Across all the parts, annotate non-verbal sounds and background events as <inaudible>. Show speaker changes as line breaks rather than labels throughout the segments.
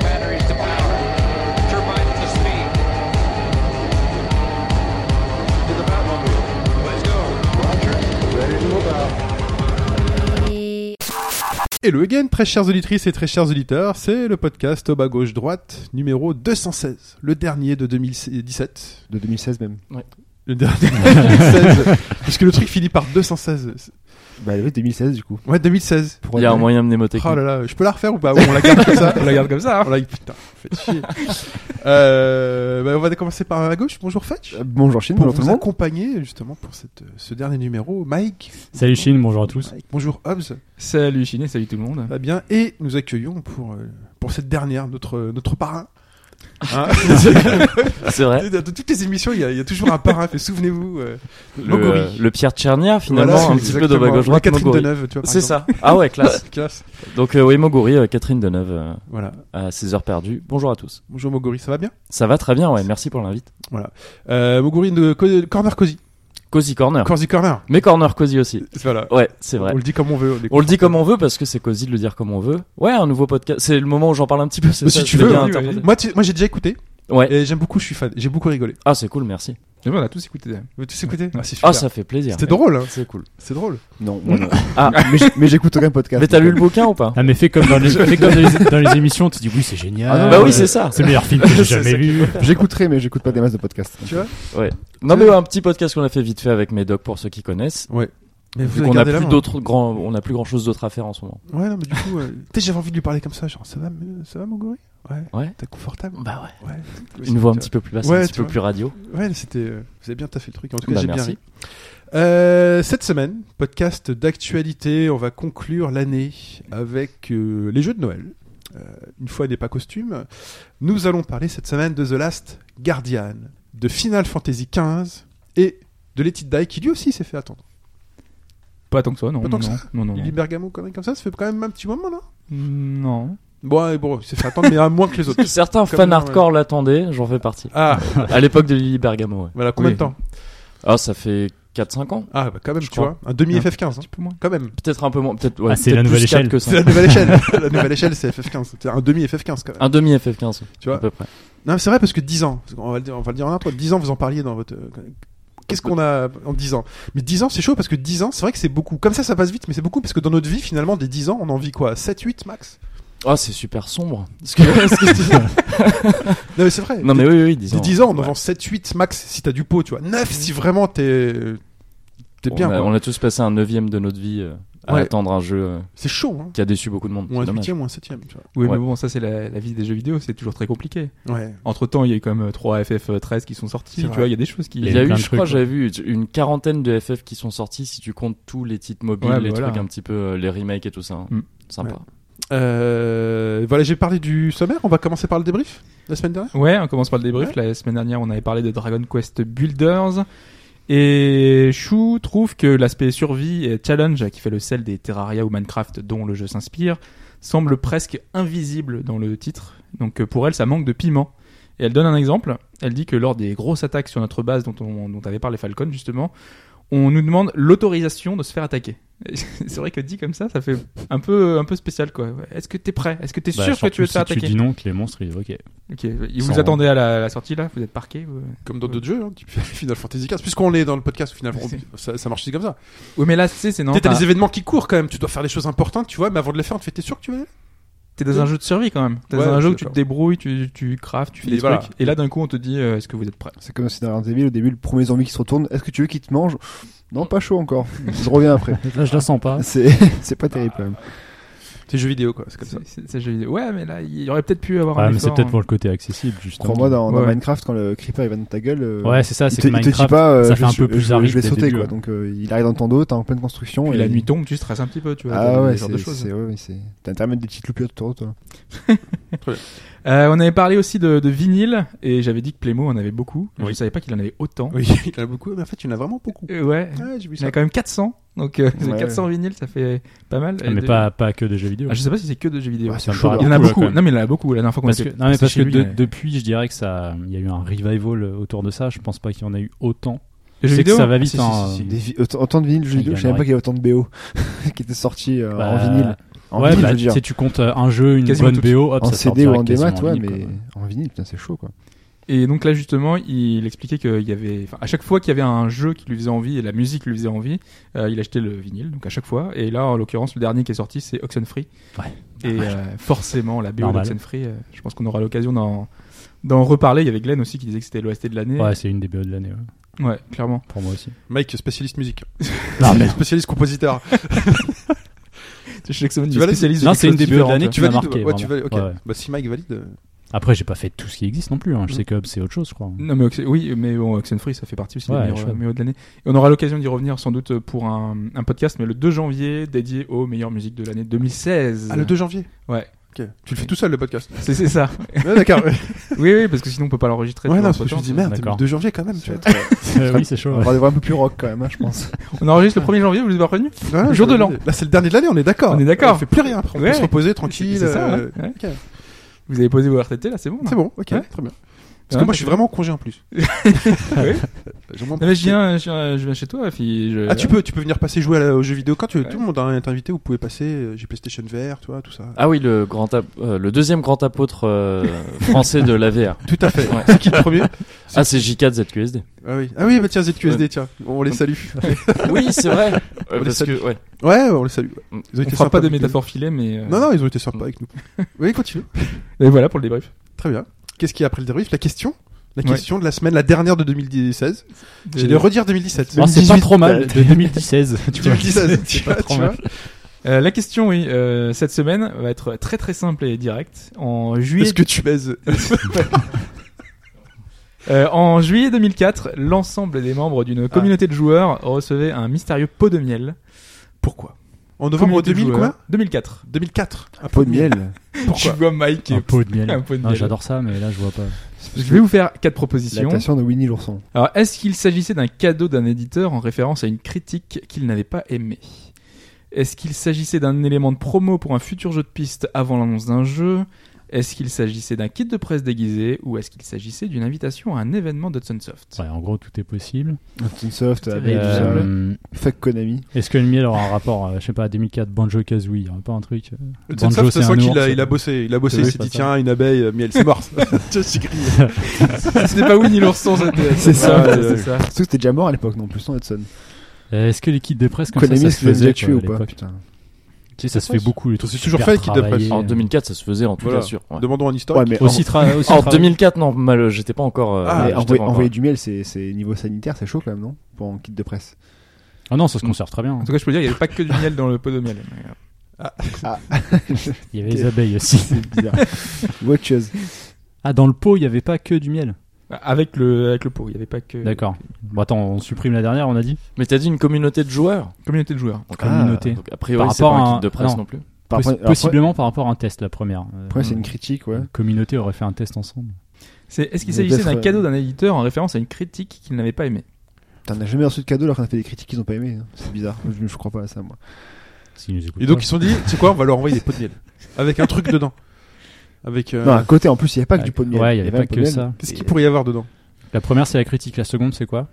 batteries to power. Turbines to speed. To the Batmobile. Let's go.
Hello again, très chères auditrices et très chers auditeurs, c'est le podcast au bas gauche droite numéro 216, le dernier de 2017.
De 2016 même.
Le dernier de
<laughs>
2016. Parce que le truc finit par 216.
Bah oui, 2016 du coup.
Ouais, 2016.
Pour
Il y a
être-
un moyen mnémotechnique.
Oh là là, je peux la refaire ou
<laughs>
pas Ou On la garde comme ça hein.
On la garde comme ça.
On la- Putain, faites chier. Euh, bah, on va commencer par la gauche. Bonjour Fetch.
Euh, Bonjour Chine,
Pour
bonjour tout le
vous
monde.
accompagner justement pour cette, ce dernier numéro, Mike.
<laughs> Salut Chine, bonjour à tous.
Mike, Bonjour Hobbs.
Salut Chiné, salut tout le monde.
Va bien. Et nous accueillons pour, euh, pour cette dernière notre, euh, notre
<laughs>
parrain. Hein
<laughs> C'est vrai.
<laughs> Dans toutes les émissions, il y, a- il y a toujours un parrain. fait, Souvenez-vous. euh,
Le,
Moguri.
euh, le Pierre Tchernia, finalement,
Voilà,
un petit peu de
exactement.
bas gauche
Ou la
droite.
Catherine
Moguri.
Deneuve, tu vois. par
C'est
exemple.
ça. Ah
<laughs>
ouais, classe.
Classe.
Donc, euh, oui, Moguri, euh, Catherine Deneuve, euh,
Voilà.
à ses heures perdues. Bonjour à tous.
Bonjour Moguri, ça va bien
Ça va très bien, ouais, merci pour l'invite.
euh, Moguri de Co- Corner Cozy.
Cozy Corner.
Cozy Corner.
Mais Corner Cozy aussi.
Voilà.
Ah. Ouais, c'est vrai.
On le dit comme on veut.
On le dit comme on veut parce que c'est cosy de le dire comme on veut. Ouais, un nouveau podcast. C'est le moment où j'en parle un petit peu. c'est
Bah,
ça,
si
je
tu
l'ai
veux,
bien
oui,
interprété.
Moi, tu- moi j'ai déjà écouté.
Ouais.
Et j'aime beaucoup, je suis fan. J'ai beaucoup rigolé.
Ah, c'est cool, merci.
Et voilà, on a tous écouté.
Vous tous écouter
Ah,
c'est
Ah, ça fait plaisir.
C'était drôle, hein.
C'est cool.
C'est drôle.
Non, moi, <laughs> non.
Ah.
mais j'- mais j'écoute aucun podcast.
Mais t'as lu le bouquin ou pas
Ah mais fais comme dans les, fais comme dans les, dans les émissions, tu dis oui c'est génial. Euh,
Ah non,
Bah
ouais.
oui, c'est ça.
C'est le meilleur film
<laughs>
que j'ai
C'est
jamais
ça qu'il
vu.
<laughs> J'écouterai, mais j'écoute pas des masses de podcasts.
Tu vois
Non, mais ouais, un petit podcast qu'on a fait vite fait avec mes docs pour ceux qui connaissent.
Mais
Vu
avez
qu'on a
gardé la
plus
main.
d'autres grands, on a plus grand chose d'autre à faire en ce moment.
Ouais, non, mais du coup, euh, <laughs> peut-être j'avais envie de lui parler comme ça, genre ça va, mais- ça va, Moguri Ouais.
Ouais.
T'es confortable
Bah
Ouais.
Une voix un petit peu plus basse,
Ouais,
un petit
tu
peu
vois.
plus radio.
Ouais, c'était. euh, vous avez bien taffé le truc. En tout cas,
Bah,
j'ai bien
merci.
ri. Euh, cette semaine, podcast d'actualité. On va conclure l'année avec euh, les jeux de Noël. Euh, une fois n'est pas costume. Nous allons parler cette semaine de The Last Guardian, de Final Fantasy XV et de Let It Die, qui lui aussi s'est fait attendre.
Pas tant que ça, non.
Pas tant
non,
que
non, non, non,
Il
non.
est Bergamo, quand même, comme ça, ça fait quand même un petit moment, non
Non.
Bon, ouais, bon, il s'est fait attendre, mais à moins que les
<laughs>
autres.
Certains
<laughs> Comme
fans
moi,
hardcore l'attendaient, j'en fais partie.
Ah,
À l'époque de Lily Bergamo, ouais.
voilà, combien
Oui.
de temps
Ah, ça fait 4-5 ans
Ah, bah quand même,
Je
tu vois, un demi-FF15,
Un
hein,
petit peu moins.
quand même.
Peut-être un peu moins. Peut-être, ouais,
Ah, c'est
peut-être
la
plus
nouvelle
quatre
échelle.
que
<laughs> C'est
cinq.
la nouvelle échelle. <laughs> la nouvelle échelle, c'est FF15. C'est un demi-FF15, quand même.
Un demi FF15,
Tu vois
à peu près.
Non, mais c'est vrai parce que 10 ans, on va le dire, on va le dire en intro, 10 ans vous en parliez dans votre. euh, Qu'est-ce qu'on a en 10 ans Mais 10 ans c'est chaud parce que 10 ans c'est vrai que c'est beaucoup. Comme ça ça passe vite mais c'est beaucoup parce que dans notre vie finalement des 10 ans on en vit quoi 7, 8 max
Ah, c'est super sombre. Parce que- <laughs> parce que tu-
Non mais c'est vrai.
non, mais oui, oui,
des
10 ans.
10 ans on en
Ouais.
vend 7, 8 max si t'as du pot tu vois. 9 si vraiment t'es. T'es bien
on, a,
quoi.
bah, on a tous passé un neuvième de notre vie euh, à
Ouais.
attendre un jeu euh,
C'est chaud hein.
qui a déçu beaucoup de monde.
Moins
C'est dommage.
8 moins 7 tu
Oui,
Ouais.
mais bon, ça c'est la, la vie des jeux vidéo, c'est toujours très compliqué.
vois. Ouais.
Entre temps, il y a eu quand même euh, 3 FF13 qui sont sortis,
C'est
tu
vrai.
vois, il y a des choses qui.
Il y a eu,
plein de
je crois,
trucs,
j'avais vu une quarantaine de FF qui sont sortis si tu comptes tous les titres mobiles,
Ouais, bah
les
voilà.
trucs un petit peu, euh, les remakes et tout ça. hein.
Mm.
Sympa.
Ouais. Euh, voilà j'ai parlé du sommaire, on va commencer par le débrief la semaine dernière
Ouais, on commence par le débrief. La semaine dernière, on avait parlé de Dragon Quest Builders. Et Chou trouve que l'aspect survie et challenge qui fait le sel des Terraria ou Minecraft dont le jeu s'inspire semble presque invisible dans le titre. Donc euh, pour elle, ça manque de piment. Et elle donne un exemple. Elle dit que lors des grosses attaques sur notre base dont, on, dont avait parlé Falcon justement, on nous demande l'autorisation de se faire attaquer. <laughs> C'est vrai que dit comme ça, ça fait un peu, un peu spécial quoi. Ouais. Est-ce que t'es prêt Est-ce que t'es
Bah,
sûr que
surtout
tu veux te
si
faire attaquer
Tu dis non que les monstres, ils disent, ok.
Ok, vous
Sans-
vous attendez à la, la sortie là Vous êtes parqué vous
comme dans d'autres jeux hein, type <laughs> Final Fantasy XV puisqu'on est dans le podcast Final
C'est-
Fantasy ça, ça marche aussi comme ça
Oui, mais là, tu sais, c'est non.
T'as
T'es
des événements qui courent quand même, tu dois faire des choses importantes, tu vois, mais avant de les faire, tu fais, t'es sûr que tu veux y aller
t'es dans un jeu de survie quand même. T'es
Ouais,
dans un
je
jeu où
suis
tu te
d'accord.
débrouilles, tu, tu craftes, tu fais
Et
des
voilà.
trucs. Et là, d'un coup, on te dit euh, est-ce que vous êtes prêt
C'est comme si dans Resident Evil, au début, le premier zombie qui se retourne, est-ce que tu veux qu'il te mange Non, pas chaud encore. Je reviens après.
Là, je la sens pas.
C'est <laughs> c'est pas terrible quand même.
C'est jeux vidéo quoi, c'est comme ça.
C'est jeu vidéo. Ouais, mais là, il y aurait peut-être pu avoir
Ouais,
un.
Ah, mais c'est
effort,
peut-être
hein.
pour le côté accessible, justement.
Crois-moi, dans, dans
Ouais.
Minecraft, quand le creeper il va dans ta gueule, euh,
Ouais, c'est ça,
il
c'est
te, il
que
te dit
Minecraft,
pas, euh, je,
ça fait un peu
je-
plus
je
aride
vais
dès le
sauter
début,
quoi.
ouais.
Donc euh, il arrive dans ton dos, t'es en pleine construction.
Puis
et...
la nuit tombe, tu stresses un petit peu, tu vois.
Ah
t'as
ouais,
ce genre de
c'est
choses.
c'est- ouais, ouais, c'est- t'as intérêt à mettre des petites loupiottes autour de toi.
Euh, on avait parlé aussi de, de vinyle et j'avais dit que Playmo en avait beaucoup. Je savais pas qu'il en avait autant.
Oui, <laughs> il y en a beaucoup, mais en fait, il y en a vraiment beaucoup.
Euh, ouais.
Ouais, j'ai vu
Il y en
ça.
a quand même 400. Donc euh,
Ouais.
400 vinyles, ça fait pas mal.
Ah,
Et
mais
de-
pas, pas que des jeux vidéo.
Ah, je sais pas si c'est que de jeux vidéo.
Ouais, c'est
Ça me
chaud,
paraît
il y en a
beaucoup, là,
beaucoup.
quand même.
Non mais il y en a beaucoup. La dernière fois qu'on
Parce que-
était-
non mais
c'était
parce que
chez lui,
de-
mais-
depuis je dirais que ça il y a eu un revival autour de ça je pense pas qu'il y en a eu autant je
Les jeux
sais que
vidéo Ah,
ça va vite
Si, si,
hein,
si, si.
euh,
Des vi- autant, autant de vinyles, jeux
Ah,
vidéo,
il
je savais
y en
pas qu'il y avait autant de BO <laughs> qui étaient sortis euh, en
bah,
vinyle. En
ouais
vinyle,
bah,
je veux dire.
si tu comptes euh, un jeu une
Quasiment
bonne
tout de
BO hop
en
ça sort
CD ou en
direct
démat,
quasiment en
ouais,
ligne,
mais
quoi.
en vinyle, putain, c'est chaud, quoi. <laughs>
Et donc là justement, il expliquait qu'il y avait, enfin, à chaque fois qu'il y avait un jeu qui lui faisait envie et la musique lui faisait envie, euh, il achetait le vinyle. Donc à chaque fois. Et là, en l'occurrence, le dernier qui est sorti, c'est Oxenfree.
Ouais.
Et euh, forcément, la BO
Normal.
d'Oxenfree, euh, je pense qu'on aura l'occasion d'en d'en reparler. Il y avait Glenn aussi qui disait que c'était l'OST de l'année.
ouais c'est une des BO de l'année ouais,
Ouais, clairement.
pour moi aussi
Mike, spécialiste musique.
<laughs> non
<laughs>
mais
Spécialiste compositeur.
Je sais que Simon, il
Tu
est
vas la-
spécialiste de
non
quelque
c'est une
chose
des BO de
différent,
l'année
tu
qui
Tu
m'a
valides
marqué
ou- Ouais, tu
vraiment.
valides. Ok.
Ouais, ouais.
Bah, si Mike valide. euh,
après j'ai pas fait tout ce qui existe non plus hein. je
Mm.
sais que Hub, c'est autre chose je crois
Mm.
vois. Non mais Oxen- oui, mais bon, Oxenfree, ça fait partie aussi
Ouais,
des meilleurs
chouette.
meilleurs de l'année. Et on aura l'occasion d'y revenir sans doute pour un, un podcast, mais le 2 janvier dédié aux meilleures musiques de l'année 2016.
Ah, le 2 janvier
Ouais.
Ok. Tu le fais tout seul le podcast.
C'est c'est ça.
Ouais, D'accord.
Oui, oui, parce que sinon on peut pas l'enregistrer.
Ouais,
tu vois,
non, parce que je me
entre-temps.
dis merde,
D'accord.
le 2 janvier quand même. Tu vois.
Euh, <laughs> oui c'est chaud
On
ouais.
va des voix un peu plus rock, quand même, hein, je
<laughs>
pense.
On enregistre le 1er janvier, vous l'avez pas reconnu
Ouais,
Le jour
je-
de l'an.
Là, c'est le dernier de l'année, on est d'accord.
On est d'accord.
On fait plus rien après. On
Ouais.
peut se reposer tranquille.
C'est ça, hein,
euh,
ouais,
ok.
ouais. Vous avez posé vos RTT là, c'est bon là
C'est bon, ok,
Ouais.
très bien.
Hein,
Parce que moi, je suis
t'as-
vraiment en congé en plus.
Ah Oui.
J'ai vraiment-
Non, mais je viens, je viens, je viens chez toi, puis je...
Ah, tu peux, tu peux venir passer jouer à la- aux jeux vidéo quand tu
Ouais.
tout le monde hein, est invité. Vous pouvez passer. euh, J'ai PlayStation VR, tu vois, tout ça.
Ah oui, le, grand ap- euh, le deuxième grand apôtre euh, français de l'AVR.
Tout à
<laughs>
fait. C'est qui le premier
Ah, c'est J4ZQSD.
Ah oui, ah oui, bah tiens ZQSD, tiens, on
Mm.
les
<laughs>
salue.
Oui, c'est vrai. <laughs> Ouais,
les
parce
salue.
que, ouais.
Ouais, on les salue. Ils ont
Mm. On
été
fera
sympas
pas des
avec nous.
métaphores filées, mais... euh,
Non, non, ils ont été sympas avec nous. Oui, continue.
Et voilà pour le débrief.
Très bien. Qu'est-ce qui a après le débrief La question La
Ouais.
question de la semaine, la dernière de 2016. J'ai
Des-
dû redire 2017.
Oh, c'est pas trop mal de 2016 tu vois
2016, tu
C'est pas
vois,
trop
tu
mal.
<laughs> Euh, la question, oui, euh, cette semaine va être très très simple et directe. En juillet,
Est-ce que tu baises
<laughs> euh, en juillet 2004, l'ensemble des membres
Ah.
d'une communauté de joueurs recevait un mystérieux pot de miel. Pourquoi
En novembre
Communauté de
2000,
joueurs,
quoi
2004.
2004.
Un pot de miel.
Tu
Pourquoi
vois Mike.
un pot de miel
Un pot de
Non,
miel.
j'adore ça mais là je vois pas
Je vais vous faire quatre propositions.
L'adaptation de Winnie l'ourson.
Alors, est-ce qu'il s'agissait d'un cadeau d'un éditeur en référence à une critique qu'il n'avait pas aimée Est-ce qu'il s'agissait d'un élément de promo pour un futur jeu de piste avant l'annonce d'un jeu Est-ce qu'il s'agissait d'un kit de presse déguisé Ou est-ce qu'il s'agissait d'une invitation à un événement d'Hudson Soft
ouais en gros tout est possible
Soft, avec
vrai,
tout ça.
Euh,
Fuck Konami.
Est-ce que le miel aura un rapport, euh, je sais pas, à 2004, Banjo Kazooie, il y aura pas un truc euh,
Le
Banjo,
Tsensoft, ça
c'est
sent
un
qu'il
ours,
a,
ça.
il a bossé. Il a bossé.
Oui,
Il
c'est
s'est
pas
dit,
ça.
tiens, une abeille, euh, miel, c'est
<laughs>
mort. Tiens, c'est grillé.
<laughs> C'était pas Winnie l'ourson, c'était
C'est ça,
Soft,
ouais,
c'est
ouais.
ça.
Surtout que t'es déjà mort à l'époque non plus, sans Hudson.
Euh, Est-ce que les kits de presse comme
Konami,
ça, ça
est-ce
se
qu'il a déjà
faisait
tué
quoi,
ou
à
pas
l'époque
Putain.
Tu sais, ça se fait beaucoup les
Ça,
trucs.
c'est toujours
super
fait, les kits de presse.
travaillés.
En 2004, ça se faisait en tout
Voilà.
cas sûr. ouais.
Demandons un historique.
Ouais, mais
Aussi, tra- aussi
En
travaillé.
2004, non, mal, j'étais pas encore. euh,
Ah,
Mais
j'étais
envoyer,
pas encore-
envoyer du miel, c'est c'est niveau sanitaire, c'est chaud quand même, non Pour un kit de presse.
Ah non, ça se conserve très bien.
En tout cas, je peux dire, il n'y avait pas que du miel dans le pot de miel.
Il y avait les
<laughs>
abeilles aussi.
C'est bizarre. <laughs> Watchers.
Ah, dans le pot, il n'y avait pas que du miel.
Avec le, avec le pot, il n'y avait pas que.
D'accord. Bon, attends, on supprime la dernière, on a dit
Mais t'as dit une communauté de joueurs
Communauté de joueurs.
Donc,
Communauté.
donc, a priori,
Par
c'est pas
rapport à
un
un-
kit de presse
non.
non, plus.
Par
Possi-
après- alors,
Possiblement par rapport à un test, la première.
Après,
Euh,
après, c'est une critique, ouais.
la communauté aurait fait un test ensemble.
C'est, est-ce qu'il
Mais
s'agissait d'un
peut-être,
cadeau
euh,
d'un éditeur en référence à une critique qu'il n'avait pas aimée
T'en as jamais reçu de cadeau alors qu'on a fait des critiques qu'ils ont pas aimé. hein. C'est bizarre. Je, je crois pas à ça, moi.
S'ils nous écoutent
Et donc,
pas.
ils se sont dit, tu sais quoi, on va leur envoyer des pots de miel. Avec un truc dedans. Avec. euh,
Non, à côté, en plus, il n'y avait pas que du pot de miel.
Ouais, il n'y avait pas
un pot
que
de miel.
ça.
Qu'est-ce qu'il pourrait y avoir dedans
La première, c'est la critique. La seconde, c'est quoi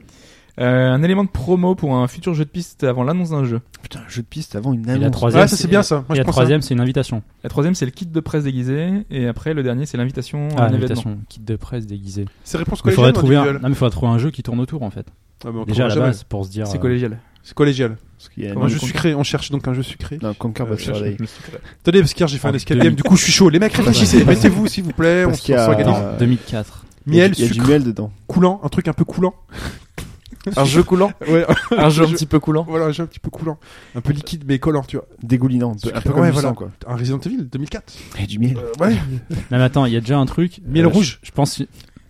Euh, un élément de promo pour un futur jeu de piste avant l'annonce d'un jeu.
Putain, jeu de piste avant une
Et
annonce.
la troisième.
Ah, ça, c'est bien ça. Moi,
Et
je
la
pense
troisième, c'est une invitation.
La troisième, c'est le kit de presse déguisé. Et après, le dernier, c'est l'invitation
Ah,
à un événement.
invitation. Kit de presse déguisé.
ça. C'est réponse
Il
collégiale.
faudrait
ou
trouver un.
individuelle
Non, mais il faudrait trouver un jeu qui tourne autour en fait.
Ah, mais on
Déjà
trouvera
à la
jamais.
base pour se dire.
C'est
euh,
collégial.
C'est collégial.
Parce qu'il y a
Un
Comment
un
je
jeu
compte-
sucré, on cherche donc un jeu sucré.
Non, Ah, Conquer
Euh,
Bad
je-
Fur Day.
Attendez, parce qu'hier j'ai fait
En
un escalier,
2000.
du coup je suis chaud. Les mecs, réfléchissez, mettez-vous s'il vous plaît, on
Parce qu'il y a-
s'organise.
Attends,
Euh,
2004.
Il y a
Miel,
du- Il y a du
sucre,
miel dedans.
coulant, un truc un peu coulant.
Un jeu coulant
Ouais,
Un jeu un
Je-
petit peu coulant
voilà, un jeu un petit peu coulant. Un peu liquide mais collant, tu vois.
Dégoulinant. Un peu- un peu comme
Ouais,
du
voilà.
sang, quoi.
Un Resident Evil 2004.
Il y a du miel.
Euh, ouais.
Non mais attends, il y a déjà un truc.
Miel
Euh,
rouge.
Je, je pense.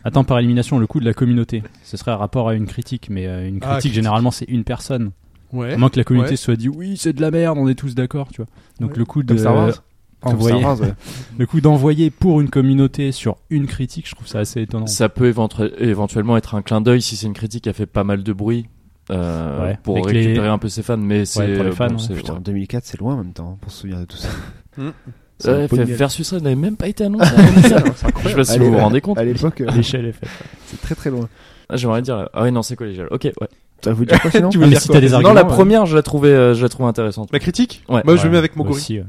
Attends, par élimination, le coup de la communauté. Ce serait un rapport à une critique, mais euh, une critique,
Ah, critique.
généralement c'est une personne.
Ouais.
À moins que la communauté
Ouais.
soit dit oui, c'est de la merde, on est tous d'accord, tu vois. Donc
Ouais.
le coup de.
Comme Star Wars
Comme
Envoyer.
ça, Reims, ouais.
<laughs> Le coup d'envoyer pour une communauté sur une critique, je trouve ça assez étonnant.
Ça peut éventre- éventuellement être un clin d'œil si c'est une critique qui a fait pas mal de bruit euh,
Ouais,
pour
avec
récupérer
les-
un peu ses fans. Mais c'est
pour les
bon,
fans, hein,
c'est-
ouais.
ouais.
Putain, 2004, c'est loin en même temps hein, pour se souvenir de tout ça.
Hmm.
C'est un
Ouais,
pot de
fait-
miel. <laughs>
Versus Red n'avait même pas été
<laughs>
annoncé. avant ça. Je sais pas si
Allez,
vous vous
à-
rendez compte.
À l'époque, euh,
L'échelle est faite.
c'est très très loin.
Ah, J'aimerais dire. euh, Ah oui, non, c'est collégial. Ok, ouais.
Ça vous dire quoi
<laughs>
sinon
Ah, mais si t'as des
non,
arguments.
la première, je la trouvais, euh, je la trouvais intéressante.
La critique
Ouais.
Moi, je le mets avec mon gorille.
aussi, ouais.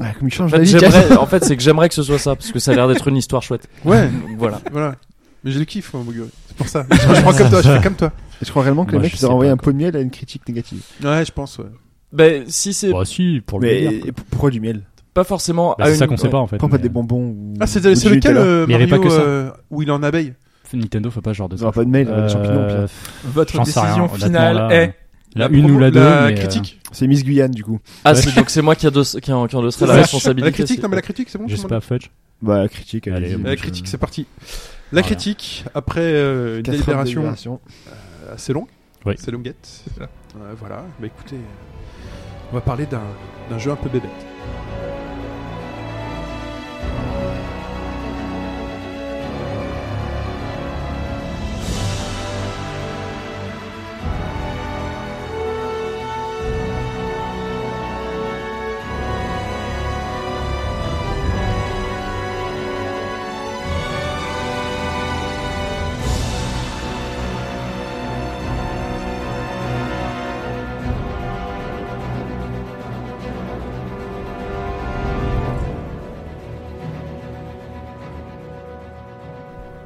Ah, Comme il
En
change
fait,
d'avis.
j'aimerais- en fait, c'est que j'aimerais que ce soit ça, parce que ça a l'air d'être une histoire chouette.
Ouais,
Voilà.
voilà. Mais j'ai le kiff, moi, mon gorille. C'est pour ça. Je, je prends comme toi, je fais comme toi.
Je crois réellement que
Moi,
les mecs
je
ils
sais
ont envoyé
pas,
un pot de miel à une critique négative.
Ouais, je pense, ouais.
Ben, si c'est
Bah, si, pour le
Mais
délire, quoi.
et pour- pourquoi du miel
pas forcément. à
Bah, c'est
ah, une-
ça qu'on sait
ouais.
pas en fait.
Pourquoi pas des
mais,
bonbons ou
Ah, c'est
ou
c'est
du
lequel
Nutella
euh,
Mais il y avait
Mario
pas que ça.
euh, où il est en abeille
euh, Nintendo fait pas ce genre de
Ils
ça.
auront pas de mail, ils auront des champignons. pire.
Euh,
Votre
j'en sais rien,
décision
honnêtement,
finale
là,
est.
La, une ou la deux.
La
mais, euh,
critique
C'est Miss Guyane du coup.
Ah, c'est- donc c'est moi qui, adosse- qui, en- qui endosserai la
Ça,
responsabilité.
La critique,
c'est-
non, mais la critique, c'est bon
Je
tout
sais
le monde
pas, Fudge.
Bah la critique.
Allez,
allez-y,
bon,
a-
moi,
La
je-
critique, c'est parti. La
Rien.
critique, après euh, une
Quatre heures de
délibération
délibération.
assez longue,
Oui.
c'est longuette. Euh, voilà, bah écoutez, on va parler d'un d'un jeu un peu bébête.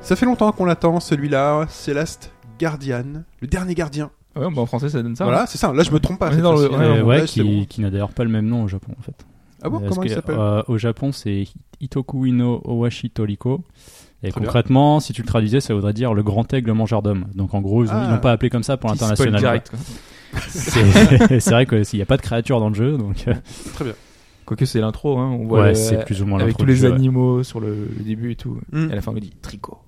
Ça fait longtemps qu'on l'attend, celui-là, c'est Last Guardian, le dernier gardien.
Ouais, bah, en français, ça donne ça.
voilà, c'est ça, là je me trompe pas.
On est
cette
dans le-
fois-ci.
on est dans
Ouais,
le-
Euh, ouais,
c'est
qui,
bon.
qui n'a d'ailleurs pas le même nom au Japon en fait.
Ah bon,
Parce
comment il
que,
s'appelle
euh, Au Japon, c'est Itoku no Owashi Toriko. Et
Très bien.
concrètement, si tu le traduisais, ça voudrait dire le grand aigle mangeur d'hommes. Donc en gros, ils
Ah.
ils l'ont pas appelé comme ça pour
Qui spoil
l'international.
direct, quoi.
C'est <laughs> c'est vrai qu'il n'y a pas de créature dans le jeu, donc euh,
Très bien.
Quoique c'est l'intro, hein, on voit
ouais,
le-
c'est plus ou moins
avec
l'intro
tous
du
les
jeu, ouais.
animaux sur le, le début et tout.
Hmm.
Mm.
Et à la fin, on nous dit tricot.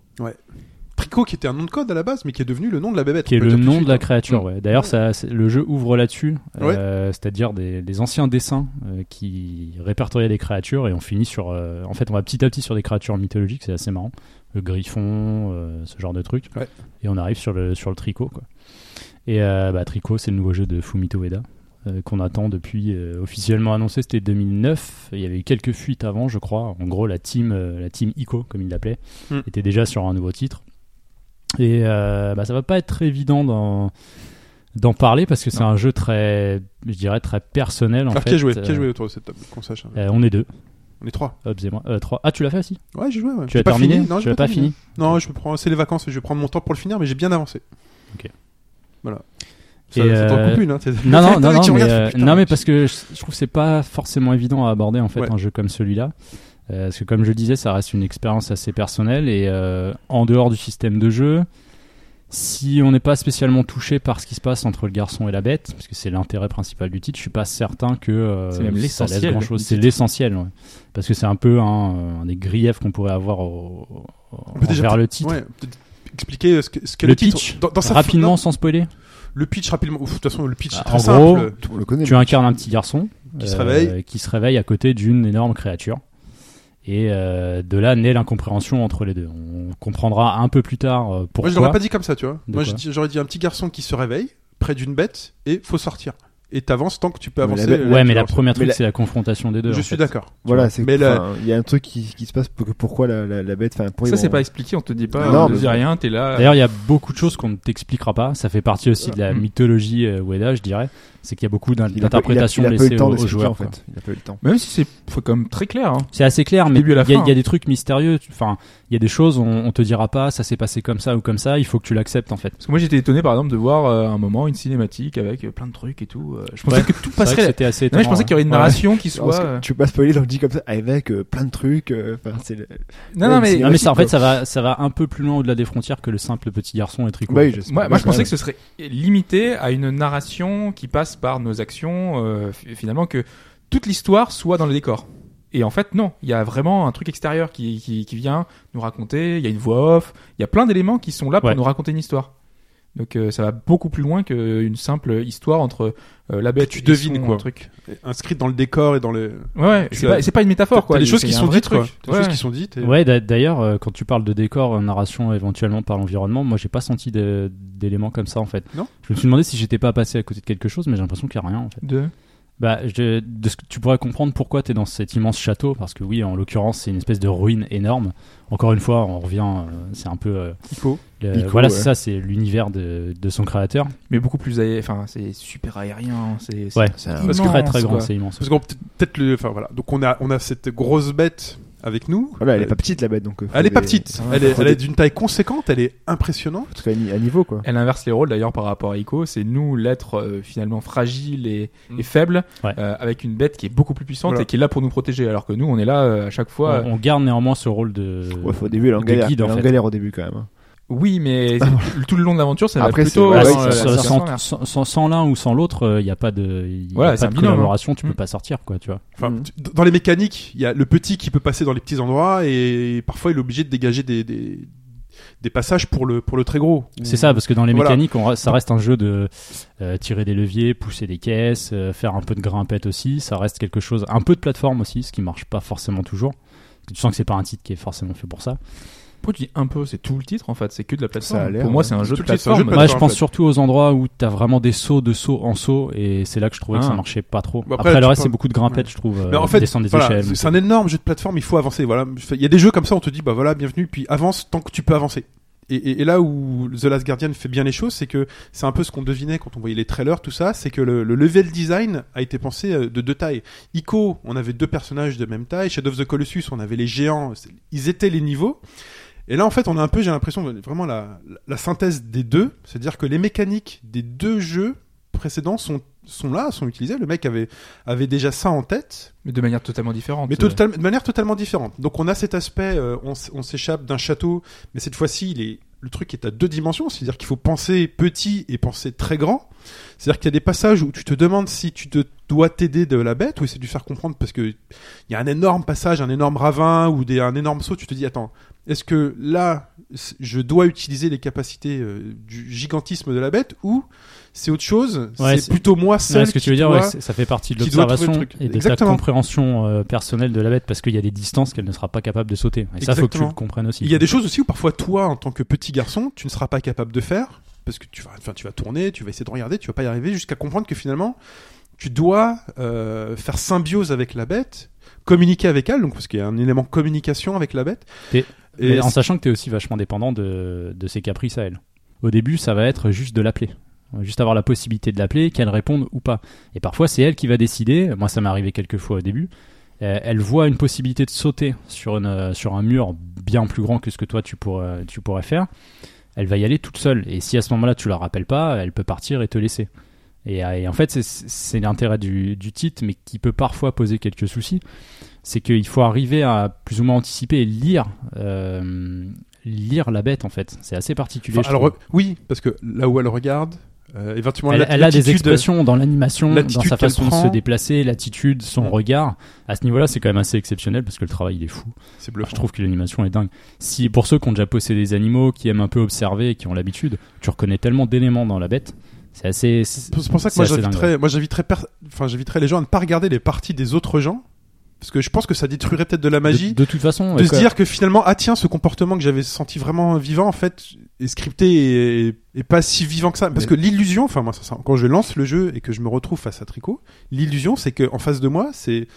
Tricot qui était un nom de code à la base, mais qui est devenu le nom de la bébête.
qui
on
est
peut
le
dire tout
nom
suite,
de la
hein.
créature. Ouais. D'ailleurs, ça, c'est- le jeu ouvre là-dessus, euh, c'est-à-dire des, des anciens dessins euh, qui répertoriaient des créatures et on finit sur. euh, en fait, on va petit à petit sur des créatures mythologiques, c'est assez marrant. Le griffon, euh, ce genre de truc.
Ouais.
Et on arrive sur le sur le tricot. Quoi. Et euh, bah, tricot, c'est le nouveau jeu de Fumito Ueda euh, qu'on attend depuis euh, officiellement annoncé, c'était 2009. Il y avait eu quelques fuites avant, je crois. En gros, la team, euh, la team Ico, comme il l'appelait,
Hmm.
était déjà sur un nouveau titre. Et euh, bah, ça va pas être très évident d'en d'en parler parce que c'est un jeu très, je dirais, très personnel. En
Alors,
fait.
Ah, qui a joué Qui a
Euh,
joué autour de cette table Qu'on sache. hein.
euh, On est deux,
On est trois.
Hobbs et moi. Euh, trois. Ah, tu l'as fait aussi
Ouais, j'ai joué. Ouais.
Tu
J'ai
as
pas
terminé
fini. Non,
Tu
j'ai
l'as pas fini
Non, je me prends. C'est les vacances. Je vais prendre mon temps pour le finir, mais j'ai bien avancé.
Ok.
Voilà. Ça,
Et,
ça t'en
euh,
coupe une, hein, t'es-
Non,
<laughs>
non,
T'as
non,
vu, tu
non, mais,
regardes,
euh,
putain,
non, mais parce que je, je trouve que c'est pas forcément évident à aborder en fait
Ouais.
un jeu comme celui-là. Euh, parce que comme je le disais, ça reste une expérience assez personnelle et euh, en dehors du système de jeu, si on n'est pas spécialement touché par ce qui se passe entre le garçon et la bête, parce que c'est l'intérêt principal du titre, je suis pas certain que euh,
C'est même
ça laisse
l'essentiel
grand chose.
du
C'est
titre.
l'essentiel, ouais. parce que c'est un peu un, un des griefs qu'on pourrait avoir au, au-
On peut déjà
envers
peut-
le titre.
Ouais, peut-être expliquer ce que, ce qu'est
Le
le titre.
pitch,
Dans- dans sa-
Rapidement,
non,
sans spoiler,
le pitch rapidement. Ouf, de toute façon, le pitch est
Ah, en
très simple.
gros,
Tout- On le connaît.
Tu incarnes un petit garçon euh,
Qui se réveille.
qui se réveille à côté d'une énorme créature. Et euh, de là naît l'incompréhension entre les deux. On comprendra un peu plus tard euh,
Moi,
pourquoi.
je l'aurais pas dit comme ça, tu vois.
De
Moi, je
quoi
dis- j'aurais dit un petit garçon qui se réveille près d'une bête et faut sortir. Et t'avances tant que tu peux
Mais la
avancer.
bête-
euh,
ouais,
tu
mais la
avances.
première truc,
la-
c'est la confrontation des deux.
Je
en
suis
fait.
d'accord.
Voilà, c'est
Mais le-
enfin, il y a un truc qui, qui se passe pour que pourquoi la, la, la bête enfin pour
Ça,
ils
c'est
vont-
pas expliqué, on te dit pas,
Non,
on te
mais-
dit rien, t'es là.
D'ailleurs, il y a beaucoup de choses qu'on ne t'expliquera pas. Ça fait partie aussi de la
Mm.
mythologie euh, Ueda, je dirais. C'est qu'il y a beaucoup
il a
d'in-
pas- il a-
d'interprétations
il a pas eu
laissées
le temps
aux, aux
d'expliquer,
joueurs.
en
quoi.
fait. Il a pas eu le temps.
Même si c'est faut quand même très clair. hein.
C'est assez clair, mais il
début à
y,
la
a-
fin,
il y a
hein.
des trucs mystérieux. Enfin, il y a des choses, on, on te dira pas, ça s'est passé comme ça ou comme ça. Il faut que tu l'acceptes en fait.
Parce que moi, j'étais étonné, par exemple, de voir euh, à un moment une cinématique avec euh, plein de trucs et tout. euh, je pensais
Ouais.
que tout
C'est vrai que
passerait.
C'était assez.
Non, mais je
étonnant,
pensais
ouais.
qu'il y aurait une
Ouais.
narration qui
Alors, parce
soit.
que
euh,
tu peux pas spoiler dans le dit comme ça avec euh, plein de trucs euh, enfin c'est le-
Non, non,
Ouais,
mais.
c'est-
Non mais ça en
Impossible.
fait ça va ça va un peu plus loin au-delà des frontières que le simple petit garçon et tricot.
Bah oui, je sais
Moi,
pas,
moi, je
quand
pensais
même.
que ce serait limité à une narration qui passe par nos actions, euh, fi- finalement, que toute l'histoire soit dans le décor. Et en fait, non, il y a vraiment un truc extérieur qui, qui, qui vient nous raconter, il y a une voix off, il y a plein d'éléments qui sont là pour
Ouais.
nous raconter une histoire. Donc euh, ça va beaucoup plus loin qu'une simple histoire entre euh, la bête
tu
et
devines,
son
quoi.
truc.
Inscrite dans le décor et dans les.
Ouais, ouais,
Tu
c'est
as-
pas, c'est pas une métaphore quoi.
T'as des
Il-
choses
c'est
qui
un
sont
vrai
dites,
truc.
quoi. Des
Ouais.
choses qui sont dites. et-
Ouais, d'a- d'ailleurs, euh, quand tu parles de décor, narration éventuellement par l'environnement, moi j'ai pas senti de- d'éléments comme ça en fait.
Non
Je me suis demandé si j'étais pas passé à côté de quelque chose, mais j'ai l'impression qu'il y a rien en fait.
De-
Bah, je- de ce que tu pourrais comprendre pourquoi tu es dans cet immense château, parce que oui, en l'occurrence, c'est une espèce de ruine énorme. Encore une fois, on revient, euh, c'est un peu. euh,
Hippo.
le-
Ico,
voilà,
ouais.
c'est ça, c'est l'univers de, de son créateur.
Mais beaucoup plus aé- Enfin, c'est super aérien. C'est c'est
Ouais.
c'est
Parce
C'est
immense,
très très grand,
quoi.
c'est immense.
Parce qu'on peut- peut-être le. Enfin voilà. Donc on a on a cette grosse bête avec nous.
Voilà, elle est
Euh,
pas petite la bête donc. euh, faut
Elle est
des-
pas petite.
faut
Elle est,
des-
elle est d'une taille conséquente. Elle est impressionnante.
En tout cas, à ni- à niveau quoi.
Elle inverse les rôles d'ailleurs par rapport à Ico. C'est nous l'être euh, finalement fragile et,
Mm.
et faible
Ouais.
euh, avec une bête qui est beaucoup plus puissante
Voilà.
et qui est là pour nous protéger. Alors que nous, on est là euh, à chaque
On,
fois. euh,
on garde néanmoins ce rôle de.
Ouais, faut au début, elle est en
Des
galère.
guides, en
elle est en
fait.
galère au début quand même. hein.
Oui, mais c'est- tout le long de l'aventure, ça
Après,
va
c'est-
plutôt.
ouais,
Bah,
euh,
ouais,
dans
sans-
la-
c'est-
sans- sans-
la-
sans- sans- sans l'un ou sans l'autre, il n'y a pas de, y a
Voilà,
pas
c'est un
de
binôme, hein.
collaboration, tu
Mm.
peux pas sortir quoi, tu vois.
Enfin,
Mm.
tu- dans les mécaniques, il y a le petit qui peut passer dans les petits endroits et parfois il est obligé de dégager des, des, des passages pour le, pour le très gros.
C'est ça, parce que dans les
Mm. Voilà.
mécaniques, on, re- ça reste un jeu de euh, tirer des leviers, pousser des caisses, euh, faire un peu de grimpette aussi. Ça reste quelque chose, un peu de plateforme aussi, ce qui marche pas forcément toujours. Parce que Tu sens que c'est pas un titre qui est forcément fait pour ça.
Pourquoi tu dis un peu C'est tout le titre en fait. C'est que de la plateforme.
Ça a l'air,
pour moi,
ouais.
c'est un jeu
Tout
de
le titre, c'est un jeu de
plateforme.
Pas
Moi,
sur
je
un
pense
pad.
surtout aux endroits où t'as vraiment des sauts de saut en saut, et c'est là que je trouvais que
Ah.
ça marchait pas trop.
Bah après,
après, le
tu
reste,
peux-
c'est beaucoup de grimpette, je trouve.
Mais
euh,
en fait,
descendre des
voilà,
échelles. euh.
c'est- c'est un énorme jeu de plateforme, il faut avancer. Voilà. Il y a des jeux comme ça, on te dit, bah voilà, bienvenue, puis avance tant que tu peux avancer. Et, et- et là où The Last Guardian fait bien les choses, c'est que c'est un peu ce qu'on devinait quand on voyait les trailers, tout ça, c'est que le, le level design a été pensé euh, de deux tailles. Ico, on avait deux personnages de même taille. Shadow of the Colossus, on avait les géants, c'est- ils étaient les niveaux. Et là, en fait, on a un peu, j'ai l'impression, vraiment la, la synthèse des deux, c'est-à-dire que les mécaniques des deux jeux précédents sont, sont là, sont utilisées. Le mec avait, avait déjà ça en tête.
Mais de manière totalement différente.
Mais total-
euh.
de manière totalement différente. Donc on a cet aspect, euh, on, s- on s'échappe d'un château, mais cette fois-ci, il est- le truc est à deux dimensions, c'est-à-dire qu'il faut penser petit et penser très grand. C'est-à-dire qu'il y a des passages où tu te demandes si tu te dois t'aider de la bête ou essayer de lui faire comprendre parce que il y a un énorme passage, un énorme ravin ou des, un énorme saut. Tu te dis attends, est-ce que là c- je dois utiliser les capacités euh, du gigantisme de la bête ou c'est autre chose
Ouais,
C'est
c'est-
plutôt moi
Ouais,
seul.
ce que
qui
tu veux dire,
dois-
ouais, c'est- ça fait partie de
qui doit trouver le
l'observation
truc.
et de
Exactement.
ta compréhension euh, personnelle de la bête, parce qu'il y a des distances qu'elle ne sera pas capable de sauter. Et ça, faut que tu
Exactement.
le comprennes aussi.
Il y a des choses aussi où parfois toi, en tant que petit garçon, tu ne seras pas capable de faire parce que tu vas, enfin, tu vas tourner, tu vas essayer de regarder, tu vas pas y arriver jusqu'à comprendre que finalement, tu dois euh, faire symbiose avec la bête, communiquer avec elle, donc parce qu'il y a un élément communication avec la bête.
Et-
Et
Mais en
c'est-
sachant que tu es aussi vachement dépendant de, de ses caprices à elle. Au début, ça va être juste de l'appeler. Juste avoir la possibilité de l'appeler, qu'elle réponde ou pas. Et parfois, c'est elle qui va décider. Moi, ça m'est arrivé quelques fois au début. Euh, elle voit une possibilité de sauter sur, une, euh, sur un mur bien plus grand que ce que toi tu pourrais, tu pourrais faire. Elle va y aller toute seule. Et si à ce moment-là, tu la rappelles pas, elle peut partir et te laisser. Et, euh, et en fait, c'est- c'est l'intérêt du, du titre, mais qui peut parfois poser quelques soucis. C'est qu'il faut arriver à plus ou moins anticiper et lire euh, lire la bête en fait. C'est assez particulier.
enfin,
je
alors,
trouve.
oui, parce que là où elle regarde, euh, éventuellement,
elle,
l'atti-
elle a des
l'attitude-
expressions dans l'animation, dans
l'attitude
sa
qu'elle
façon de
prend.
se déplacer, l'attitude, son
Mm.
regard. À ce niveau-là, c'est quand même assez exceptionnel parce que le travail il est fou.
C'est bluffant.
Je trouve que l'animation est dingue. Si pour ceux qui ont déjà possédé des animaux, qui aiment un peu observer, et qui ont l'habitude, tu reconnais tellement d'éléments dans la bête. C'est assez. c'est-
C'est pour ça que
c'est
moi
assez dingue, ouais.
j'inviterais, moi j'inviterais, pers- enfin j'inviterais les gens à ne pas regarder les parties des autres gens, parce que je pense que ça détruirait peut-être de la magie.
De, de toute façon,
de
euh,
se
quoi-
dire que finalement ah tiens ce comportement que j'avais senti vraiment vivant en fait est scripté et, et pas si vivant que ça parce que l'illusion enfin moi ça, ça- quand je lance le jeu et que je me retrouve face à Tricot l'illusion c'est que en face de moi c'est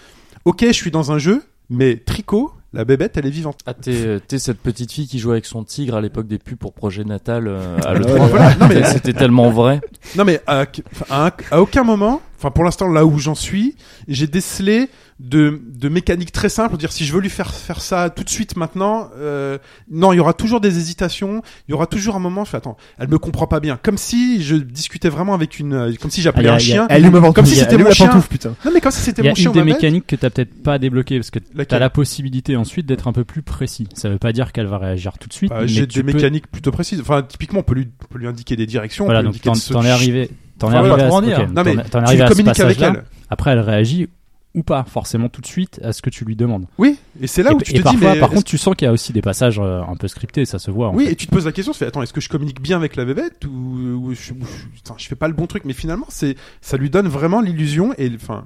ok je suis dans un jeu mais Tricot la bébête elle est vivante
Ah, t'es t'es cette petite fille qui jouait avec son tigre à l'époque des pubs pour Projet Natal euh, à
Ouais,
le
ouais.
voilà non mais
C'était tellement vrai.
non mais à, à un- à aucun moment enfin pour l'instant là où j'en suis j'ai décelé de, de mécanique très simple, dire si je veux lui faire faire ça tout de suite maintenant, euh, non, il y aura toujours des hésitations, il y aura toujours un moment, je fais attends, elle me comprend pas bien, comme si je discutais vraiment avec une, euh, comme si j'appelais
Ah, y a-
un
y a-
chien.
Elle lui ma
Comme si c'était mon
la
chien.
pantoufle, putain.
Non mais comme si c'était
Il y a
mon chien bah
une
ou
des
ma bête.
mécaniques que t'as peut-être pas débloqué parce que
Laquelle
t'as la possibilité ensuite d'être un peu plus précis. Ça veut pas dire qu'elle va réagir tout de suite.
Bah,
mais
J'ai
tu
des
peux-
mécaniques plutôt précises. Enfin, typiquement, on peut lui, on peut lui indiquer des directions.
Voilà,
on peut
donc
lui indiquer
t'en
de se-
t'en es arrivé. T'en es
Enfin,
arrivé
voilà,
à
pour en
ce-
dire.
ok,
Non mais
t'en- t'en es
tu
arrivé à ce
communiques avec
passage-là.
elle.
Après, elle réagit ou pas forcément tout de suite à ce que tu lui demandes.
Oui, et c'est là
et
où
p-
tu
et
te dis,
parfois,
mais.
par contre, tu sens qu'il y a aussi des passages euh, un peu scriptés, ça se voit. hein. en
oui,
fait.
et tu te poses la question, tu fais, attends, est-ce que je communique bien avec la bébête ou, ou je, ou je- putain, je fais pas le bon truc Mais finalement, c'est ça lui donne vraiment l'illusion et enfin.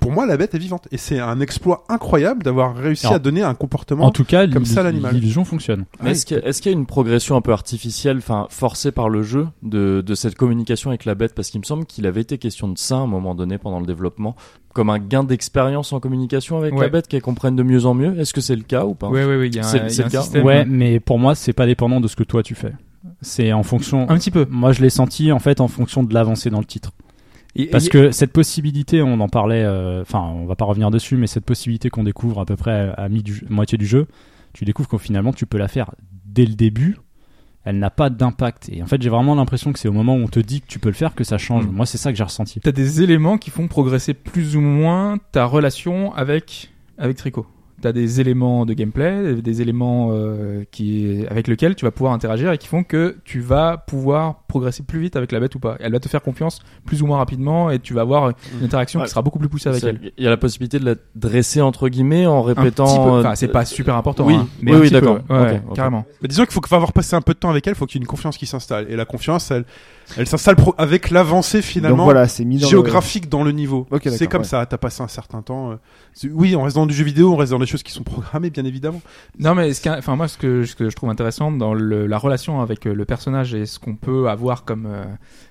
Pour moi, la bête est vivante et c'est un exploit incroyable d'avoir réussi
Alors,
à donner un comportement.
En tout cas,
Comme
l'i-
ça, l'animal.
l'illusion fonctionne.
Mais est-ce qu'il y, a- est-ce qu'il y a une progression un peu artificielle, enfin forcée par le jeu, de, de cette communication avec la bête Parce qu'il me semble qu'il avait été question de ça à un moment donné pendant le développement, comme un gain d'expérience en communication avec la
Ouais.
bête qu'elle comprenne de mieux en mieux. Est-ce que c'est le cas ou pas
Ouais, ouais, ouais, il y a un,
C'est-
il y a
c'est
un
le cas.
système.
Ouais, mais pour moi, c'est pas dépendant de ce que toi tu fais. C'est en fonction.
Un petit peu.
Moi, je l'ai senti en fait en fonction de l'avancée dans le titre.
Et-
Parce
et-
que cette possibilité, on en parlait, euh, enfin, on va pas revenir dessus, mais cette possibilité qu'on découvre à peu près à, à mi du- moitié du jeu, tu découvres qu'au finalement, tu peux la faire dès le début. Elle n'a pas d'impact. Et en fait, j'ai vraiment l'impression que c'est au moment où on te dit que tu peux le faire que ça change.
Mm.
Moi, c'est ça que j'ai ressenti.
T'as des éléments qui font progresser plus ou moins ta relation avec avec Tricot. T'as des éléments de gameplay, des éléments euh, qui avec lesquels tu vas pouvoir interagir et qui font que tu vas pouvoir progresser plus vite avec la bête ou pas. Elle va te faire confiance plus ou moins rapidement et tu vas avoir une interaction
Ouais.
qui sera beaucoup plus poussée avec
C'est-
elle.
Il y a la possibilité de la dresser entre guillemets en
Un
répétant.
petit peu.
euh,
Enfin, c'est pas super important.
oui.
hein, mais
Oui,
un
oui,
petit peu,
d'accord.
ouais, ouais,
Ok, ok.
Carrément.
Mais disons qu'il faut avoir passé un peu de temps avec elle, faut qu'il y ait une confiance qui s'installe. Et la confiance, elle, elle s'installe pro- avec l'avancée finalement
Donc voilà, c'est mis dans le-
géographique dans le niveau.
Ok, d'accord,
c'est comme
ouais.
ça, t'as passé un certain temps. euh, c'est- Oui, on reste dans du jeu vidéo, on reste dans les choses qui sont programmées, bien évidemment.
Non mais ce qu'un- enfin moi ce que, ce que je trouve intéressant dans le- la relation avec euh, le personnage et ce qu'on peut avoir comme euh,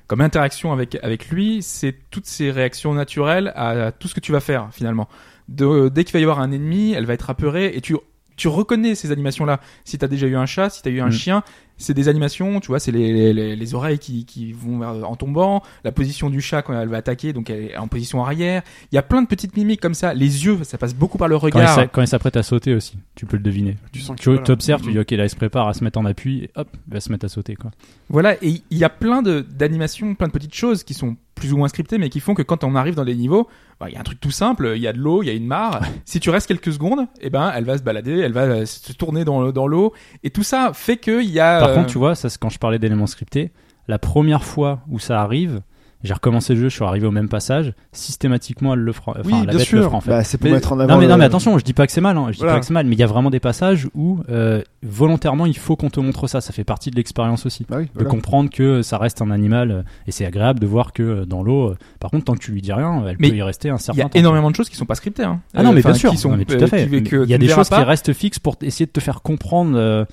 comme interaction avec avec lui, c'est toutes ces réactions naturelles à, à tout ce que tu vas faire finalement. De- dès qu'il va y avoir un ennemi, elle va être apeurée et tu tu reconnais ces animations là. Si t'as déjà eu un chat, si t'as eu un
Mm.
chien, c'est des animations, tu vois, c'est les, les, les- les oreilles qui, qui vont vers- en tombant, la position du chat quand elle va attaquer, donc elle est en position arrière. Il y a plein de petites mimiques comme ça. Les yeux, ça passe beaucoup par le
Quand il
regard.
s'a- quand il s'apprête à sauter aussi, tu peux le deviner.
Tu sens que
Tu
voilà.
observes,
Mm-hmm.
tu dis ok, là, il se prépare à se mettre en appui, et hop, il va se mettre à sauter. Quoi.
Voilà, et il y a plein de d'animations, plein de petites choses qui sont plus ou moins scriptées, mais qui font que quand on arrive dans les niveaux, bah, il y a un truc tout simple, il y a de l'eau, il y a une mare. si tu restes quelques secondes, eh ben, elle va se balader, elle va euh, se tourner dans, le- dans l'eau, et tout ça fait que il y a.
Par
euh,
contre, tu vois, ça, c'est quand je parlais d'éléments scriptés, la première fois où ça arrive, j'ai recommencé le jeu, je suis arrivé au même passage, systématiquement, elle le fera. Enfin,
Oui,
la
bien
bête
sûr.
le fera en fait.
Bah, c'est pour
Mais-
mettre en avant.
non mais, non
le-
mais attention, je dis pas que c'est mal, hein, je dis
Voilà.
pas que c'est mal, mais il y a vraiment des passages où euh, volontairement il faut qu'on te montre ça, ça fait partie de l'expérience aussi.
Bah oui,
De
voilà.
comprendre que ça reste un animal euh, et c'est agréable de voir que euh, dans l'eau, euh, par contre tant que tu lui dis rien, elle
Mais
peut y rester un
Il y
certain
a
temps.
énormément de choses qui sont pas scriptées. hein.
Ah non mais
Enfin,
bien sûr,
qui sont,
non, mais tout
euh,
à fait.
qui- que
Mais
tu
Il y a
ne
des
verras
choses
pas.
qui restent fixes pour t- essayer de te faire comprendre euh,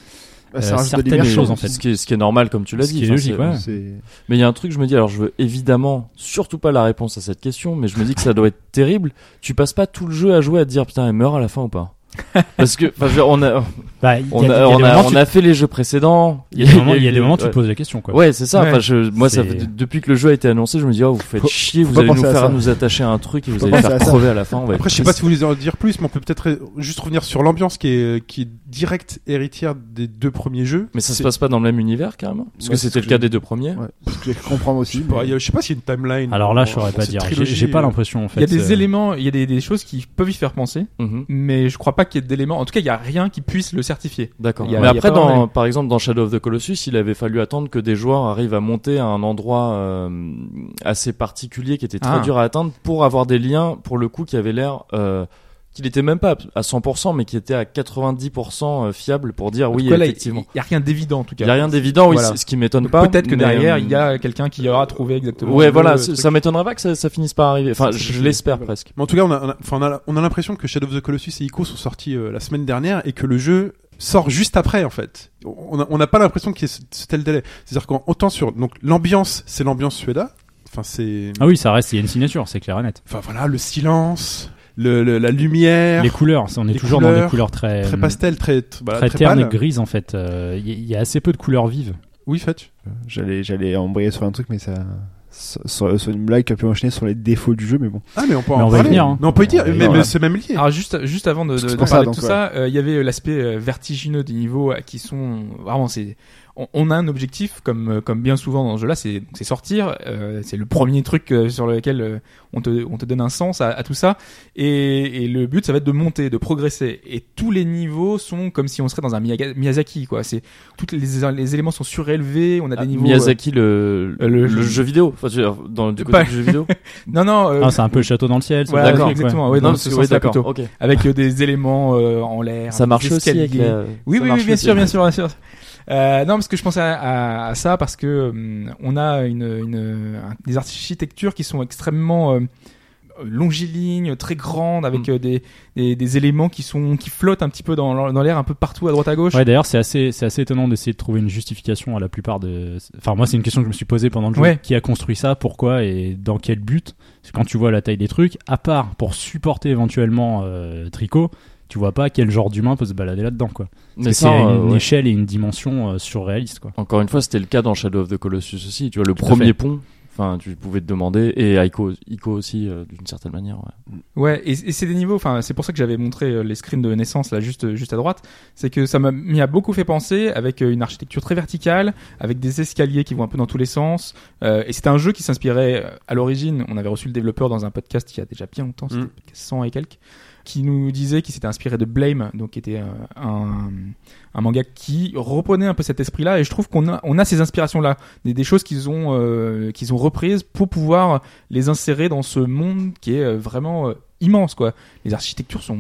Bah, ça
euh,
rajoute de
certaines
l'énergie,
choses en
donc
fait.
Ce qui, est, ce qui est normal, comme tu l'as
Ce
dit.
qui est
Enfin,
logique,
c'est-
ouais.
c'est-
Mais il y a un truc, je me dis, alors je veux évidemment surtout pas la réponse à cette question, mais je me dis que ça doit être terrible. Tu passes pas tout le jeu à jouer à te dire putain, elle meurt à la fin ou
<laughs>
pas Parce que, enfin, je veux dire, on a,
Bah, il y a-
on
il y a
a,
des
on a,
moments,
on
tu-
a fait les jeux précédents.
il y
<laughs>
a des moments- il y a des
eu-
moments tu
ouais.
te poses la question quoi.
Ouais, c'est ça.
Ouais.
Enfin, je, moi, ça
C'est-
fait- depuis que le jeu a été annoncé, je me dis, oh, vous faites
Faut-
chier, vous
pas
allez nous
penser à
faire
ça.
nous attacher à un truc et vous
Faut
allez nous faire
penser à ça.
crever à la fin. on va être
Après, je sais pas
triste.
si vous voulez en dire plus, mais on peut peut-être euh, juste revenir sur l'ambiance qui est, qui est directe héritière des deux premiers jeux.
Mais ça se
C'est-
passe pas dans le même univers, carrément. Parce que
Ouais, c'est
c'était
ce
le
que
cas
je-
des deux premiers.
Ouais, ce que je vais comprendre
Je sais
aussi.
pas,
mais-
il y a- je sais pas s'il y a une timeline.
Alors là,
dans-
je saurais
dans
pas
cette
dire. J'ai-
trilogie,
J'ai pas
euh.
l'impression en fait.
Il y a des
euh,
éléments, il y a des, des choses qui peuvent y faire penser,
Mhm.
mais je crois pas qu'il y ait d'éléments. En tout cas, il y a rien qui puisse le certifier.
D'accord.
Il y a-
Mais
il y a
après,
pas
dans,
vraiment-
par exemple, dans Shadow of the Colossus, il avait fallu attendre que des joueurs arrivent à monter à un endroit euh, assez particulier qui était très
Ah.
dur à atteindre pour avoir des liens, pour le coup, qui avaient l'air... euh, qu'il était même pas à 100%, mais qui était à 90% euh, fiable pour dire
En
oui,
tout cas, là, il-
effectivement.
Il y a rien d'évident en tout
Il
cas.
n'y a rien d'évident, oui,
Voilà.
c'est ce qui m'étonne pas.
Peut-être que
mais,
derrière,
euh,
il y a quelqu'un qui aura trouvé exactement.
Ouais,
le-
voilà,
le
c-
truc.
ça m'étonnerait pas que ça, ça finisse par arriver. Enfin,
C'est ce que
je
je-
l'espère
voilà.
presque.
Mais en tout cas, on a, on a- enfin, on a, on a l'impression que Shadow of the Colossus et Ico sont sortis euh, la semaine dernière et que le jeu sort juste après, en fait. On a- on n'a pas l'impression qu'il y ait ce, ce tel délai. C'est-à-dire qu'autant sur, donc, l'ambiance, c'est l'ambiance Suéda. Enfin, c'est,
Ah oui, ça reste, il y a une signature, c'est clair et net.
enfin, voilà, le silence, le, le- la lumière,
Les couleurs, ça, on est
les
toujours dans
couleurs,
des couleurs très,
très
euh,
pastel, très, très, voilà,
très
très
ternes et
pâle.
grises en fait. Euh, Il y, il y a assez peu de couleurs vives.
Oui, Fetch.
J'allais, j'allais embrayer sur un truc, mais ça. Sur, sur- sur une blague qui a pu enchaîner sur les défauts du jeu, mais <laughs> bon.
Ah, mais on peut
Mais
en
on va y
parler.
venir, hein.
Mais on peut y dire,
On va y
mais,
venir,
mais
là.
c'est même lié.
<laughs> Alors juste, juste avant de, de,
C'est
de
pour
parler
ça,
de
donc,
tout
ouais.
ça, euh, il y avait euh, l'aspect euh, vertigineux des niveaux euh, qui sont vraiment c'est on, on a un objectif comme euh, comme bien souvent dans ce jeu-là, c'est c'est sortir, euh, c'est le premier truc euh, sur lequel euh, on te on te donne un sens à, à tout ça et, et le but ça va être de monter, de progresser et tous les niveaux sont comme si on serait dans un Miyaga- Miyazaki quoi, c'est toutes les les éléments sont surélevés, on a des
Ah,
niveaux euh,
Miyazaki, le,
euh,
le,
le-
jeu vidéo. Enfin, tu veux dire, dans, du côté
Pas-
du jeu
<laughs>
vidéo
Non, non. euh,
Ah, c'est un peu le château dans le ciel. ça,
Ouais,
D'accord.
exactement. Ah Ouais, dans
parce
ce
que- oui,
sens-là
d'accord.
plutôt.
ok.
Avec euh, des éléments euh, en l'air.
Ça
des
marche aussi avec
escaliers.
la-
Oui,
ça
oui,
marche
oui, bien
aussi.
sûr, bien sûr, bien sûr. Euh, non, parce que je pensais à, à- à ça parce que hum, on a une, une- un- des architectures qui sont extrêmement euh, longilignes, très grandes, avec
Mm.
euh, des, des, des éléments qui sont qui flottent un petit peu dans, l'en- dans l'air, un peu partout à droite à gauche.
Ouais, d'ailleurs, c'est assez, c'est assez étonnant d'essayer de trouver une justification à la plupart de. Enfin, moi, c'est une question que je me suis posée pendant le jeu.
Ouais.
Qui a construit ça Pourquoi Et dans quel but Parce que quand tu vois la taille des trucs, à part pour supporter éventuellement euh, Tricot, tu vois pas quel genre d'humain peut se balader là-dedans, quoi. Parce
Mais
que
ça,
c'est
euh,
une
ouais.
échelle et une dimension euh, surréaliste, quoi.
Encore une fois, c'était le cas dans Shadow of the Colossus aussi. Tu vois, le
Tout à
premier
fait.
pont, enfin, tu pouvais te demander, et Ico, Ico aussi, euh, d'une certaine manière. ouais.
Ouais, et, et c'est des niveaux. Enfin, c'est pour ça que j'avais montré euh, les screens de naissance là, juste juste à droite. C'est que ça m'a m'y a beaucoup fait penser avec euh, une architecture très verticale, avec des escaliers qui vont un peu dans tous les sens. Euh, et c'était un jeu qui s'inspirait euh, à l'origine. On avait reçu le développeur dans un podcast il y a déjà bien longtemps, c'était
Mm.
le podcast 100 et quelques, qui nous disait qu'il s'était inspiré de Blame, donc qui était euh, un un manga qui reprenait un peu cet esprit-là. Et je trouve qu'on a on a ces inspirations-là, des, des choses qu'ils ont euh, qu'ils ont reprises pour pouvoir les insérer dans ce monde qui est euh, vraiment euh, immense quoi. Les architectures sont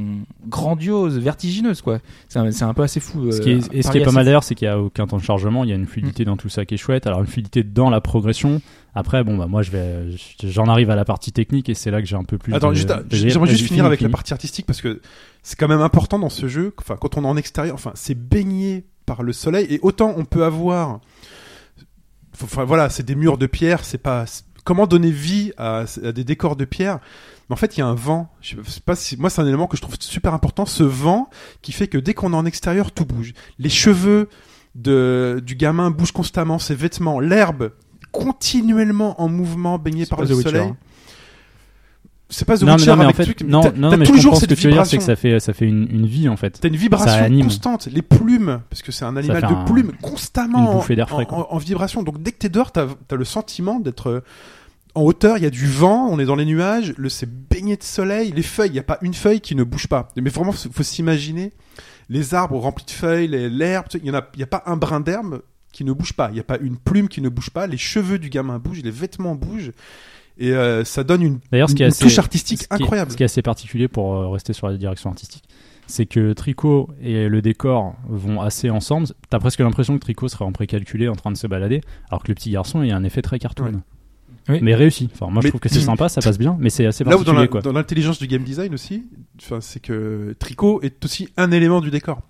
grandioses, vertigineuses quoi. C'est un, c'est un peu assez fou.
Ce
euh,
qui est, et ce qui
Paris
est pas
assez
mal d'ailleurs, c'est qu'il n'y a aucun temps de chargement, il y a une fluidité dans tout ça qui est chouette. Alors une fluidité dans la progression. Après, bon, bah moi, je vais, j'en arrive à la partie technique et c'est là que j'ai un peu plus.
Attends,
de-
juste,
de-
j'aimerais
Vas-y,
juste finir
finis,
avec la
finis.
partie artistique parce que c'est quand même important dans ce jeu. Enfin, quand on est en extérieur, enfin, c'est baigné par le soleil et autant on peut avoir. Enfin voilà, c'est des murs de pierre. C'est pas c'est- comment donner vie à, à des décors de pierre. Mais en fait, il y a un vent. Je sais pas si moi c'est un élément que je trouve super important. Ce vent qui fait que dès qu'on est en extérieur, tout bouge. Les cheveux de du gamin bougent constamment. Ses vêtements, l'herbe continuellement en mouvement, baignée
C'est
par
pas
le
The Witcher,
soleil.
hein.
C'est pas The
non, mais
Witcher
non, mais en
avec
fait,
truc, mais
non,
t'as-
non,
t'as
mais je
toujours
comprends ce
cette
que tu veux dire, c'est
vibration.
que ça fait, ça fait une, une vie en fait.
T'as une
ça
vibration
anime.
constante. Les plumes, parce que c'est un animal
fait
de
un-
plumes, constamment
une bouffée d'air
en-
frais,
en,
quoi.
en vibration. Donc dès que t'es dehors, t'as as le sentiment d'être euh, en hauteur. Il y a du vent, on est dans les nuages, le c'est baigné de soleil, les feuilles. Il y a pas une feuille qui ne bouge pas. Mais vraiment, faut faut s'imaginer les arbres remplis de feuilles, les- l'herbe. tu sais, Il y en a, il y a pas un brin d'herbe qui ne bouge pas. Il n'y a pas une plume qui ne bouge pas. Les cheveux du gamin bougent, les vêtements bougent. Et euh, ça donne une,
D'ailleurs, ce qui est
une
assez-
touche artistique
Ce qui est-
incroyable.
ce qui est assez particulier pour euh, rester sur la direction artistique, c'est que Tricot et le décor vont assez ensemble. T'as presque l'impression que Tricot serait en précalculé en train de se balader, alors que le petit garçon, il a un effet très cartoon.
Oui.
Mais réussi. Enfin, moi,
Mais-
je trouve que c'est sympa, ça passe bien, mais c'est assez
Là où dans
particulier,
la-
quoi.
dans l'intelligence du game design aussi, enfin, c'est que tricot est aussi un élément du décor.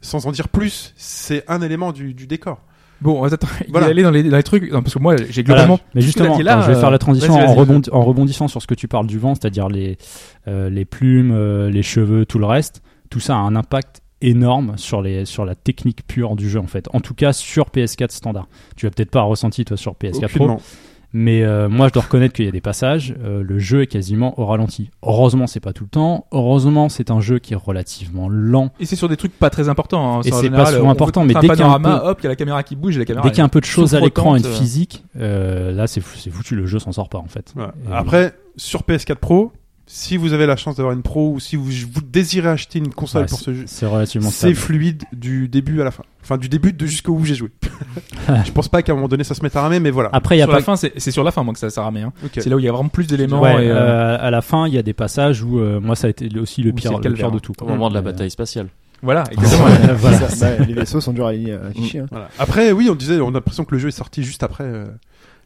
Sans en dire plus, c'est un élément du, du décor.
Bon, attends, <laughs> il
Voilà.
est allé dans les, dans les trucs non, parce que moi j'ai globalement.
Voilà. Mais
tout ce que
justement,
t'as dit là,
attends, je vais
euh,
faire la transition
vas-y,
en,
vas-y.
rebond- en rebondissant sur ce que tu parles du vent, c'est-à-dire les, euh, les plumes, euh, les cheveux, tout le reste. Tout ça a un impact énorme sur, les, sur la technique pure du jeu, en fait. En tout cas, sur PS4 standard. Tu l'as peut-être pas ressenti, toi, sur PS4 Pro.
Aucunement.
Mais euh, moi, je dois reconnaître qu'il y a des passages. euh, le jeu est quasiment au ralenti. Heureusement, c'est pas tout le temps. Heureusement, c'est un jeu qui est relativement lent.
Et c'est sur des trucs pas très importants. hein.
Et
en
c'est pas
général,
souvent
on veut
important,
te
mais
montrer
dès
un
qu'il y a un
panorama,
peu-
hop, il y a la caméra qui bouge, et la caméra.
Dès qu'il y a un peu de choses à l'écran et de
sous-frottante, euh.
physique, euh, là, c'est fou- c'est foutu. Le jeu s'en sort pas, en fait.
Voilà.
Et-
Après, sur PS4 Pro, si vous avez la chance d'avoir une Pro ou si vous, vous désirez acheter une console
Ouais,
pour ce jeu,
c'est relativement
c'est
stable.
fluide du début à la fin. Enfin, du début de jusqu'au où j'ai
<laughs>
joué. Je pense pas qu'à un moment donné ça se mette à ramer, mais voilà.
Après, il y a
sur la
pas
fin, c'est c'est sur la fin, moi que ça, ça ramène. hein.
Ok.
C'est là où il y a vraiment plus d'éléments.
Ouais,
et, euh,
euh, à la fin, il y a des passages où euh, moi ça a été aussi le
Où
pire,
c'est le
le
calvaire,
pire de
hein.
tout.
Au moment de la
Euh,
bataille spatiale.
<laughs>
Voilà, exactement.
<laughs>
voilà, voilà.
Ça, bah, les vaisseaux sont durs à aligner, à chier, hein.
Voilà. Après, oui, on disait, on a l'impression que le jeu est sorti juste après euh,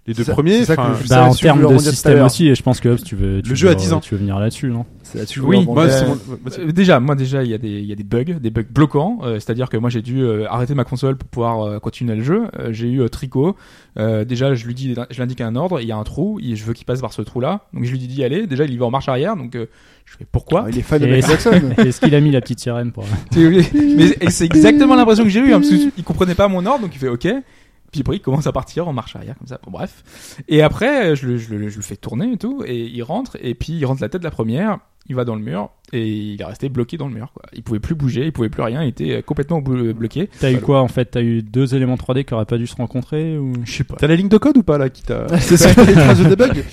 les deux
C'est ça-
premiers.
c'est ça que
Enfin,
je-
Bah,
Ça,
en
là-dessus, je
termes
voulais
de
rebondir tout à
système
l'heure.
aussi, et je pense que Hobbs, tu veux, tu
Le jeu
veux-
a 10 ans.
tu veux venir là-dessus,
<laughs>
non
C'est là-dessus que je
Oui,
voulais
moi,
bah,
rebondir.
c'est
euh,
mon- vas-y.
Euh, Déjà, moi déjà, il y a des il y a des bugs, des bugs bloquants. euh, C'est-à-dire que moi j'ai dû euh, arrêter ma console pour pouvoir euh, continuer le jeu. Euh, j'ai eu euh, Tricot. Euh, déjà, je lui dis, je l'indique un ordre. Il y a un trou. il- je veux qu'il passe par ce trou-là. Donc je lui dis d'y aller. Déjà, il y va en marche arrière. Donc euh, je fais pourquoi
Ah, Il est fan de
Et-
Michael
<laughs>
Jackson.
Est-ce qu'il a mis la petite sirène
<laughs>
pour
T'es obligé. Mais c'est- c'est exactement l'impression que j'ai eu, hein, parce qu'il comprenait pas mon ordre, donc il fait OK. Puis après, il commence à partir en marche arrière, comme ça. Bon, bref. Et après, je le, je le- je le fais tourner et tout, et il rentre, et puis il rentre la tête de la première, il va dans le mur, et il est resté bloqué dans le mur, quoi. Il pouvait plus bouger, il pouvait plus rien, il était complètement bou- bloqué.
T'as eu quoi en fait T'as eu deux éléments 3D qui auraient pas dû se rencontrer
<laughs>
ou
Je sais pas.
T'as la ligne de code ou pas là qui
<laughs>
t'a
C'est ça.
les traces de debug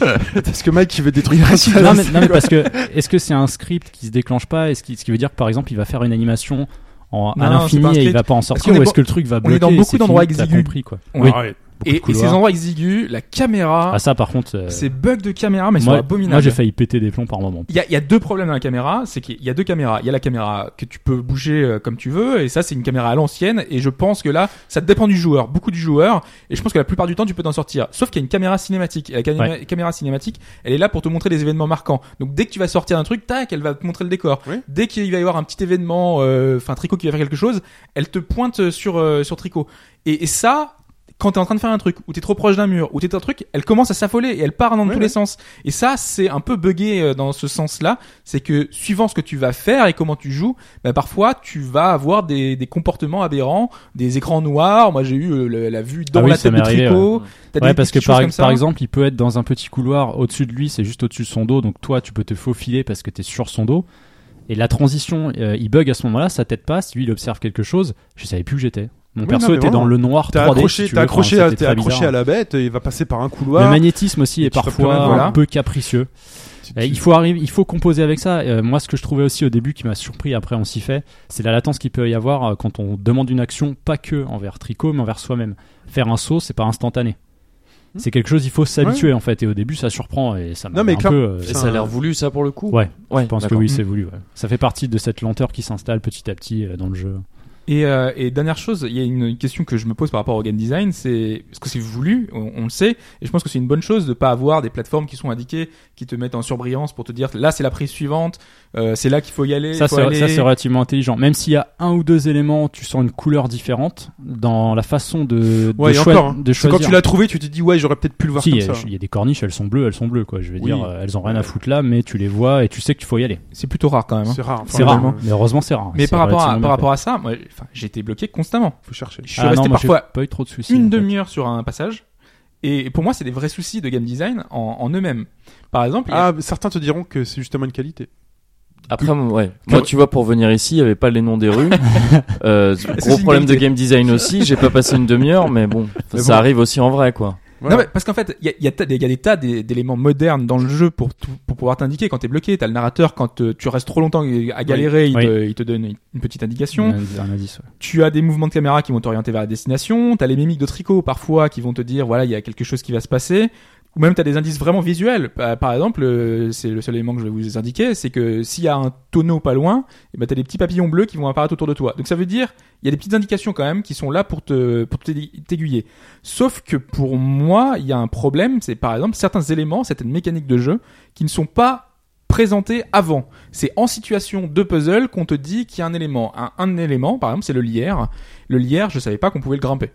Parce que Mike il veut détruire la cible.
non, mais, non, mais parce que est-ce que c'est un script qui se déclenche pas Est-ce qui, ce qui veut dire que par exemple il va faire une animation en,
Non,
à
non, c'est pas
l'infini et
un
il
script.
va pas en
qu'on
sortir
est
ou est-ce
dans-
que le truc va
on est
bloquer
dans
et
beaucoup
c'est
d'endroits
fini, t'as
exigus.
compris quoi
Oui.
Ouais.
Ah beaucoup de
Et, et ces
couloirs.
endroits exigus, la caméra,
Ah ça par contre, euh,
ces bugs de caméra, mais ils sont
moi, moi,
abominables.
j'ai failli péter des plombs par moment.
Il y, a, il y a deux problèmes dans la caméra, c'est qu'il y a deux caméras. Il y a la caméra que tu peux bouger euh, comme tu veux, et ça c'est une caméra à l'ancienne, et je pense que là, ça dépend du joueur, beaucoup du joueur, et je pense que la plupart du temps tu peux t'en sortir. Sauf qu'il y a une caméra cinématique, et la cam-
Ouais.
caméra cinématique, elle est là pour te montrer des événements marquants. Donc dès que tu vas sortir un truc, tac, elle va te montrer le décor.
Oui.
Dès qu'il va y avoir un petit événement, euh, enfin Tricot qui va faire quelque chose, elle te pointe sur, euh, sur Tricot. Et, et ça... Quand t'es en train de faire un truc, ou t'es trop proche d'un mur, ou t'es un truc, elle commence à s'affoler et elle part dans
Ouais,
tous
ouais.
les sens. Et ça, c'est un peu buggé euh, dans ce sens-là, c'est que suivant ce que tu vas faire et comment tu joues, bah, parfois tu vas avoir des, des comportements aberrants, des écrans noirs. Moi, j'ai eu euh, le- la vue dans
Ah oui,
la
ça
tête
m'est
de
arrivé,
Oh,
tricot. T'as des
Ouais, parce que
petites
par,
choses comme
hein
ça.
par exemple, il peut être dans un petit couloir au-dessus de lui, c'est juste au-dessus de son dos, donc toi, tu peux te faufiler parce que t'es sur son dos. Et la transition, euh, il bug à ce moment-là, sa tête passe, lui, il observe quelque chose. Je savais plus où j'étais. Mon
Oui,
perso
non, mais
était
vraiment.
dans le noir 3D.
T'es accroché,
si tu
t'es
veux,
accroché,
enfin,
à,
c'était
t'es
très
accroché
bizarre.
à la bête, et il va passer par un
Le
couloir.
magnétisme aussi
Et
est
tu te rappelles,
parfois
voilà.
un peu capricieux.
Tu- tu-
Et bah, Eh, il faut arriver, il faut composer avec ça. Euh, moi, ce que je trouvais aussi au début qui m'a surpris, après on s'y fait, c'est la latence qu'il peut y avoir euh, quand on demande une action, pas que envers Tricot, mais envers soi-même. Faire un saut, c'est pas instantané.
Hmm.
C'est quelque chose, il faut s'habituer en fait. Et au début, ça surprend et ça m'a
Non, mais
un
clair-
peu. euh,
Et ça a l'air voulu, ça, pour le coup
Ouais,
ouais
je pense que
d'accord.
oui,
Hmm.
c'est voulu. ouais. Ça fait partie de cette lenteur qui s'installe petit à petit euh, dans le jeu.
Et, euh, et dernière chose, il y a une une question que je me pose par rapport au game design, c'est parce que c'est voulu, on, on le sait, et je pense que c'est une bonne chose de pas avoir des plateformes qui sont indiquées, qui te mettent en surbrillance pour te dire là c'est la prise suivante, euh, c'est là qu'il faut y aller.
Ça,
faut
c'est
aller.
ça, c'est relativement intelligent. Même s'il y a un ou deux éléments, tu sens une couleur différente dans la façon de, de
Ouais, et
choi-
encore, hein.
de
Parce que
choisir.
quand tu l'as trouvé, tu t'es dit, ouais, j'aurais peut-être pu le voir
Si, euh, il
comme
y,
ça.
a- il y a des corniches, elles sont bleues, elles sont bleues, quoi. Je veux
Oui.
dire, euh, elles ont rien à foutre là, mais tu les vois et tu sais que tu faut y aller.
C'est plutôt rare quand même. hein.
C'est rare. enfin,
C'est rare,
vraiment.
mais heureusement c'est rare.
Mais
C'est
par rapport à
relativement
par
bien
rapport à ça, moi, enfin, j'ai été bloqué constamment.
Faut chercher.
Je
fait.
suis
Ah
resté
non, moi, j'ai
parfois
pas eu trop de soucis.
une
en fait.
demi-heure sur un passage. Et pour moi, c'est des vrais soucis de game design en, en eux-mêmes. Par exemple, il y a-
Ah, certains te diront que c'est justement une qualité.
Après, ouais. Moi,
Comme-
tu vois, pour venir ici, il y avait pas les noms des <laughs> rues. Euh, gros
une
problème de
qualité.
game design aussi. J'ai pas passé une demi-heure, mais bon,
Mais
ça
bon.
arrive aussi en vrai, quoi.
Voilà.
non, mais parce qu'en fait, il y a, il y a ta- des- il y a des tas d'é- d'éléments modernes dans le jeu pour, tout- pour pouvoir t'indiquer quand t'es bloqué. T'as le narrateur quand euh, tu restes trop longtemps à galérer, il,
Oui.
Te, il te donne une- une petite indication.
Un- un indice, ouais.
Tu as des mouvements de caméra qui vont t'orienter vers la destination. T'as les mimiques de tricot parfois qui vont te dire voilà il y a quelque chose qui va se passer. Ou même t'as des indices vraiment visuels. Par par exemple, euh, c'est le seul élément que je vais vous indiquer, c'est que s'il y a un tonneau pas loin, eh ben t'as des petits papillons bleus qui vont apparaître autour de toi. Donc ça veut dire il y a des petites indications quand même qui sont là pour te pour t'aiguiller. t'aiguiller. Sauf que pour moi il y a un problème, c'est par exemple certains éléments, certaines mécaniques de jeu qui ne sont pas présentés avant. C'est en situation de puzzle qu'on te dit qu'il y a un élément. Un, un élément, par exemple, c'est le lierre. Le lierre, je savais pas qu'on pouvait le grimper.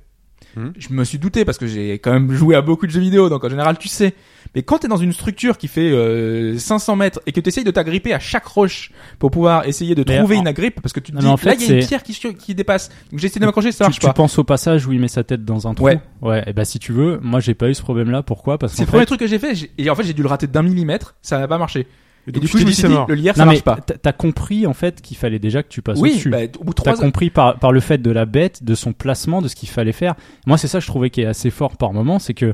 Hmm.
Mhm.
Je me suis douté parce que j'ai quand même joué à beaucoup de jeux vidéo, donc en général tu sais. Mais quand t'es dans une structure qui fait euh, 500 mètres et que t'essayes de t'agripper à chaque roche pour pouvoir essayer de
Mais
trouver
en-
une agrippe, parce que tu te
Non,
dis
mais en fait,
là il y a une
c'est-
pierre qui, sur- qui dépasse, donc j'ai essayé de m'accrocher, ça
Tu,
marche
tu
pas.
penses au passage où il met sa tête dans un trou
Ouais.
et bah si tu veux, moi j'ai pas eu ce problème-là. Pourquoi Parce
C'est
qu'en
le premier
fait,
truc que j'ai fait, j'ai- et en fait j'ai dû le rater d'un millimètre, ça n'a pas marché. Et,
donc
du
tu
coup
t'es
je me
dit,
suis
c'est
dit
mort.
le lierre ça
non mais
marche pas.
t'as t'as compris en fait qu'il fallait déjà que tu passes
Oui,
au-dessus.
bah, au bout de
T'as
trois
compris par, par le fait de la bête, de son placement, de ce qu'il fallait faire. Moi, c'est ça que je trouvais qui est assez fort par moment, c'est que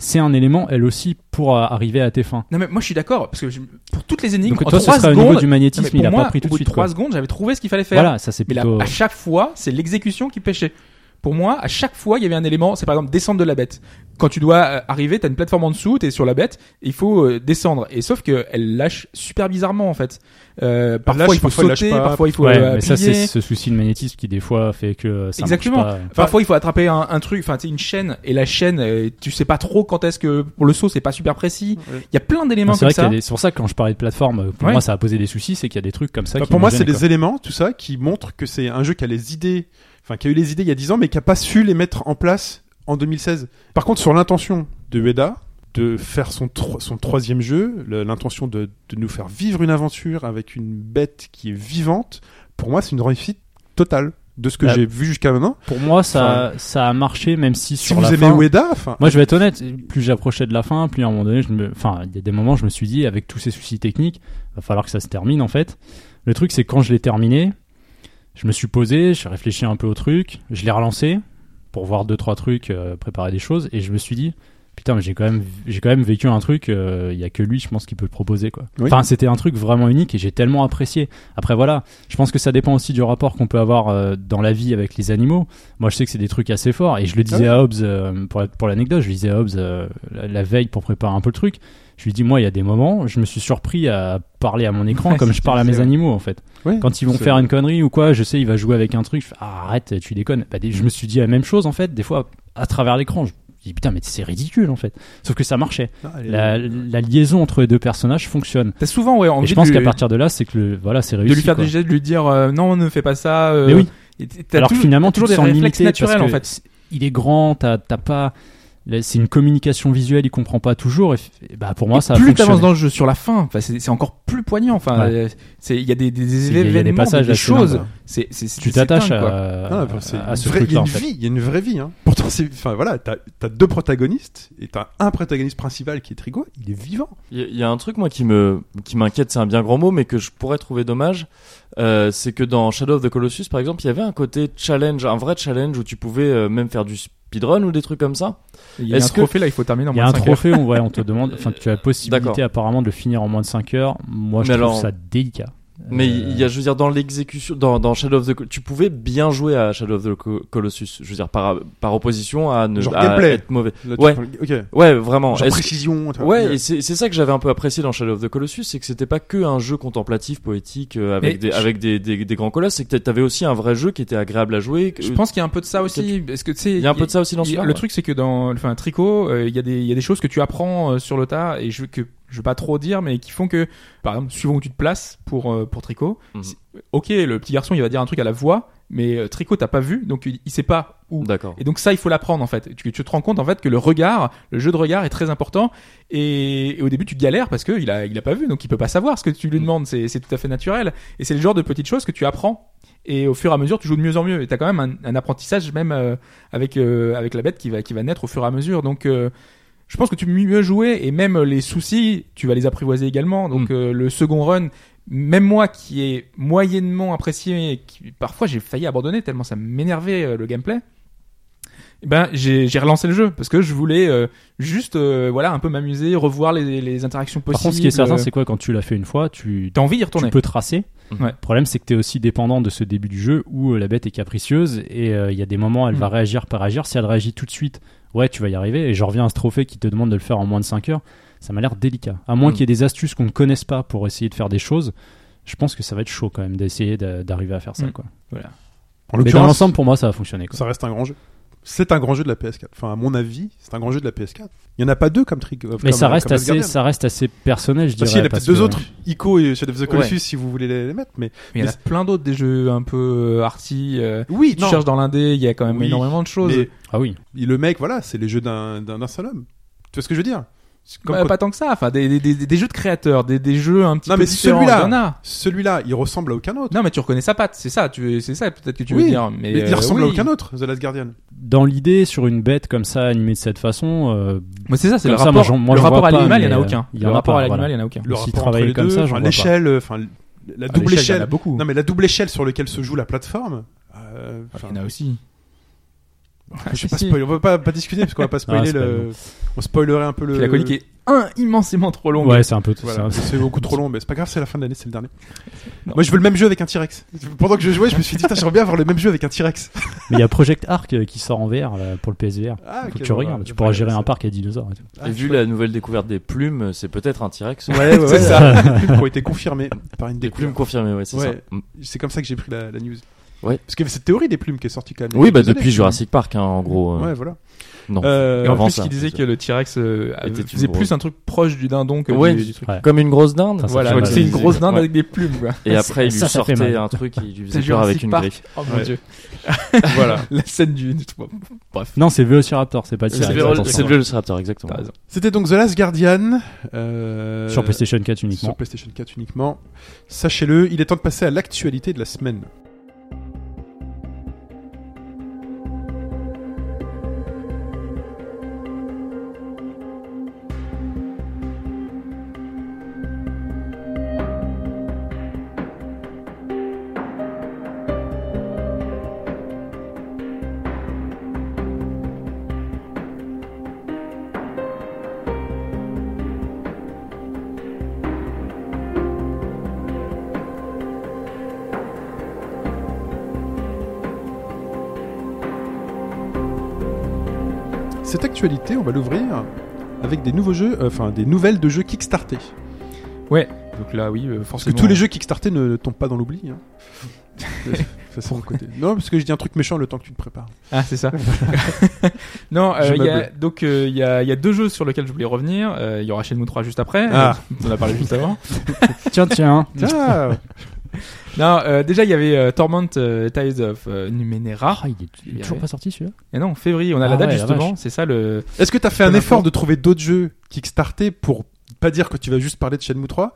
c'est un élément, elle aussi, pour euh, arriver à tes fins.
Non mais moi je suis d'accord parce que je- pour toutes les énigmes
Donc
en
toi, ce
3
serait au niveau
secondes,
du
non, mais
magnétisme,
pour
il a
moi,
pas pris tout
au
de
bout de
suite.
3
quoi.
secondes, j'avais trouvé ce qu'il fallait faire.
Voilà, ça c'est
mais là,
plutôt.
à chaque fois, c'est l'exécution qui pêchait. Pour moi, à chaque fois, il y avait un élément, c'est par exemple descendre de la bête. Quand tu dois euh, arriver, t'as une plateforme en dessous, t'es sur la bête, et il faut euh, descendre. Et sauf que elle lâche super bizarrement en fait. Euh, parfois,
lâche,
il faut
parfois, elle lâche
sauter,
pas.
parfois il faut
Ouais,
euh,
mais ça c'est
appuyer.
ce souci de magnétisme qui des fois fait que euh, ça marche
Exactement.
pas.
Enfin, Parfois, il faut attraper un, un truc, enfin, tu sais, une chaîne, et la chaîne, euh, tu sais pas trop quand est-ce que pour le saut, c'est pas super précis. Il
Ouais.
y a plein d'éléments
Non, Ah, C'est vrai qu'il y
comme ça.
a des- c'est pour ça que quand je parlais de plateforme, pour
Ouais.
moi ça a posé des soucis, c'est qu'il y a des trucs comme ça.
Enfin, Bah,
qui
pour
me
moi, c'est
gênent,
des
quoi.
éléments, tout ça, qui montrent que c'est un jeu qui a les idées, enfin, qui a eu les idées il y a 10 ans, mais qui a pas su les mettre en place en 2016. Par contre, sur l'intention de Ueda de faire son, tro- son troisième jeu, le- l'intention de, de nous faire vivre une aventure avec une bête qui est vivante, pour moi, c'est une réussite totale de ce que
Bah,
j'ai vu jusqu'à maintenant.
Pour moi, ça, ça a marché, même si
Si
sur
vous
la
aimez
fin.
Ueda, enfin,
Moi, je vais être honnête. Plus j'approchais de la fin, plus à un moment donné, je me, enfin, il y a des moments, je me suis dit, avec tous ces soucis techniques, va falloir que ça se termine en fait. Le truc, c'est que quand je l'ai terminé, je me suis posé, j'ai réfléchi un peu au truc, je l'ai relancé pour voir deux trois trucs, euh, préparer des choses, et je me suis dit, putain, mais j'ai quand même, j'ai quand même vécu un truc. euh, Il y a que lui, je pense, qui peut le proposer quoi.
Oui.
Enfin, c'était un truc vraiment unique et j'ai tellement apprécié. Après, voilà, je pense que ça dépend aussi du rapport qu'on peut avoir euh, dans la vie avec les animaux. Moi, je sais que c'est des trucs assez forts et je le
Ah
disais à Hobbes euh, pour la- pour l'anecdote. je le disais à Hobbes euh, la, la veille pour préparer un peu le truc. Je lui dis, moi, il y a des moments, je me suis surpris à parler
<laughs>
à mon écran
Ouais,
comme
c'est
je parle à
ce que
mes
je disais,
animaux en fait.
Ouais.
Quand ils vont
C'est-
faire une connerie ou quoi, je sais, il va jouer avec un truc. je fais, Ah, arrête, tu déconnes. Bah, des-
Mm.
je me suis dit la même chose en fait. Des fois, à travers l'écran, je me dis putain, mais c'est ridicule en fait. Sauf que ça marchait.
Ah, elle est-
La, la liaison entre les deux personnages fonctionne.
T'as souvent ouais,
Et
envie
je pense
de,
qu'à
lui,
partir de là, c'est que le, voilà, c'est
de
réussi.
lui faire
quoi.
des gestes, de lui dire euh, non, ne fais pas ça. euh,
Mais oui.
et t'as
Alors
tou-
finalement, tu
t'as
te
toujours des
sens
réflexes
limité
naturels
parce
en
que
fait.
c'est- Il est grand, t'as t'as pas. là, C'est une communication visuelle, il comprend pas toujours. Et, f- et bah pour moi,
Et
ça a
plus
fonctionné.
t'avances dans le jeu sur la fin, enfin, c'est c'est encore plus poignant. Enfin,
Ouais.
euh, c'est il y a des, des,
Il y a- il y a des
événements,
passages assez
choses.
dingues.
C'est c'est- c'est-
Tu
c'est
t'attaches
dingue, quoi.
à,
Ah, bah, c'est
à
une
ce
vraie- il y a
truc-là.
une
En fait.
vie, il y a une vraie vie. Hein. Pourtant, c'est, enfin voilà, t'as, t'as deux protagonistes et t'as un protagoniste principal qui est Trigo, il est vivant.
Il y, a- il y a un truc, moi, qui me qui m'inquiète, c'est un bien grand mot, mais que je pourrais trouver dommage, euh, c'est que dans Shadow of the Colossus, par exemple, il y avait un côté challenge, un vrai challenge où tu pouvais euh, même faire du speedrun ou des trucs comme ça.
Il y a un
Est-ce que-
trophée là, il faut terminer en
Il y
moins
a un
de cinq heures.
trophée, on, ouais, on te demande. Enfin, tu as la possibilité
D'accord.
apparemment de le finir en moins de 5 heures. Moi, je
Mais
trouve
alors-
ça délicat.
Mais il
Euh,
y a, je veux dire, dans l'exécution, dans, dans Shadow of the, Col- tu pouvais bien jouer à Shadow of the Co- Colossus, je veux dire, par, par opposition à ne
Genre
à
gameplay.
être mauvais.
Là, tu
Ouais.
parles- ok.
Ouais, vraiment.
Genre
Est-ce-
précision. tu vois.
Ouais, et c'est c'est ça que j'avais un peu apprécié dans Shadow of the Colossus, c'est que c'était pas que un jeu contemplatif, poétique, euh,
Mais
avec, des,
je-
avec des, des, des grands colosses, c'est que t'a- t'avais aussi un vrai jeu qui était agréable à jouer. que-
Je pense qu'il y a un peu de ça aussi. Parce que tu sais,
il y a un peu de ça aussi dans
Il-
celui-là.
Le
ouais.
truc, c'est que dans enfin, un tricot, euh, il y, a des- il y a des choses que tu apprends euh, sur le tas et je, que je veux pas trop dire, mais qui font que, par exemple, suivant où tu te places pour, euh, pour tricot,
Mhm.
c'est- ok, le petit garçon, il va dire un truc à la voix, mais euh, tricot, t'as pas vu, donc il, il sait pas où.
D'accord.
Et donc ça, il faut l'apprendre en fait. Tu, tu te rends compte en fait que le regard, le jeu de regard est très important. Et, et au début, tu galères parce que il a, il a pas vu, donc il peut pas savoir ce que tu lui
Mm.
demandes. C'est c'est tout à fait naturel. Et c'est le genre de petites choses que tu apprends. Et au fur et à mesure, tu joues de mieux en mieux. Et t'as quand même un, un apprentissage même euh, avec euh, avec la bête qui va qui va naître au fur et à mesure. Donc euh, je pense que tu peux mieux jouer et même les soucis, tu vas les apprivoiser également. Donc
Mm.
euh, le second run, même moi qui ai moyennement apprécié, et qui, parfois j'ai failli abandonner tellement ça m'énervait euh, le gameplay. eh Ben j'ai j'ai relancé le jeu parce que je voulais euh, juste euh, voilà un peu m'amuser, revoir les, les interactions possibles.
Par contre, ce qui est
euh,
certain, c'est quoi Quand tu l'as fait une fois, tu,
t'as envie d'y
tu
retourner.
peux tracer.
Mhm.
Ouais.
Le problème, c'est que tu es aussi dépendant de ce début du jeu où euh, la bête est capricieuse et euh, il y a des moments, elle
Mhm.
Mm.
va réagir par agir. Si elle réagit tout de suite, ouais, tu vas y arriver. Et je reviens à ce trophée qui te demande de le faire en moins de 5 heures. Ça m'a l'air délicat. À moins
Mhm.
Mm.
qu'il y ait des astuces qu'on ne connaisse pas pour essayer de faire des choses, je pense que ça va être chaud quand même d'essayer de- d'arriver à faire ça.
Mm.
Quoi.
En
Mais dans
Mhm. l'occurrence,
l'ensemble, pour moi, ça va fonctionner. Quoi.
ça reste un grand jeu. C'est un grand jeu de la PS4. Enfin, à mon avis, c'est un grand jeu de la PS4. Il y en a pas deux comme Trigo.
Mais
comme-
ça reste,
comme
assez,
Asgardian.
ça reste assez personnel, je
Enfin,
dirais.
si, il y en a
parce
peut-être deux
que-
autres, Ico et Shadow of the Colossus,
Ouais.
si vous voulez les, les mettre. Mais
Mais il y en a plein d'autres des jeux un peu euh, arty. euh,
oui,
tu
non,
cherches dans l'indé, il y a quand même
Oui,
énormément de choses.
mais
Ah oui.
le mec, voilà, c'est les jeux d'un, d'un, d'un seul homme. Tu vois ce que je veux dire C'est comme
Bah,
quand-
pas tant que ça, enfin des, des, des, des jeux de créateurs, des, des jeux un petit
Non,
peu
mais
différents.
celui-là.
il y en a.
Celui-là, il ressemble à aucun autre.
Non, mais tu reconnais sa patte, c'est ça, tu, c'est ça peut-être que tu
Oui,
veux dire. Mais,
Mais il
euh,
ressemble à
oui.
aucun autre, The Last Guardian.
Dans l'idée, sur une bête comme ça, animée de cette façon, euh,
Mais c'est ça, c'est le
Comme ça,
rapport.
moi, j'en- moi,
le
j'en vois
rapport à
pas,
l'animal, il y en
mais,
a
euh,
aucun.
il y
Le
en a
rapport
pas,
à l'animal,
voilà.
il y en a aucun.
Le
s'ils
rapport
travaillent
avec
les
comme
deux,
ça, j'en
enfin,
vois pas.
l'échelle, euh, enfin la
À
double
Ah, l'échelle, il y en a
échelle,
beaucoup.
non mais la double échelle sur laquelle se joue la plateforme. euh,
Il
enfin,
y en a aussi.
Ah,
je
<laughs>
sais pas spoiler, on va pas, pas discuter parce qu'on va
<laughs>
pas spoiler
c'est pas
le, on spoilerait un peu le.
Puis la colique est un immensément trop longue. Euh,
ouais, c'est un peu tout
Voilà,
ça.
c'est beaucoup trop long, mais c'est pas grave, c'est la fin de l'année, c'est le dernier. Moi, je veux le même jeu avec un T-Rex. Pendant que je jouais, je me suis dit, putain, j'aimerais bien avoir le même jeu avec un T-Rex.
Mais il y a Project Arc euh, qui sort en VR là, pour le PSVR.
Ah,
Faut
ok,
que tu
bon,
regardes,
bah,
tu
je
pourras
vais
gérer
regarder
un parc à dinosaures. et tout.
ça. Ah,
Et vu
chouette.
la nouvelle découverte des plumes, c'est peut-être un T-Rex.
Ouais, ouais,
C'est
ouais,
ça.
<laughs> qui ont été confirmées par une
Des plumes
découverte.
confirmées, ouais, c'est
Ouais.
ça. Mm.
C'est comme ça que j'ai pris la, la news.
Ouais.
Parce qu'il y avait cette théorie des plumes qui est sortie quand même.
Oui,
il y a
bah
quelques
depuis
années.
Jurassic Park, hein, en gros. euh,
Ouais, voilà.
Non.
Euh,
Et en
Avant
plus,
ça,
il disait
c'est
que le T-Rex euh,
Était une
faisait
grosse-
plus un truc proche du dindon que
Ouais.
du, du truc.
Ouais.
Comme une grosse dinde.
Ça, ça
Voilà,
fait
donc
mal.
c'est une grosse dinde
Ouais.
avec des plumes. quoi.
Et après, il lui
Ça, ça fait
sortait
mal.
un truc, il lui
C'est
faisait peur avec
Jurassic
une
Park.
griffe.
Oh mon
Ouais.
<laughs>
dieu. voilà, <laughs> la scène du. du-
Non, c'est Velociraptor, c'est pas le
C'est
T-Rex,
le
attention.
c'est le Velociraptor, exactement.
T'as raison.
C'était donc The Last Guardian. euh,
Sur PlayStation 4 uniquement.
Sur PlayStation 4 uniquement. Sachez-le, il est temps de passer à l'actualité de la semaine. cette actualité, on va l'ouvrir avec des nouveaux jeux, euh, enfin des nouvelles de jeux Kickstarter.
Donc là, oui, euh,
Parce que
forcément.
tous les jeux Kickstarter ne, ne tombent pas dans l'oubli. <laughs> hein. Ça, c'est mon côté. Non, parce que je dis un truc méchant le temps que tu te prépares. <laughs>
Ah, c'est ça. <laughs> non,
Je
euh, il y a,
meuble.
donc euh, il y, a, il y a deux jeux sur lesquels je voulais revenir. Euh, Il y aura Shenmue 3 juste après.
Ah.
euh, On en a parlé juste avant.
Tiens, tiens.
Ah,
<laughs> Non, euh, déjà il y avait euh, Torment euh, Tides of euh, Numenera.
Ah, il est, il est
Il y
toujours
avait-
pas sorti celui-là
Et non, en février, on a
Ah
la date
ouais, la
justement.
vache.
C'est ça le.
Est-ce que t'as fait un
Comme
effort
info.
de trouver d'autres jeux Kickstarter pour pas dire que tu vas juste parler de Shenmue 3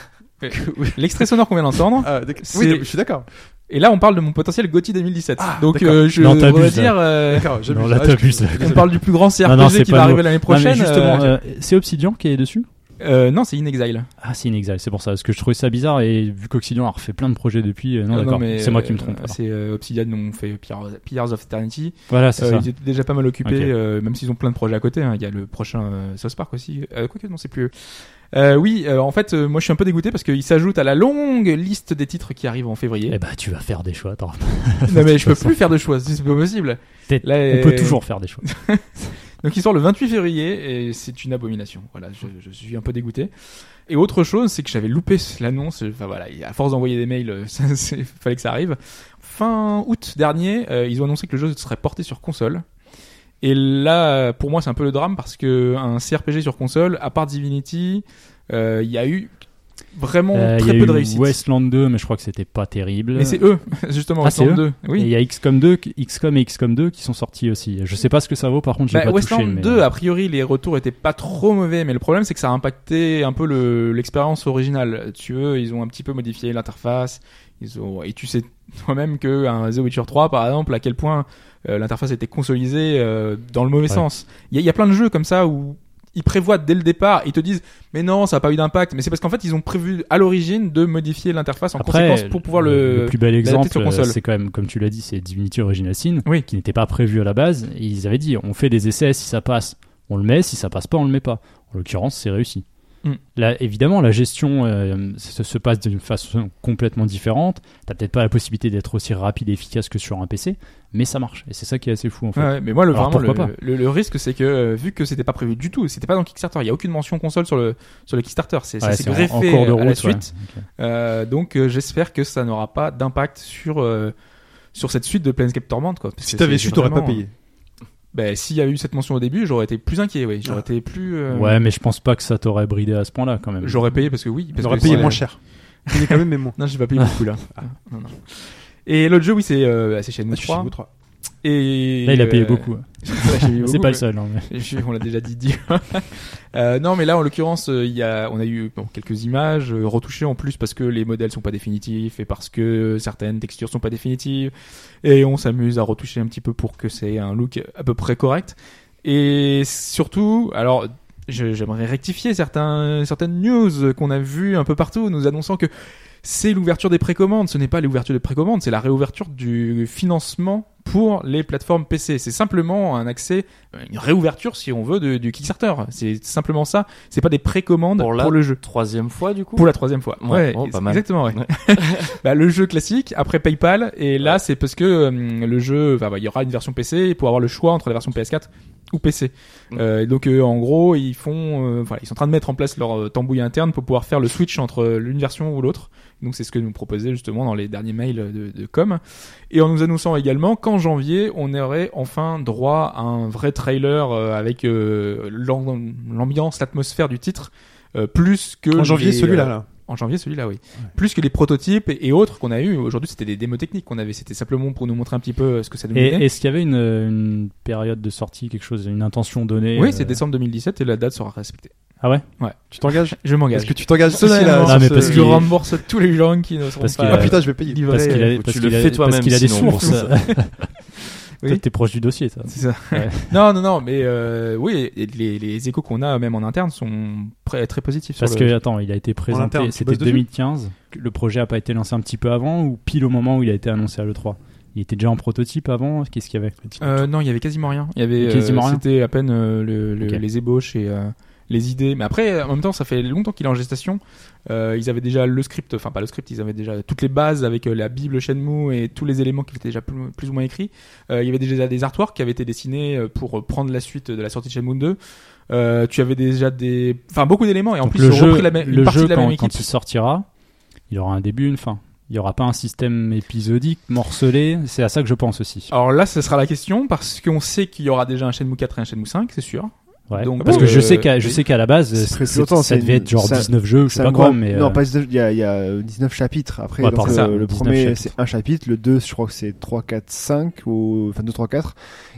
<laughs> L'extrait sonore qu'on vient d'entendre.
Ah, d'ac- Oui,
C'est-
je suis d'accord.
Et là, on parle de mon potentiel Gauthier 2017.
Ah,
Donc
d'accord.
euh, je
Non, t'abuses,
veux dire,
<laughs>
euh,
D'accord, j'abuse.
Non, là,
Ah, je-
t'abuses, là.
on parle du plus grand CRPG
Non, non, c'est
qui
pas
va
nous.
arriver l'année prochaine.
non, mais justement,
euh,
euh, c'est Obsidian qui est dessus
euh, non, c'est In Exile.
Ah, c'est Inexile, c'est pour ça. Parce que je trouvais ça bizarre et vu qu'Obsidian a refait plein de projets depuis, euh, non,
Euh,
d'accord,
mais,
c'est moi qui
euh,
me trompe. alors.
C'est euh, Obsidian, on fait Pillars Pillars of Eternity.
Voilà, c'est
Euh,
ça.
ils étaient déjà pas mal occupés,
Ok.
euh, même s'ils ont plein de projets à côté. hein. Il y a le prochain euh, South Park aussi. Euh, Quoique, non, c'est plus. eux. Euh, oui, euh, en fait, euh, moi je suis un peu dégoûté parce qu'il s'ajoute à la longue liste des titres qui arrivent en février.
Eh ben, bah, tu vas faire des choix, attends.
non, mais je peux plus faire de choix, c'est pas possible.
Peut-être-
Là,
On peut
euh,
toujours faire des choix.
Donc il sort le 28 février et c'est une abomination. Voilà, je, je suis un peu dégoûté. Et autre chose, c'est que j'avais loupé l'annonce. Enfin voilà, et à force d'envoyer des mails, euh, <laughs> ça, c'est- fallait que ça arrive. Fin août dernier, euh, ils ont annoncé que le jeu serait porté sur console. Et là, pour moi, c'est un peu le drame parce que un CRPG sur console, à part Divinity, euh, il y a eu vraiment
Euh, il y
très
a
peu de
eu
réussite.
Westland 2, mais je crois que c'était pas terrible.
Mais c'est eux, <laughs> justement,
Ah, c'est
Westland
eux
2. Oui.
Et il y a XCOM 2, qui- XCOM et XCOM 2 qui sont sortis aussi. Je sais pas ce que ça vaut, par contre, j'ai
Bah,
pas
Westland
touché. mais- euh.
2, a priori, les retours étaient pas trop mauvais, mais le problème, c'est que ça a impacté un peu le- l'expérience originale. Tu veux, ils ont un petit peu modifié l'interface, ils ont, et tu sais toi-même que un The Witcher 3, par exemple, à quel point euh, l'interface était consolidée euh, dans le mauvais
Ouais.
sens. Il y, a- il y a plein de jeux comme ça où ils prévoient dès le départ, ils te disent, mais non, ça a pas eu d'impact, mais c'est parce qu'en fait, ils ont prévu à l'origine de modifier l'interface en conséquence pour pouvoir le.
plus bel exemple,
sur console.
euh, c'est quand même, comme tu l'as dit, c'est Divinity Original Sin,
Oui.
qui n'était pas prévu à la base. Et ils avaient dit, on fait des essais, si ça passe, on le met, si ça passe pas, on le met pas. En l'occurrence, c'est réussi.
Mm.
Là, évidemment, la gestion euh, se, se passe d'une façon complètement différente. T'as peut-être pas la possibilité d'être aussi rapide et efficace que sur un PC, mais ça marche. Et c'est ça qui est assez fou en fait.
Ouais, ouais, mais moi, le,
Alors,
vraiment,
pourquoi
le, le- le risque, c'est que euh, vu que c'était pas prévu du tout, c'était pas dans Kickstarter, il y a aucune mention console sur le sur le Kickstarter, c'est ça
Ouais,
s'est
c'est en-
greffé
en
euh,
cours de
à la
route,
suite.
ouais. Ok.
Euh, donc, euh, j'espère que ça n'aura pas d'impact sur euh, sur cette suite de Planescape Torment. Quoi. Parce
Si
que
t'avais
c'est-
su,
c'est
t'aurais pas
vraiment- euh,
payé.
Ben, s'il y avait eu cette mention au début, j'aurais été plus inquiet. Oui, j'aurais
Ah.
été plus. euh,
Ouais, mais je pense pas que ça t'aurait bridé à ce point-là quand même.
J'aurais payé parce que oui. Parce
T'aurais
que
payé
c'est-
moins cher. Payé quand même, <laughs> mais moins.
Non, j'ai pas payé
<laughs>
beaucoup là. Ah, Non, non. Et l'autre jeu, oui, c'est euh, c'est Shenmue
Ah, je suis
3.
Shenmue 3.
Et
Là, il a payé
euh,
beaucoup. hein.
là, j'ai payé
C'est
beaucoup,
pas
<laughs> ouais.
le seul. hein, mais-
<laughs> Je suis- on l'a déjà dit. dit. <laughs> Euh, non, mais là, en l'occurrence, euh, il y a, on a eu bon, quelques images euh, retouchées en plus parce que les modèles sont pas définitifs et parce que certaines textures sont pas définitives. Et on s'amuse à retoucher un petit peu pour que c'est un look à peu près correct. Et surtout, alors. je- J'aimerais rectifier certains, certaines news qu'on a vues un peu partout, nous annonçant que c'est l'ouverture des précommandes. Ce n'est pas l'ouverture des précommandes, c'est la réouverture du financement pour les plateformes PC. C'est simplement un accès une réouverture si on veut de- du Kickstarter. C'est simplement ça. C'est pas des précommandes pour,
Pour la-
le jeu.
Troisième fois, du coup
Pour la troisième fois.
Ouais, oh, pas mal.
exactement. Ouais.
Ouais.
<laughs>
<laughs>
bah, le jeu classique après PayPal et là c'est parce que hum, le jeu, enfin, bah, il y aura une version PC pour avoir le choix entre la version PS4 ou PC.
Mm.
Euh, et donc euh, en gros ils font, euh, voilà, ils sont en train de mettre en place leur euh, tambouille interne pour pouvoir faire le switch entre euh, l'une version ou l'autre. Donc c'est ce que nous proposait justement dans les derniers mails de, de com. Et en nous annonçant également qu'en janvier, on aurait enfin droit à un vrai trailer euh, avec euh, l'am- l'ambiance, l'atmosphère du titre, euh, plus que...
En janvier,
les,
celui-là.
euh,
là.
en janvier, celui-là, oui. Plus que les prototypes et, et autres qu'on a eu. Aujourd'hui, c'était des démos techniques qu'on avait. C'était simplement pour nous montrer un petit peu euh, ce que ça nous
Et
donnait.
est-ce qu'il y avait une, une période de sortie, quelque chose, une intention donnée
oui,
euh, Ah
c'est décembre 2017 et la date sera respectée.
Tu t'engages
Je
Est-ce
m'engage.
que tu t'engages
Personnellement,
personnellement
Non, mais
sur
parce
ce-
Je
qu'il-
rembourse tous les gens qui ne seront
Parce
pas...
qu'il
Ah
a-
putain, je vais payer.
livré.
Parce qu'il a,
Faut que
parce
tu le
qu'il a-
fais toi-même,
parce qu'il a des
sinon,
sources.
pour
<laughs>
Oui.
Toi, T'es proche du dossier, ça.
C'est ça.
Ouais.
<laughs> non, non, non, mais euh, oui, et les, les échos qu'on a même en interne sont très, très positifs.
Parce
sur
que
le...
attends, il a été
En interne,
présenté.
tu
C'était
bosses dessus
2015. Le projet a pas été lancé un petit peu avant ou pile au moment où il a été annoncé à le 3 Il était déjà en prototype avant. Qu'est-ce qu'il y avait
Euh, non, il y avait quasiment rien. Il y avait euh,
Quasiment rien.
C'était à peine euh, le- le-
Ok.
les ébauches et, euh, les idées. Mais après, en même temps, ça fait longtemps qu'il est en gestation. Euh, ils avaient déjà le script, enfin pas le script, ils avaient déjà toutes les bases avec euh, la Bible Shenmue et tous les éléments qui étaient déjà plus, plus ou moins écrits. Euh, il y avait déjà des artworks qui avaient été dessinés euh, pour prendre la suite de la sortie de Shenmue 2. Euh, tu avais déjà des, enfin beaucoup d'éléments et en
Donc
plus
le
ils ont
jeu,
repris la même, une
le
partie
jeu
de la
quand,
même équipe.
quand il sortira, il aura un début, une fin. Il n'y aura pas un système épisodique, morcelé. C'est à ça que je pense aussi.
Alors là, ce sera la question parce qu'on sait qu'il y aura déjà un Shenmue 4 et un Shenmue 5, c'est sûr.
Ouais.
donc,
Parce que
euh,
je sais qu'à je
oui.
sais qu'à la base,
C'est
c'est-
très
c'est-
longtemps,
ça
c'est
devait
une-
être genre
ça-
19 jeux, je sais
C'est un
pas
grand-
quoi, mais
Non,
euh,
pas 19, il y a, il y a euh, 19 chapitres après.
Ouais,
donc,
par
euh,
ça,
le
19
premier,
chapitres.
c'est un chapitre. Le 2, je crois que c'est 3, 4, 5. Ou... Enfin, 2, 3, 4.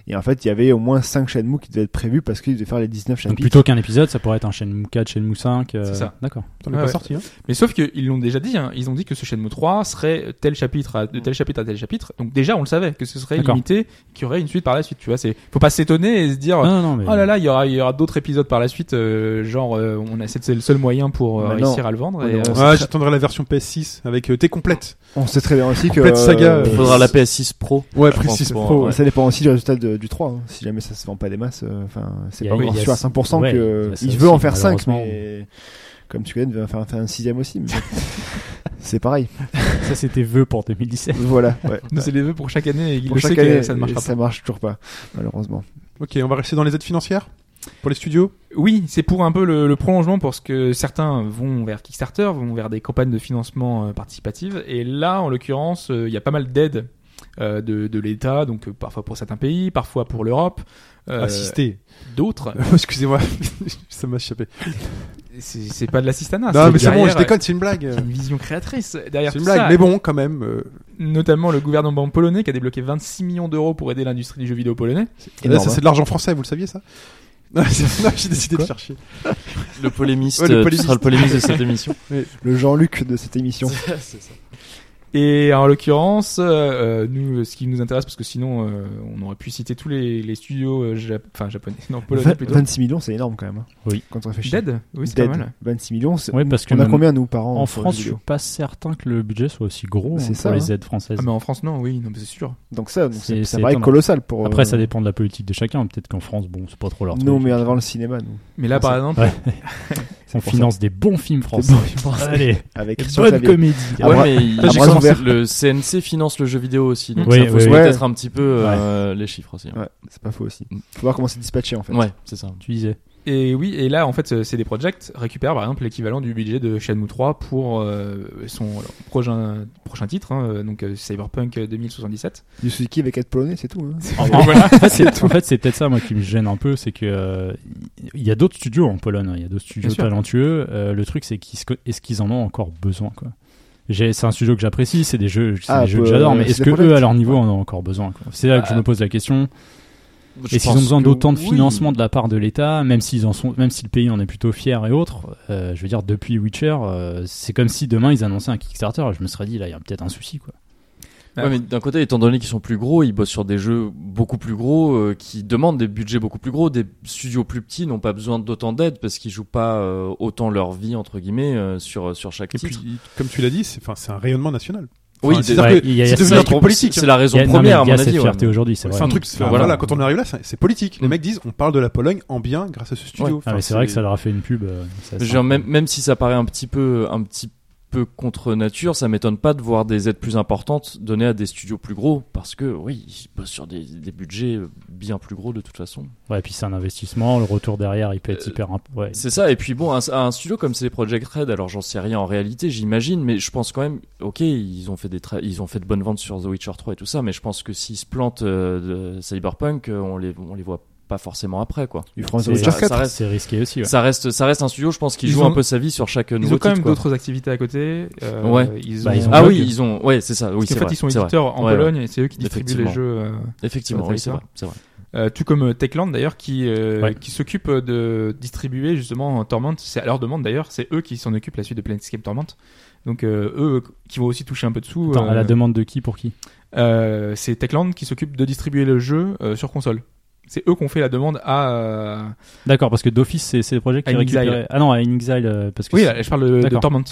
Et en fait, il y avait au moins 5 Shenmue qui devaient être prévus parce qu'ils devaient faire les 19
donc
chapitres.
plutôt qu'un épisode, ça pourrait être un Shenmue 4, Shenmue 5. euh,
C'est ça.
D'accord.
T'en es
Ouais,
pas
ouais.
sorti, hein
Mais sauf qu'ils l'ont déjà dit, hein. ils ont dit que ce Shenmue 3 serait tel chapitre à, de tel chapitre à tel chapitre. Donc déjà, on le savait, que ce serait
D'accord.
limité, qu'il y aurait une suite par la suite, tu vois. C'est, faut pas s'étonner et se dire,
Non, non, non, mais
oh là là, il y aura, il y aura d'autres épisodes par la suite, euh, genre, euh, on a, c'est c'est le seul moyen pour euh,
Maintenant,
réussir à le vendre.
on
et,
est-
euh,
on-
Ouais, j'attendrai la version PS6 avec euh, t'es complète.
On sait très bien aussi que.
Complète saga,
euh,
Il faudra la PS6 Pro.
Ouais,
je pense,
PS6
pour-
Pro,
ouais.
Ça dépend aussi du résultat de- du 3. hein. Si jamais ça se vend pas des masses, euh, enfin,
Il
c'est
y
pas
a-
encore
il y a
sûr à
ça-
100%
ouais,
que
il y a ça
il veut en
aussi,
faire 5,
malheureusement.
mais comme tu connais, il va faire faire un sixième aussi. mais <laughs> c'est pareil.
ça c'était vœu pour 2017.
Voilà. ouais.
nous, c'est les vœux pour chaque année et il
Pour
le
chaque
sait
année,
que ça ne marchera pas.
Ça marche toujours pas, malheureusement.
Ok, on va rester dans les aides financières pour les studios.
Oui, c'est pour un peu le, le prolongement pour ce que certains vont vers Kickstarter, vont vers des campagnes de financement euh, participative. Et là, en l'occurrence, euh, il y a pas mal d'aides euh, de, de l'État, donc euh, parfois pour certains pays, parfois pour l'Europe, euh,
Assister. <laughs>
d'autres.
Excusez-moi, <laughs> ça m'a échappé.
C'est c'est pas de
non,
l'assistanat.
mais Ah, c'est bon,
derrière,
je déconne, c'est une blague.
euh, il y a Une vision créatrice derrière
C'est une
tout
blague,
ça.
mais bon, quand même. euh,
Notamment le gouvernement polonais qui a débloqué 26 millions d'euros pour aider l'industrie du jeu vidéo polonais.
là,
hein.
ça, c'est de l'argent français, vous le saviez, ça <laughs> Non, c'est- non, j'ai décidé de chercher.
Le polémiste,
Ouais, le
euh, tu
polémiste.
seras le polémiste de cette émission.
Le Jean-Luc de cette émission.
Et en l'occurrence, euh, nous, ce qui nous intéresse, parce que sinon, euh, on aurait pu citer tous les, les studios, euh, jap- enfin japonais, non polonais
Vingt-
plutôt.
26 millions, c'est énorme quand même. hein.
Oui.
Quand on réfléchit.
Dead, oui, c'est
Dead,
pas mal.
26 millions. c'est-
Oui, parce que
on a
même
combien nous par an
en
sur
France,
le
je
jeu
suis
vidéo
pas certain que le budget soit aussi gros hein,
C'est
pour
ça,
les aides françaises.
Ah, mais en France, non, oui, non, mais c'est sûr.
Donc ça, donc
C'est-
c'est-
c'est
ça paraît
étonnant.
colossal pour. euh,
Après, ça dépend de la politique de chacun. hein. Peut-être qu'en France, bon, c'est pas trop leur
Non,
truc.
mais avant le cinéma, nous.
Mais
Ah,
là,
Français.
par exemple,
Ouais.
C'est
on
pour
finance des bons films
ça.
français.
C'est bon,
Allez,
Avec
une
Christian
bonne
Clavier.
comédie.
Ah,
Ouais,
bra-
mais il-
à bras
commencé-
ouverts.
le CNC finance le jeu vidéo aussi, donc
Oui,
ça fausse
oui, oui.
peut-être un petit peu euh, les chiffres aussi. hein.
Ouais, c'est pas faux aussi. Faut voir comment c'est dispatché en fait.
Ouais, c'est ça.
Tu disais.
et oui, et là, en fait, CD Projekt récupère par exemple l'équivalent du budget de Shenmue 3 pour euh, son alors, prochain, prochain titre, hein, donc euh, Cyberpunk 2077.
Du Suzuki avec 4 polonais, c'est tout. hein.
En, Ah, en fait, c'est- en fait, c'est peut-être ça, moi, qui me gêne un peu, c'est que euh, il y a d'autres studios en Pologne, hein, il y a d'autres studios
Bien sûr.
talentueux. Euh, le truc, c'est qu'ils se co- est-ce qu'ils en ont encore besoin, quoi J'ai- c'est un studio que j'apprécie, c'est des jeux, c'est
Ah,
des jeux
peu-
que j'adore,
euh,
mais
c'est
est-ce
des
que
projets.
eux, à leur niveau, en ont encore besoin quoi C'est là que je
Bah,
me pose la question.
Je
et s'ils ont
pense
besoin
que
d'autant de
oui.
financement de la part de l'État, même s'ils en sont, même si le pays en est plutôt fier et autres, euh, je veux dire, depuis Witcher, euh, c'est comme si demain ils annonçaient un Kickstarter. Je me serais dit là, il y a peut-être un souci, quoi.
Ouais, mais d'un côté, étant donné qu'ils sont plus gros, ils bossent sur des jeux beaucoup plus gros, euh, qui demandent des budgets beaucoup plus gros. Des studios plus petits n'ont pas besoin d'autant d'aide parce qu'ils jouent pas euh, autant leur vie entre guillemets euh, sur sur chaque
Et
titre.
puis, comme tu l'as dit, c'est enfin, c'est un rayonnement national.
oui,
enfin,
c'est
c'est-à-dire
Ouais,
que
il y a-
c'est
il y a
devenu
ça-
un truc politique.
c'est la raison
Il y a- non, mais
première à
il y a
mon
cette
avis. ouais.
fierté aujourd'hui, c'est vrai.
C'est un truc, enfin,
voilà.
voilà. quand on arrive là, c'est c'est politique. Les
Mm.
mecs disent, on parle de la Pologne en bien grâce à ce
Ouais.
studio.
Ah,
Enfin,
mais c'est vrai que ça leur a fait une pub. euh, ça, c'est
Genre,
un-
même, même si ça paraît un petit peu, un petit peu contre nature, ça m'étonne pas de voir des aides plus importantes données à des studios plus gros, parce que oui, ils bossent sur des, des budgets bien plus gros de toute façon.
Ouais, puis c'est un investissement, le retour derrière, il peut être
Euh,
hyper. imp- Ouais.
C'est ça, et puis bon, un, un studio comme CD Project Red, alors j'en sais rien en réalité, j'imagine, mais je pense quand même, ok, ils ont fait des, tra- ils ont fait de bonnes ventes sur The Witcher 3 et tout ça, mais je pense que s'ils se plantent euh, de Cyberpunk, euh, on les, on les voit pas forcément après, quoi.
Du France
C'est-
de Witcher
ça- ça
4.
reste-
C'est risqué aussi. Ouais.
Ça reste, ça reste un studio, je pense, qui
Ils
joue
ont-
un peu sa vie sur chaque nouveau
Ils ont quand
titre,
même
quoi.
d'autres activités à côté. euh,
Ouais.
Ils ont,
Bah, ils ont
Ah
Blog.
oui, ils ont, ouais, c'est ça, oui,
parce
c'est
qu'en fait,
vrai,
ils sont
c'est vrai.
éditeurs
Ouais,
en
ouais.
Pologne et c'est eux qui distribuent les
Effectivement.
jeux. euh,
Effectivement,
Sur le
oui, c'est vrai,
territoire.
c'est vrai.
Euh, tout comme euh, Techland d'ailleurs qui euh,
Ouais.
qui s'occupe de distribuer justement Torment c'est à leur demande d'ailleurs c'est eux qui s'en occupent la suite de Planescape Torment donc euh, eux qui vont aussi toucher un peu de sous
Attends,
euh,
à la demande de qui pour qui
euh, c'est Techland qui s'occupe de distribuer le jeu euh, sur console c'est eux qui ont fait la demande à euh,
D'accord, parce que d'office, c'est c'est des projets qui
À In
récupéraient. Ah non, à In Exile, euh, parce que.
oui
c'est-
là, je parle de- de,
D'accord.
Torment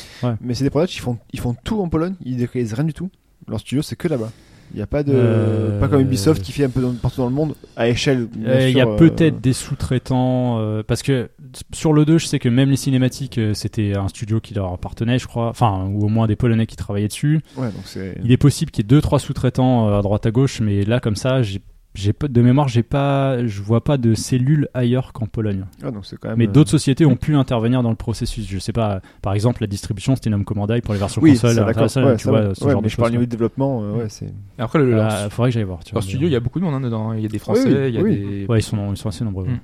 Mais c'est des projets, ils font, ils font tout en Pologne, ils décalisent rien du tout. Leur studio, c'est que là-bas. Il n'y a pas de.
Euh,
Pas comme Ubisoft qui fait un peu dans- partout dans le monde, à échelle. bien
Euh, Il y a
sûr, euh,
peut-être des sous-traitants euh, parce que sur le 2, je sais que même les cinématiques, euh, c'était un studio qui leur appartenait, je crois, enfin ou au moins des Polonais qui travaillaient dessus.
euh, Ouais, donc c'est.
Il est possible qu'il y ait deux trois sous-traitants euh, à droite à gauche, mais là comme ça, j'ai j'ai pas- de mémoire, j'ai pas, je vois pas de cellules ailleurs qu'en Pologne.
Ah, donc c'est quand même.
Mais
euh,
d'autres sociétés ont pu intervenir dans le processus. Je sais pas, par exemple, la distribution, c'était Nom Commandail pour les versions
Oui, ça,
console,
d'accord.
internationales,
Ouais,
tu
ça,
vois,
ouais.
ce
Ouais,
genre
mais
de
je parle au
choses.
niveau de développement, euh, ouais, c'est.
Après, le, leur,
Il faudrait que j'aille voir. tu vois,
leur studio, il y
mais- euh,
a beaucoup de monde hein, dedans. Il y a des Français,
Oui,
il y a
oui.
des.
Ouais, ils sont, ils sont assez nombreux. ouais.
Mm.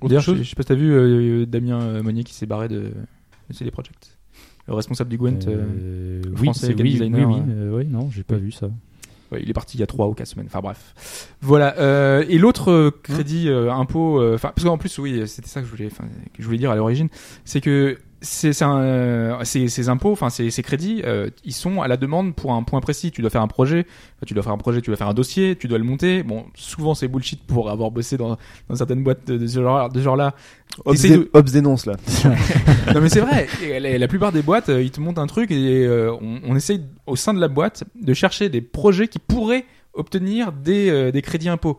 Autre
D'ailleurs,
chose
je, je sais pas si t'as vu euh, Damien euh, Monnier qui s'est barré de, de CD Projekt. Le responsable du Gwent. euh,
Euh, oui,
français,
c'est-
game
oui,
designer, hein.
oui, oui,
ouais.
euh, oui, non, j'ai pas vu ça.
Ouais, il est parti il y a 3 ou 4 semaines. Enfin bref. Voilà. euh, et l'autre euh, crédit euh, impôt, euh, enfin parce qu'en plus oui, euh, c'était ça que je voulais, enfin, que je voulais dire à l'origine, c'est que c'est c'est un, euh, ces, ces impôts, enfin ces, ces crédits, euh, ils sont à la demande pour un point précis. Tu dois faire un projet, enfin, tu dois faire un projet, tu dois faire un dossier, tu dois le monter. Bon, souvent c'est bullshit pour avoir bossé dans, dans certaines boîtes de, de ce genre, de ce genre-là.
Hobbes,
Essaye
dé-
de-
Hobbes dénonce là.
non mais c'est vrai. Et La, la plupart des boîtes, euh, ils te montent un truc et euh, on, on essaye au sein de la boîte de chercher des projets qui pourraient obtenir des, euh, des crédits impôts.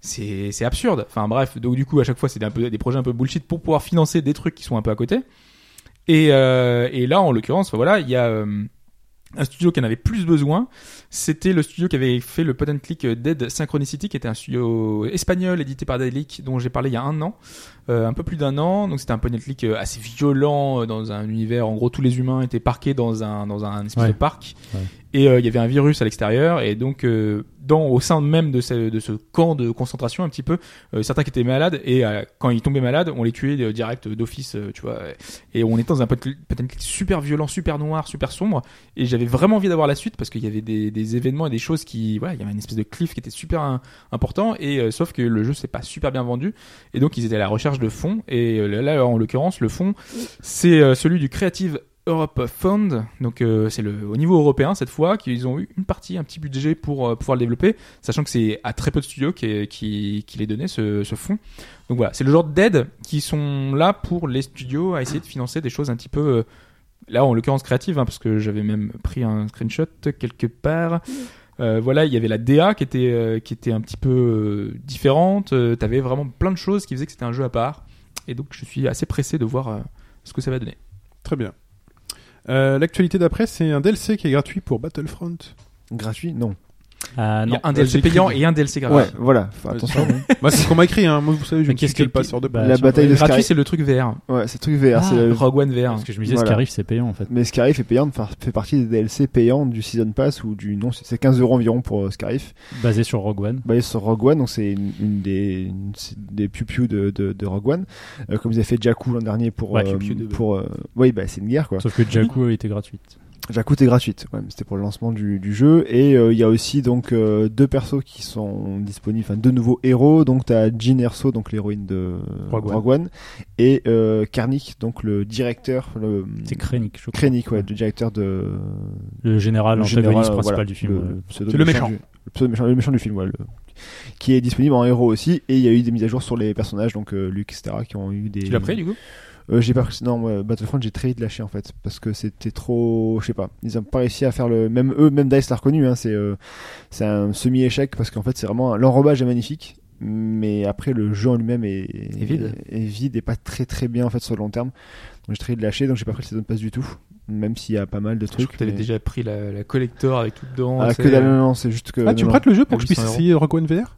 C'est c'est absurde. Enfin bref, donc du coup à chaque fois c'est un peu des projets un peu bullshit pour pouvoir financer des trucs qui sont un peu à côté. Et, euh, et là en l'occurrence, enfin, voilà, il y a euh, un studio qui en avait plus besoin. C'était le studio qui avait fait le point and click euh, Dead Synchronicity, qui était un studio espagnol édité par Daedalic dont j'ai parlé il y a un an euh, un peu plus d'un an. Donc c'était un point and click euh, assez violent euh, dans un univers. En gros, tous les humains étaient parqués dans un dans un espèce
Ouais.
de parc.
Ouais.
Et euh, il y avait un virus à l'extérieur. Et donc euh, dans au sein même de ce de ce camp de concentration un petit peu, euh, certains qui étaient malades et euh, quand ils tombaient malades, on les tuait euh, direct euh, d'office, euh, tu vois. Et on était dans un point and click point and click super violent, super noir, super sombre. Et j'avais vraiment envie d'avoir la suite parce qu'il y avait des, des événements et des choses qui voilà, il y avait une espèce de cliff qui était super im- important. Et euh, sauf que le jeu s'est pas super bien vendu. Et donc ils étaient à la recherche de fonds. Et euh, là, en l'occurrence, le fonds, c'est euh, celui du Creative Europe Fund. Donc euh, c'est le au niveau européen cette fois qu'ils ont eu une partie, un petit budget pour euh, pouvoir le développer, sachant que c'est à très peu de studios qui, qui, qui les donnaient ce, ce fonds. Donc voilà, c'est le genre d'aide qui sont là pour les studios à essayer de financer des choses un petit peu. euh, Là, en l'occurrence créative, hein, parce que j'avais même pris un screenshot quelque part. Euh, voilà, il y avait la DA qui était euh, qui était un petit peu euh, différente. Euh, T'avais vraiment plein de choses qui faisaient que c'était un jeu à part. Et donc je suis assez pressé de voir euh, ce que ça va donner.
Très bien. Euh, L'actualité d'après, c'est un DLC qui est gratuit pour Battlefront.
Gratuit Non.
Ah
Il
non.
y a un DLC
j'ai
payant
cru.
et un DLC gratuit.
ouais, voilà. Faut attention.
Moi, c'est ce qu'on m'a écrit. Hein. Moi, vous savez, je
Mais
ne
qu'est-ce
suis que le
que-
passeur de
bah,
la
si,
bataille de
gratuit,
Scarif.
c'est le truc VR,
Ouais, c'est truc VR.
Ah,
c'est le-
Rogue One VR.
Parce que je me disais,
Voilà.
Scarif, c'est payant en fait.
Mais Scarif est payant, enfin, fait partie des DLC payants du Season Pass ou du non, c'est 15 euros environ pour euh, Scarif. Bah,
Basé sur Rogue One.
Basé sur Rogue One, donc c'est une, une des une- c'est des piou de, de, de Rogue One, Euh, comme ils avaient fait Jakku l'an dernier pour
Ouais,
euh,
piou-piou de-
pour euh, oui bah c'est une guerre quoi.
Sauf que Jakku était gratuite.
Jakku est gratuite, ouais, mais c'était pour le lancement du, du jeu et euh, il y a aussi donc euh, deux persos qui sont disponibles, enfin deux nouveaux héros, donc t'as Jyn Erso donc l'héroïne de
Rogue One.
et euh, Karnik donc le directeur le
C'est Krennic, je crois.
Krennic ouais, le directeur de
Le général,
le
Ah l'antagoniste
général, euh,
principal
voilà,
du film.
le-
ouais.
le pseudo
C'est le méchant.
du- le pseudo méchant, le méchant du film, ouais, le- qui est disponible en héros aussi. Et il y a eu des mises à jour sur les personnages, donc euh, Luke, etc., qui ont eu des.
Tu l'as pris du coup
Euh, J'ai pas pris. Non, moi, Battlefront, j'ai très vite lâché en fait, parce que c'était trop. Je sais pas. Ils ont pas réussi à faire le. Même eux, même Dice l'a reconnu. Hein, c'est euh, c'est un semi-échec parce qu'en fait, c'est vraiment un- l'enrobage est magnifique. Mais après, le jeu en lui-même est,
Est vide.
Est, est vide et pas très très bien en fait sur le long terme. Donc j'ai très vite lâché, donc j'ai pas pris le saison passe du tout. Même s'il y a pas mal de
Je
trucs.
crois que t'avais
mais-
déjà pris la, la collector avec tout dedans.
Ah,
c'est-
que dalle, non, non, c'est juste que.
Ah, tu
non,
me
non.
prêtes le jeu pour
À
que je puisse
800 euros.
essayer Rogue One VR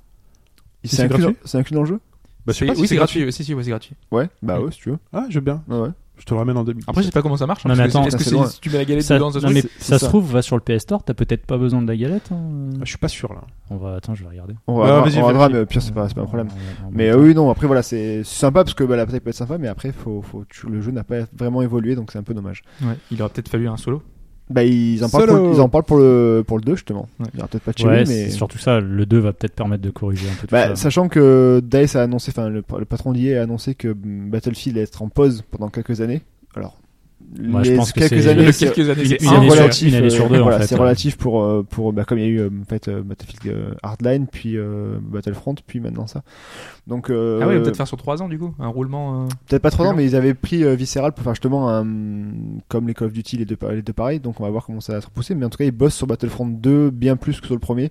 C'est
C'est
inclus, dans-
gratuit
c'est inclus dans le jeu
Bah, je sais
c'est-
pas si
oui, c'est gratuit. Oui, Si, si, ouais, c'est gratuit.
Ouais, bah
Oui.
ouais, si tu veux.
Ah, je veux bien.
Ouais, ouais.
Je te le ramène en 2000.
Après, je sais pas comment ça marche. hein,
Non, mais
parce que
attends,
c'est- est-ce
ça,
que
c'est
c'est-
loin.
si tu mets la galette
Ça,
dedans, ça se
non,
trouve,
mais
c'est-
ça
c'est
se
ça.
trouve, va sur le PS Store, t'as peut-être pas besoin de la galette. hein.
Ah, je suis pas sûr là.
On va, attends, je vais regarder.
On
Bah,
va
vas-y,
on va
vas-y.
voir, mais au pire, Bah, c'est pas, c'est pas un problème.
On- on-
Mais
on-
euh, oui, non, après voilà, c'est c'est sympa parce que bah, la bataille peut être sympa, mais après, faut, faut, tu- le jeu n'a pas vraiment évolué, donc c'est un peu dommage.
Ouais, il aurait peut-être fallu un solo.
Bah, ils en parlent, pour,
Solo.
le- ils en parlent pour, le, pour le 2, justement.
Ouais.
Il y aura peut-être pas de
Ouais,
chez lui, mais.
c'est surtout ça, le 2 va peut-être permettre de corriger un peu tout
Bah,
ça.
Sachant que DICE a annoncé, enfin, le, le patron d'IA a annoncé que mm, Battlefield allait être en pause pendant quelques années. Alors,
Moi, je
les
pense que
quelques
c'est-
années,
Le
c'est-
quelques années,
il-
c'est
il
un
y a des
relais.
sur- une année sur deux, en
euh, voilà,
fait,
c'est
ouais.
relatif pour euh, pour bah, comme il y a eu euh, en fait euh, Battlefield euh, Hardline puis euh, Battlefront puis maintenant ça. Donc euh,
Ah ouais, peut-être
peut-être
faire sur 3 ans du coup, un roulement. euh.
pas trop
plus
non,
long.
mais ils avaient pris euh, Visceral pour faire justement un comme les Call of Duty les deux pa- les deux pareils. Donc on va voir comment ça va se repousser. Mais en tout cas ils bossent sur Battlefront 2 bien plus que sur le premier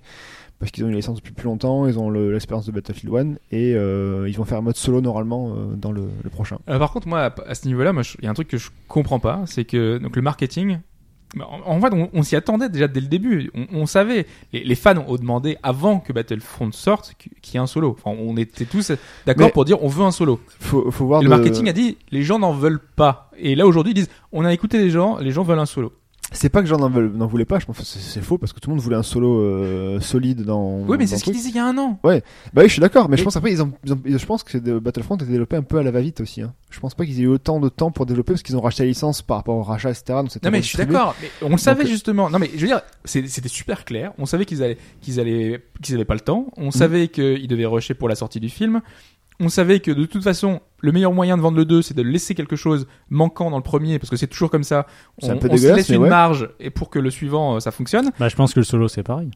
parce qu'ils ont une licence depuis plus longtemps, ils ont le- l'expérience de Battlefield 1 et euh, ils vont faire un mode solo normalement euh, dans le, le prochain.
Alors, Euh, par contre, moi, à- à ce niveau-là, moi, je- il y a un truc que je comprends pas, c'est que donc le marketing. bah, En en fait, on, on s'y attendait déjà dès le début. On, on savait. Les, les fans ont demandé avant que Battlefront sorte qu'il y ait un solo. Enfin, on était tous d'accord
Mais- Oh,
pour dire on veut un solo.
Faut faut voir
Et le
de-
marketing a dit les gens n'en veulent pas. Et là aujourd'hui ils disent on a écouté les gens, les gens veulent un solo.
C'est pas que j'en n'en voulais pas, je pense que c'est- c'est faux parce que tout le monde voulait un solo euh, solide dans. dans
Oui mais c'est
le
ce qu'ils
truc.
disaient il y a un an.
Bah oui, je suis d'accord, mais je
Mais-
pense après ils ont, ils ont- je pense que de- Battlefront a été développé un peu à la va-vite aussi. Hein. Je pense pas qu'ils aient eu autant de temps pour développer parce qu'ils ont racheté la licence par rapport au rachat, etc. Donc c'était
Non mais je suis
redistribué.
d'accord. Mais on le savait
Donc, euh,
justement. Non mais je veux dire c'est- c'était super clair. On savait qu'ils allaient qu'ils allaient qu'ils avaient pas le temps.
Mhm.
On savait qu'ils devaient rusher pour la sortie du film. On savait que de toute façon le meilleur moyen de vendre le 2 c'est de laisser quelque chose manquant dans le premier parce que c'est toujours comme ça.
C'est
on,
un peu
on se
dégueulasse,
laisse
mais
une
ouais.
marge et pour que le suivant euh, ça fonctionne.
Bah, je pense que le solo, c'est pareil.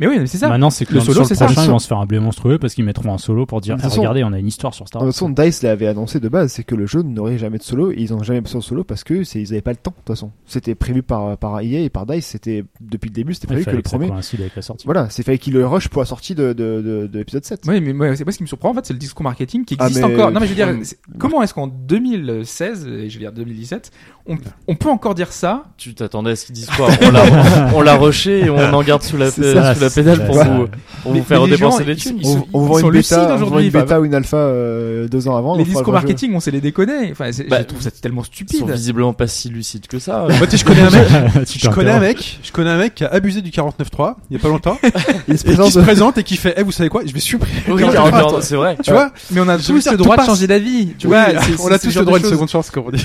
Mais oui mais c'est ça.
Maintenant, c'est que
Le
dans-
solo,
sur
c'est
le
ça.
prochain,
Le
ils
so-
vont se faire un blé monstrueux parce qu'ils mettront un solo pour dire
De toute
Ah,
façon-
regardez, on a une histoire sur Star
De
Wars.
toute façon, DICE l'avait annoncé de base, c'est que le jeu n'aurait jamais de solo, et ils ont jamais passé au solo parce que c'est, ils avaient pas le temps, de toute façon. C'était prévu par, par EA et par DICE, c'était, depuis le début, c'était
Il
prévu que
fallait
le
que ça
premier.
coïncide avec la sortie.
Voilà, c'est fait qu'ils le rush pour la sortie de, de, de, de l'épisode 7.
Oui, mais moi, c'est moi ce qui me surprend en fait, c'est le discours marketing qui
Ah,
existe
mais-
encore. Non, mais je veux dire,
Hum.
c'est- comment est-ce qu'en 2016 et je veux dire 2017, on, on peut encore dire ça
Tu t'attendais à ce qu'ils disent quoi On
<laughs>
l'a, on l'a rushé et on en garde sous la,
C'est
pé-
ça,
sous la
c'est-
pédale pour
c'est-
vous, pour
Mais-
vous faire
mais les
dépenser
gens,
des
ils-
thumes.
ils-
on,
sont-
on vend
sont
une
lucides
bêta, on vend
aujourd'hui,
une
Fab.
bêta ou une alpha euh, deux ans avant. on
Les
fera le
discours
grand jeu.
marketing, on sait les déconner. Enfin, c'est-
Bah,
je trouve ça tellement
Ils sont
stupide.
visiblement pas si lucides que ça. hein.
Moi, tu sais, je <laughs> connais un mec.
<laughs> Tu
Je connais un
t'interroges.
mec, je connais un mec qui a abusé du 49.3 il y a pas <laughs> longtemps,
Il se
et qui
présente
se
<laughs>
présente et qui fait, eh, vous savez quoi, je vais supprimer. le
Oui,
49.3,
regarde,
toi.
c'est vrai.
Tu vois,
Mais on a
Je veux
tous
dire,
le
tout
droit de
passe.
changer d'avis. Tu
Oui,
vois, c'est-
on
c'est
a
ce
tous
genre
le
de
droit à une
choses.
seconde chance, comme on dit.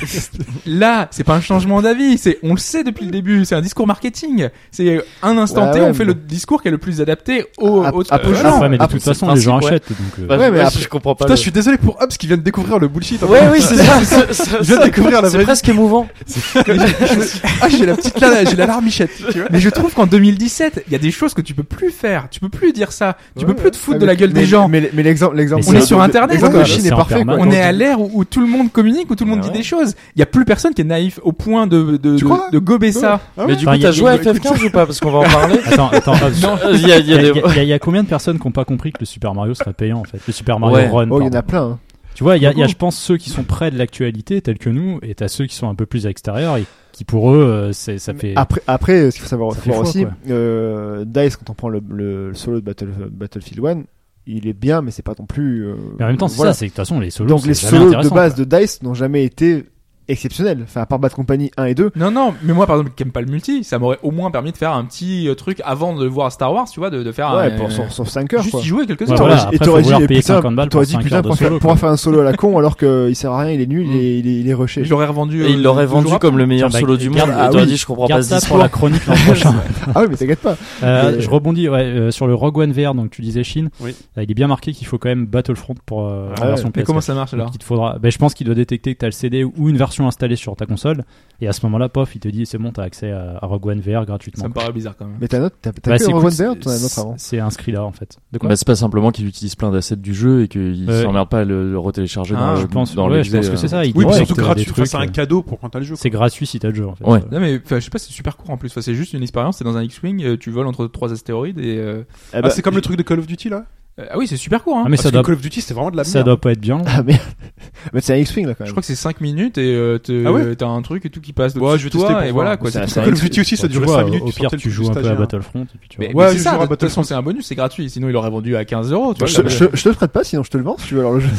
Là, c'est pas un changement d'avis. C'est, on le sait depuis le début. C'est un discours marketing. C'est un instant
Ouais,
T,
ouais,
on fait
mais
le discours qui est le plus adapté au,
Ah,
au-
ah,
aux
ah,
<laughs>
gens.
Ouais, mais de
Après,
toute
c'est le
façon, les gens
principe, ouais.
achètent. donc, euh,
Bah,
Ouais, mais
ouais,
après-
je comprends pas.
Putain,
le-
je suis désolé pour Hobbs qui vient de découvrir le bullshit.
Ouais, oui, c'est ça. c'est- c'est-
viens de découvrir la
C'est
vraie-
presque émouvant.
Ah, j'ai la petite la, j'ai la larmichette, tu vois.
Mais je trouve qu'en 2017, il y a des choses que tu peux plus faire. Tu peux plus dire ça. Tu peux
Ouais,
plus te foutre
ouais,
de la
mais-
gueule
mais-
des gens.
Mais, mais l'exemple, l'exemple,
Mais c'est-
sur Internet,
L'exemple de
c'est
Chine est
en
parfait. quoi.
permanence.
On
Ouais,
est à l'ère où, où tout le monde communique, où tout le monde
Ah
dit
ouais.
des choses. Il y a plus personne qui est naïf au point de de,
Tu
de,
crois
de gober ça.
Ah ouais
Mais du
Enfin,
coup,
il y a-
t'as joué à FF15 ou pas Parce qu'on va en parler.
Attends,
<laughs>
attends, Hobbs.
Euh, Il y a, il
Il
y
y,
a
a-
des.
il y a- il y a combien de personnes qui n'ont pas compris que le Super Mario serait payant en fait Le Super Mario
Ouais.
Run.
Oh, il y en
pardon.
a plein. hein.
Tu vois, il y, a- il y a,
Beaucoup.
je pense, ceux qui sont près de l'actualité, tels que nous, et t'as ceux qui sont un peu plus extérieurs et qui pour eux, euh, c'est- ça fait.
Après, après, ce qu'il faut savoir,
Ça fait
voir
foi,
aussi,
quoi.
euh, Dice, quand on prend le, le- le solo de Battle- Battlefield 1, il est bien, mais c'est pas non plus. euh,
Mais en même temps, c'est
voilà.
ça, c'est que de toute façon, les solos.
Donc
c'est
les
jamais
solos de
intéressant,
base
quoi.
de Dice n'ont jamais été exceptionnels. Enfin, à part Bad Company 1 et 2.
Non, non, mais moi par exemple qui aime pas le multi, ça m'aurait au moins permis de faire un petit euh, truc avant de voir Star Wars, tu vois, de, de
Ah,
faire
ouais,
un,
euh,
pour, sur, 5 heures,
juste
quoi.
y jouer quelques
Ouais,
heures.
voilà,
T'aurais-
après,
et t'aurais
faut vouloir
dit, eh,
payer
putain,
50 balles
t'aurais
pour
dit,
cinq
putain,
heures de
pourquoi faire-
solo,
pourquoi
quoi.
faire un solo à la con alors qu'il sert à rien, il est nul, il est- il est- il est rushé.
Je l'aurais revendu. euh,
Et il l'aurait vendu
comme
comme le meilleur
Tiens, bah,
solo du monde.
garde-
Et
ah
t'aurais
oui.
dit, je comprends pas
Garde
ce
ça pour
discours.
la chronique
<laughs>
l'an prochain.
Ah oui, mais t'inquiète pas.
Euh,
Mais-
Je rebondis ouais, euh, sur le Rogue One VR, donc tu disais Chine.
Oui.
Là, il est bien marqué qu'il faut quand même Battlefront pour euh,
Ah
la
ouais.
version
Mais
PS4.
comment ça marche alors
Donc, il te faudra... ben, je pense qu'il doit détecter que tu as le CD ou une version installée sur ta console. Et à ce moment-là, pof, il te dit c'est bon, tu as accès à, à Rogue One VR gratuitement.
Ça me paraît bizarre quand même.
Mais t'as note, t'as
Bah,
t'as que
c'est
Rogue
cool,
One Bear, t'en as un autre
c'est-
avant.
C'est inscrit là en fait. De quoi
Bah, c'est pas simplement qu'ils utilisent plein d'assets du jeu et qu'ils
Ouais.
s'emmerdent pas à le, le retélécharger
Ah,
dans le
Je pense,
euh, dans euh,
ouais,
le
je pense que c'est ça. il
Oui, mais
détecte
surtout
des
gratuit.
trucs,
Enfin, c'est un
euh,
cadeau pour quand t'as le jeu. quoi.
C'est gratuit si t'as le jeu en fait.
Ouais.
Euh,
Non mais enfin, je sais pas, c'est super court en plus. Enfin, c'est juste une expérience. T'es dans un X-wing, euh, tu voles entre trois astéroïdes et euh,
Ah,
Ah, c'est comme le truc de Call of Duty là.
euh, ah oui, c'est super court. Hein.
Ah, mais
Parce
ça
que
doit,
Call of Duty, c'est vraiment de la
ça
merde.
doit pas être bien long.
Ah merde. <laughs> Mais c'est un X-Wing là quand
Je
même.
crois que c'est 5 minutes et euh, te-
Ah ouais
t'as un truc et tout qui passe.
Ouais, je vais
au-dessus de toi
tester pour
et
voir.
voilà quoi.
Ça-
c'est
ça-
tout.
Call of Duty aussi, ça
Bon, tu
dure
vois,
5
au-
minutes.
Au
tu
pire,
sortais le
tu
truc
joues
du
un peu à
stagiaire.
Battlefront et puis tu
Mais,
Ouais,
vois.
mais c'est
je
ça.
jouerai
De
à
toute façon,
Battlefront.
c'est un bonus, c'est gratuit. Sinon, il aurait vendu à 15 euros. Tu
Bah,
vois,
je,
le-
je- je te le prête pas, sinon je te le vends si tu veux alors <laughs> le jeu.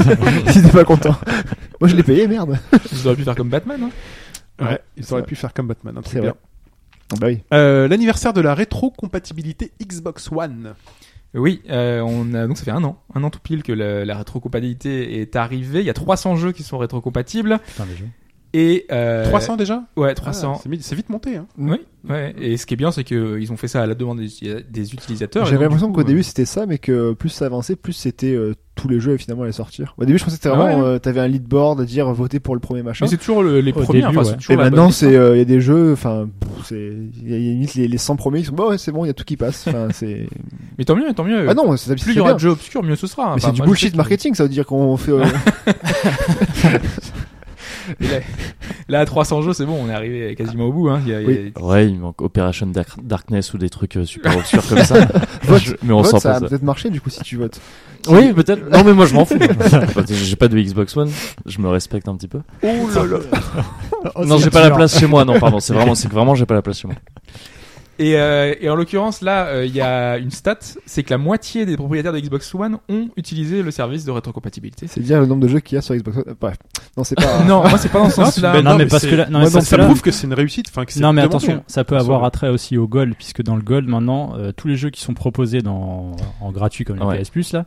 si t'es pas content. Moi je l'ai payé, merde.
Ils auraient pu faire comme Batman. hein.
Ouais, ils auraient pu faire comme Batman. un truc
C'est vrai.
bien.
Bah oui.
Euh, L'anniversaire de la rétrocompatibilité Xbox One.
Oui, euh, on a, donc ça fait un an, un an tout pile que la, la rétrocompatibilité est arrivée. Il y a 300 jeux qui sont rétrocompatibles.
Putain, les jeux.
Et Et euh,
300 déjà
Ouais, 300.
Ah, c'est mi- c'est vite monté. hein.
Oui, ouais. Et ce qui est bien, c'est qu'ils ont fait ça à la demande des, des utilisateurs. Et
J'avais
donc,
l'impression
du
qu'au
coup, euh,
début c'était ça, mais que plus ça avançait, plus c'était euh, tous les jeux finalement allaient sortir. Au début, je pensais que c'était
Ah
vraiment,
ouais.
euh, t'avais un lead board à dire voter pour le premier machin.
Mais c'est toujours le- les
Au
premiers.
début,
enfin, c'est
ouais.
toujours
Et
la
maintenant,
bonne
c'est euh, il y a des jeux, enfin, pff, c'est il y a limite les, les 100 premiers qui sont bon, ouais, c'est bon, il y a tout qui passe. Enfin, c'est
histoire. Mais tant mieux, tant mieux.
ah non, c'est
plus il y
c'est
aura
bien.
de jeux obscurs, mieux ce sera.
Mais
Enfin,
c'est
bah,
du
moi, je sais
bullshit
que-
marketing, ça veut dire qu'on fait. euh,
Là, à 300 jeux, c'est bon, on est arrivé quasiment au bout. Hein. Il y a- il y a-
Ouais, il manque Operation Dark- Darkness ou des trucs euh, super obscurs comme ça.
Vote.
Je- mais on
vote,
s'en
ça
passe.
va peut-être marcher du coup si tu votes.
Oui, peut-être. Non, mais moi je m'en fous. Enfin, j'ai pas de Xbox One. Je me respecte un petit peu.
Oh
non, j'ai pas la place chez moi. Non, pardon. C'est vraiment, c'est que vraiment j'ai pas la place chez moi.
Et, euh, et en l'occurrence, là, euh, il y a une stat, c'est que la moitié des propriétaires de Xbox One ont utilisé le service de rétrocompatibilité.
C'est dire le nombre de jeux qu'il y a sur Xbox. One. Bref, non, c'est
<laughs>
pas.
Euh,
euh,
Non, moi, c'est pas dans ce
Ah,
sens-là.
tu-
non,
non,
mais
mais
parce
c'est-
que là, non,
Ouais,
mais
donc
parce que
ça
là-
prouve que c'est une réussite. Enfin, que c'est
non, mais
demandé,
attention,
hein.
ça peut
Ça
avoir
va.
attrait aussi au Gold, puisque dans le Gold, maintenant, euh, tous les jeux qui sont proposés dans, en gratuit comme la
Ouais.
PS Plus, là,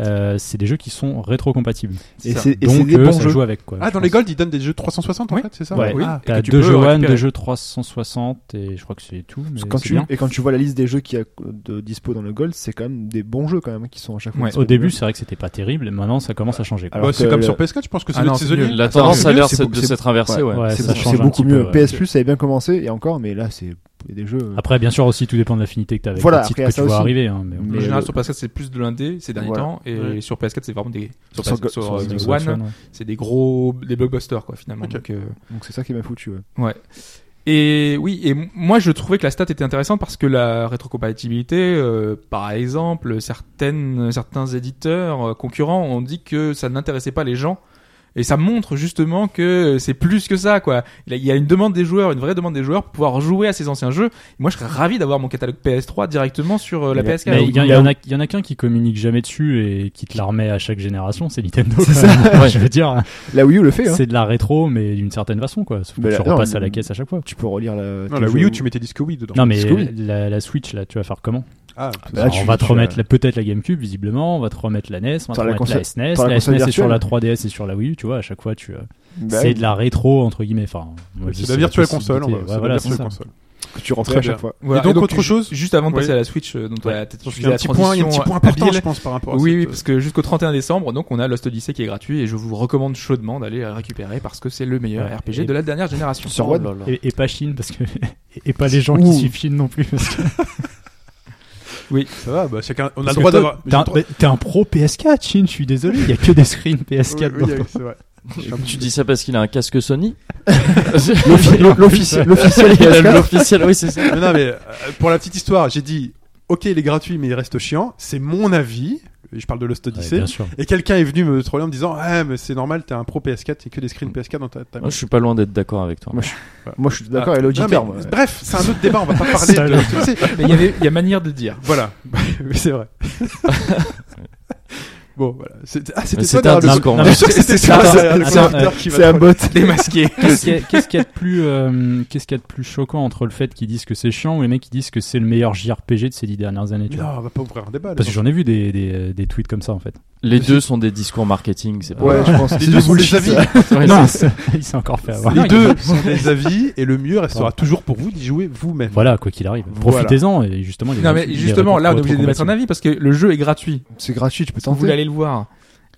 euh, c'est des jeux qui sont rétrocompatibles.
Et c'est et c'est
Donc,
des
euh,
bons
ça
jeux.
joue avec quoi.
Ah,
je
dans les
pense.
Gold, ils donnent des jeux 360 en
Oui.
fait, c'est ça
Ouais.
Oui.
Ah,
Et que
T'as
tu
deux
peux
jeux One,
récupérer.
deux jeux 360, et je crois que c'est tout. Mais
Quand
c'est
tu,
bien.
et quand tu vois la liste des jeux qui a de dispo dans le gold, c'est quand même des bons jeux quand même hein, qui sont à chaque fois.
Ouais.
Au
disponibles.
début, c'est vrai que c'était pas terrible, et maintenant, ça commence à changer. quoi.
Alors
Bah, c'est
que
comme
le-
sur PS4, je pense que c'est
Ah non,
le
c'est
saisonnier.
nul.
La
Attends,
tendance a
c'est-
l'air
c'est-
c'est de
c'est-
s'être inversée. Ouais.
Ouais,
Ouais,
c'est
ça
beaucoup-
change
c'est
un
beaucoup
petit
mieux.
peu, ouais. Ah.
PS Plus, ça avait bien commencé et encore, mais là, c'est il y a des jeux.
Après, bien sûr, aussi, tout dépend de l'affinité que t'as avec
Voilà,
le titre
après, il y a
que tu
ça
vois
aussi.
arriver. hein, mais-
Mais-
En général,
euh,
sur PS4, c'est plus de l'indé ces derniers
Voilà.
temps, et
Ouais.
sur PS4, c'est vraiment des sur,
Sur
PS-
Go-
sur,
sur
euh,
Xbox
One,
One, ouais.
c'est des gros des blockbusters quoi finalement.
Ok.
Donc, euh,
Donc c'est ça qui m'a foutu. ouais.
Et oui, et m- moi je trouvais que la stat était intéressante parce que la rétrocompatibilité, euh, par exemple, certaines, certains éditeurs euh, concurrents ont dit que ça n'intéressait pas les gens. Et ça montre justement que c'est plus que ça, quoi. Il y a- il y a une demande des joueurs, une vraie demande des joueurs pour pouvoir jouer à ces anciens jeux. Moi, je serais ravi d'avoir mon catalogue PS3 directement sur euh, la
Mais la-
PS4.
Mais il y, en-
il
il y
a-
en a, il y en a qu'un qui communique jamais dessus et qui te la remet à chaque génération, c'est Nintendo.
C'est
quand même. <laughs> je veux dire,
La Wii U le fait. Hein.
c'est de la rétro, mais d'une certaine façon, quoi. Sauf que
Mais
tu
la- non,
repasses
mais-
à la caisse à chaque fois.
Tu peux relire la.
Non,
tes
la
jeux-
Wii U, tu mettais Disco Wii dedans.
Non, mais
Parce que oui.
la, la Switch, là, tu vas faire comment
Ah,
Bah,
Alors,
tu-
On va te
tu-
remettre la- peut-être la GameCube, visiblement, on va te remettre la NES, on va te
T'as la
remettre
console-
la SNES,
t'as la
la,
console
SNES est
virtuelle.
sur la 3DS et sur la Wii U, tu vois, à chaque fois, tu euh,
Bah,
c'est de la rétro, entre guillemets. Enfin, on
c'est
dit,
de la virtuelle
possibilité.
console. on va-
Ouais,
c'est de la
voilà, c'est
virtuelle
ça.
console.
que tu rentrais
Très
à chaque
bien.
fois.
Voilà.
Et donc, autre
ju-
chose
juste avant de passer
Oui.
à la Switch, euh, dont tu as peut-être
Il y a un petit point, il y a un
euh,
petit point important, je pense, par rapport à
Oui,
cette-
euh,
oui, parce que jusqu'au 31 décembre, donc on a Lost Odyssey qui est gratuit et je vous recommande chaudement d'aller la récupérer parce que c'est le meilleur
Ouais,
RPG
et- Oh
de la dernière génération.
Sur One.
Et, et pas Chine, parce que. <laughs> et- Et pas les gens
Ouh.
qui suivent Chine non plus. parce que-
Ça va, bah, chacun, on a le
parce que
droit
toi,
d'avoir.
T'es un, mais t'es un pro PS4, Chine, je suis désolé, il y a que des screens
Oui,
PS4
oui,
dans
oui,
ton-
c'est vrai.
<laughs> Tu dis ça parce qu'il a un casque Sony.
L'offi- l'o- L'officiel. L'officiel.
Il a
PS4.
l'officiel. Oui, c'est ça.
Non, non, mais euh, pour la petite histoire, j'ai dit, ok, il est gratuit, mais il reste chiant. C'est mon avis. Je parle de Lost
Ouais,
Odyssey.
bien sûr.
et quelqu'un est venu me troller en me disant, ah, mais c'est normal, t'es un pro PS4, t'es que des screens PS4 dans ta. ta...
Moi, je suis pas loin d'être d'accord avec toi.
Moi, Moi je suis d'accord avec
Ah. Non, mais-
l'auditeur. moi.
Bref, c'est un autre débat, on va pas parler
Salaud.
de. tu sais,
<laughs> Mais il y, avait- il y a manière de dire. <laughs>
Voilà, Oui, c'est vrai. bon, voilà. C'était- Ah, c'était
Mais
toi
c'était
derrière
un
le
discours,
<laughs> Je
mais-
suis sûr que
<laughs>
c'était
c'est-
toi
attends,
derrière le
attends,
conducteur
euh,
qui va
C'est un
te-
bot.
<laughs>
Démasqué.
Qu'est-ce qu'il y a- qu'est-ce qu'il y a de plus, euh, qu'est-ce qu'il y a de plus choquant entre le fait qu'ils disent que c'est chiant ou les mecs qui disent que c'est le meilleur JRPG de ces dix dernières années, tu vois
Non, on va pas ouvrir un débat. là.
Parce que j'en ai vu des, des, des tweets comme ça en fait.
Les deux sont des discours marketing. C'est pas.
<laughs> Ouais, je pense.
Les
C'est
deux
du
sont des
bullshit.
avis.
ça.
Ouais, <laughs>
non, c'est- <laughs> il s'est encore fait avoir.
Les deux sont des avis et le mieux restera toujours pour vous d'y jouer vous-même.
Voilà, quoi qu'il arrive.
Voilà.
Profitez-en et justement. les-
Non mais
les
justement,
réponses
là on
pour
est
être
obligé d'émettre un
compatibles.
avis parce que le jeu est gratuit.
<laughs> C'est gratuit, tu peux
Vous voulez
tenter.
aller le voir.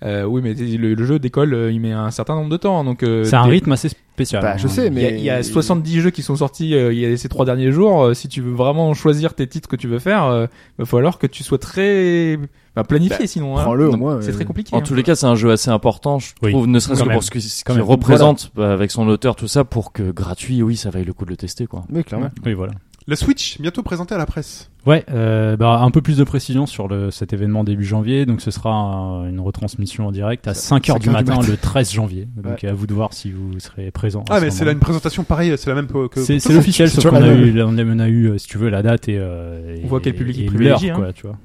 Euh, oui, mais le, le jeu décolle, euh, il met un certain nombre de temps. Donc euh,
C'est un
des-
rythme assez spécial.
Bah, je sais,
Il y, a, il y a
mais.
70 jeux qui sont sortis euh, il y a ces trois derniers jours. Euh, si tu veux vraiment choisir tes titres que tu veux faire, euh, il va falloir que tu sois très bah, planifié sinon. hein.
Prends-le au
Non,
moins.
C'est
euh,
très compliqué.
En
hein.
tous les cas, c'est un jeu assez important, je
Oui.
trouve, ne serait-ce
Quand
que
même.
pour ce que- ce
Quand
qu'il
même.
représente euh, avec son auteur, tout ça, pour que gratuit, oui, ça vaille le coup de le tester, quoi.
Mais clairement.
Oui, voilà.
La Switch, bientôt présentée à la presse.
Ouais, euh, bah, un peu plus de précision sur le, cet événement début janvier. Donc, ce sera un- une retransmission en direct à 5 heures du
heures du
matin,
matin.
le 13 janvier. Donc, à vous de voir si vous serez présent.
Ah, mais c'est là une présentation pareille, c'est la même que. Bah, que-
C'est euh,
que-
c'est l'officiel,
c'est
sauf
toujours
qu'on
la
a
même.
eu, on a- on a eu, euh, si tu veux, la date et. euh,
On voit
et-
quel public
et
il privilégie,
l'heure,
hein.
quoi, tu vois.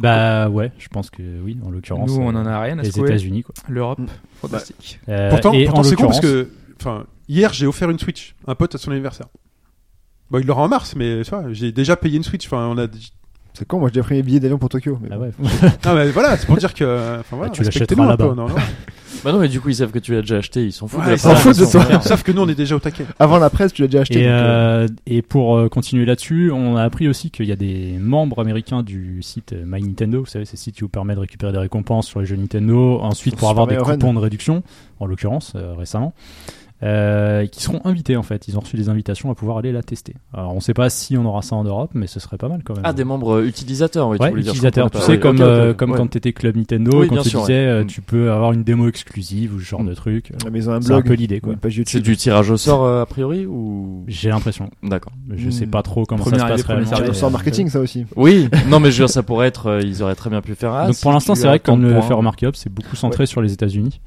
Bah ouais, je pense que oui, en l'occurrence.
Nous, on
euh,
en a rien à
les
secouer.
États-Unis, quoi.
L'Europe,
Mm.
fantastique.
Euh,
Pourtant,
et
pourtant
en
c'est con parce
l'occurrence-
que. Enfin, hier, j'ai offert une Switch, un pote à son anniversaire. Bon, il l'aura en mars, mais tu vois, j'ai déjà payé une Switch. Enfin, on a.
C'est con, moi j'ai pris mes billets d'avion pour Tokyo. mais
Ah
bon.
ouais.
Ah, mais voilà, c'est pour dire que. Enfin, voilà,
tu
respectez-nous
l'achèteras
un peu,
là-bas.
non, non.
Bah non, mais du coup, ils savent que tu l'as déjà acheté, ils s'en foutent.
Ouais,
la
ils s'en
part,
foutent de
façon.
toi.
Sauf que nous, on est déjà au taquet.
Avant la presse, tu l'as déjà acheté.
Et,
donc, euh,
euh, et pour euh, continuer là-dessus, on a appris aussi qu'il y a des membres américains du site euh, My Nintendo. Vous savez, c'est le site qui vous permet de récupérer des récompenses sur les jeux Nintendo. Ensuite, pour
Super
avoir des
Mario Run.
coupons de réduction, en l'occurrence euh, récemment, euh, qui seront invités en fait. Ils ont reçu des invitations à pouvoir aller la tester. Alors, on ne sait pas si on aura ça en Europe, mais ce serait pas mal quand même.
Ah, des membres euh, utilisateurs, oui,
Ouais,
tu voulais dire, je
utilisateurs. Tu
comprenais
sais,
pas.
comme,
Ok, ok,
euh,
ouais.
comme quand t'étais Club Nintendo,
Oui,
et quand
bien
tu
sûr,
disais,
ouais.
euh,
Mm.
tu peux avoir une démo exclusive ou ce genre
Mm.
de truc.
la maison a un
C'est un
blog,
peu l'idée, quoi.
une page YouTube.
C'est du tirage au sort, euh, a priori, ou.
J'ai l'impression.
D'accord.
Je
Mm.
Hmm.
sais pas trop comment
Premier
ça se
arrivé,
passe
premier
réellement.
servi.
mais,
On
euh,
sort marketing, ça aussi.
Oui, <laughs> non, mais je veux dire, ça pourrait être. euh, ils auraient très bien pu faire. Ah,
Donc
si
pour l'instant,
tu
c'est
as
vrai qu'on
tant de
ne le
points.
fait remarquer up, c'est beaucoup centré sur les États-Unis.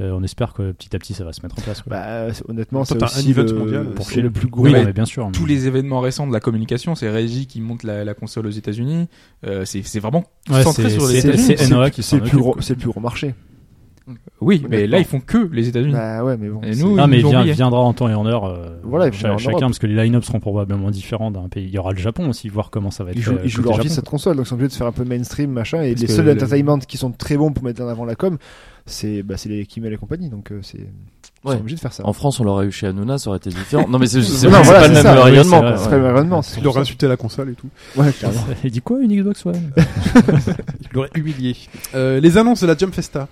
Euh, on espère que petit à petit ça va se mettre en place. quoi.
Bah, euh, c'est- honnêtement,
Toi,
c'est
t'as un
aussi
event
le-
mondial,
pour
c'est-
chez le plus gros.
oui,
mais
non, mais bien sûr.
Tous
mais-
les événements récents de la communication, c'est Régie qui monte la, la console aux États-Unis. Euh, c'est c'est vraiment
Ouais,
centré
c'est-
sur les
c'est-
États-Unis.
c'est NOA qui
C'est
s'en
le plus
occupe.
gros,
quoi.
c'est le plus gros marché.
Oui, mais
Honnêtement.
là ils font que les États-Unis.
Bah ouais, mais bon.
Et
c'est-
nous,
Non, mais
ils ont
vient-
oublié.
viendra en temps et en heure. euh,
Voilà, il faut
cha-
venir en
chacun,
Europe.
parce que les line-ups seront probablement différents d'un pays. Il y aura le Japon aussi, voir comment ça va être.
Ils jouent,
euh,
ils jouent
côté
leur vie
Japon.
cette console, donc ils sont obligés de faire un peu mainstream, machin. Et
Parce
les
que
seuls
le-
entertainment qui sont très bons pour mettre en avant la com, c'est bah, c'est les Kimmel et compagnie, donc euh, c'est ils
Ouais.
sont obligés de faire ça.
En France, on l'aurait eu chez Hanouna, ça aurait été différent. Non, mais c'est c'est- c'est
Non, voilà,
pas le
c'est
même
ça.
rayonnement.
Oui, c'est
quoi.
vrai,
C'est pas le même raisonnement, c'est
Il aurait insulté la console et tout.
Ouais, clairement.
<laughs> Il dit quoi une Xbox One
Il l'aurait humilié. Euh, les annonces de la Jump Festa.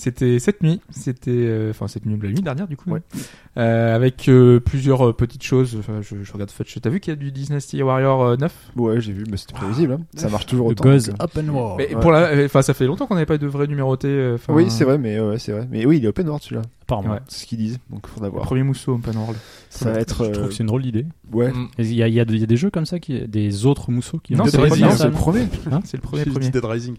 C'était cette nuit, c'était euh, enfin cette nuit la nuit dernière du coup,
Ouais.
hein. Euh, avec euh, plusieurs euh, petites choses. Enfin, je, je regarde Fudge. T'as vu qu'il y a du Dynasty Warrior euh, 9
Ouais, j'ai vu, mais c'était prévisible. hein. Ça marche toujours
Le
autant.
Goz
donc, euh.
Open World.
Mais
ouais.
pour la, euh, enfin ça fait longtemps qu'on n'avait pas de vrai numéroté. euh, enfin,
Oui, c'est vrai, mais euh, ouais, c'est vrai. Mais oui, il est open world celui-là,
Apparemment.
Ouais.
c'est ce qu'ils disent. Donc faudra
le
voir.
Premier mousseau Open World.
Ça va être.
Je trouve
euh,
que c'est une drôle d'idée.
Ouais.
Mm.
Il y, a- il y a de- il y a des jeux comme ça, qui, des autres mousseaux qui ont
Non, c'est
été
vrai,
mis
c'est
en
vrai,
salle.
c'est
premier.
Hein
C'est le premier
J'ai dit
premier.
Dead Rising.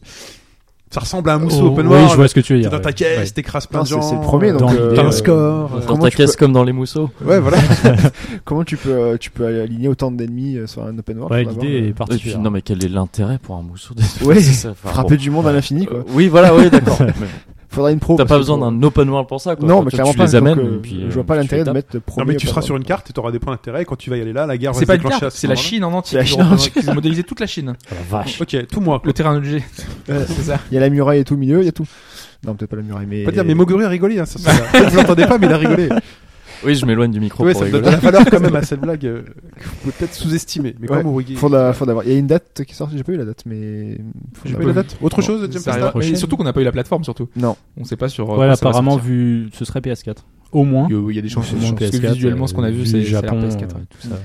Ça ressemble à un mousseau
Oh,
open
oui,
world.
je vois ce que tu veux
T'es
dire.
dans ta
ouais.
caisse,
Ouais.
t'écrasses plein
Non,
de
c'est
gens.
c'est le premier,
euh,
dans
donc. euh,
l'idée,
T'as un
euh,
score. euh,
Dans
Comment
ta
tu
caisse comme dans les mousseaux.
Ouais, voilà.
<laughs> Comment tu peux, euh, tu peux aligner autant d'ennemis euh, sur un open world
Ouais,
faudra voir,
l'idée
euh,
est
Et puis,
particulière.
non, mais quel est l'intérêt pour un mousseau de
Ouais,
c'est ça, enfin,
Frapper
bon.
du monde à l'infini, quoi.
Euh, Oui, voilà, oui, d'accord. Mais
Faudra une pro.
T'as
parce
pas
que
besoin
pour-
d'un open world pour ça, quoi.
Non,
Enfin,
mais
toi,
clairement
tu
pas.
les
donc,
amènes.
euh,
et puis,
je
euh,
vois pas
tu
l'intérêt
les
de
tapes.
mettre premier.
Non, mais tu
open
seras
world.
sur une carte et t'auras des points d'intérêt. Et quand tu vas y aller là, la guerre va
C'est
se
pas une
déclencher. à
carte,
ce
c'est la
moment-là.
Chine en entier.
La
Ils
Chine
ont-
en entier.
Ils ont modélisé toute la Chine,
Ah, la
<laughs>
vache.
Ok, tout moi.
le terrain de jeu.
Ouais.
C'est ça.
<laughs> Il y a la muraille et tout au milieu, il y a tout. Non, peut-être pas la muraille, mais.
Pas dire, mais
<laughs>
Moguri a rigolé. Hein, ça, ça- vous l'entendez pas, mais il a <laughs> rigolé.
Oui, je m'éloigne du micro
Ouais,
pour
ça me donne
rigoler.
de la valeur quand même à cette blague euh, que vous pouvez peut-être sous-estimer. Mais
Ouais.
comme Moguri.
Faudra, faudra voir. Il y a une date qui sort, j'ai pas eu la date, mais.
J'ai
faudra
pas eu
voir.
la date. Autre chose, Jump
Ça
Festa
arrivera.
prochaine.
Et surtout qu'on n'a pas eu la plateforme, surtout.
Non.
On sait pas sur. euh,
Voilà,
quand ça va
apparemment,
sortir.
vu, ce serait PS4. Au moins.
Il y a- il y a des chances.
Au moins
Parce que
PS4,
visuellement,
euh,
ce qu'on a vu,
du
c'est ça a l'air
Japon,
PS4.
euh, tout ça.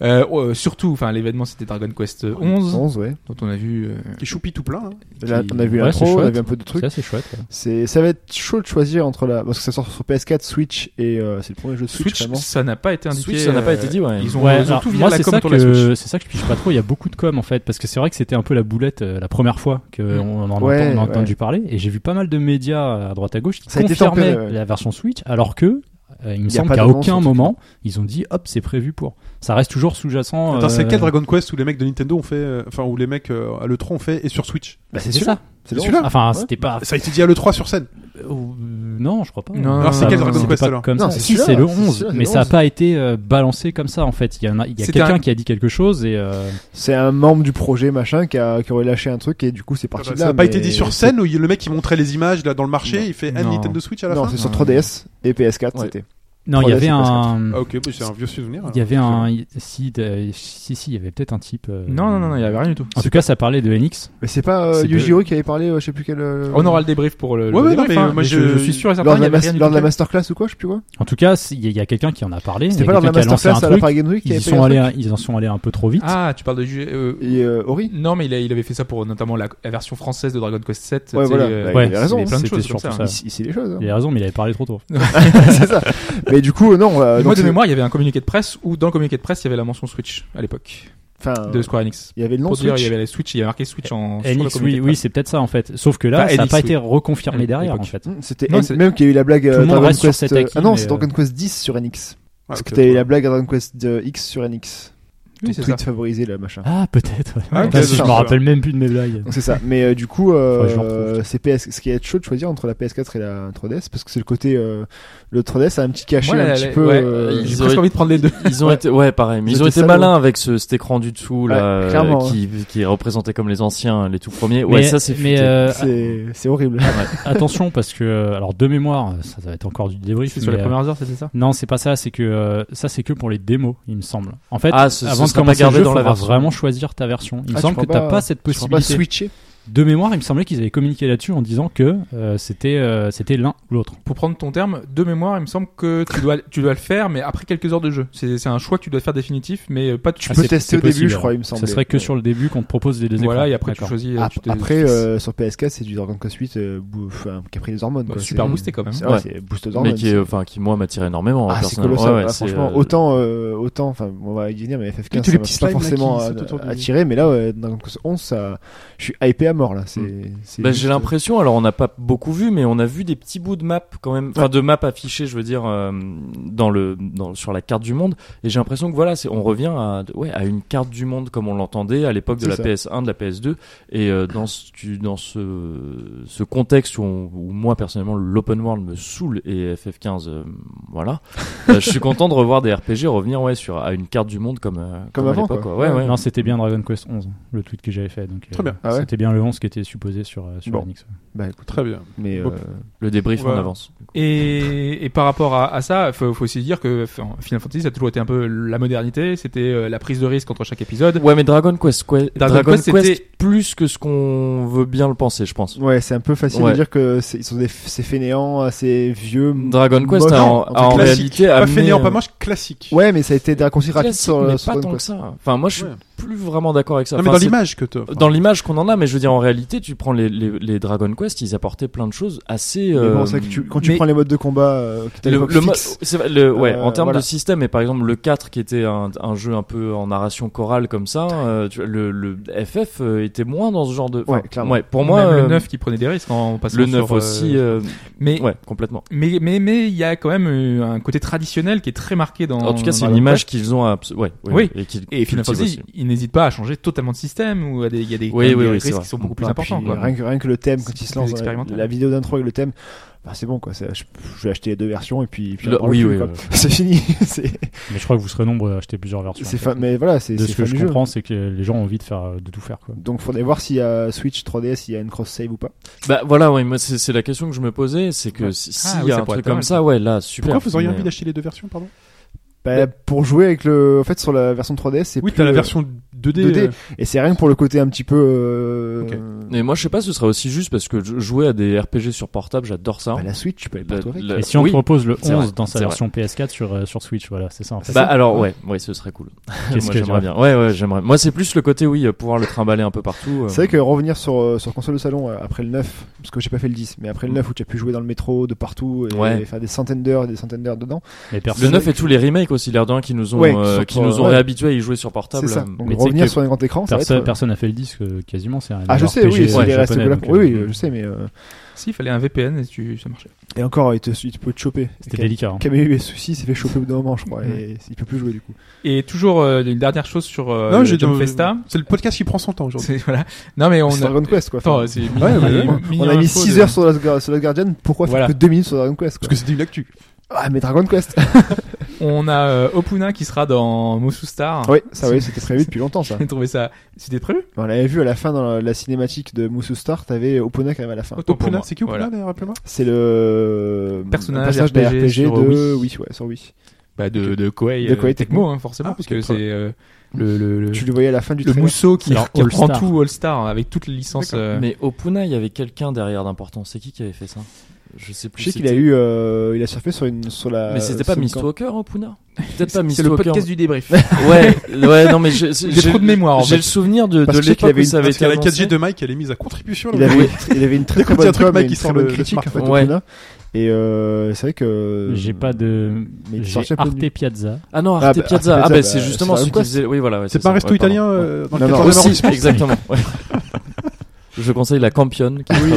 Euh, euh, surtout, enfin, l'événement c'était Dragon Quest 11,
11, ouais.
dont on a vu. euh,
Qui choupi tout plein. hein.
Là,
qui-
on a vu
Ouais, c'est
l'intro, on a
chouette.
vu un peu de trucs.
C'est assez chouette. ouais.
C'est, ça va être chaud de choisir entre la, parce que ça sort sur PS4, Switch et euh, c'est le premier jeu de Switch,
Switch,
vraiment.
ça n'a pas été indiqué.
Switch, ça n'a pas
euh,
été dit, ouais.
Ils ont,
Ouais,
ils ont
alors,
tout viré
moi,
la
c'est
com
ça,
autour de la
que-
Switch.
c'est ça que je pige pas trop. Il y a beaucoup de com en fait, parce que c'est vrai que c'était un peu la boulette euh, la première fois qu'on en entend-
Mm. Ouais,
on a
ouais.
entendu parler. Et j'ai vu pas mal de médias à droite à gauche qui
Ça a été
confirmaient
tempéré, ouais.
la version Switch, alors que euh, il me
Y a
semble
pas
qu'à
d'annonce, en
aucun
tout cas.
moment ils ont dit hop, c'est prévu pour. Ça reste toujours sous-jacent.
Attends, c'est
euh,
quel Dragon Quest où les mecs de Nintendo ont fait, euh, enfin où les mecs euh, à le 3 ont fait et sur Switch.
Bah,
C'est ça.
C'est le
Celui-là.
onze.
Enfin,
Ouais.
c'était pas.
Ça a été dit à le 3 sur scène.
euh, non, je crois pas.
Non,
Euh,
alors, c'est
ça-
quel Dragon
c'était
Quest,
pas
alors
comme
Non,
ça.
c'est
Si,
celui-là,
c'est le
c'est
11,
celui-là, c'est
mais
le
ça a
11.
pas été euh, balancé comme ça en fait. Il y en a, il y a
C'était
quelqu'un
un-
qui a dit quelque chose et. euh,
C'est un membre du projet, machin, qui a, qui aurait lâché un truc et du coup, c'est parti
Ah
de
bah, ça
là.
n'a pas
mais-
été dit sur scène où il- le mec qui montrait les images là dans le marché,
Non.
il fait un
Non.
Nintendo Switch à la
Non,
fin.
c'est sur
Non.
3DS et PS4,
Ah. Ouais.
c'était.
Non, il y
3DS,
avait
c'est
un.
Ah, ok, bah, c'est un vieux souvenir. alors.
Il y avait un. il- Si, de- si, si, il y avait peut-être un type. euh,
Non, non, non, non, il n'y avait rien du tout.
En tout cas, ça parlait de NX.
Mais c'est pas euh,
C'est
Yujiro qui avait parlé, euh, je sais plus quel. euh,
On aura le débrief pour le. le
Ouais, ouais, non,
débrief,
mais
hein,
moi,
mais
je-
je, je suis sûr et certain
Lors
qu'il
de
n'y
la
avait
mas-
rien du
lors de la
tout.
masterclass ou quoi, je sais plus quoi.
En tout cas, c'est- il y a- il y a quelqu'un qui en a parlé. il y
C'était
a
pas lors de la
quelqu'un qui a lancé un
masterclass à la
truc,
Paris Game Week qui
Ils,
avait
y
fait
sont
un
allés,
truc.
un- ils en sont allés un peu trop vite.
Ah, tu parles de. ju- euh,
Et euh, Ori.
Non, mais il, a- il avait fait ça pour notamment la, la version française de Dragon Quest 7.
Ouais, voilà.
euh,
Bah, il avait raison,
plein de
c'était
choses comme
surtout
ça.
ça.
Il, il sait les choses. hein.
Il a raison, mais il avait parlé trop tôt.
<laughs> c'est ça. Mais du coup, non. euh,
Mais
donc
Moi, de
c'est-
mémoire, il y avait un communiqué de presse où dans le communiqué de presse, il y avait la mention Switch à l'époque
Enfin,
de Square Enix.
il y avait le nom
Pour dire, il y
Ah. Switch.
avait la Switch, il y avait marqué Switch en. sur le
NX,
communiqué
oui,
de
oui,
presse.
c'est peut-être ça en fait. Sauf que là,
Enfin,
ça n'a
NX,
pas
oui.
été reconfirmé
À
derrière en
l'époque.
fait.
Hmm, C'était
Non,
N-
c'est-
même qu'il y a eu la blague euh,
Tout le monde
Dragon
reste sur
Quest
cette
euh,
acquis,
ah non
mais,
c'est
euh,
Dragon Quest 10 sur NX
Ah,
parce
ok,
que t'as eu
ouais.
la blague Dragon Quest euh, X sur NX
Oui,
ton
c'est
tweet
ça.
favorisé là, machin.
Ah, peut-être. ouais.
Ah, ok,
Parce que <laughs> je
d'accord.
me rappelle même plus de mes blagues.
Donc c'est ça. Mais euh, du coup,
Faudrait que je le retrouve.
euh, c'est PS... ce qui est chaud de choisir entre la PS4 et la 3DS parce que c'est le côté euh, le 3DS a un petit cachet
Moi,
un
la-
petit
la-
peu.
ouais,
euh,
ils
J'ai
auraient-
presque envie de prendre les deux.
Ils ont
Ouais.
été, ouais, pareil, mais
Ils
ils
ont
ont
été
été malins avec ce, cet écran du dessous,
Ouais,
là, euh,
clairement,
qui, qui est représenté comme les anciens, les tout premiers. Ouais,
mais,
ça, c'est
mais
futé. <laughs>
euh,
c'est c'est horrible.
attention parce que euh, alors de mémoire, ça, ça va être encore du débrief.
C'est sur
mais,
les
euh,
premières heures, c'était ça
Non, c'est pas ça. C'est que euh, ça, c'est que pour les démos, il me semble. En fait,
Ah, ce- ce
avant de
sera pas
commencer le
gardé
jeu,
dans la
faudra
version.
vraiment choisir ta version. Il
Ah,
me
tu
semble que
prends
t'as
pas-
pas cette
Je crois pas
possibilité.
switcher.
De mémoire, il me semblait qu'ils avaient communiqué là-dessus en disant que euh, c'était euh, c'était l'un ou l'autre.
Pour prendre ton terme, de mémoire, il me semble que tu dois, tu dois le faire, mais après quelques heures de jeu. C'est c'est un choix que tu dois faire définitif, mais pas tu
Ah,
Tu peux tester au début, je crois, il me
Ça
semble.
serait que sur le début qu'on te propose les deux
Voilà,
écrans.
et après tu
D'accord.
choisis.
Ap-
tu te-
Après, euh, sur PS4, c'est du Dragon Quest 8 euh, bou- enfin, qui a pris des hormones.
Bah,
quoi.
super
C'est-
boosté quand même.
C'est
Ouais.
ouais, c'est boost aux hormones.
mais qui, est, enfin, qui, moi, m'attire énormément. hein,
Ah, c'est
personnellement.
colossal.
Ouais, ouais,
Ah,
c'est,
franchement,
euh,
autant, euh, autant, enfin, on va y venir, mais
Et
FF15,
tous les
ça m'a
petits
pas
slimes, là, qui
forcément
sautent autour du-
attiré, mais là, euh, Dragon Quest 11, ça, je suis hypé à mort, là. C'est, c'est
Bah,
juste- euh,
j'ai l'impression, alors on n'a pas beaucoup vu, mais on a vu des petits bouts de map quand même, enfin de map affichées, je veux dire, euh, dans le, dans, sur la carte du monde. Et j'ai l'impression que voilà, c'est, on revient à, ouais, à une carte du monde comme on l'entendait à l'époque de
C'est
la
ça.
PS1, de la PS2. Et euh, dans, ce, tu- dans ce, ce contexte où, on- où moi personnellement l'open world me saoule et FF15, euh, voilà,
<laughs>
euh, je suis content de revoir des RPG revenir ouais sur à une carte du monde comme, euh,
Comme
à
avant,
l'époque,
quoi.
quoi. Ouais, ouais.
Non, c'était bien Dragon Quest 11, le tweet que j'avais fait. Donc, euh,
Très bien.
Ah ouais
C'était bien le 11 qui était supposé sur, euh, sur
Bon.
la NX, ouais.
Bah, écoute,
Très bien.
mais, euh,
Bon.
le débrief
Ouais.
en avance.
Et, et par rapport à, à ça, euh, faut, faut aussi dire que enfin, Final Fantasy ça a toujours été un peu la modernité, c'était euh, la prise de risque entre chaque épisode.
Ouais, mais Dragon Quest, que-
Dragon
Dragon,
Quest,
Quest,
c'était-
plus que ce qu'on veut bien le penser, je pense.
ouais, c'est un peu facile de
Ouais.
dire que c'est, ils sont des, c'est fainéants, assez vieux.
Dragon Quest
Mm. moche,
a en,
un truc
a en
classique.
réalité
Pas
amené,
fainéant,
euh,
pas moche, classique.
Ouais, mais ça a été raccourci rapide
classique,
sur, euh,
mais
sur
pas
Dragon
tant
Quest.
que ça. Enfin, moi, je suis
Ouais.
plus vraiment d'accord avec ça.
Non, mais
Enfin,
dans
c'est-
l'image que t'as.
dans l'image qu'on en a, mais je veux dire, en réalité, tu prends les, les, les Dragon Quest, ils apportaient plein de choses assez.
Mais
euh,
bon, c'est vrai que tu- quand tu
mais
prends les modes de combat, euh, que t'as
le,
l'époque
le mo-
fixe,
c'est vrai, le- ouais,
Euh,
en termes
voilà.
de système, et par exemple le 4 qui était un, un jeu un peu en narration chorale comme ça, euh, tu vois, le, le FF euh, était moins dans ce genre de. enfin,
Ouais, clairement.
pour moi,
Même
euh,
le 9 qui prenait des risques en passant
le
sur,
9
euh,
aussi, euh,
mais,
ouais, complètement.
mais mais mais il y a quand même euh, un côté traditionnel qui est très marqué dans.
En tout cas, c'est
dans
une
la
image qu'ils ont à... abs- Ouais, ouais,
Oui.
Et, qu'ils
Et Final
cultivent
Fantasy,
aussi.
ils n'hésitent pas à changer totalement de système ou à des- il y a des,
Oui,
quand même
oui,
des
oui, c'est
risques
vrai.
qui sont beaucoup
Puis,
plus importants.
Puis,
quoi.
Rien que, rien que le thème,
C'est
quand il se
plus
lance, dans la,
expérimental.
la vidéo d'intro avec le thème, bah, c'est bon quoi. ça- je, je vais acheter les deux versions et puis, puis
Le-
on en parle
oui,
plus,
oui,
quoi.
oui.
<laughs> c'est fini. c'est,
Mais je crois que vous serez nombreux à acheter plusieurs versions.
c'est
en fait.
fin- mais voilà, c'est,
de
c'est
ce
fin
que je
du jeu.
comprends, c'est que les gens ont envie de faire euh, de tout faire quoi.
Donc faudrait voir s'il y a Switch 3DS, il y a une cross save ou pas.
Bah voilà, ouais, moi c'est c'est la question que je me posais, c'est que
Ouais.
si-
Ah,
s'il
oui,
y
ça
a un
pourrait
truc
être pas mal,
comme
ça.
ça, ouais, là, super.
Pourquoi vous auriez
Mais- euh,
envie d'acheter les deux versions, pardon
Bah, Pour jouer avec le, en fait sur la version 3DS, c'est
Oui,
plus,
t'as la
euh,
version 2D.
2D.
euh,
et c'est rien que pour le côté un petit peu. euh,
Ok.
Mais moi, je sais pas, ce serait aussi juste parce que je- jouer à des RPG sur portable, j'adore ça.
bah, la Switch, tu peux aller partout
La-
avec.
la-
Et si on
Euh, oui.
te propose le
c'est
11
vrai,
dans sa
c'est
version PS4 sur, euh, sur Switch, voilà, c'est ça en fait.
Bah alors ouais, ouais, ce serait cool.
Qu'est-ce
Moi
que
j'aimerais
j'aurais-
bien. Ouais, ouais, j'aimerais. Moi c'est plus le côté oui, euh, pouvoir le trimballer un peu partout. euh.
C'est vrai que revenir sur, euh, sur console de salon euh, après le 9, parce que j'ai pas fait le 10, mais après le 9 où tu as pu jouer dans le métro, de partout, et
Ouais.
faire des centaines d'heures et des centaines d'heures dedans.
Mais
Le
personne.
9 et tous les remakes aussi, l'air de rien, qui nous ont,
Ouais,
euh,
qui sont
qui nous
sur-
ont
ouais.
réhabitués à y jouer sur portable.
C'est ça.
euh,
Donc
mais tu sais
revenir
que
sur un grand écran, ça va
Personne,
être.
personne n'a fait le disque euh, quasiment, c'est un
Ah, je
RPG,
sais, oui,
euh,
c'est des restes
japonais,
de la-
donc, euh,
Oui, oui, je sais, mais. euh,
Si, il fallait un VPN et tu, ça marchait.
Et encore, il te, il peut te choper.
C'était
Cam-
délicat. hein.
Camille a eu des soucis, il s'est fait choper au bout d'un moment, je crois, et il peut plus jouer du coup.
Et toujours euh, une dernière chose sur euh,
Non,
le
j'ai
Jump
dit-
Festa.
C'est le podcast qui prend son temps aujourd'hui.
<laughs> C'est- voilà. Non mais on
C'est
a-
Dragon Quest quoi.
Attends,
Enfin,
c'est mini-
Ouais, ouais, ouais.
mini
on a mis
info
6
de-
heures sur Last, Gar- sur Last Guardian, pourquoi
Voilà.
faire que 2 minutes sur Dragon Quest quoi
Parce que c'était une actu.
Ah, mais Dragon Quest
On a euh, Opuna qui sera dans Mosu Star.
Ah Oui, ça oui, c'était prévu depuis longtemps ça.
<laughs> J'ai trouvé ça. C'était prévu
On l'avait vu à la fin dans la, la cinématique de Mousou Star, t'avais Opona quand même à la fin.
Autant pour
Opuna,
moi.
c'est qui Opuna,
Voilà.
d'ailleurs, rappelez-moi
C'est le
Personnage
un personnage
RPG
d'un RPG
sur
de
Wii.
oui, ouais, sur Wii.
Bah de de Koei,
De
euh,
Koei Tecmo.
Tecmo hein, forcément
Ah,
parce que
ok,
c'est
très
euh, le le le,
Tu le voyais à la fin du
le
trailer.
mousseau qui,
Alors,
qui
All
reprend
Star.
tout All Star avec toutes les licences. euh,
Mais Opuna, il y avait quelqu'un derrière d'important. C'est qui qui avait fait ça Je sais plus.
Je sais qu'il
c'était-
a eu euh, il a surfé sur une sur la
Mais c'était pas
sur une
Mistwalker,
<laughs>
Opuna Peut-être pas
C'est
Mistwalker.
le
<laughs>
podcast du débrief.
Ouais, ouais, non, mais je-
J'ai trop de mémoire. En
J'ai
fait.
le souvenir de,
Parce
de
que je sais qu'il
l'époque
avait
où
une-
ça avait
Parce
été
que la
annoncé.
4G de Mike, elle est mise à contribution.
Il
là.
avait, il avait une très très
Écoute, il y a
bonne
un truc,
com et
Mike,
une
qui
très
sort
bonne
le- le
critique en
smart.
fait de
Ouais.
Puna. Et euh, c'est vrai que
J'ai pas de.
Mais il
J'ai
sortait un peu
Arte
du-
Piazza.
Ah non,
Ah,
Arte
bah,
Piazza.
Arte
Ah
Piazza,
bah c'est
bah,
justement
c'est
celui qui
Dragon
faisait. Oui, voilà. ouais,
euh,
C'est pas un
ça,
resto
ouais,
italien
pardon.
<laughs>
euh, dans le
Non, non,
14e
Aussi, exactement. ouais. Je conseille la Campion. qui-
<laughs> Oui,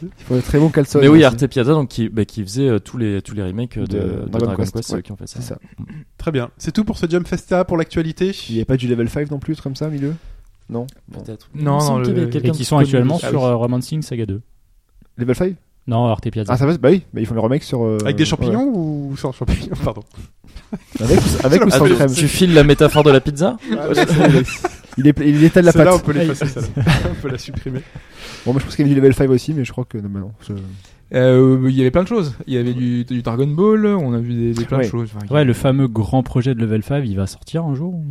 il faut un très bon caleçon.
Mais oui,
aussi.
Arte Piazza, donc, qui, bah, qui faisait euh, tous, les, tous les remakes euh, de,
De
de
Dragon
Dragon Quest,
Quest,
ceux
ouais.
qui ont fait ça.
C'est ça.
Très bien. C'est tout pour ce Jump Festa pour l'actualité.
Il n'y a pas du level 5 non plus, comme ça, au milieu Non. Bon.
Peut-être.
Non,
Il me semble
non,
qu'il y avait
le-
quelqu'un
Et qui sont actuellement
Ah oui.
sur euh, Romancing Saga 2.
Level 5
Non, Arte Piazza.
Ah, ça va Bah oui, mais ils font le remake sur. euh,
Avec des
ouais.
champignons ou sans champignons Pardon.
Avec,
<laughs>
avec ou
Ah,
sans
tu-
crème
tu files la métaphore de la pizza
Il, est, il étale la
Celle-là, on
pâte.
peut l'effacer, celle-là. on peut la supprimer.
Bon, moi je pense qu'il y avait du level 5 aussi, mais je crois que. Non, bah non, je-
Euh, il y avait plein de choses. Il y avait du, du Dragon Ball, on a vu des, des plein de
Ouais.
choses. Enfin, il y a-
Ouais, le fameux grand projet de Level 5, il va sortir un jour ou-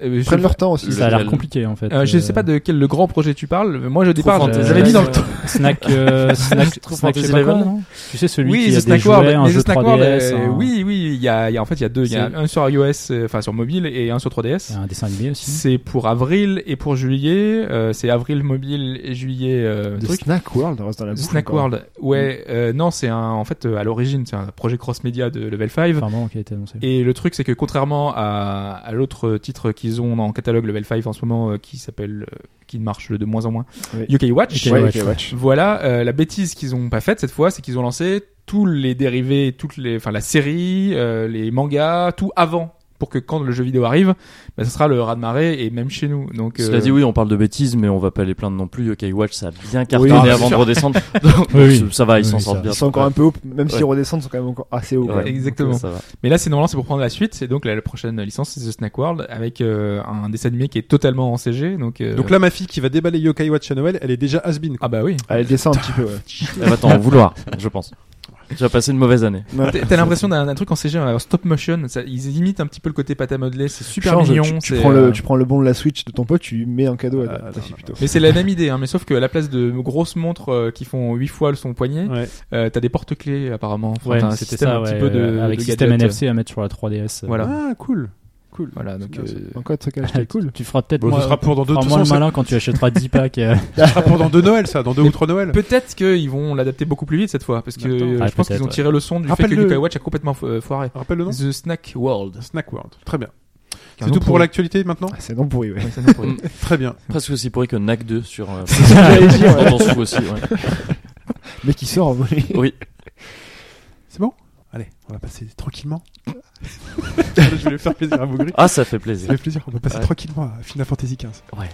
Euh, je-
Ils prennent leur temps aussi.
Le-
Ça a l'air
level-
compliqué en fait.
euh, je sais pas de quel le grand projet tu parles. mais Moi, je départ,
fantasy.
j'avais mis dans le
Euh,
temps.
Snack, euh, snack,
Trop
snack, je sais
Fantasy
pas quoi,
Level.
non Tu sais celui
Oui,
qui
The
a des
Snack World.
jouets, un
mais
jeu
The Snack World,
3DS,
euh,
un-
Oui, oui. Il y a, il y a- en fait, il y a deux. Il y a
C'est-
un sur iOS, euh, enfin sur mobile, et un sur 3DS.
un dessin animé aussi.
C'est pour avril et pour juillet. euh, c'est avril mobile et juillet euh,
De
truc.
Snack World, on reste dans la
The
bouche
Snack
encore.
World. Ouais, euh, non, c'est un. En fait, euh, à l'origine, c'est un projet cross-média de Level 5.
Enfin bon, hein, qui a été annoncé.
Et le truc, c'est que contrairement à, à l'autre titre qu'ils ont en catalogue Level 5 en ce moment, euh, qui s'appelle, euh, qui marche de moins en moins,
Oui.
UK Watch.
UK
Ouais,
Watch,
ok,
ouais.
Watch.
Voilà, euh, la bêtise qu'ils ont pas faite cette fois, c'est qu'ils ont lancé tous les dérivés, toutes les, enfin la série, euh, les mangas, tout avant, pour que quand le jeu vidéo arrive, bah, ça sera le raz de marée et même chez nous. Donc,
Cela
euh,
dit, oui, on parle de bêtises, mais on va pas les plaindre non plus. Yokai Watch, ça a bien
Oui,
cartonné
bien
avant de
sûr.
redescendre. Donc,
Oui,
ça va, ils
oui,
s'en
ça
sortent
va.
bien.
Ils sont encore un peu haut, même s'ils
Ouais.
redescendent, ils sont quand même encore assez haut.
Ouais.
quoi.
Exactement.
Ça va.
Mais là, c'est normalement c'est pour prendre la suite. C'est donc la, la prochaine licence, c'est The Snack World avec euh, un dessin animé qui est totalement en CG. Donc, euh,
Donc là, ma fille qui va déballer Yokai Watch à Noël, elle est déjà has been, quoi.
ah bah oui.
Ah, Elle descend un petit peu, ouais.
Elle ben, va t'en vouloir, je pense. Tu vas passer une mauvaise année.
T'as t'as l'impression d'un d'un truc en CG, en stop motion. Ça, ils imitent un petit petit peu le côté pâte à modeler. C'est super
Change,
mignon.
tu, tu
c'est,
prends
euh,
le, tu prends le bon de la Switch de ton pote, tu lui mets un cadeau à ta,
Ah,
ta
non,
fille
non,
plutôt.
Mais c'est la même idée, hein. mais sauf que à la place de grosses montres euh, qui font 8 fois son poignet,
Ouais.
euh, t'as des porte-clés apparemment. Enfin,
Ouais,
t'as un
c'était
système
ça,
un petit
ouais,
peu de,
euh, avec
de
système
gadget.
NFC à mettre sur la 3DS. euh,
Voilà.
Ah, cool. Cool.
Voilà, donc
C'est bien,
euh,
Encore de truc à
tu-
acheter. cool.
Tu feras peut-être
Bon, ce
moins,
sera pour dans deux,
feras
de toute
moins le
façon,
malin quand tu achèteras 10 packs. euh,
ça sera pour dans deux Noël, ça, dans deux ou trois Noël.
peut-être qu'ils vont l'adapter beaucoup plus vite cette fois parce que
Attends.
euh,
Ah,
je pense qu'ils
peut-être,
ont
ouais.
tiré le son du fait
Rappelle-le.
que Yokai Watch a complètement fo- euh, foiré.
Rappelle le nom
The Snack World.
Snack World. Très bien.
Un
C'est
nom
tout pour l'actualité maintenant
Ah, c'est non pourri, ouais.
C'est un nom
Mm.
pourri.
Très bien.
Mm. Presque aussi pourri que NAC 2 sur. Euh,
j'allais dire, ouais.
dans ce coup aussi, ouais.
Mais qui sort en volée.
Oui.
C'est bon Allez, on va passer tranquillement. Je voulais faire plaisir à vous gris.
Ah, ça fait
Ça
plaisir.
fait plaisir, on va passer
Ouais.
tranquillement à Final Fantasy XV.
Ouais.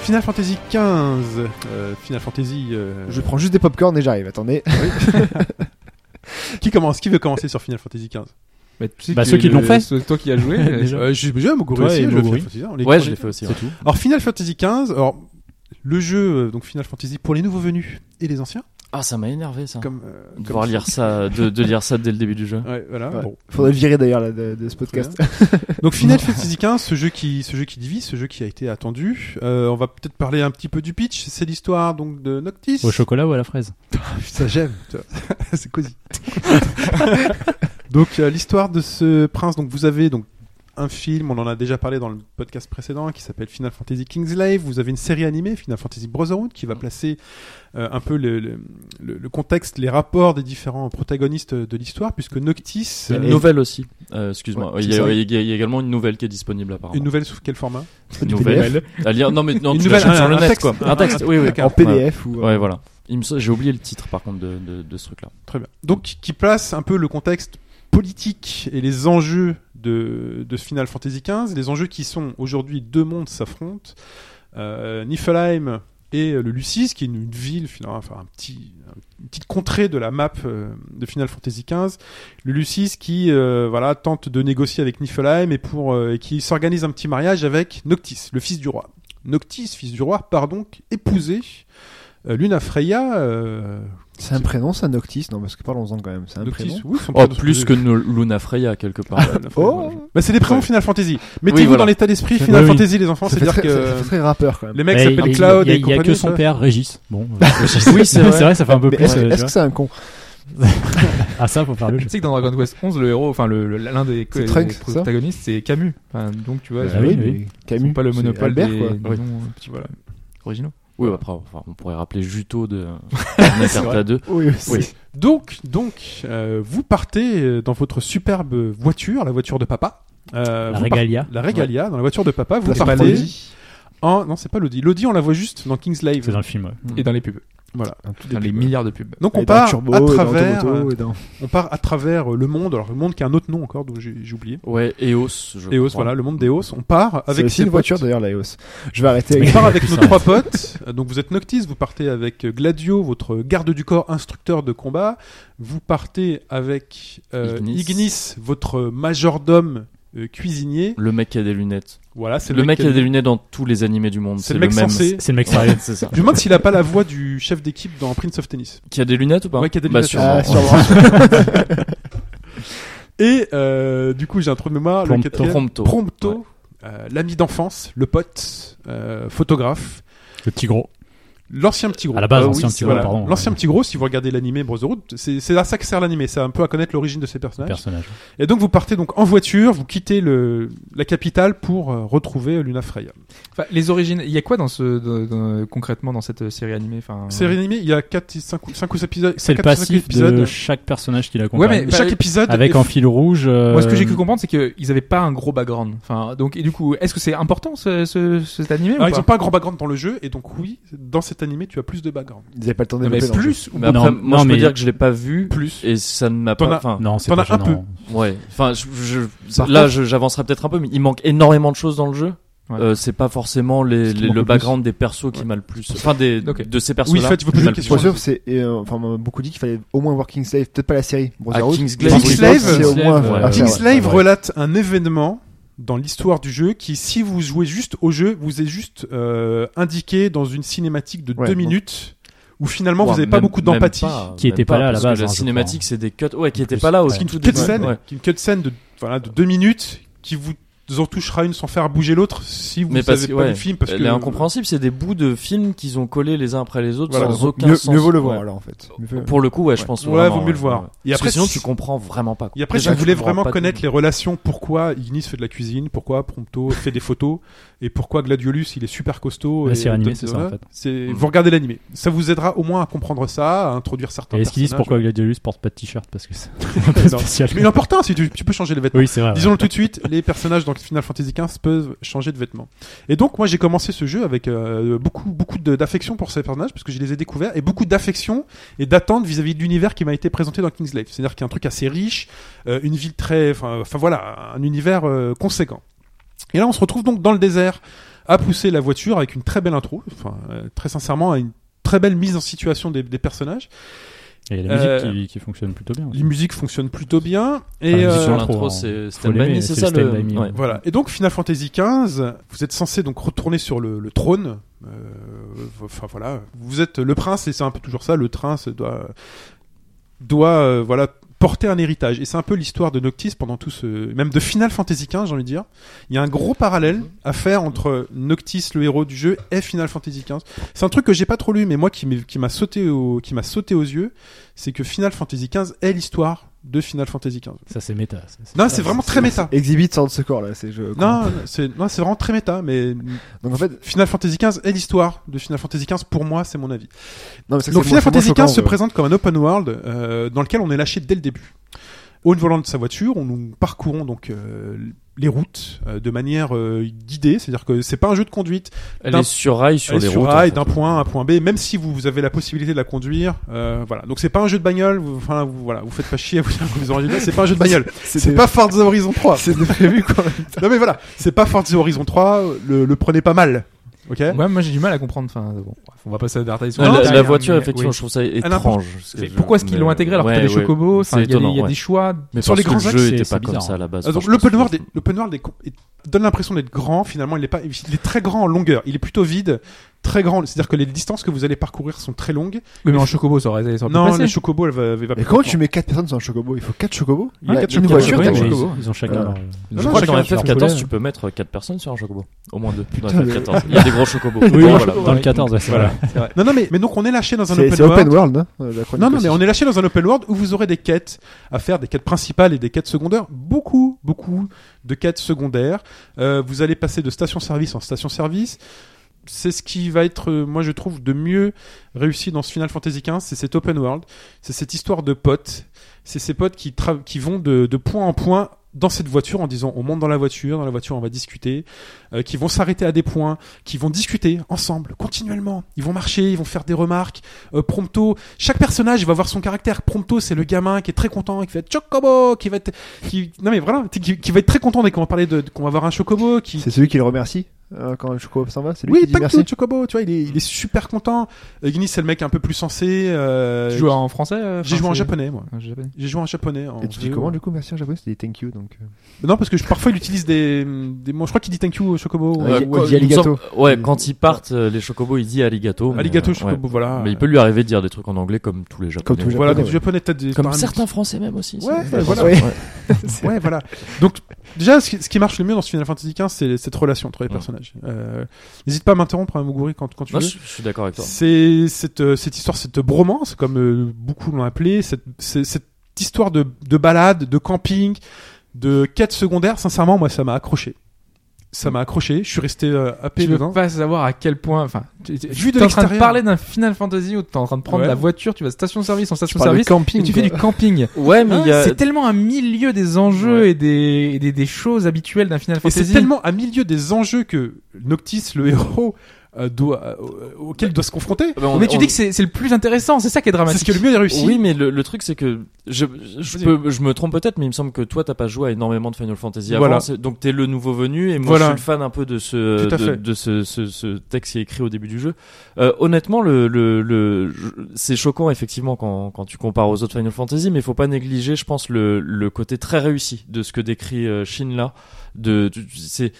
Final Fantasy XV. euh, Final Fantasy. euh,
Je prends juste des popcorn et j'arrive, attendez.
Qui commence Qui veut commencer sur Final Fantasy XV
Bah, tu sais
Bah,
que
ceux qui
le-
l'ont fait.
C'est toi qui
<laughs>
as joué. euh,
Déjà.
Euh, J'ai déjà Moguri
Toi
aussi,
et
le Final
Moguri.
Fantasy, on les- on
Ouais, je
les
l'ai
fait.
fait aussi.
C'est tout.
Alors Final Fantasy XV, alors le jeu euh, donc Final Fantasy pour les nouveaux venus et les anciens,
Ah, ça m'a énervé ça.
comme, euh,
de
comme
voir lire ça, de, de lire ça dès le début du jeu.
Ouais, voilà.
Ouais.
Ah, bon,
Faudrait le virer d'ailleurs là, de, de ce
très
podcast.
bien.
<laughs>
Donc Final Fantasy XV, ce jeu qui, ce jeu qui divise, ce jeu qui a été attendu. Euh, on va peut-être parler un petit peu du pitch. C'est l'histoire donc de Noctis.
Au chocolat ou à la fraise
Ça j'aime. tu vois. <laughs> C'est cosy. donc euh, l'histoire de ce prince. Donc vous avez donc un film, on en a déjà parlé dans le podcast précédent, qui s'appelle Final Fantasy Kingslive. Vous avez une série animée Final Fantasy Brotherhood qui va placer euh, un peu le, le, le- le contexte, les rapports des différents protagonistes de l'histoire, puisque Noctis.
Il y a
est-
une nouvelle aussi. Euh, Excuse-moi.
Ouais,
il, y
c'est
a,
ça.
il y a- il y a également une nouvelle qui est disponible apparemment.
une nouvelle sous quel format
Une
du
nouvelle.
PDF.
À lire. Non mais non,
Une
tu
nouvelle,
l'achètes
un-
sur le
un
net,
texte.
quoi.
Un-
Un texte. Oui oui.
En PDF ou. euh,
Ouais voilà. Il me semble- J'ai oublié le titre par contre de, de, de ce truc là.
Très bien. Donc, qui place un peu le contexte politique et les enjeux de, de Final Fantasy XV, les enjeux qui sont aujourd'hui deux mondes s'affrontent, euh, Niflheim et euh, le Lucis, qui est une, une ville, finalement, enfin un petit, un- une petite contrée de la map euh, de Final Fantasy XV, le Lucis qui euh, voilà tente de négocier avec Niflheim et pour euh, et qui s'organise un petit mariage avec Noctis, le fils du roi. Noctis, fils du roi, part donc épouser euh, Luna Freya, euh,
C'est un prénom, ça, Noctis Non, parce que parlons-en quand même. C'est un
Noctis,
prénom.
oui, son
Oh,
prénom,
plus
c'est-
que no- Luna Freya, quelque
<laughs>
part.
Oh Bah, c'est des prénoms Final Fantasy. Mettez-vous
Oui, voilà.
dans l'état d'esprit
Ça-
Final
oui, oui.
Fantasy, les enfants,
Ça fait
c'est-à-dire
très- ça
que
fait très rappeur quand même.
les mecs
Mais
s'appellent
il-
Cloud
il y a-
et
Il y a
compagnie.
que son
ça.
père, Régis. Bon, euh,
oui, c'est vrai.
ça fait un peu
Mais
plus.
est-ce
euh, <laughs>
est-ce
tu
que c'est un con
vois. Ah, ça, faut faire le
Tu <laughs>
jeu.
sais que dans Dragon Quest 11, le héros, enfin le- le- l'un des,
C'est
des
Trunks, c'est ça
protagonistes, c'est Camus. Enfin, donc tu vois,
Ah
ils
oui,
ont-
oui.
mais
ils ont
Camus,
pas le
c'est
monopole
Albert,
des,
quoi.
des
Oui.
noms, euh, petit, voilà, originaux.
Oui, bah, après, enfin, on pourrait rappeler Juto
<laughs>
de Naperta 2.
Oui, aussi.
Oui.
Donc, donc, euh, vous partez euh, dans votre superbe voiture, la voiture de papa. Euh,
La
vous
Regalia.
par- La Regalia, dans la voiture de papa, vous
Place
partez.
Pauli.
en- Non, c'est pas l'Audi. L'Audi, on la voit juste dans King's Live.
C'est dans le film. ouais.
Et dans les pubs,
Voilà.
Un tout
dans
début,
les
quoi.
milliards de pubs.
Donc
Et
on
dans
part
Turbo,
à
et dans
travers,
Automoto,
euh,
et dans-
on part à travers euh, le monde. Alors le monde qui a un autre nom encore, donc j'ai j'ai oublié.
Ouais, EOS, je
Eos,
crois.
voilà, le monde d'Eos. On part
C'est
avec
aussi
ses
une
potes.
voiture d'ailleurs, la EOS. Je vais arrêter
On
avec.
part avec nos trois potes. Euh, Donc vous êtes Noctis, vous partez avec euh, Gladio, votre garde du corps, instructeur de combat. Vous partez avec euh, Ignis.
Ignis.
votre majordome euh, cuisinier.
Le mec qui a des lunettes.
Voilà, c'est
Le, mec qui a
qui
des lunettes dans tous les animés du monde.
C'est
C'est
le
le,
mec
même.
censé.
C'est le mec sérieux.
Ouais, c'est ça.
Je me demande s'il a pas la voix du chef d'équipe dans Prince of Tennis.
Qui a des lunettes ou pas
Ouais, qui a des
Bah,
lunettes.
sûrement.
Ah, sûrement.
Et euh, du coup, j'ai un trou de mémoire. le
Prompto.
quatrième-
Prompto.
Prompto,
Ouais.
euh, l'ami d'enfance, le pote, euh, photographe,
Le petit gros.
l'ancien petit gros. Euh,
À la base,
Ah oui,
l'ancien petit
c'est-
gros,
Voilà.
pardon.
L'ancien
Ouais,
petit gros, si vous regardez l'animé Brotherhood, c'est c'est à ça que sert l'animé, c'est un peu à connaître l'origine de ces personnages.
personnage.
Et donc vous partez donc en voiture, vous quittez le, la capitale pour euh, retrouver Luna Freya.
Enfin, les origines, il y a quoi dans ce, dans- dans- concrètement dans cette série animée enfin, euh,
Série animée, il y a 4, 5, ou 5 ou 7 épisodes.
C'est le
quatre ou cinq
passif
épisodes.
de chaque personnage qu'il
Ouais,
accompagne.
mais
Et chaque
bah,
épisode
Avec
est
en fil rouge.
Moi, ce que j'ai cru
euh,
comprendre, c'est qu'ils avaient pas un gros background. Enfin, donc, et du coup, est-ce que c'est important ce, ce, cet animé
Alors, Ah,
ou
ils
pas
n'ont pas un grand background dans le jeu, et donc oui, dans cet animé, tu as plus de background.
Ils avaient pas le temps de
Non, mais
développer dans le
plus ou
Mais après,
Non,
moi,
non,
je peux
mais-
dire que je l'ai pas vu.
Plus.
Et ça ne m'a
T'en
pas.
as-
Enfin,
Non, c'est
T'en
pas
as un
gênant.
ouais. Enfin, je, je-
Par
là,
contre-
je- j'avancerai peut-être un peu, mais il manque énormément de choses dans le jeu.
Ouais.
Euh, c'est pas forcément les,
Ce qui
les-
manque
le
le plus.
background des persos qui m'a le plus. Enfin, des,
Ok.
de ces
Oui,
persos-là.
en fait, il
qui
faut poser
m'a
une
le plus-
question.
Pour sûr, c'est et, euh, enfin on m'a beaucoup dit qu'il fallait au moins voir Kingslave, peut-être pas la série. Brotherhood.
Kingsglaive,
Mais
oui.
Kingsglaive, c'est au
Kingsglaive,
moins.
euh,
à faire, ouais.
Kingslave
ouais.
relate un événement dans l'histoire du jeu qui, si vous jouez juste au jeu, vous est juste euh, indiqué dans une cinématique de
Ouais,
deux
bon.
minutes où finalement
Ouah,
vous n'avez pas
même-
beaucoup
même
d'empathie.
pas,
Qui
même
était pas là à la
parce
base,
que
hein,
La
je
cinématique,
crois.
c'est des cuts. Ouais, qui
En
était
plus,
pas là
ouais.
aussi.
Une
tout début.
cutscene,
Ouais.
une cutscene de, voilà, de deux minutes qui vous en touchera une sans faire bouger l'autre si vous
Mais
n'avez
parce
pas
que,
vu
ouais,
le film. Parce
Elle
que
est incompréhensible, c'est des bouts de films qu'ils ont collés les uns après les autres
Voilà,
sans
Mieux-
aucun
mieux,
sens.
vaut le voir
Ouais.
alors en fait. Mieux vaut-
Pour le coup, ouais, je pense.
Ouais,
vraiment,
vaut mieux le voir.
ouais.
Et
Parce que
après,
sinon,
si-
tu comprends vraiment pas. quoi.
Et après,
Déjà,
si vous
tu
voulez
comprends
vraiment
pas
connaître
tout.
les relations, pourquoi Ignis fait de la cuisine,
<laughs>
pourquoi Prompto fait des photos, et pourquoi Gladiolus il est super costaud.
La
et-
série animée, c'est ça,
voilà.
en fait.
C'est-
Mm.
Vous regardez l'animé. Ça vous aidera au moins à comprendre ça, à introduire certains
Et est-ce qu'ils disent
personnages.
pourquoi Gladiolus porte pas de t-shirt Parce que c'est un peu
Non.
spécial.
Mais l'important, c'est que tu, tu peux changer les vêtements.
Oui, c'est vrai. Ah ouais.
Disons-le tout de suite, les personnages dans Final Fantasy XV peuvent changer de vêtements. Et donc, moi, j'ai commencé ce jeu avec euh, beaucoup, beaucoup de- d'affection pour ces personnages, parce que je les ai découverts, et beaucoup d'affection et d'attente vis-à-vis de l'univers qui m'a été présenté dans Kingsglaive. C'est-à-dire qu'il y a un truc assez riche, euh, une ville très, enfin, enfin, voilà, un univers euh, conséquent. Et là, on se retrouve donc dans le désert, à pousser la voiture avec une très belle intro, enfin, euh, très sincèrement, une très belle mise en situation des, des personnages.
Et il y a la musique
Euh,
qui, qui fonctionne plutôt bien.
Les musiques fonctionnent plutôt bien, et
musique
Sur
Euh,
l'intro,
trop,
c'est
Faut
Stand
l'aimer,
By Me, c'est
c'est hein.
ça
le
le.
Stand By Me,
ouais.
ouais.
Voilà. Et donc Final Fantasy XV, vous êtes censé donc retourner sur le, le trône. Euh, Enfin voilà, vous êtes le prince et c'est un peu toujours ça. Le prince doit doit euh, voilà porter un héritage et c'est un peu l'histoire de Noctis pendant tout ce même de Final Fantasy XV j'ai envie de dire il y a un gros parallèle à faire entre Noctis le héros du jeu et Final Fantasy XV c'est un truc que j'ai pas trop lu mais moi qui m'est- qui m'a sauté au, qui m'a sauté aux yeux c'est que Final Fantasy XV est l'histoire de Final Fantasy XV
Ça, c'est méta. ça,
non c'est vraiment très méta
Exhibit sort de ce corps là, c'est je.
non, c'est non, c'est vraiment très méta, mais
Donc en fait,
Final Fantasy XV est l'histoire de Final Fantasy XV pour moi, c'est mon avis.
non, mais c'est que
Donc
c'est moins-
Final
c'est moins
Fantasy
choquant,
XV se
euh.
présente comme un open world euh, dans lequel on est lâché dès le début. Au volant de sa voiture, on nous parcourons donc euh, les routes euh, de manière euh, guidée, c'est-à-dire que c'est pas un jeu de conduite.
Elle
D'un-
est sur rail sur
Elle est
les
sur
routes.
rail
en fait.
d'un point A à un point B, même si vous, vous avez la possibilité de la conduire, euh, voilà. Donc c'est pas un jeu de bagnole. vous- Enfin vous, voilà, vous faites pas chier à vous dire que vous originez. C'est pas un jeu de bagnole. c'est
des-
pas Forza Horizon 3.
C'était prévu quoi.
non mais voilà, c'est pas Forza Horizon 3. Le, le prenez pas mal, ok
Ouais, moi j'ai du mal à comprendre. Enfin, bon, bref, on va passer à la dernière
Non,
Non,
la,
c'est
la
rien,
voiture,
mais-
effectivement,
oui.
je trouve ça
n'importe-
étrange.
Mais pourquoi est-ce qu'ils l'ont intégré alors que t'as les chocobos Enfin,
C'est
Il y a, des, il
étonnant.
y a
ouais.
des choix.
Mais
Sur
parce
les
que
grands
le jeu
axes,
était
c'est
pas comme
bizarre.
ça à la base.
Ah, donc,
franchement,
l'open world,
c'est-
est- l'open world est com- est- donne l'impression d'être grand. Finalement, il est pas. Il est très grand en longueur. Il est plutôt vide. très grand. C'est-à-dire que les distances que vous allez parcourir sont très longues.
Oui, mais en chocobo, ça aurait, ça aurait
non,
pu passer.
les chocobos, elle va, elle va
Mais comment tu mets 4 personnes sur un chocobo Il faut 4 chocobos Il y a
quatre
une
chocobos,
voiture,
oui,
quatre
mais-
chocobos.
Ils ont chacun
Euh,
leur.
Je
non,
crois que dans
chacun fait
son
FF14,
poulet.
tu peux mettre 4 personnes sur un chocobo. Au moins deux. Dans
Putain, mais-
FF14, il y a des gros chocobos. Oui,
Oui,
voilà.
dans le 14, ouais, c'est
Voilà.
vrai.
Non, non, mais, mais donc on est lâché dans un
C'est
open
c'est
world.
open world, hein, euh, la chronique
Non, non,
aussi.
mais on est lâché dans un open world où vous aurez des quêtes à faire, des quêtes principales et des quêtes secondaires. Beaucoup, beaucoup de quêtes secondaires. Euh, vous allez passer de station-service en station-service. C'est ce qui va être, euh, moi je trouve, de mieux réussi dans ce Final Fantasy XV, c'est cet open world, c'est cette histoire de potes, c'est ces potes qui, tra- qui vont de, de point en point dans cette voiture en disant on monte dans la voiture, dans la voiture on va discuter, euh, qui vont s'arrêter à des points, qui vont discuter ensemble continuellement, ils vont marcher, ils vont faire des remarques, euh, Prompto, chaque personnage va avoir son caractère. Prompto, c'est le gamin qui est très content, qui va être chocobo, qui va être, qui, non mais voilà, qui, qui- qui va être très content dès qu'on va parler de, qu'on va avoir un chocobo, qui,
C'est celui qui le remercie euh, quand le chocobo s'en va. C'est lui
oui,
qui dit
pas que
merci.
tout, chocobo, tu vois, il est, il est super content. Ignis, c'est le mec un peu plus sensé. euh,
Tu joues en français euh,
J'ai
enfin,
joué en
c'est-
japonais, moi.
En japonais.
J'ai joué en japonais. En
Et tu dis
VO.
comment du coup merci en japonais C'est des thank you donc. euh.
Non, parce que je- parfois il utilise des, des mots. Je crois qu'il dit thank you au chocobo. ou-
Ouais, il
quand-
dit
il me
arigato.
semble- Ouais, quand ils partent, euh, les chocobos, ils disent arigato. mais,
Arigato
euh,
chocobo,
ouais.
voilà.
Mais il peut lui arriver de dire des trucs en anglais comme tous les
Comme
japonais.
tous les
Voilà,
Japonais,
donc japonais, t'as des.
Comme
t'as un-
certains français même aussi. c'est-
Ouais, voilà.
Ouais.
<laughs> ouais, voilà. Donc, déjà, ce qui, ce qui marche le mieux dans ce Final Fantasy XV, c'est cette relation entre les
Ouais.
personnages. Euh, N'hésite pas à m'interrompre, hein, Moguri, quand, quand tu
Non,
veux.
je, je suis d'accord avec toi.
C'est cette, euh, cette histoire, cette bromance, comme euh, beaucoup l'ont appelé, cette, c'est- cette histoire de, de balade, de camping, de quête secondaire. Sincèrement, moi, ça m'a accroché. Ça m'a accroché. Je suis resté euh, happé
Tu veux
dedans.
pas savoir à quel point. Enfin, tu, tu-
Vu de
t'es en train de
l'extérieur.
parler d'un Final Fantasy où t'es en train de prendre
Ouais.
la voiture, tu vas station-service en
Tu parles de
station-service et
camping.
tu fais du
quoi.
camping.
Ouais, mais il y a.
C'est tellement un milieu des enjeux et, des, et des, des choses habituelles d'un Final
Et c'est
Fantasy.
tellement à milieu des enjeux que Noctis, le héros, euh, doit, euh, auquel il doit se confronter.
on-
Mais tu
on-
dis que c'est c'est le plus intéressant, c'est ça qui est
C'est
dramatique.
ce que le mieux est réussi.
Oui, mais le, le truc, c'est que je, je,
Vas-y.
peux, je me trompe peut-être, mais il me semble que toi, t'as pas joué à énormément de Final Fantasy avant.
Voilà.
c'est- Donc t'es le nouveau venu, et moi,
Voilà.
je suis le fan un peu de ce,
Tout à
de,
fait.
de ce, ce, ce texte qui est écrit au début du jeu. Euh, honnêtement, le, le, le, je- c'est choquant effectivement quand, quand tu compares aux autres Final Fantasy, mais faut pas négliger, je pense, le, le côté très réussi de ce que décrit euh, Shin là. De, de- c'est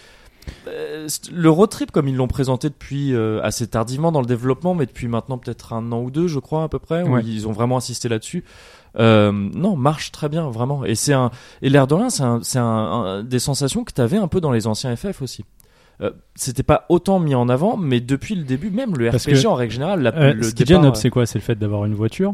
euh, c'est- le road trip, comme ils l'ont présenté depuis euh, assez tardivement dans le développement, mais depuis maintenant peut-être un an ou deux, je crois à peu près, où
Ouais.
ils ont vraiment insisté là-dessus. Euh, non, marche très bien, vraiment. Et c'est un, et l'air de rien, c'est un, c'est un, un- des sensations que t'avais un peu dans les anciens FF aussi. Euh, C'était pas autant mis en avant, mais depuis le début, même le
Parce
RPG
que,
en règle générale, la,
Euh,
le
ce qui
départ,
gêne, Hop,
euh,
c'est quoi C'est le fait d'avoir une voiture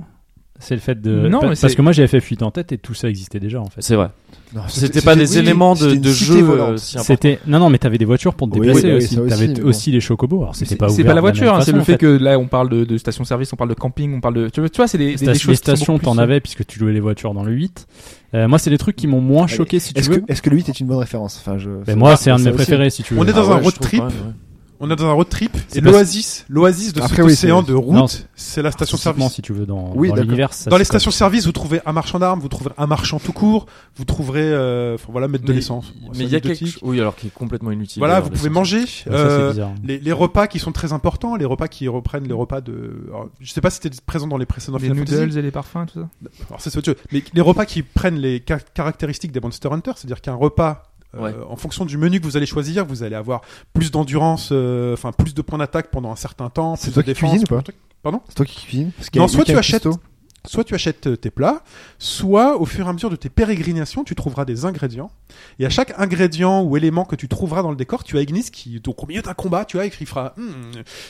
C'est le fait de.
Non,
pa-
mais
parce
c'est-
que moi j'ai FF8 en tête et tout ça existait déjà en fait.
euh, c'est vrai.
Non,
C'était pas des
oui,
éléments de,
c'était une
de
cité
jeu.
volante.
euh, si importants.
C'était non non mais t'avais des voitures pour te
Oui,
déplacer
oui,
aussi.
ça aussi,
t'avais
mais bon.
aussi les chocobos. Alors c'était
C'est
pas
c'est
ouvert
pas la
de même
voiture, hein, c'est
façon,
le
en
fait que là on parle de, de station-service, on parle de camping, on parle de. Tu vois, tu vois, c'est des, des, des
Stas-
choses
les
qui sont
stations,
beaucoup
t'en
plus-
avais puisque tu louais les voitures dans le 8. Euh, moi, c'est des trucs qui m'ont moins choqué si tu
Est-ce
veux.
que est-ce que le 8 est une bonne référence Enfin je.
Ben, moi, c'est un de
ça
mes
aussi.
préférés si tu veux.
On est dans
Ah
un
ouais, je
road
trouve
trip.
quand même, ouais.
On est dans un road trip et
pas-
l'oasis, l'oasis de
Après,
cet
oui,
océan
c'est-
de
Non,
route,
c'est-
c'est la
Artistiquement,
station-service.
si tu veux dans,
Oui,
dans
d'accord.
l'univers. ça
Dans
se
les
colle.
stations-service, vous trouverez un marchand d'armes, vous trouverez un marchand tout court, vous trouverez, euh, enfin, voilà, mettre de
Mais-
l'essence. Bon, c'est
Mais il y a quelque
anecdotique.
chose, oui, alors qui est complètement inutile.
Voilà,
d'ailleurs,
vous
les
pouvez
sensations.
manger.
Ouais, ça, c'est
euh,
bizarre.
les, les repas qui sont très importants, les repas qui reprennent les repas de. alors, je sais pas si c'était présent dans les précédents
Des
Final Fantasy.
noodles et les parfums, tout ça.
Alors ça, c'est autre chose. Mais les repas qui prennent les ca- caractéristiques des Monster Hunter, c'est-à-dire qu'un repas euh,
Ouais.
en fonction du menu que vous allez choisir, vous allez avoir plus d'endurance, euh, enfin plus de points d'attaque pendant un certain temps.
C'est
plus
toi
de
qui
défense,
cuisines ou pas
plus de trucs. Pardon
C'est toi qui cuisine Parce qu'il y
Non,
a-
soit
il y
tu
a
achètes,
un cuistot.
soit tu achètes euh, tes plats, soit au fur et à mesure de tes pérégrinations, tu trouveras des ingrédients. Et à chaque ingrédient ou élément que tu trouveras dans le décor, tu as Ignis qui, donc au milieu d'un combat, tu as écrit, il fera, Hmm,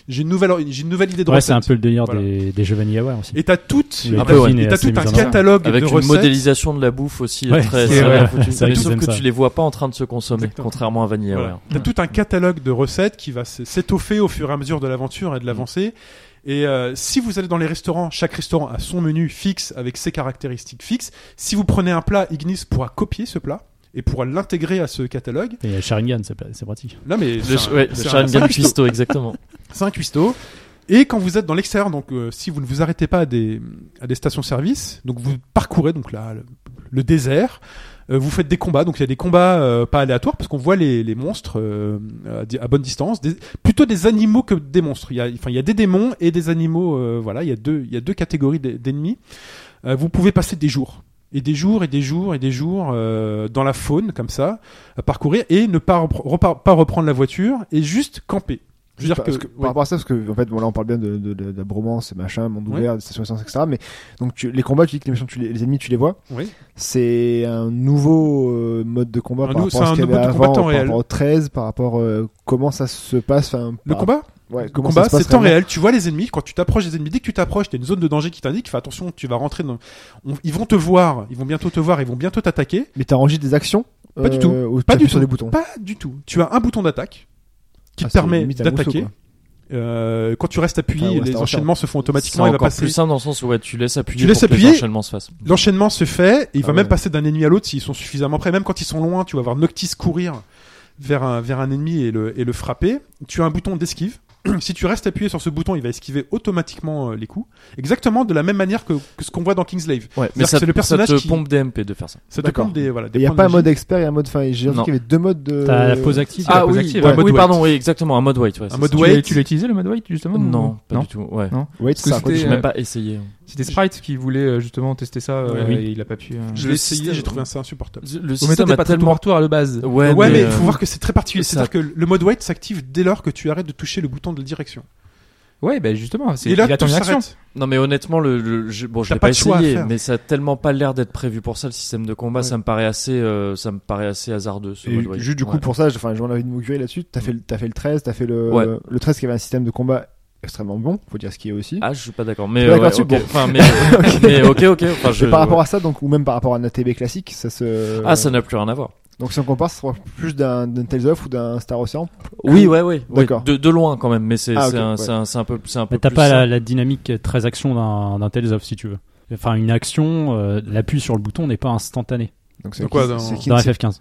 j'ai une nouvelle, j'ai une nouvelle idée de
Ouais,
recette.
c'est un peu le délire
Voilà.
des, des jeux Vanillaware aussi.
Et t'as toutes,
Le
et t'as-
cuisine
et
est
t'as
assez
tout un
mise en avant.
catalogue
avec
de
une
recettes.
modélisation de la bouffe aussi
Ouais,
très
c'est
très
vrai.
bien foutue.
C'est vrai
Mais
qu'ils
sauf
aiment
que
ça.
tu les vois pas en train de se consommer
Exactement.
contrairement à Vanilla
Voilà. T'as tout un catalogue de recettes qui va s- s'étoffer au fur et à mesure de l'aventure
Mm.
et de l'avancée. Et euh, si vous allez dans les restaurants, chaque restaurant a son menu fixe avec ses caractéristiques fixes. Si vous prenez un plat, Ignis pourra copier ce plat et pourra l'intégrer à ce catalogue.
Et euh, Sharingan, c'est pas- c'est pratique.
Là, mais
Le,
c'est un-
ouais, le
c'est un- c'est
Sharingan
un cuistot.
Cuisto, exactement.
C'est un cuistot. Et quand vous êtes dans l'extérieur, donc euh, si vous ne vous arrêtez pas à des, à des stations-service, donc vous parcourez donc là le, le désert, euh, vous faites des combats. Donc il y a des combats euh, pas aléatoires parce qu'on voit les, les monstres euh, à, di- à bonne distance, des- plutôt des animaux que des monstres. Il y a enfin il y a des démons et des animaux. euh, voilà, il y a deux il y a deux catégories d'e- d'ennemis. Euh, vous pouvez passer des jours et des jours et des jours et des jours euh, dans la faune comme ça à parcourir et ne pas repre- repar- pas reprendre la voiture et juste camper Je veux dire
Bah, parce
que-
par
ouais.
rapport à ça, parce que en fait, bon là, on parle bien de, de, de, de bromance, machin, monde
Ouais.
ouvert, des stations d'essence, etc. Mais donc tu- les combats, tu dis que les, méchants, tu les, les ennemis, tu les vois.
Oui.
C'est un nouveau euh, mode de combat
Un
par
nou-
rapport à
c'est
ce
un
qu'il y avait
mode de
avant,
combat temps
par
réel.
rapport au 13, par rapport euh, comment ça se passe. enfin,
Le
par-
combat
ouais,
Le
comment ça
combat,
se passe
c'est temps
réellement.
réel. Tu vois les ennemis. Quand tu t'approches des ennemis, dès que tu t'approches, t'as une zone de danger qui t'indique. Fais attention, tu vas rentrer dans. on- Ils vont te voir. Ils vont bientôt te voir. Ils vont bientôt t'attaquer.
Mais t'as rangé des actions euh,
Pas du tout.
Ou
Pas du
sur
tout.
des boutons.
Pas du tout. Tu as un bouton d'attaque qui
Ah,
te
c'est
permet
limite un mousseau,
d'attaquer.
quoi.
Euh, quand tu restes appuyé,
Ah ouais, c'est
les
en
enchaînements se font
C'est
automatiquement. Il va
encore
passer.
plus simple dans le sens où ouais, tu laisses appuyer
Tu laisses
pour que
appuyer.
les enchaînements se fassent.
L'enchaînement se fait, et il va
Ah
même
ouais.
passer d'un ennemi à l'autre s'ils sont suffisamment près. Même quand ils sont loin, tu vas voir Noctis courir vers un, vers un ennemi et le, et le frapper. Tu as un bouton d'esquive. <clears throat> si tu restes appuyé sur ce bouton, il va esquiver automatiquement euh, les coups. Exactement de la même manière que, que ce qu'on voit dans Kingslave.
Ouais,
C'est-à-dire
mais ça,
que c'est le
ça
personnage
te
qui-
pompe des MP de faire ça.
Ça te
D'accord.
compte des, voilà, des
Il y a
points
pas un
de
mode expert et un mode. Enfin, j'ai
Non.
entendu qu'il y avait deux modes
Euh,
de.
T'as la pause active.
Ah
oui,
oui,
active,
ouais.
ouais,
mode
oui
weight.
pardon, oui, exactement, un mode weight. Ouais,
Un
c'est
mode
ça.
Tu
Wait.
l'as- Tu l'as utilisé le mode wait justement
Non, pas
Non.
du tout. Ouais.
Non.
Wait,
Parce que
ça raconte-
J'ai
c'était, euh,
même pas essayé.
C'était Sprite qui voulait euh, justement tester ça euh,
Oui.
et il a pas pu. euh.
Je l'ai essayé, j'ai trouvé ça insupportable.
Le
Vous mettez
système
pas
a
très
tellement.
tellement... à la base.
Ouais,
Ouais, mais
euh,
il faut voir que c'est très particulier.
ça-
C'est-à-dire que le mode wait s'active dès lors que tu arrêtes de toucher le bouton de direction.
Ouais, ben justement, c'est
Et là,
il attend
tout
une action.
s'arrête.
Non mais honnêtement, le, le- je, bon, je
T'as
l'ai
pas
pas,
de choix à
essayé,
faire.
mais ça a tellement pas l'air d'être prévu pour ça le système de combat.
Ouais.
Ça me paraît assez, euh, ça me paraît assez hasardeux. Ce
Et
mode wait.
juste du coup
Ouais.
pour ça, je- enfin, j'en avais de m'augurer là-dessus. T'as fait, le- t'as fait le 13, t'as fait le,
Ouais.
le 13 qui avait un système de combat extrêmement bon, faut dire ce qui est aussi.
Hmm
Ah, <laughs> je suis pas d'accord. Mais
Pas
euh,
d'accord
ouais,
dessus,
ok.
bon.
Enfin, mais,
<laughs>
mais ok, ok. Enfin, je,
Et par rapport
ouais.
à ça, donc, ou même par rapport à un ATB classique, ça se.
ah, ça n'a plus rien à voir.
Donc si on compare, ça sera plus d'un d'un Tales of ou d'un Star Ocean.
Oui, ouais, ouais. ouais.
D'accord.
De, de loin quand même, mais c'est
Ah,
c'est
ok,
un,
ouais.
c'est un, c'est un peu, c'est un peu.
Mais t'as
plus
pas
ça.
la, la dynamique très action d'un d'un Tales of si tu veux. Enfin, une action, euh, l'appui sur le bouton n'est pas instantané
Donc c'est
Donc quoi,
c'est-
dans-
c'est
dans
c'est-
FF15.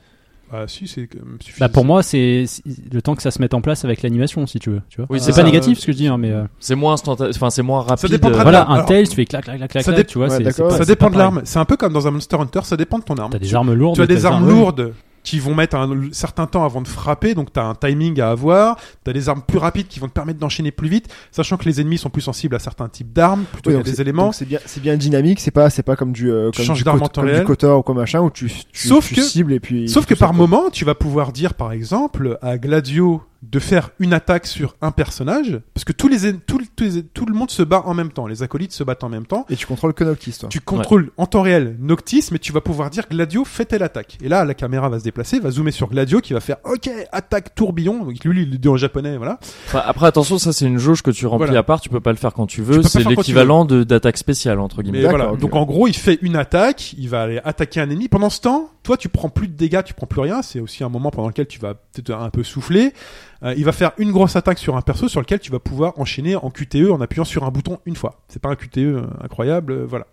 Ah, si, c'est quand même suffisant.
Bah pour moi, c'est c'est le temps que ça se mette en place avec l'animation si tu veux. Tu vois.
Oui,
c'est
c'est
pas
ça,
négatif
euh,
ce que je dis, hein, mais euh,
C'est moins instantané. Enfin, c'est moins rapide.
dépendra Ah, de-
voilà,
alors-
un Tales, tu fais clac clac clac clac,
Ça dé-
clac, tu vois.
ouais,
c'est- c'est
d'accord.
pas-
ça
c'est
dépend
pas
de
pareil.
l'arme. C'est un peu comme dans un Monster Hunter, ça dépend de ton arme.
T'as des armes lourdes.
Tu as
mais
des
t'as
armes lourdes qui vont mettre un l- certain temps avant de frapper, donc tu as un timing à avoir. Tu as des armes plus rapides qui vont te permettre d'enchaîner plus vite, sachant que les ennemis sont plus sensibles à certains types d'armes, plutôt
Oui,
qu'à
donc
des
c'est-
éléments.
donc c'est bien, c'est bien dynamique. C'est pas, c'est pas comme du, euh,
Tu
comme
changes
du,
d'arme
cot-
en temps
comme du
réel.
Kotor ou quoi machin où tu, tu,
Sauf
tu
que-
cibles et puis.
Sauf que
tout ça,
par
quoi.
moment, tu vas pouvoir dire par exemple à Gladio de faire une attaque sur un personnage, parce que tous les, en- tout, le- tous les- tout le monde se bat en même temps, les acolytes se battent en même temps.
Et tu contrôles que Noctis, toi.
Tu contrôles en temps réel Noctis, mais tu vas pouvoir dire Gladio, fais telle attaque. Et là, la caméra va se déplacer, va zoomer sur Gladio qui va faire OK, attaque tourbillon. Donc lui, il le dit en japonais, voilà.
Enfin, après, attention, ça c'est une jauge que tu remplis
Voilà.
à part. Tu peux pas le faire quand tu
Tu
veux.
peux pas
C'est
faire quand tu
l'équivalent de d'attaque spéciale entre guillemets.
Mais
D'accord,
voilà.
ok.
Donc en gros, il fait une attaque, il va aller attaquer un ennemi. Pendant ce temps, toi, tu prends plus de dégâts, tu prends plus rien. C'est aussi un moment pendant lequel tu vas peut-être un peu souffler. Euh, il va faire une grosse attaque sur un perso sur lequel tu vas pouvoir enchaîner en QTE en appuyant sur un bouton une fois. C'est pas un QTE incroyable, euh, voilà.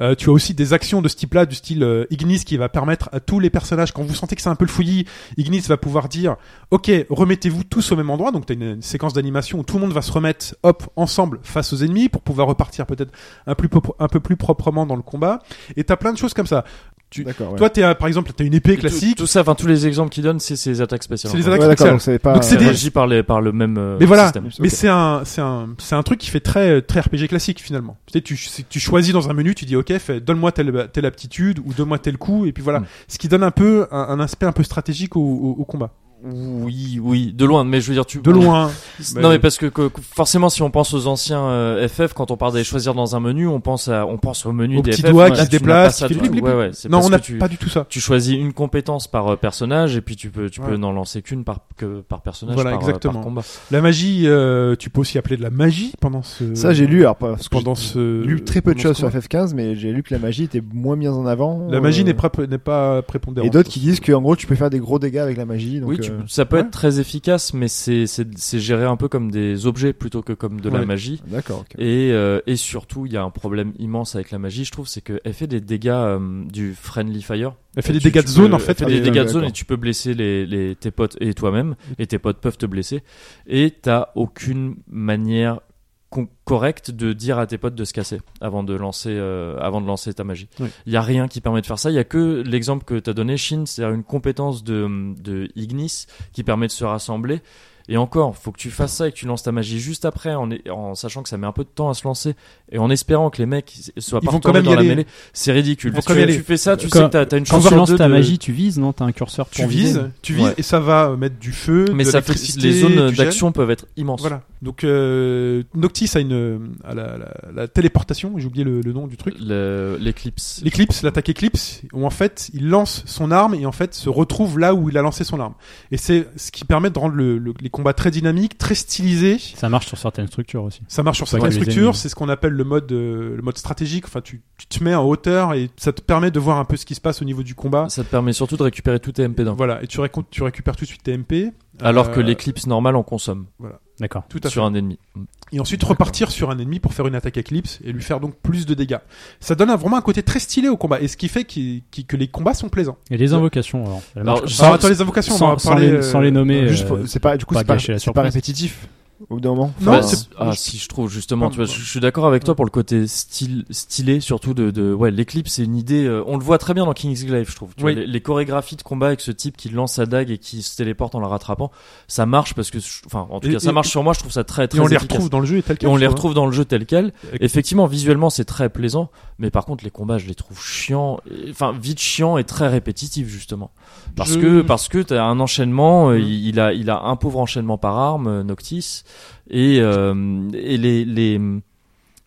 Euh, tu as aussi des actions de ce type-là, du style euh, Ignis, qui va permettre à tous les personnages, quand vous sentez que c'est un peu le fouillis, Ignis va pouvoir dire Ok, remettez-vous tous au même endroit. Donc, tu as une, une séquence d'animation où tout le monde va se remettre, hop, ensemble, face aux ennemis, pour pouvoir repartir peut-être un, plus pro- un peu plus proprement dans le combat. Et tu as plein de choses comme ça. tu-
D'accord. ouais.
Toi, t'es, un- par exemple, tu as une épée
Tout-
classique.
Tout, ça, enfin tous les exemples qu'il donne, c'est ces attaques spéciales.
C'est les
en fait.
attaques
Ouais,
spéciales.
d'accord. Donc c'est pas. euh,
Donc c'est
C'est
des-
régi par, les, par le même euh,
Mais voilà.
système.
Mais
Ok.
c'est un, c'est un, c'est un truc qui fait très, très RPG classique finalement. Tu sais, tu, c'est- tu choisis dans un menu, tu dis ok, fais, donne-moi telle, telle aptitude ou donne-moi tel coup, et puis voilà.
Mm.
Ce qui donne un peu un, un aspect un peu stratégique au, au- au combat.
Oui, oui, de loin. Mais je veux dire, tu
De
<laughs>
loin.
Non, mais parce que, que- que forcément, si on pense aux anciens euh, FF, quand on parle d'aller choisir dans un menu, on pense à, on pense au menu
Au
des
petit
FF.
doigt
mais
qui
là,
se
tu n'as
déplace,
pas ça,
qui fait
tu vois.
blip, blip,
Ouais, ouais, c'est
non,
parce
on
que
n'a
tu,
pas du tout ça.
tu choisis une compétence par euh, personnage et puis tu peux, tu
Ouais.
peux n'en lancer qu'une par que par personnage
Voilà,
par, euh, par
exactement.
combat.
La magie, euh, tu peux aussi appeler de la magie pendant ce.
Ça j'ai lu alors parce que
Pendant ce.
j'ai lu très peu de
pendant
choses
ce
sur
combat.
FF15, mais j'ai lu que la magie était moins mise en avant.
La magie
euh,
n'est pas, n'est pas prépondérante.
Et d'autres qui disent qu'en gros tu peux faire des gros dégâts avec la magie. Donc,
oui, tu-
euh,
ça peut
ouais.
être très efficace, mais c'est c'est- c'est géré un peu comme des objets plutôt que comme de
Ouais.
la magie.
D'accord. ok.
Et, euh, et surtout, il y a un problème immense avec la magie, je trouve, c'est qu'elle fait des dégâts euh, du friendly fire.
Elle fait des
Euh, Tu-
dégâts de
tu
zone
peux-
en fait.
Elle
Ah
fait
oui,
des
oui,
dégâts de zone
d'accord.
et tu peux blesser les, les- tes potes et toi-même. Et tes potes peuvent te blesser. Et t'as aucune manière con- correcte de dire à tes potes de se casser avant de lancer, euh, avant de lancer ta magie. Il
Oui.
y a rien qui permet de faire ça. Il y a que l'exemple que t'as donné, Shin, c'est-à-dire une compétence de, de Ignis qui permet de se rassembler. Et encore, faut que tu fasses ça et que tu lances ta magie juste après, en, en sachant que ça met un peu de temps à se lancer et en espérant que les mecs soient
Ils
pas
vont quand
retournés
même y
dans la
aller.
mêlée. C'est ridicule.
Ils
Parce
vont quand
que
même y
tu
aller.
fais ça, tu
Quand-
sais que t'as- t'as une
Quand
chance
tu
sur
lances
deux
ta
de-
magie, tu vises, non T'as un curseur pour
Tu
viser.
vises, euh, tu vises
Ouais.
et ça va euh, mettre du feu,
Mais
de
ça fait
l'électricité,
les zones
du gel.
d'action peuvent être immenses.
Voilà. Donc euh, Noctis a une à la, la- la téléportation, j'ai oublié le, le nom du truc.
Le- L'éclipse.
L'éclipse, l'attaque éclipse, où en fait il lance son arme et en fait se retrouve là où il a lancé son arme. Et c'est ce qui permet de rendre le- le- les combats très dynamiques, très stylisés.
Ça marche sur certaines structures aussi.
Ça marche sur
Pas que
certaines
les
structures,
ennemis.
c'est ce qu'on appelle le mode, euh, le mode stratégique. Enfin, tu, tu te mets en hauteur et ça te permet de voir un peu ce qui se passe au niveau du combat.
Ça te permet surtout de récupérer tout tes MP d'un.
Voilà, et tu, récon- tu récupères tout de suite tes MP.
Alors que
Euh,
l'éclipse normale en consomme
D'accord.
Tout à fait.
sur un ennemi.
Et ensuite repartir sur un ennemi pour faire une attaque éclipse et lui faire donc plus de dégâts. Ça donne un- vraiment un côté très stylé au combat et ce qui fait qu'il- qu'il- que les combats sont plaisants.
Et les invocations, alors. elles
Alors,
marchent-
je-
Sans, attends, les invocations, on
sans-
va
sans
parler,
les-
euh,
sans les nommer.
Juste
euh,
pour- c'est pas, du coup,
pas
c'est pas,
gâcher la
c'est pas
surprise.
répétitif au bout d'un moment.
Non,
Bah,
c'est-
c'est- ah,
je-
si je trouve justement,
Pardon,
tu vois, je,
ouais.
je suis d'accord avec toi pour le côté style, stylé, surtout de, de ouais, l'éclipse, c'est une idée. euh, on le voit très bien dans Kingsglaive, je trouve. Tu
Oui.
vois, les, les chorégraphies de combat avec ce type qui lance sa dague et qui se téléporte en la rattrapant, ça marche parce que, je- enfin, en tout
Et-
cas, ça
et-
marche sur moi. Je trouve ça très très
et on les
efficace.
retrouve dans le jeu et tel
Et
quel,
on
je
les
trouve, hein.
retrouve dans le jeu tel quel.
Avec-
Effectivement, visuellement, c'est très plaisant, mais par contre, les combats, je les trouve chiants, et- enfin, vite chiants et très répétitifs, justement. Parce
Je-
que, parce que t'as un enchaînement, euh,
Mhm.
il, il a, il a un pauvre enchaînement par arme, euh, Noctis, et, euh, et les, les,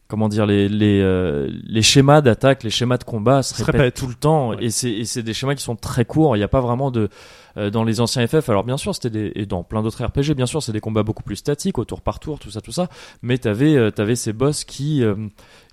comment dire, les, les, euh, les schémas d'attaque, les schémas de combat se,
Se
répètent,
répètent.
tout le temps,
Ouais.
et c'est, et c'est des schémas qui sont très courts, il n'y a pas vraiment de, euh, dans les anciens FF, alors bien sûr, c'était des, et dans plein d'autres RPG, bien sûr, c'est des combats beaucoup plus statiques, au tour par tour, tout ça, tout ça. Mais t'avais, euh, t'avais ces boss qui, euh,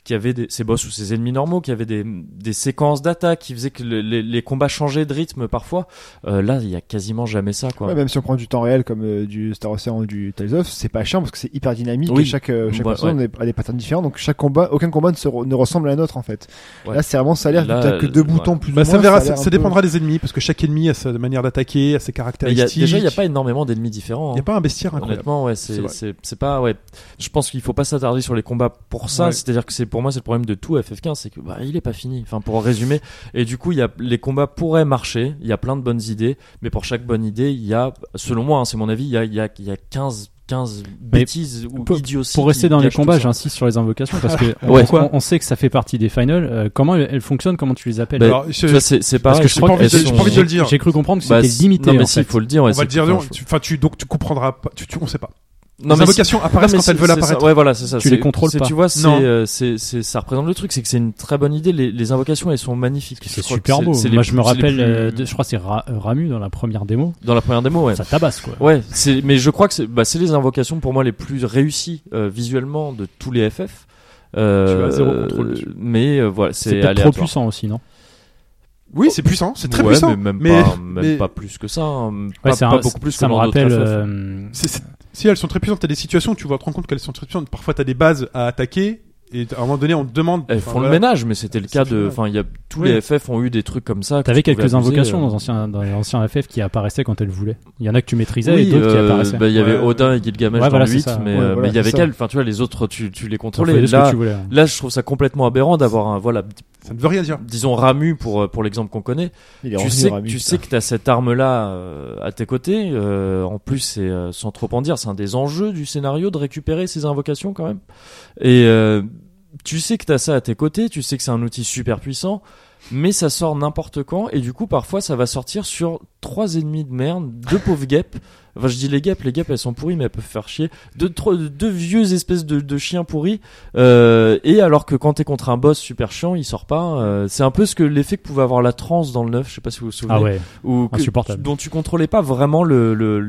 qui avaient des, ces boss ou ces ennemis normaux, qui avaient des, des séquences d'attaque, qui faisaient que le- les, les combats changeaient de rythme parfois. Euh, là, il y a quasiment jamais ça, quoi.
Ouais, bah, même si on prend du temps réel comme euh, du Star Ocean ou du Tales of, c'est pas chiant parce que c'est hyper dynamique
Oui.
et chaque, euh, chaque
Ouais,
personne a des patterns différents donc chaque combat, aucun combat ne, se re- ne ressemble à un autre en fait.
Ouais.
Là c'est vraiment ça a l'air
Là,
t'as que deux
euh, ouais.
boutons plus
Bah,
ou moins.
ça verra,
a
ça,
l'air un
ça
peu-
dépendra des ennemis parce que chaque ennemi a sa manière d'attaquer, a
Mais il y
ses
a-
caractéristiques.
déjà, il n'y a pas énormément d'ennemis différents. hein.
Il y a pas un bestiaire incroyable.
Honnêtement, ouais,
C'est
c'est,
vrai.
c'est, c'est pas, ouais. Je pense qu'il faut pas s'attarder sur les combats pour ça.
Ouais.
C'est-à-dire que c'est, pour moi, c'est le problème de tout FF15, c'est que, bah, il est pas fini. Enfin, pour en résumer. Et du coup, il y a, les combats pourraient marcher. Il y a plein de bonnes idées. Mais pour chaque bonne idée, il y a, selon moi, hein, c'est mon avis, il y a, il y a, il y a 15, 15
Mais
bêtises ou
pour-
idioties.
Pour
qui
rester dans les
gâchent tout
combats,
ça.
j'insiste sur les invocations parce que
Ouais.
pourquoi on, on sait que ça fait partie des finals. euh, comment elles, elles fonctionnent Comment tu les appelles
Bah,
Alors, je-
Tu vois, c'est, c'est
Parce
pareil.
que je
c'est
crois
pas
pas
que
envie de-
elles
j'ai
sont-
pas envie de le dire.
J'ai cru comprendre que
Bah,
c'était
c'est-
limité.
Non, mais
en
si,
fait.
il faut le dire. ouais,
on va
c'est-
le dire,
enfin,
non,
je-
tu, enfin, tu, donc tu comprendras pas, tu, tu- on sait pas.
Non,
les
mais
invocations
Ouais,
apparaissent
mais
quand elles
c'est-
veulent
c'est ça.
apparaître.
Ouais, voilà, c'est ça.
Tu
C'est-
les contrôles
c'est-
pas.
Tu vois, c'est,
Non.
euh, c'est, c'est, ça représente le truc, c'est que c'est une très bonne idée. Les, les invocations, elles sont magnifiques.
Parce que C'est
Je crois que
super beau.
c'est les
Moi, je
plus-
me
c'est les
rappelle,
plus-
euh, de- je crois que c'est Ra- euh, Ramu dans la première démo.
dans la première démo, ouais.
Ça tabasse quoi.
Ouais, c'est, mais je crois que c'est, bah, c'est les invocations pour moi les plus réussies euh, visuellement de tous les FF. Euh,
Tu as zéro contrôle dessus.
Mais euh, voilà,
C'est
c'est
peut-être trop
aléatoire.
puissant aussi, non
Oui, c'est puissant, c'est très
Ouais,
puissant.
mais même,
<laughs>
pas, même
mais-
pas plus que ça. hein.
Ouais,
pas,
c'est
pas
un-
beaucoup plus
Ça
que
me
dans d'autres
rappelle.
FF.
euh,
C'est- c'est- si elles sont très puissantes, t'as des situations, où tu vas te rendre compte qu'elles sont très puissantes. Parfois, t'as des bases à attaquer, et à un moment donné, on te demande.
Elles
enfin,
font le
voilà.
ménage, mais c'était le
C'est
cas de.
génial.
Enfin, il y a tous
Oui.
les FF ont eu des trucs comme ça. que
Ah, T'avais
tu pouvais
quelques
abuser,
invocations
euh.
dans, anciens, dans les anciens FF qui apparaissaient quand elles voulaient. Il y en a que tu maîtrisais et
Oui,
d'autres qui
euh,
apparaissaient.
bah, il y avait
Ouais.
Odin et Gilgamesh
Ouais,
dans
voilà,
le
c'est
8,
ça.
mais
Ouais,
euh, mais il
voilà,
y avait
c'est
qu'elles. Enfin, tu vois, les autres, tu, tu les
T'en faisais
contrôlais.
ce que
Là,
tu voulais. hein.
là, je trouve ça complètement aberrant d'avoir un, voilà,
Ça ne veut rien dire.
disons Ramu pour, euh, pour l'exemple qu'on connaît.
Il est
tu
revenu,
sais,
Rami,
tu
putain.
sais que tu as cette arme-là euh, à tes côtés. euh, en plus, c'est euh, sans trop en dire, c'est un des enjeux du scénario de récupérer ces invocations quand même. Et euh, tu sais que tu as ça à tes côtés, tu sais que c'est un outil super puissant, mais ça sort n'importe quand. Et du coup, parfois, ça va sortir sur trois ennemis de merde, deux pauvres <laughs> guêpes. Enfin, je dis les guêpes, les guêpes elles sont pourries, mais elles peuvent faire chier. Deux, trois, deux vieux espèces de, de chiens pourris. Euh, et alors que quand t'es contre un boss super chiant, il sort pas. euh, c'est un peu ce que l'effet que pouvait avoir la transe dans le 9, je sais pas si vous vous souvenez
Ah ouais.
ou que-
Insupportable.
dont tu contrôlais pas vraiment le le-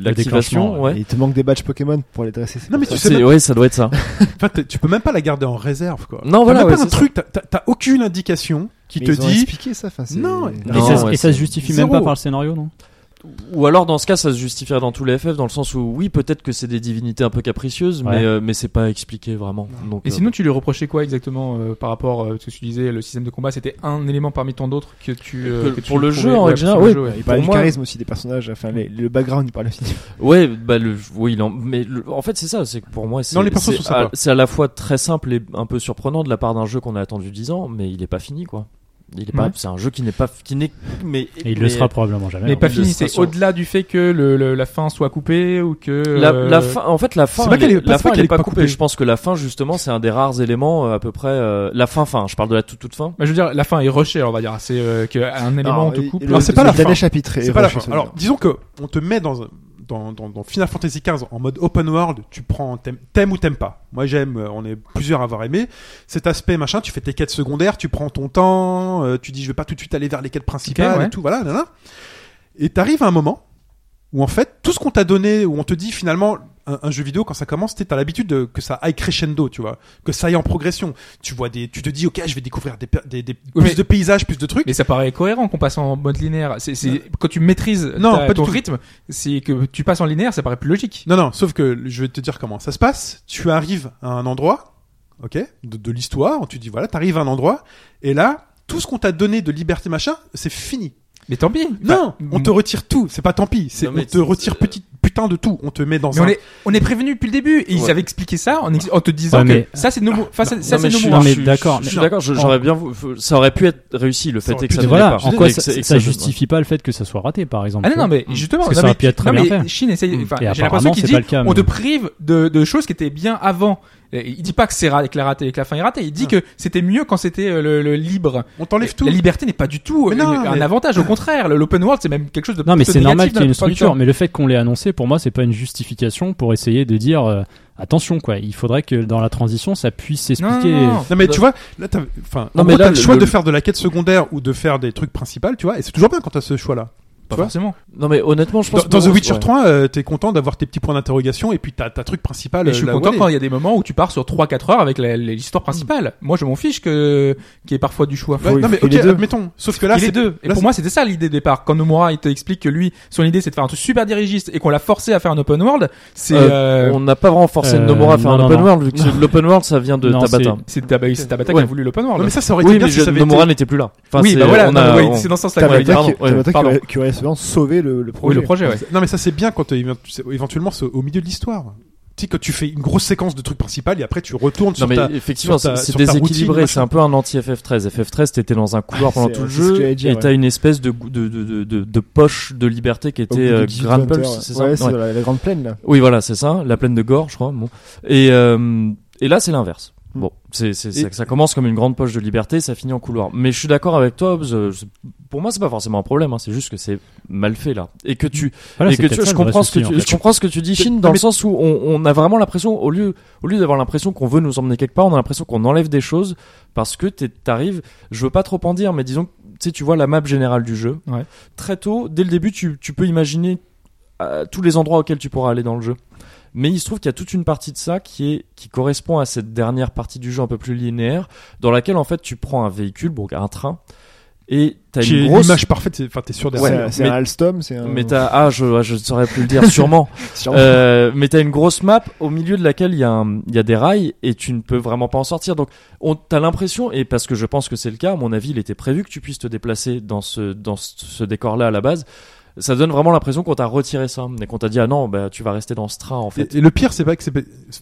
l'activation
déclenchement,
ouais,
Il te manque des badges Pokémon pour les dresser. c'est
Non, mais
pour
tu
ça.
sais
C'est-
même-
ouais, ça doit être ça
Enfin, t'es- <laughs> tu peux même pas la garder en réserve, quoi.
Non,
T'as
voilà,
même pas
ouais,
un
c'est ça.
truc, t'as- t'as t'as aucune indication qui
Mais
te
ils ont
dit.
expliqué ça, enfin, c'est-
Non,
et,
Non,
ça,
ouais,
et ça se
c'est
justifie
zéro.
même pas par le scénario, non
ou alors dans ce cas ça se justifierait dans tous les FF dans le sens où oui peut-être que c'est des divinités un peu capricieuses
Ouais.
mais euh, mais c'est pas expliqué vraiment donc
Et
euh,
sinon, tu lui reprochais quoi exactement euh, par rapport à ce que tu disais Le système de combat, c'était un élément parmi tant d'autres que tu. euh,
Que
tu
pour le
trouvais-
jeu, en
ouais,
général,
pour le
ouais.
jeu,
Il parle
Pour
du
moi-
charisme aussi des personnages, enfin les- le background, il parle aussi.
ouais bah le oui il en, mais le- en fait c'est ça c'est que pour moi c'est
Non, les persos
c'est
sont
à,
sympas.
c'est à la fois très simple et un peu surprenant de la part d'un jeu qu'on a attendu 10 ans mais il est pas fini quoi Il est pas,
Ouais.
c'est un jeu qui n'est pas, qui n'est, mais
Et il
mais-
le sera probablement jamais.
Mais
hein.
pas
mais
fini,
ce sera
c'est
sûr.
au-delà du fait que le, le- la fin soit coupée ou que.
La,
euh,
la fin, en fait, la fin,
c'est pas
elle
qu'elle
est-
est-
la
c'est pas
fin, elle
qu'elle
est pas
est pas
coupée.
coupée.
Je pense que la fin, justement, c'est un des rares éléments euh, à peu près. euh, la fin, fin. Je parle de la toute, toute fin.
bah, je veux dire, la fin est rushée, on va dire. C'est euh, qu'un élément, on te coupe.
Alors, c'est pas la fin.
dernier chapitre. est
C'est pas la
rushé,
fin.
ça.
Alors, disons que on te met dans, un- dans, dans, dans Final Fantasy XV en mode open world, tu prends, t'aimes, t'aimes ou t'aimes pas. Moi, j'aime, euh, on est plusieurs à avoir aimé. Cet aspect, machin, tu fais tes quêtes secondaires, tu prends ton temps, euh, tu dis je vais pas tout de suite aller vers les quêtes principales
Ok, ouais.
et tout, voilà, nanana. Et t'arrives à un moment où, en fait, tout ce qu'on t'a donné, où on te dit finalement, un, un jeu vidéo, quand ça commence, t'es- t'as l'habitude de- que ça aille crescendo, tu vois, que ça aille en progression. Tu vois des, tu te dis, ok, je vais découvrir des, pa- des, des-
Oui,
plus
mais-
de paysages, plus de trucs.
Mais ça paraît cohérent qu'on passe en mode linéaire. C'est, c'est- quand tu maîtrises
Non,
ta-
pas du
ton
tout.
rythme, c'est que tu passes en linéaire, ça paraît plus logique.
Non, non, sauf que je vais te dire comment ça se passe. Tu arrives à un endroit, ok, de, de l'histoire, tu dis voilà, t'arrives à un endroit, et là, tout ce qu'on t'a donné de liberté, machin, c'est fini.
Mais tant pis.
Non,
Enfin,
on te retire tout, c'est pas tant pis, c'est
Non,
on
mais
te
c'est-
retire petit, putain de tout, on te met dans
mais
un...
on est, on est prévenu depuis le début et ils
Ouais.
avaient expliqué ça en, ex- en te disant
Ouais, mais-
que ça c'est nos mou- enfin, ça, ça,
Non,
c'est
mais
nos
je suis-
mouvements.
hein.
mais
je suis-
d'accord,
Je suis
mais-
d'accord. je- J'aurais bien, vou- faut- ça aurait pu être réussi le fait
aurait
est que
pu-
ça
Mais
ne
voilà,
l'est pas.
en quoi
Et que
ça,
c'est- et que
ça
ne-
justifie pas le fait que ça soit raté, par exemple.
Ah non, non, mais
euh, hmm.
Mm.
justement,
Parce que
non,
ça aurait
mais-
pu être très
non,
bien
mais
fait.
Chine essaye, enfin,
Et
j'ai l'impression
apparemment,
qu'il
c'est
dit,
pas le cas,
on te
mais-
prive de, de choses qui étaient bien avant. Et Il dit pas que c'est ra- que la ratée, que la fin est ratée. Il dit que c'était mieux quand c'était euh, le, le libre.
On t'enlève Ah. tout.
La liberté n'est pas du tout
Mais
euh,
non,
un
mais-
avantage. Au contraire, le- l'open world c'est même quelque chose de
Non, mais
plutôt
c'est normal
négatif
qu'il y ait
dans
une
la plupart du
structure,
temps.
mais le fait qu'on l'ait annoncé, pour moi, c'est pas une justification pour essayer de dire euh, attention, quoi. Il faudrait que dans la transition, ça puisse
Non,
s'expliquer.
non, non.
Non mais tu vois, là t'as, enfin,
Non,
en
mais
gros,
là,
t'as le
le-
choix
le-
de faire de la quête secondaire ou de faire des trucs principaux, tu vois, et c'est toujours bien quand t'as ce choix-là.
Pas
tu vois
forcément.
Non mais honnêtement, je pense
Dans,
que
dans The
pour-
Witcher
ouais.
3, euh, t'es content d'avoir tes petits points d'interrogation et puis t'as ta truc principal.
Mais
euh,
je suis
là où
content
elle est.
quand il y a des moments où tu pars sur 3-4 heures avec la- l'histoire principale. Moi, je m'en fiche que qu'il y ait parfois du choix.
Ouais,
Faut-
non mais
faut
ok,
les deux.
admettons. Sauf que là,
il est
c'est
deux. Et
là,
pour
c'est-
moi, c'était ça l'idée de départ. Quand Nomura, il te explique que lui, son idée, c'est de faire un truc super dirigiste et qu'on l'a forcé à faire un open world, c'est, euh,
On n'a pas vraiment forcé
Euh,
Nomura à faire
non,
un
non,
open
non.
world vu que c'est- l'open world ça vient de
Non,
Tabata.
c'est Tab- c'est Tabata qui
Ouais.
a voulu l'open
Non,
world.
mais ça, ça aurait été
Oui,
bien
mais
si
je-
ça avait
Nomura
été-
n'était plus là. Enfin,
oui,
c'est-
bah voilà,
on
non,
a-
oui,
on-
c'est dans ce sens-là
Tabata
qu'on avait
qui-
dit.
Pardon, ouais,
Tabata qui
pardon.
aurait- qui aurait vraiment sauvé le le
Oui,
projet.
le projet, ouais.
Non, mais ça, c'est bien quand t'es évi- tu sais, éventuellement c'est au milieu de l'histoire. Tu sais, quand tu fais une grosse séquence de trucs principaux et après tu retournes
Non
sur
mais
ta.
effectivement,
sur ta-
c'est c'est
sur ta routine,
déséquilibré. C'est
machin.
un peu un anti FF13. FF13, t'étais dans un couloir
Ah,
pendant
c'est-
tout le
c'est ce que
jeu
j'allais dire,
et t'as une espèce de, gou- de, de, de, de- de poche de liberté qui
Au
était
bout de
euh,
18,
Grand
20 heures,
Pulse,
ouais.
c'est
Ouais,
ça
c'est
Ouais.
dans la la grande plaine là.
Oui, voilà, c'est ça, la plaine de Gore, je crois. Bon. Et, euh, et là, c'est l'inverse.
Mm.
Bon, c'est c'est-
Et-
ça- ça commence comme une grande poche de liberté, ça finit en couloir. Mais je suis d'accord avec toi, Hobbs, euh, c'est- pour moi, c'est pas forcément un problème, hein, c'est juste que c'est mal fait là. Et que tu,
Voilà,
et
c'est
que tu-
peut-être ça
je
le vrai
comprends ce que
souci,
tu,
en fait.
je comprends ce que tu dis, Chine, dans le sens où on, on a vraiment l'impression, au lieu, au lieu d'avoir l'impression qu'on veut nous emmener quelque part, on a l'impression qu'on enlève des choses parce que t'es- t'arrives. Je veux pas trop en dire, mais disons, que, tu sais, tu vois la map générale du jeu.
Ouais.
Très tôt, dès le début, tu, tu peux imaginer euh, tous les endroits auxquels tu pourras aller dans le jeu. Mais il se trouve qu'il y a toute une partie de ça qui est qui correspond à cette dernière partie du jeu un peu plus linéaire, dans laquelle en fait tu prends un véhicule, bon, un train, et t'as
Qui est
une grosse.
l'image parfaite, c'est- enfin, t'es sûr
C'est
derrière.
un- C'est
mais-
un Alstom, c'est un.
Mais t'as ah je ah, je ne saurais plus le dire sûrement.
c'est genre-
Euh, mais t'as une grosse map au milieu de laquelle il y, a un- il y a des rails et tu ne peux vraiment pas en sortir. Donc on- t'as l'impression, et parce que je pense que c'est le cas, à mon avis, il était prévu que tu puisses te déplacer dans ce, dans ce, ce décor-là à la base. Ça donne vraiment l'impression qu'on t'a retiré ça et qu'on t'a dit ah non bah tu vas rester dans ce train en fait.
Et, et le pire, c'est pas que c'est,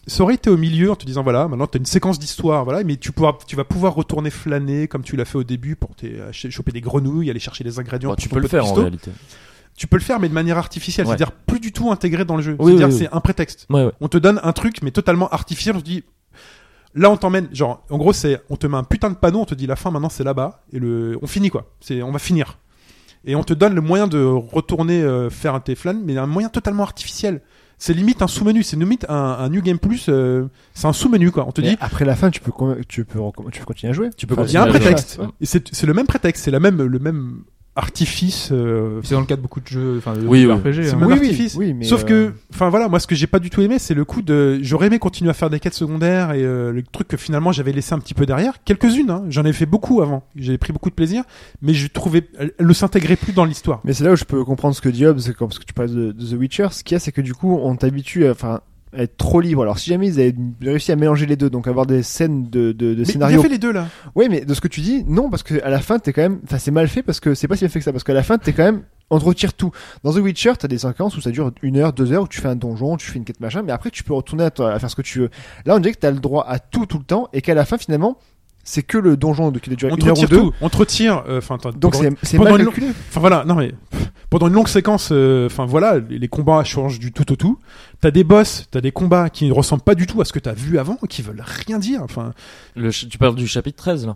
ça aurait été au milieu en te disant voilà, maintenant t'as une séquence d'histoire, voilà, mais tu pourras, tu vas pouvoir retourner flâner comme tu l'as fait au début pour tes- euh, ch- choper des grenouilles, aller chercher des ingrédients.
Bon, Bah,
pour
tu
ton
peux le
pot de
faire en
pisto.
réalité.
Tu peux le faire, mais de manière artificielle,
Ouais.
c'est-à-dire plus du tout intégré dans le jeu.
Oui,
c'est-à-dire
oui,
que
oui.
c'est un prétexte.
Ouais, ouais.
On te donne un truc, mais totalement artificiel. On te dit, là, on t'emmène. Genre, en gros, c'est, on te met un putain de panneau. On te dit, la fin, maintenant, c'est là-bas. Et le, on finit, quoi. C'est, on va finir. Et on te donne le moyen de retourner euh, faire un Teflon, mais un moyen totalement artificiel. C'est limite un sous-menu. C'est limite un, un New Game Plus. euh, c'est un sous-menu, quoi. On te
Mais
dit,
après la fin, tu peux con- tu peux recom- tu peux continuer à jouer.
Tu peux
Enfin,
il y a un
continuer à jouer.
prétexte.
Ouais.
Et c'est, c'est le même prétexte. C'est la même, le même artifice. euh,
C'est dans le cas de beaucoup de jeux, enfin, de
Oui,
de
oui.
RPG.
c'est
hein.
le même
Oui, oui,
artifice.
oui, mais,
Sauf
euh,
que, enfin voilà, moi ce que j'ai pas du tout aimé, c'est le coup de. J'aurais aimé continuer à faire des quêtes secondaires et euh, le truc que finalement j'avais laissé un petit peu derrière. Quelques-unes, hein. j'en ai fait beaucoup avant. J'ai pris beaucoup de plaisir, mais je trouvais. Elles elles ne s'intégraient plus dans l'histoire.
Mais c'est là où je peux comprendre ce que dit Hobbes, c'est quand- parce que tu parles de, de The Witcher. Ce qu'il y a, c'est que du coup, on t'habitue à, enfin, à être trop libre. Alors, si jamais ils avaient réussi à mélanger les deux, donc avoir des scènes de, de,
Mais
de
il y a
scénario.
fait les deux là.
Oui, mais de ce que tu dis, non, parce que à la fin, t'es quand même. Enfin, c'est mal fait parce que c'est pas si bien fait que ça. Parce qu'à la fin, t'es quand même. On te retire tout. Dans The Witcher, t'as des séquences où ça dure une heure, deux heures, où tu fais un donjon, tu fais une quête machin, mais après, tu peux retourner à, toi- à faire ce que tu veux. Là, on dirait que t'as le droit à tout, tout le temps, et qu'à la fin, finalement. c'est que le donjon de qui a duré
On te
Euh, une heure ou
retire
deux.
tout, on te retire. euh, Enfin, t'as-
Donc
pendant-
c'est c'est
pendant
mal
une
calculé.
Enfin voilà, non mais pendant une longue séquence, euh, enfin voilà, les les combats changent du tout au tout. T'as des boss, t'as des combats qui ne ressemblent pas du tout à ce que t'as vu avant, qui veulent rien dire. Enfin,
Le ch- tu parles du chapitre 13 là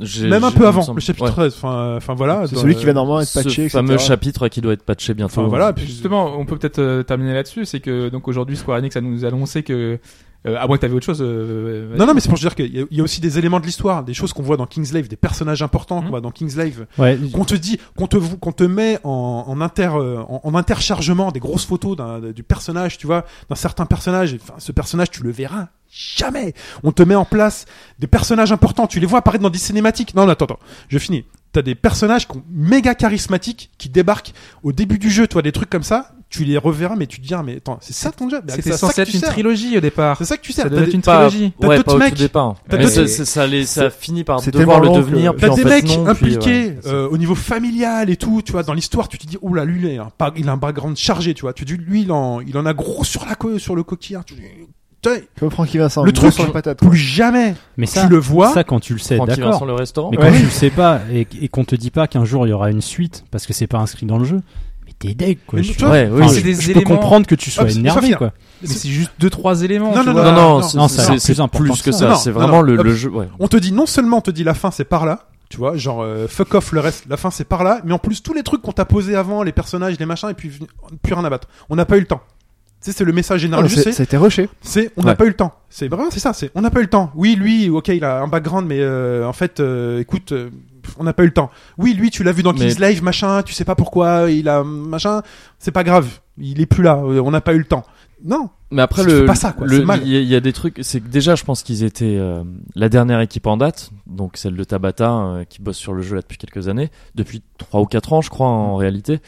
J'ai-
même un
j'ai- il
peu
me
avant,
semble.
le chapitre
Ouais.
13. Enfin, euh, enfin voilà.
C'est
dans
celui
le-
qui va normalement être
Ce
patché, etc.
fameux chapitre qui doit être patché bientôt.
Enfin voilà. puis-
Justement, on peut peut-être euh, terminer là-dessus. C'est que donc aujourd'hui, Square Enix a nous annoncé que. Euh, ah, moi, t'avais autre chose euh, vas-y.
Non, non, mais c'est pour dire qu'il y, a- il y a aussi des éléments de l'histoire, des choses qu'on voit dans King's Live, des personnages importants qu'on
Mhm.
voit dans King's Live,
Ouais,
qu'on te dit, qu'on te, vou- qu'on te met en, en, inter, euh, en, en interchargement des grosses photos d'un- du personnage, tu vois, d'un certain personnage. Enfin, ce personnage, tu le verras jamais. On te met en place des personnages importants. Tu les vois apparaître dans des cinématiques. Non, non, attends, attends. Je finis. T'as des personnages qui ont méga charismatiques qui débarquent au début du jeu. Toi, des trucs comme ça, tu les reverras, mais tu te dis, ah, mais attends, c'est ça ton job.
C'était
C'est à ça
censé
que
être
tu
une
sers.
trilogie au départ.
C'est ça que tu sais.
Ça devait être une
Pas-
trilogie.
T'as
ouais,
d'autres
pas au
mecs.
tout départ.
T'as
Mais
d'autres-
c'est- c'est- ça, les- ça finit par
c'est
devoir le
tellement lent
devenir.
que-
puis
T'as
en
des
fait,
mecs
non, puis,
impliqués
ouais.
euh, au niveau familial et tout, tu vois, dans l'histoire, tu te dis, oula, lui, il a, un pa- il a un background chargé, tu vois. Tu te dis, lui, il en, il en a gros sur la co- sur le coquillard. Tu te dis, putain,
Comme Francky Vincent.
Le
gros
truc-
sur la patate.
plus jamais
mais ça,
tu le vois.
ça quand tu le sais,
Francky
d'accord.
Vincent le restaurant.
Mais quand tu le sais pas et, et qu'on te dit pas qu'un jour il y aura une suite parce que c'est pas inscrit dans le jeu, mais t'es deg quoi.
Mais
Je-
tu vois,
Ouais, oui.
enfin,
c'est
je-
des
je peux
éléments-
comprendre que tu sois
Hop, c'est-
énervé
c'est-
quoi.
Mais c'est juste deux trois éléments.
Non,
tu
non,
Non,
vois.
non,
non,
c'est-
non, ça
c'est
plus
c'est
important
plus que
que
ça.
ça.
C'est
Non, non,
vraiment le
hop.
le jeu. ouais.
On te dit non seulement on te dit la fin c'est par là, tu vois, genre euh, fuck off le reste, la fin c'est par là, mais en plus tous les trucs qu'on t'a posé avant, les personnages, les machins, et puis plus rien à battre. On n'a pas eu le temps. Tu sais, c'est le message
Ah,
général.
mais
juste,
c'est-
c'est-
Ça a été rushé.
c'est on n'a
Ouais.
pas eu le temps. C'est vraiment c'est ça, c'est on n'a pas eu le temps. Oui, lui, ok, il a un background, mais euh, en fait, euh, écoute, euh, pff, on n'a pas eu le temps. Oui, lui, tu l'as vu dans
Mais-
Kings Live, machin, tu sais pas pourquoi, il a machin, c'est pas grave, il est plus là, euh, on n'a pas eu le temps. Non,
Mais après,
Si tu
le,
fais pas ça, quoi,
le-
c'est mal.
il y, a- il y a des trucs. C'est que déjà, je pense qu'ils étaient euh, la dernière équipe en date, donc celle de Tabata euh, qui bosse sur le jeu là depuis quelques années, depuis trois ou quatre ans, je crois en réalité,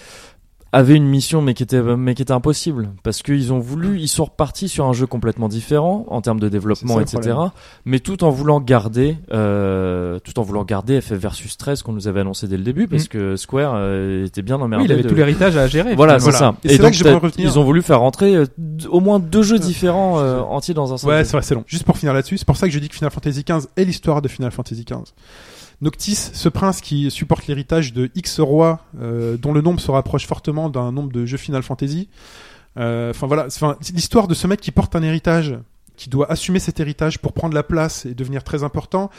avait une mission mais qui était mais qui était impossible parce qu'ils ont voulu, ils sont repartis sur un jeu complètement différent en termes de développement,
C'est ça, le
etc. Mais tout en voulant garder, euh, tout en voulant garder FF versus 13 qu'on nous avait annoncé dès le début parce que Square euh, était bien
Oui,
emmerdé.
il avait
de-
tout l'héritage à gérer.
Voilà, c'est
Voilà.
ça.
Et c'est là
donc,
que j'aimerais
t'as-
revenir.
ils ont voulu faire rentrer euh, d- au moins deux jeux différents euh, entiers dans un seul.
Ouais,
jeu.
c'est vrai, c'est long. Juste pour finir là-dessus, c'est pour ça que je dis que Final Fantasy XV est l'histoire de Final Fantasy XV. Noctis, ce prince qui supporte l'héritage de X roi, euh, dont le nombre se rapproche fortement d'un nombre de jeux Final Fantasy. Euh, Enfin voilà, c'est- enfin, c'est l'histoire de ce mec qui porte un héritage, qui doit assumer cet héritage pour prendre la place et devenir très important.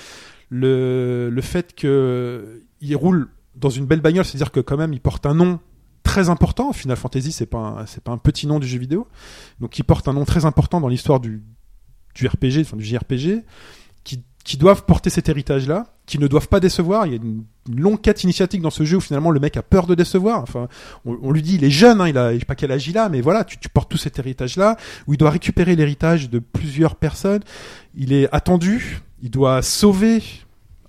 Le, le fait que il roule dans une belle bagnole, c'est-à-dire que quand même il porte un nom très important. Final Fantasy, c'est pas un- c'est pas un petit nom du jeu vidéo, donc il porte un nom très important dans l'histoire du, du RPG, enfin du JRPG, qui, qui doivent porter cet héritage-là, qui ne doivent pas décevoir. Il y a une, une longue quête initiatique dans ce jeu où finalement le mec a peur de décevoir. Enfin, on, on lui dit il est jeune, hein, il a, je sais pas quel âge il a, mais voilà, tu, tu portes tout cet héritage-là, où il doit récupérer l'héritage de plusieurs personnes. Il est attendu, il doit sauver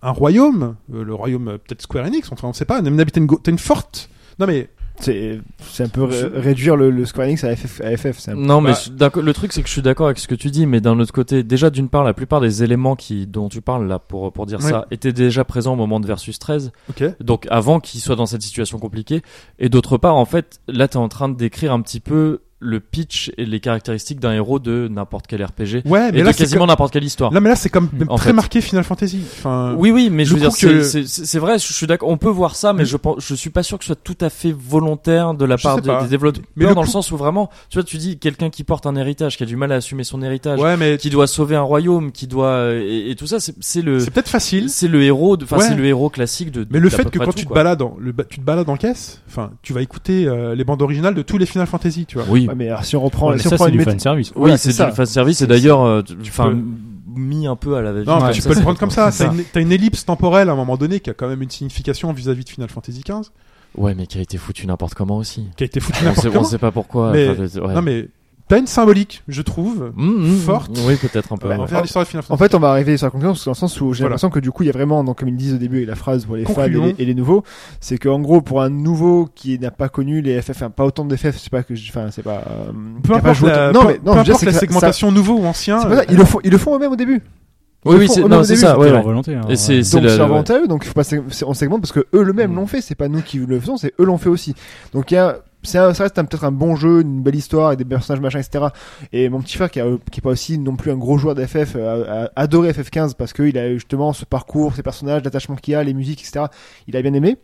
un royaume, euh, le royaume euh, peut-être Square Enix, enfin on sait pas, Namnabi Tengo- forte. Non mais
C'est c'est un peu ré- réduire le, le Square Enix à FF. à FF, c'est un peu-
Non, mais
Bah-
je- d'accord, le truc c'est que je suis d'accord avec ce que tu dis, mais d'un autre côté, déjà d'une part, la plupart des éléments qui dont tu parles là pour pour dire
Ouais.
ça étaient déjà présents au moment de versus 13.
ok.
Donc avant qu'il soit dans cette situation compliquée. Et d'autre part, en fait, là t'es en train de décrire un petit peu le pitch et les caractéristiques d'un héros de n'importe quel RPG
Ouais, mais
et
là
de
c'est
quasiment
comme...
n'importe quelle histoire.
là mais là c'est comme même
<laughs> En
très
fait.
marqué Final Fantasy. Enfin,
Oui, oui, mais je
Le
veux dire,
Hein. coup que- Mm.
c'est- c'est c'est vrai, je suis d'accord, on peut voir ça, mais je pense, je suis pas sûr que ce soit tout à fait volontaire de la
Je
part
sais
des,
pas.
des développeurs,
Mais le
dans le
coup-
sens où vraiment, tu vois, tu dis quelqu'un qui porte un héritage, qui a du mal à assumer son héritage,
ouais mais
qui doit sauver un royaume, qui doit euh, et, et tout ça, c'est c'est le
c'est peut-être facile.
c'est le héros, de- enfin
Ouais.
c'est le héros classique de.
Mais le
d'à
fait
peu
que
près
quand
tout,
tu te
quoi.
balades, en, le, ba- tu te balades en caisse, enfin, tu vas écouter euh, les bandes originales de tous les Final Fantasy, tu vois.
oui,
Ouais, mais alors, si on reprend,
Ouais, mais
si on
ça
prend
c'est
une
du
méta-
fan service.
oui,
voilà,
c'est
c'est
du
ça.
fan service et d'ailleurs, euh, tu- enfin
peux-
mis un peu à la veste.
Non,
Ouais,
tu
ça,
peux le
c'est-
prendre comme ça.
c'est
T'as une, t'as une ellipse temporelle à un moment donné qui a quand même une signification vis-à-vis de Final Fantasy XV,
Ouais, mais qui a été foutu n'importe comment aussi.
qui a été
Ah,
foutue
On sait,
n'importe
on
comment.
sait pas pourquoi.
Mais-
enfin, je- ouais.
Non, mais t'as une symbolique, je trouve,
Hum, hum,
forte.
Oui, peut-être un peu. ouais.
euh, envers l'histoire de Final
En
Fantasy.
fait, bah, on va arriver sur la conclusion parce que dans le sens où j'ai
Voilà.
l'impression que du coup, il y a vraiment, donc, comme ils disent au début, et la phrase pour les fans et
Concluons.
les, et les nouveaux, c'est qu'en gros, pour un nouveau qui n'a pas connu les FF, enfin, pas autant de FF, c'est pas que, je- enfin, c'est pas. euh, qui
peu
a pas
importe
joué
la,
autant-
peu-
non, mais
peu
non, je veux dire,
importe
c'est
la
que ça- ça-
segmentation nouveau ou ancien.
c'est pas ça,
euh,
ils le font, ils le font eux-mêmes au début.
Oui,
Ils
oui,
font
c'est
eux-mêmes
non,
au
c'est
début,
ça.
c'était
ouais,
leur
ouais.
volonté. hein.
Et c'est-
Ouais.
c'est-
Donc
le-
c'est
ouais.
inventé à eux, donc il faut pas, c'est- on segmente parce que eux le même
Mm.
l'ont fait, c'est pas nous qui le faisons, c'est eux l'ont fait aussi. Donc il y a c'est un- ça reste un- peut-être un bon jeu, une belle histoire avec des personnages machin, etc. Et mon petit frère qui, a, qui est pas aussi non plus un gros joueur d'FF euh, a, a adoré FF15 parce qu'il a eu justement ce parcours, ces personnages, l'attachement qu'il a, les musiques, etc. Il a bien aimé.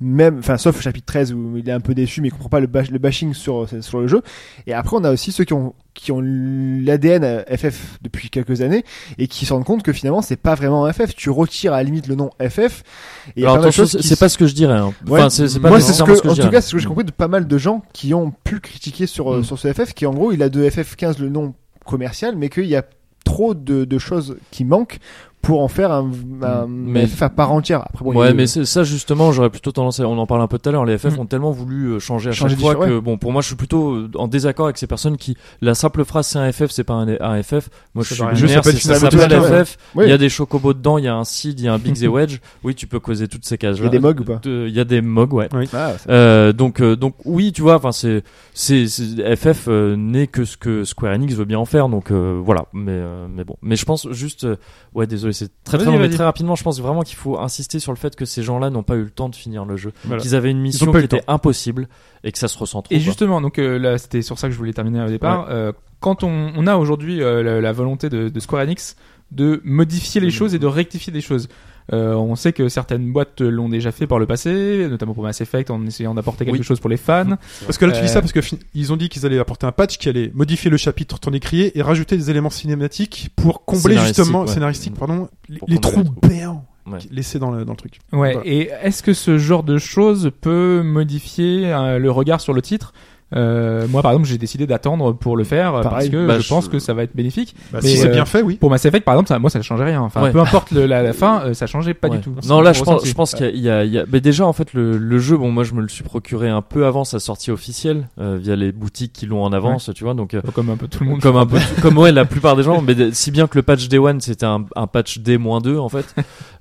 Même, enfin, sauf le chapitre 13 où il est un peu déçu, mais il comprend pas le, bash- le bashing sur, sur le jeu. Et après, on a aussi ceux qui ont, qui ont l'ADN FF euh, depuis quelques années et qui se rendent compte que finalement, c'est pas vraiment un FF. Tu retires à la limite le nom FF. Et il y a
Alors,
pas mal de
attention,
choses
c'est
qui
c'est
se-
pas ce que je dirais. hein.
Ouais.
Enfin, c'est c'est pas
moi, c'est ce
nécessairement
que,
ce que je
en
dirais.
tout cas, c'est ce que j'ai compris de pas mal de gens qui ont pu critiquer sur, euh,
Mm.
sur ce FF, qui en gros, il a de FF15 le nom commercial, mais qu'il y a trop de, de choses qui manquent pour en faire un, un
Mais-
FF à part entière. Après, bon,
ouais,
il-
mais c'est- ça justement, j'aurais plutôt tendance à. On en parle un peu tout à l'heure. Les FF
Mm.
ont tellement voulu euh, changer à
Changer
chaque fois
d'issue,
que bon, pour moi, je suis plutôt euh, en désaccord avec ces personnes qui la simple phrase c'est un FF, c'est pas un, un FF. Moi, je
Ça
suis
veut rien
lunaire,
dire.
c'est- ça
Ça s'appelle
s'appelle
tout simplement.
FF.
Oui.
Il y a des chocobos dedans, il y a un seed, il y a un Biggs
<laughs>
et Wedge. Oui, tu peux causer toutes ces cases-là.
Il y a des mugs ou pas
De- Il y a des mugs, ouais.
Ah, c'est-
Euh, donc euh, donc oui tu vois enfin c'est c'est c'est- FF euh, n'est que ce que Square Enix veut bien en faire donc euh, voilà mais euh, mais bon mais je pense juste euh, ouais désolé c'est très très
Vas-y,
long, mais
vas-y.
très rapidement je pense vraiment qu'il faut insister sur le fait que ces gens-là n'ont pas eu le temps de finir le jeu
Voilà.
qu'ils avaient une mission
pas
qui
eu le temps.
était impossible et que ça se ressent trop
Et
quoi.
justement, donc euh, là, c'était sur ça que je voulais terminer au départ. Euh, quand on, on a aujourd'hui euh, la, la volonté de, de Square Enix de modifier les
Mhm.
choses et de rectifier des choses, euh, on sait que certaines boîtes l'ont déjà fait par le passé, notamment pour Mass Effect, en essayant d'apporter quelque
Oui. Mmh.
chose pour les fans.
Parce que là, tu dis
Euh,
ça parce que fin- ils ont dit qu'ils allaient apporter un patch qui allait modifier le chapitre t'en écrié et rajouter des éléments cinématiques pour combler
Scénaristique,
justement
ouais.
scénaristique pardon les,
Pour
les
combler
trous
les trous.
béants
Ouais.
laissés dans le, dans le truc.
Ouais.
Voilà.
Et est-ce que ce genre de choses peut modifier euh, le regard sur le titre Euh, Moi, par exemple, j'ai décidé d'attendre pour le faire euh, parce
Pareil.
que
Bah,
je
je-
pense que ça va être bénéfique.
Bah,
Mais,
si c'est
euh,
bien fait, oui.
Pour Mass Effect, par exemple, ça, moi, ça ne changeait rien. Enfin,
Ouais.
peu importe le- la, la fin, euh, ça changeait pas
Ouais.
du tout.
Non, là,
Mon
je pense,
ressenti.
je pense qu'il y a- il y, a, il y a- mais déjà, en fait, le, le jeu, bon, moi, je me le suis procuré un peu avant sa sortie officielle, euh, via les boutiques qui l'ont en avance, tu vois, donc, euh,
Comme un peu tout le monde.
comme un peu, comme ouais, la plupart des gens, mais de- si bien que le patch Day 1 c'était un, un patch D-2 en
<laughs>
fait,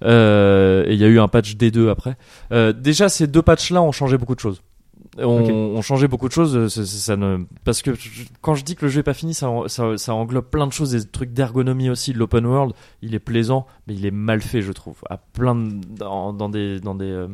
euh, et il y a eu un patch D2 après. Euh, déjà, ces deux patchs là ont changé beaucoup de choses. On,
Ok.
on changeait beaucoup de choses, euh, c'est- c'est- ça ne... parce que je- quand je dis que le jeu est pas fini, ça, en- ça, ça englobe plein de choses, des trucs d'ergonomie aussi, de l'open world. Il est plaisant, mais il est mal fait, je trouve, à plein de- dans, dans des, dans des, euh,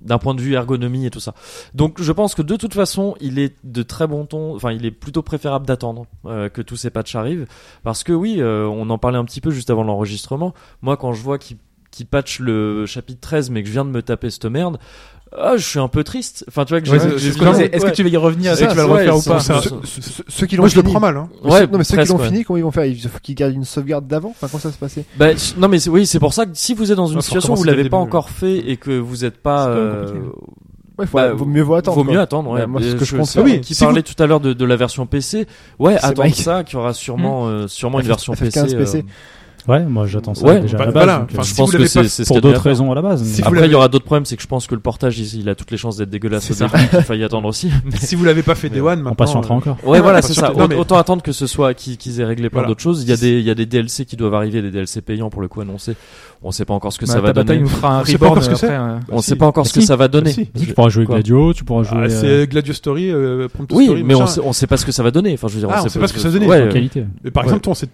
d'un point de vue ergonomie et tout ça. Donc je pense que de toute façon, il est de très bon ton, enfin il est plutôt préférable d'attendre euh, que tous ces patchs arrivent, parce que oui, euh, on en parlait un petit peu juste avant l'enregistrement, moi quand je vois qu'ils qui patch le chapitre 13 mais que je viens de me taper cette merde, ah, je suis un peu triste. Enfin tu vois que
Ouais,
j'ai-
c'est-
j'ai-
c'est ce qu'on
j'ai-
disait. Est-ce que tu vas y revenir Est-ce
C'est
que tu vas le
ça,
refaire
ouais,
ou pas
c'est-
Enfin,
c'est-
ceux- ceux- ceux-
Ceux qui l'ont
Moi, je le
fini-
prends mal. Hein.
Mais
Ouais,
ceux- non, mais ceux qui
presque,
l'ont
ouais.
fini, comment ils vont faire Il faut qu'ils gardent une sauvegarde d'avant Enfin, comment ça se passait
Bah, je- non mais c'est- oui c'est pour ça que si vous êtes dans une
Ouais, faut
situation où vous
recommencer dès le
l'avez pas
début,
encore fait et que vous n'êtes pas
C'est quand même
euh,
compliqué.
Ouais, faut,
Bah,
vaut mieux vaut attendre.
Vaut
quoi.
mieux attendre. Ouais.
Ouais, moi, c'est ce
Euh,
que je pense.
sais
Ah oui,
qui
si
parlait tout à l'heure de, de la version PC. Ouais,
C'est
attendre
Mike.
ça, qui aura sûrement, euh, sûrement une
FF-
version PC.
FF15 PC.
Ouais, moi j'attends ça
Ouais,
déjà à
bah,
la base.
voilà.
donc, euh,
Enfin,
je
si
pense
vous
que
l'avez
c'est
pas-
c'est ce
pour
qu'il y a à
d'autres
faire.
raisons à la base.
Si
mais-
vous
Après,
l'avez-
il y aura d'autres problèmes, c'est que je pense que le portage, il, il a toutes les chances d'être dégueulasse au
C'est ça.
début. Il faille attendre aussi.
<laughs>
<laughs>
si vous l'avez pas fait
Mais
Day
on-
One, maintenant,
on patientera
euh,
encore.
Ouais, voilà, c'est
surtout-
ça.
non, mais-
Autant attendre que ce soit qu'ils qu'ils aient réglé plein
Voilà.
d'autres choses. Il y a des, il y a des DLC qui doivent arriver, des DLC payants pour le coup annoncés. On sait pas encore ce que
Bah,
ça va
Tabata, il
donner.
nous fera un
On sait pas encore
reborn
ce que c'est.
après. euh.
On
Bah,
sait
si.
pas encore ce que
Si.
ça va donner.
si.
Tu pourras jouer
Quoi.
Gladio, tu pourras jouer
Ah,
euh,
c'est Gladio Story, euh, Prompt
Oui,
Story,
mais on
machin.
sait, on sait pas ce que ça va donner. Enfin, je veux dire,
Ah, on sait pas ce que ça va donner.
Ouais,
en
euh,
qualité.
Mais par
Ouais.
exemple, toi, on sait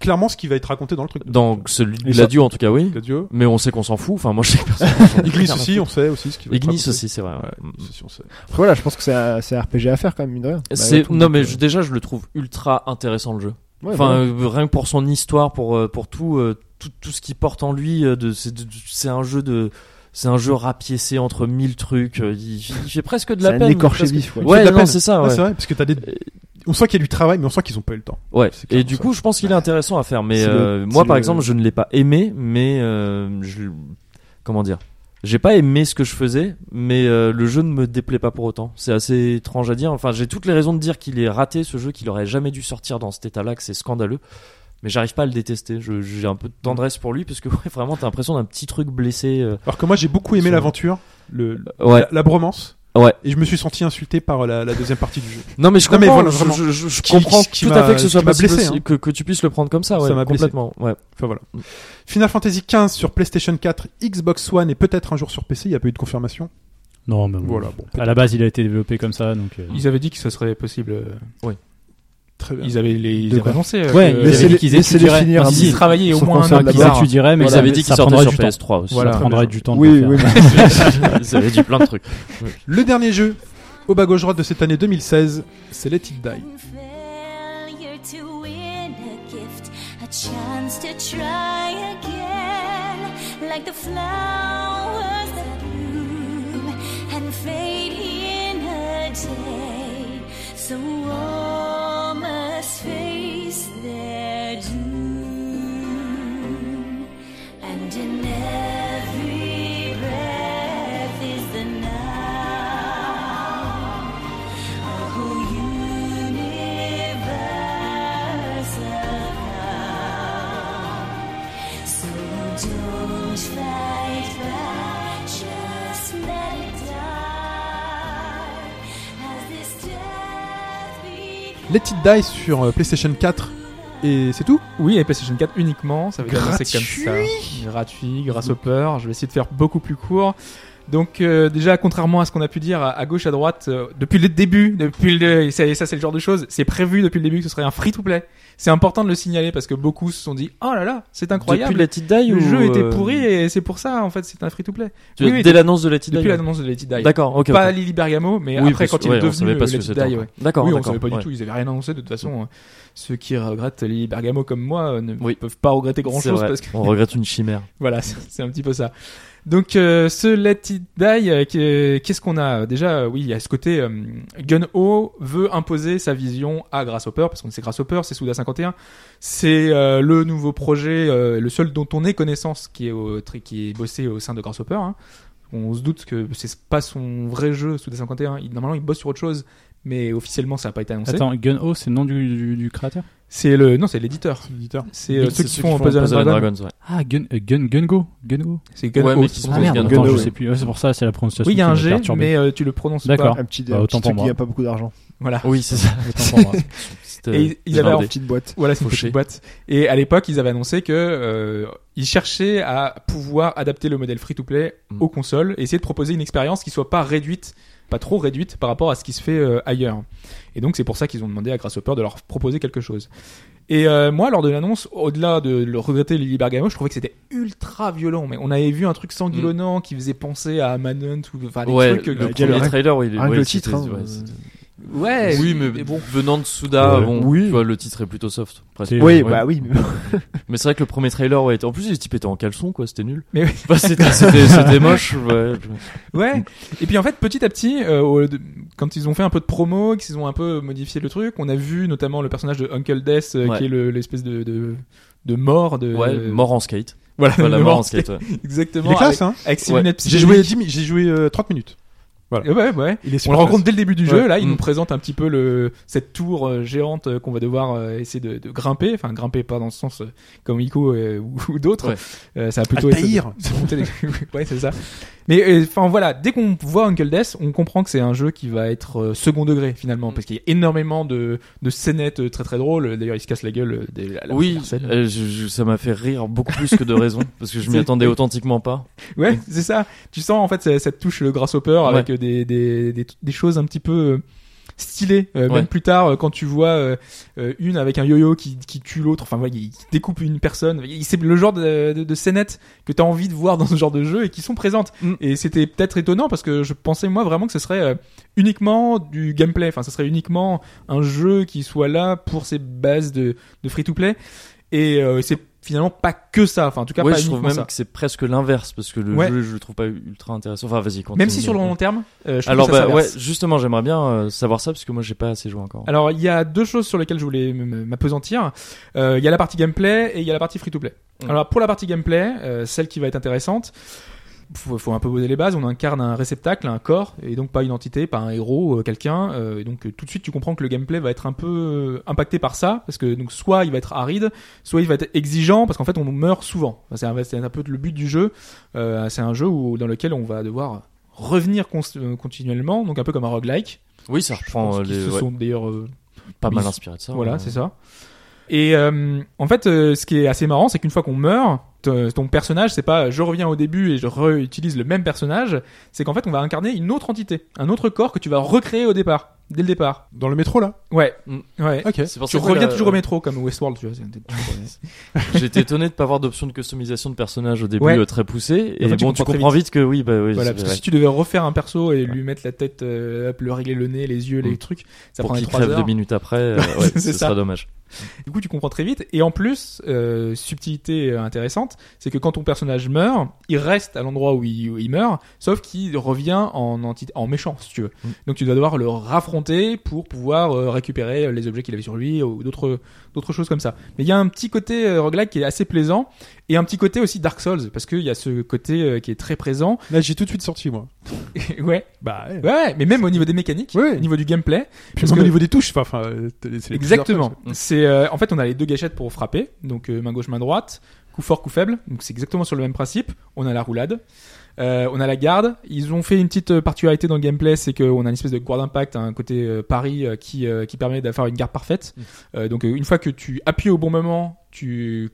clairement ce qui va être raconté dans le truc.
dans celui de
Et ça-
Gladio, en tout cas, oui. <laughs>
Gladio.
Mais on sait qu'on s'en fout. Enfin, moi, je sais que
<laughs>
personne s'en fout.
Ignis aussi, on sait aussi ce qui va être
Ignis
raconté.
aussi, c'est vrai. ouais. Mm.
Ouais, Ignis aussi, on sait.
Après, voilà, je pense que c'est un, c'est un RPG à faire quand même, mine de rien.
Bah,
Malgré
C'est
tout,
non
donc,
mais
euh,
je- déjà je le trouve ultra intéressant le jeu.
ouais,
enfin
voilà.
euh, rien que pour son histoire, pour euh, pour tout euh, tout, tout ce qui porte en lui euh, de c'est de- c'est un jeu de c'est un jeu rapiécé entre mille trucs. euh, Il, il fait presque de la
C'est un
peine.
écorché
presque-
vif,
Il
ouais.
fait de la
Ouais, non,
peine.
c'est ça.
Ah,
Ouais. Euh,
c'est vrai, parce que t'as des. On sent qu'il y a du travail, mais on sent qu'ils ont pas eu le temps.
Ouais.
C'est clair,
Et du
ça.
coup, je pense qu'il est intéressant à faire. Mais
C'est le-
euh,
c'est
moi, par
le-
exemple, je ne l'ai pas aimé, mais euh, je comment dire. J'ai pas aimé ce que je faisais, mais euh, le jeu ne me déplaît pas pour autant. C'est assez étrange à dire. Enfin, j'ai toutes les raisons de dire qu'il est raté ce jeu, qu'il aurait jamais dû sortir dans cet état-là, que c'est scandaleux. Mais j'arrive pas à le détester. Je- J'ai un peu de tendresse pour lui parce que <laughs> ouais, vraiment, t'as l'impression d'un petit truc blessé. euh.
Alors que moi, j'ai beaucoup aimé
Sur-
l'aventure, le,
Ouais,
la, la bromance.
Ouais.
Et je me suis senti insulté par euh, la, la deuxième partie du jeu.
Non mais je
Non, mais
comprends,
voilà,
je-
vraiment.
je, je- je
Qui-
comprends
ce qui
tout
m'a-
à fait que
ce
ce soit
qui m'a
possible
blessé,
aussi,
hein.
que, que tu puisses le prendre comme ça, ouais,
Ça m'a blessé.
complètement. Ouais.
Enfin voilà. Final Fantasy XV sur PlayStation 4, Xbox One et peut-être un jour sur PC. Il n'y a pas eu de confirmation.
Non, mais bon.
Voilà. Bon,
À la base, il a été développé comme ça, donc. euh,
Ils avaient dit que ce serait possible. euh,
très bien.
Ils avaient les ils
De
avaient
quoi
annoncé.
Ouais,
euh, que-
ils avaient
laissez-les-
dit qu'ils
laissez-les
étudieraient.
finir
Enfin,
un
ils-
petit-
ils y travaillaient au
Sur
moins un
console
an.
d'abord.
Ils
Bizarre.
étudieraient, mais
Ils
ça-
avaient dit
ça
qu'ils sortaient
prendrait
sur
du temps.
PS3 aussi.
Voilà.
Ça
Voilà.
prendrait du temps. de
Oui,
le faire.
oui, mais-
Ils avaient dit plein de trucs.
Le dernier jeu Au bas gauche droite de cette année 2016, c'est Let It Die.
Failure to win a gift, a chance to try again. Like the flowers that bloom and fade in a day. So all must face their doom. And in every breath is the now. A whole universe of love. So don't fight back, just let it die. As this death begins.
Let It Die sur euh, PlayStation 4 et c'est tout.
Oui, et PlayStation 4 uniquement, ça veut dire que c'est
Gratuit
comme ça. Gratuit, grasshopper. Je vais essayer de faire beaucoup plus court. Donc euh, déjà, contrairement à ce qu'on a pu dire à, à gauche, à droite, euh, depuis le début, depuis le, et ça, et ça, c'est le genre de choses, c'est prévu depuis le début que ce serait un free-to-play. C'est important de le signaler parce que beaucoup se sont dit, oh là là, c'est incroyable,
Depuis Let It Die
le
ou,
jeu était
euh,
pourri et c'est pour ça en fait, c'est un free-to-play.
tu-
Oui, oui,
dès l'annonce de Let It Die.
Depuis l'annonce de Let It Die.
D'accord, ok.
Pas
ok.
Lily Bergamo, mais
Oui,
après
parce-
quand il
ouais,
est
on savait
devenu
pas ce
Let
que
It
c'était
Die,
encore.
ouais.
D'accord,
Oui, on
d'accord,
savait pas du
ouais.
tout, ils avaient rien annoncé de toute façon. euh, Ceux qui regrettent Lily Bergamo comme moi euh, ne
Oui.
peuvent pas regretter grand
C'est
chose
vrai,
parce que
On regrette une chimère.
voilà, <laughs> c'est c'est un petit peu ça. Donc euh, ce Let It Die, euh, qui est- qu'est-ce qu'on a Déjà, euh, oui, il y a ce côté, euh, Gun-Ho veut imposer sa vision à Grasshopper, parce qu'on sait Grasshopper, c'est Souda 51, c'est euh, le nouveau projet, euh, le seul dont on ait connaissance, qui est, au, tri- qui est bossé au sein de Grasshopper. hein. On se doute que c'est pas son vrai jeu, Souda 51, il, normalement il bosse sur autre chose, mais officiellement ça n'a pas été annoncé.
Attends, Gun O, c'est le nom du, du, du créateur
C'est le, non, c'est l'éditeur. C'est euh,
Oui,
ceux
c'est
qui font Puzzle and Dragon.
ouais.
Ah, Gun, euh, Gun, Gun Go. Gun Go.
C'est Gun
Ouais,
Ho
mais
qui
qui
sont-
sont-
Ah
Ah,
merde,
Gun
Gun
O,
je
oui.
sais plus. Ouais, c'est pour ça, c'est la prononciation.
Oui, il y a
qui
un
m'a
G,
perturbé.
mais euh, tu le prononces
<laughs>
pas.
D'accord.
Un petit,
Bah,
un
autant
petit truc
pour
qui
moi.
a pas beaucoup d'argent.
Voilà.
Oui, c'est ça.
Autant <laughs> pour moi. Et ils- ils avaient
avaient
envie- Voilà, c'est une
Fauché.
petite boîte. Et à l'époque, ils avaient annoncé que euh, ils cherchaient à pouvoir adapter le modèle free-to-play
Mm.
aux consoles et essayer de proposer une expérience qui soit pas réduite, pas trop réduite par rapport à ce qui se fait euh, ailleurs. Et donc c'est pour ça qu'ils ont demandé à Grasshopper de leur proposer quelque chose. Et euh, moi, lors de l'annonce, au-delà de le regretter Lily Bergamo, je trouvais que c'était ultra violent. Mais on avait vu un truc sanguinolent qui faisait penser à Manhunt ou enfin des
Ouais,
trucs.
le
euh,
dialogue.
premier trailer, oui, il est-
Rien que
ouais,
le
c'était-
titre, hein.
ouais, c'était-
Ouais.
Oui, mais
mais bon.
venant de Souda,
Ouais.
bon,
Oui.
tu vois, le titre est plutôt soft. presque.
Oui,
Oui,
Ouais.
bah oui. mais-
Mais c'est vrai que le premier trailer, ouais, était- en plus, les types étaient en caleçon, quoi, c'était nul.
Mais oui.
Bah, c'était, c'était, c'était moche, ouais.
Ouais. Et puis en fait, petit à petit, euh, au- de- quand ils ont fait un peu de promo, qu'ils ont un peu modifié le truc, on a vu notamment le personnage de Uncle Death, euh,
Ouais.
qui est le- l'espèce de, de de mort de
Ouais,
euh,
mort en skate.
<laughs> Voilà,
Voilà,
le
mort en
mort,
skate, ouais.
Exactement. Ah,
Il est classe, hein
Avec, avec ses
Ouais.
lunettes
J'ai joué, 10 mi- j'ai joué euh, 30 minutes.
Ouais, ouais, ouais.
Il est
On
super
le
classe.
rencontre dès le début du jeu.
Ouais.
Là, il
Mm.
nous présente un petit peu le cette tour euh, géante euh, qu'on va devoir euh, essayer de, de grimper. Enfin, grimper pas dans le sens euh, comme Ico euh, ou, <laughs> ou d'autres.
Ouais.
Euh, ça a plutôt été
Altaïr.
<laughs> se monter les- ouais, c'est ça. Mais euh, enfin voilà, dès qu'on voit Uncle Death, on comprend que c'est un jeu qui va être euh, second degré finalement, parce qu'il y a énormément de de scénettes euh, très très drôles. D'ailleurs, il se casse la gueule. euh, dès la, la
oui,
première scène.
euh, je- je- ça m'a fait rire beaucoup plus que de raison,
<laughs>
parce que je m'y
C'est-
attendais authentiquement pas.
Ouais, c'est ça. Tu sens en fait ça- cette touche le grasshopper avec euh, des, des, des, des choses un petit peu euh, stylées. Euh,
Ouais.
Même plus tard, euh, quand tu vois euh, euh, une avec un yo-yo qui, qui tue l'autre, enfin ouais, il il découpe une personne. Il- C'est le genre de, de, de scénettes que t'as envie de voir dans ce genre de jeu et qui sont présentes.
Mm.
Et c'était peut-être étonnant parce que je pensais moi vraiment que ce serait euh, uniquement du gameplay. Enfin, ce serait uniquement un jeu qui soit là pour ses bases de, de free-to-play. Et euh, c'est finalement pas que ça. Enfin, en tout cas,
Ouais,
pas
je trouve
uniquement
même
ça.
que c'est presque l'inverse, parce que le
Ouais.
jeu, je le trouve pas ultra intéressant. Enfin, vas-y, continue.
Même si sur le long terme, euh, je trouve
Alors,
que ça
bah, ouais,
s'inverse.
justement, j'aimerais bien euh, savoir ça, parce que moi, j'ai pas assez joué encore.
Alors, il y a deux choses sur lesquelles je voulais m- m- m'apesantir. Euh, Il y a la partie gameplay et il y a la partie free-to-play.
Mm.
Alors, pour la partie gameplay, euh, celle qui va être intéressante, faut, faut un peu poser les bases. On incarne un réceptacle, un corps, et donc pas une entité, pas un héros, euh, quelqu'un. euh, et donc, euh, tout de suite, tu comprends que le gameplay va être un peu euh, impacté par ça, parce que donc soit il va être aride, soit il va être exigeant, parce qu'en fait, on meurt souvent. Enfin, c'est un, c'est un peu le but du jeu. Euh, c'est un jeu où, dans lequel on va devoir revenir const- euh, continuellement, donc un peu comme un roguelike.
oui, ça
Je pense
reprend euh,
qu'ils
les,
se
ouais,
sont d'ailleurs euh,
pas mal
mis-
inspiré de ça. euh,
voilà
ouais.
c'est ça et euh, en fait euh, ce qui est assez marrant c'est qu'une fois qu'on meurt te- ton personnage c'est pas euh, je reviens au début et je réutilise le même personnage c'est qu'en fait on va incarner une autre entité un autre corps que tu vas recréer au départ dès le départ.
Dans le métro, là
Ouais,
Mm.
ouais.
Ok.
C'est pour
Tu
ça que euh,
reviens
la-
toujours au métro comme Westworld, tu vois. c'est- tu
<laughs>
reviens.
J'étais étonné de pas avoir d'option de customisation de personnage au début
Ouais.
euh, très poussée.
Et en
Et
fait, tu
bon, tu
comprends très
comprends vite que oui, bah oui.
Voilà,
c'est
parce que
vrai.
si tu devais refaire un perso et lui mettre la tête, euh, hop, le régler le nez, les yeux, les
Mm.
trucs, ça
pour
prendrait
qu'il
3
crève
heures.
deux minutes après,
<laughs>
euh, ouais,
C'est
ce
ça.
sera dommage.
Du coup, tu comprends très vite. Et en plus, euh, subtilité euh, intéressante, c'est que quand ton personnage meurt, il reste à l'endroit où il, où il meurt, sauf qu'il revient en, anti- en méchant, si tu veux.
Mm.
Donc tu dois devoir le raffronter pour pouvoir euh, récupérer les objets qu'il avait sur lui ou d'autres d'autres choses comme ça. Mais il y a un petit côté euh, roguelike qui est assez plaisant et un petit côté aussi Dark Souls, parce qu'il y a ce côté euh, qui est très présent.
Là, j'ai tout de suite sorti, moi.
ouais,
Bah, ouais.
ouais, ouais, mais même au niveau des mécaniques,
Ouais.
au niveau du gameplay,
Puis
parce
même
que-
au niveau des touches, enfin, enfin, euh, c'est les plusieurs
Exactement.
fois,
Mm.
C'est euh, en fait on a les deux gâchettes pour frapper, donc euh, main gauche, main droite, coup fort, coup faible. Donc c'est exactement sur le même principe. On a la roulade, euh, on a la garde. Ils ont fait une petite euh, particularité dans le gameplay, c'est qu'on a une espèce de guard impact, un côté euh, pari euh, qui euh, qui permet d'avoir une garde parfaite.
Mm.
Euh, donc euh, une fois que tu appuies au bon moment, tu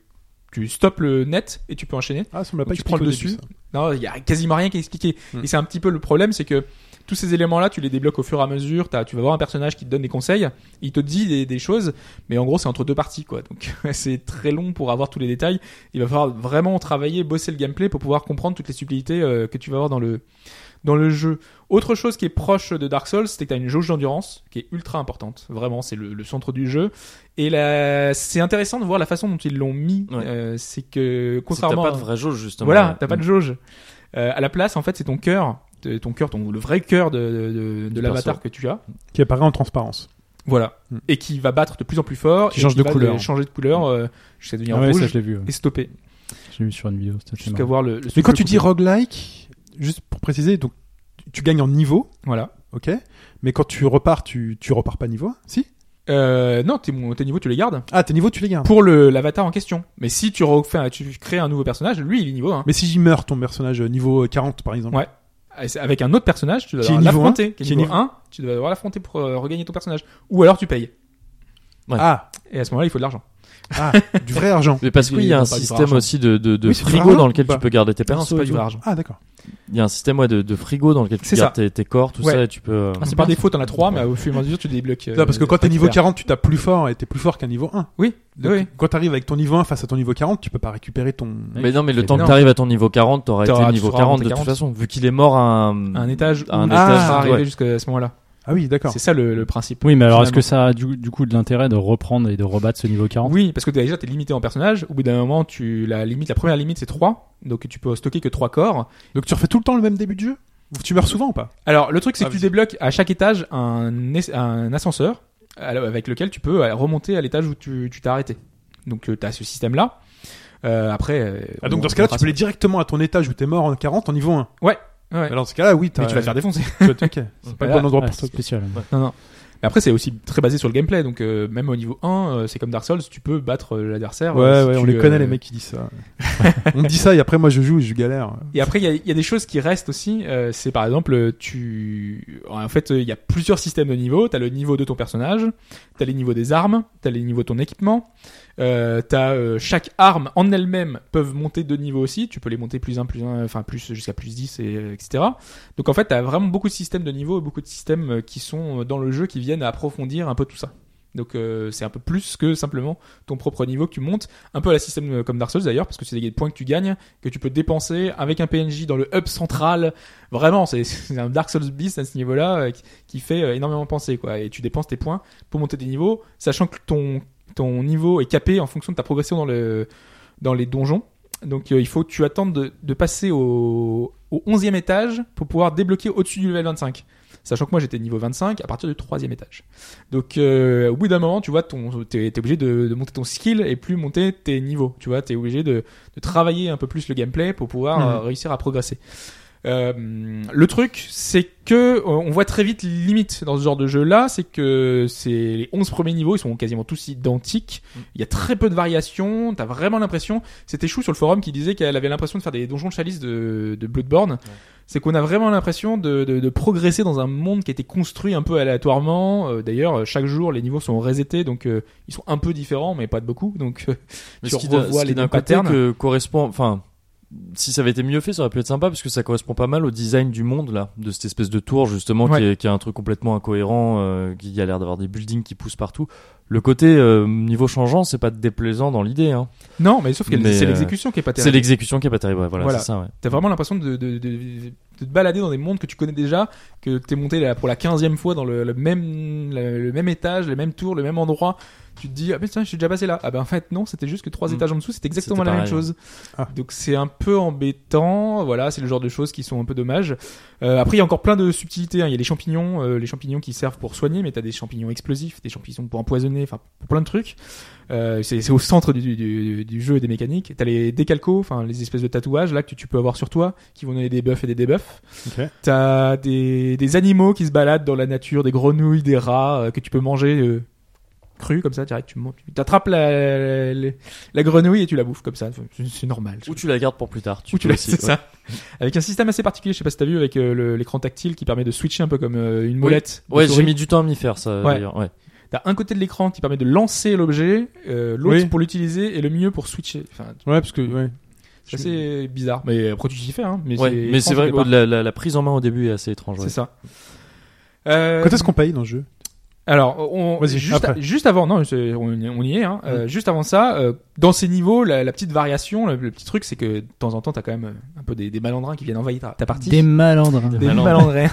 tu stoppes le net et tu peux enchaîner.
Ah, ça me l'a pas
Tu prends
expliqué
le
au début,
dessus.
ça.
Non, il y a quasiment rien qui est expliqué.
Mm.
Hmm.
Et c'est un petit peu le problème, c'est que tous ces éléments-là, tu les débloques au fur et à mesure. T'as- tu vas voir un personnage qui te donne des conseils, il te dit des, des choses, mais en gros, c'est entre deux parties, quoi. Donc, <laughs> c'est très long pour avoir tous les détails. Il va falloir vraiment travailler, bosser le gameplay pour pouvoir comprendre toutes les subtilités euh, que tu vas avoir dans le dans le jeu. Autre chose qui est proche de Dark Souls, c'est que tu as une jauge d'endurance qui est ultra importante. Vraiment, c'est le, le centre du jeu. Et là, c'est intéressant de voir la façon dont ils l'ont mis.
Ouais.
Euh, c'est que
C'est que T'as
contrairement
pas
à-
de vraie jauge justement.
voilà,
Ouais.
t'as pas
hmm.
de jauge. Euh, à la place, en fait, c'est ton cœur, de- ton cœur, ton le vrai cœur de, de, de,
Du
l'avatar
perso.
que tu as.
Qui apparaît en transparence.
Voilà,
Hmm.
et qui va battre de plus en plus fort,
Qui
et
change de
va
couleur.
changer de couleur euh, jusqu'à devenir
Ah ouais, ça
rouge
je l'ai vu. ouais.
et stopper,
Je l'ai vu sur une vidéo. c'était assez
jusqu'à voir le. le
Mais
souffle
quand tu dis
coupé.
roguelike, juste pour préciser, donc tu- tu gagnes en niveau,
voilà,
ok Mais quand tu repars, tu, tu repars pas niveau, si
euh, non, tes, tes niveaux, tu les gardes
Ah, tes niveaux, tu les gardes.
pour le l'avatar en question. Mais si tu refais, un- tu crées un nouveau personnage, lui, il est niveau 1.
Mais si j'y meurs, ton personnage euh, niveau 40, par exemple.
Ouais. Ah, Avec un autre personnage, tu dois
Qui est
devoir
niveau
l'affronter.
Qui est
niveau
niveau-
1, tu dois devoir l'affronter pour euh, regagner ton personnage. Ou alors tu payes.
Ah,
Et à ce moment-là, il faut de l'argent.
ah, du vrai argent.
Mais parce
Il
qu'il y
est
a un
pas du
système
argent.
aussi de, de, de
Oui, c'est du
frigo
argent
dans
ou
lequel
pas
tu peux garder tes
Non,
persos.
c'est pas
et
du
tout.
vrai argent.
Ah, d'accord.
Il y a un système ouais, de, de frigo dans lequel tu
C'est
gardes tes, tes corps, tout
Ouais. Ah,
ça, et tu peux. euh,
Ah,
c'est par défaut, t'en as 3, mais au fur et à mesure, tu débloques. euh,
Non, parce que quand
t'as
t'es niveau
récupères.
40, tu tapes plus fort et t'es plus fort qu'un niveau 1.
Oui,
Donc,
oui.
Quand t'arrives avec ton niveau 1 face à ton niveau 40, tu peux pas récupérer ton.
Mais non, mais le
C'est
temps que
bien.
t'arrives à ton niveau 40, t'auras
T'auras-
été
tu
niveau
seras
40 de
monté
toute
40.
façon, vu qu'il est mort à un.
Un étage.
à un
où
étage,
tu seras arrivé
ouais.
jusqu'à ce moment-là.
Ah oui, d'accord.
C'est ça le, le principe.
Oui, mais alors est-ce
finalement.
que ça a du, du coup de l'intérêt de reprendre et de rebattre ce niveau 40
Oui, parce que déjà, t'es limité en personnage. Au bout d'un moment, tu, la limite, la première limite, c'est 3. Donc, tu peux stocker que 3 corps.
Donc tu refais tout le temps le même début de jeu Tu meurs souvent ou pas
Alors, le truc, c'est
Ah,
que tu
vas-y.
débloques à chaque étage un, es- un ascenseur alors, avec lequel tu peux euh, remonter à l'étage où tu tu t'es arrêté. Donc, euh, t'as ce système-là. Euh, après. euh,
Ah, donc
on-
dans ce cas-là,
on
tu peux aller directement à ton étage où t'es mort en 40 en niveau 1.
verra ça. Ouais.
Alors dans ce cas-là, oui, t'as-
Mais tu vas
<laughs>
te faire défoncer.
Ok, c'est pas le
Voilà.
bon endroit
Ah,
pour
c'est
toi.
spécial.
Non, non. Mais après, c'est aussi très basé sur le gameplay. Donc, euh, même au niveau 1, euh, c'est comme Dark Souls, tu peux battre euh, l'adversaire.
Ah Ouais,
euh, si
ouais, on
tu,
les connaît,
euh,
les mecs qui disent <laughs> ça. on dit ça et après, moi, je joue et je galère.
Et après, il y a, il y a des choses qui restent aussi. euh, c'est par exemple, euh, tu. En fait, euh, il y a plusieurs systèmes de niveaux. T'as le niveau de ton personnage, t'as les niveaux des armes, t'as les niveaux de ton équipement. Euh, t'as euh, chaque arme en elle-même peuvent monter de niveau aussi. Tu peux les monter plus 1, plus 1, enfin plus jusqu'à plus 10, et, euh, etc. Donc en fait, t'as vraiment beaucoup de systèmes de niveaux, beaucoup de systèmes euh, qui sont euh, dans le jeu qui viennent approfondir un peu tout ça. Donc euh, c'est un peu plus que simplement ton propre niveau que tu montes, un peu à la système euh, comme Dark Souls d'ailleurs, parce que c'est des points que tu gagnes que tu peux dépenser avec un PNJ dans le hub central. Vraiment, c'est c'est un Dark Souls Beast à ce niveau-là euh, qui- qui fait euh, énormément penser, quoi. Et tu dépenses tes points pour monter des niveaux, sachant que ton, ton niveau est capé en fonction de ta progression dans, le, dans les donjons. Donc euh, il faut que tu attendes de, de passer au, au 11e étage pour pouvoir débloquer au-dessus du level 25. Sachant que moi j'étais niveau 25 à partir du 3 étage. Donc euh, au bout d'un moment, tu vois, ton- t'es t'es obligé de, de monter ton skill et plus monter tes niveaux. Tu vois, t'es obligé de, de travailler un peu plus le gameplay pour pouvoir
Mhm.
euh, réussir à progresser. Euh, le truc, c'est que euh, on voit très vite les limites dans ce genre de jeu-là, c'est que c'est les 11 premiers niveaux, ils sont quasiment tous identiques. Il y a très peu de variations. T'as vraiment l'impression. C'était Chou sur le forum qui disait qu'elle avait l'impression de faire des donjons de chalice de, de Bloodborne. C'est qu'on a vraiment l'impression de, de, de progresser dans un monde qui a été construit un peu aléatoirement. Euh, D'ailleurs, euh, chaque jour, les niveaux sont resetés, donc euh, ils sont un peu différents, mais pas de beaucoup. Donc euh,
Mais
tu
ce qui d'un-
revois
ce
les
qui d'un
mêmes
côté
patterns.
que correspond, enfin, si ça avait été mieux fait, ça aurait pu être sympa parce que ça correspond pas mal au design du monde là, de cette espèce de tour justement qui,
Ouais.
est, qui est un truc complètement incohérent, euh, qui a l'air d'avoir des buildings qui poussent partout. Le côté euh, niveau changeant, c'est pas déplaisant dans l'idée. Hein.
Non, mais sauf que
Mais,
c'est
euh,
l'exécution qui est pas
C'est
terrible.
l'exécution qui est pas terrible. ouais, voilà,
Voilà.
c'est ça. Ouais.
T'as vraiment l'impression de, de, de- de te balader dans des mondes que tu connais déjà, que t'es monté là pour la quinzième fois dans le, le même le, le même étage, le même tour, le même endroit. Tu te dis ah putain je suis déjà passé là. Ah ben en fait non c'était juste que trois
Mm.
étages en dessous c'était exactement
C'était
la même
pareil.
chose.
Ah.
Donc c'est un peu embêtant. Voilà c'est le genre de choses qui sont un peu dommages. Euh, après il y a encore plein de subtilités. hein. Il y a les champignons, euh, les champignons qui servent pour soigner, mais t'as des champignons explosifs, des champignons pour empoisonner, enfin pour plein de trucs. Euh, c'est c'est au centre du, du, du jeu et des mécaniques. T'as les décalcos, enfin les espèces de tatouages là que tu, tu peux avoir sur toi, qui vont donner des buffs et des debuffs.
Ok.
T'as des, des animaux qui se baladent dans la nature, des grenouilles, des rats euh, que tu peux manger euh, crus comme ça. Direct, tu mon- tu t'attrapes la, la, la grenouille et tu la bouffes comme ça. Enfin, c'est- C'est normal.
Ou tu la gardes pour plus tard. Tu
Ou tu
peux
l'as,
aussi,
c'est
ouais.
ça. Avec un système assez particulier, je sais pas si t'as vu, avec euh, le- l'écran tactile qui permet de switcher un peu comme euh, une molette. de
Ouais,
souris.
j'ai mis du temps à m'y faire ça.
Ouais.
d'ailleurs, Ouais.
T'as un côté de l'écran qui permet de lancer l'objet, euh, l'autre
Oui.
pour l'utiliser et le mieux pour switcher. Enfin,
Ouais, parce que ouais.
c'est assez bizarre. Mais après, tu t'y fais, hein. Mais
Ouais, Mais c'est
étrange
vrai
au
que
départ.
la, la- la prise en main au début est assez étrange. ouais.
C'est ça. Euh,
Quand est-ce qu'on paye dans le jeu
Alors, on,
Vas-y,
juste,
après.
juste avant, non, c'est- on, on y est. Hein, Euh, juste avant ça, euh, dans ces niveaux, la, la petite variation, le, le petit truc, c'est que de temps en temps, t'as quand même euh, un peu des, des malandrins qui viennent envahir ta, ta partie.
Des malandrins.
Des
malandrins.
malandrins.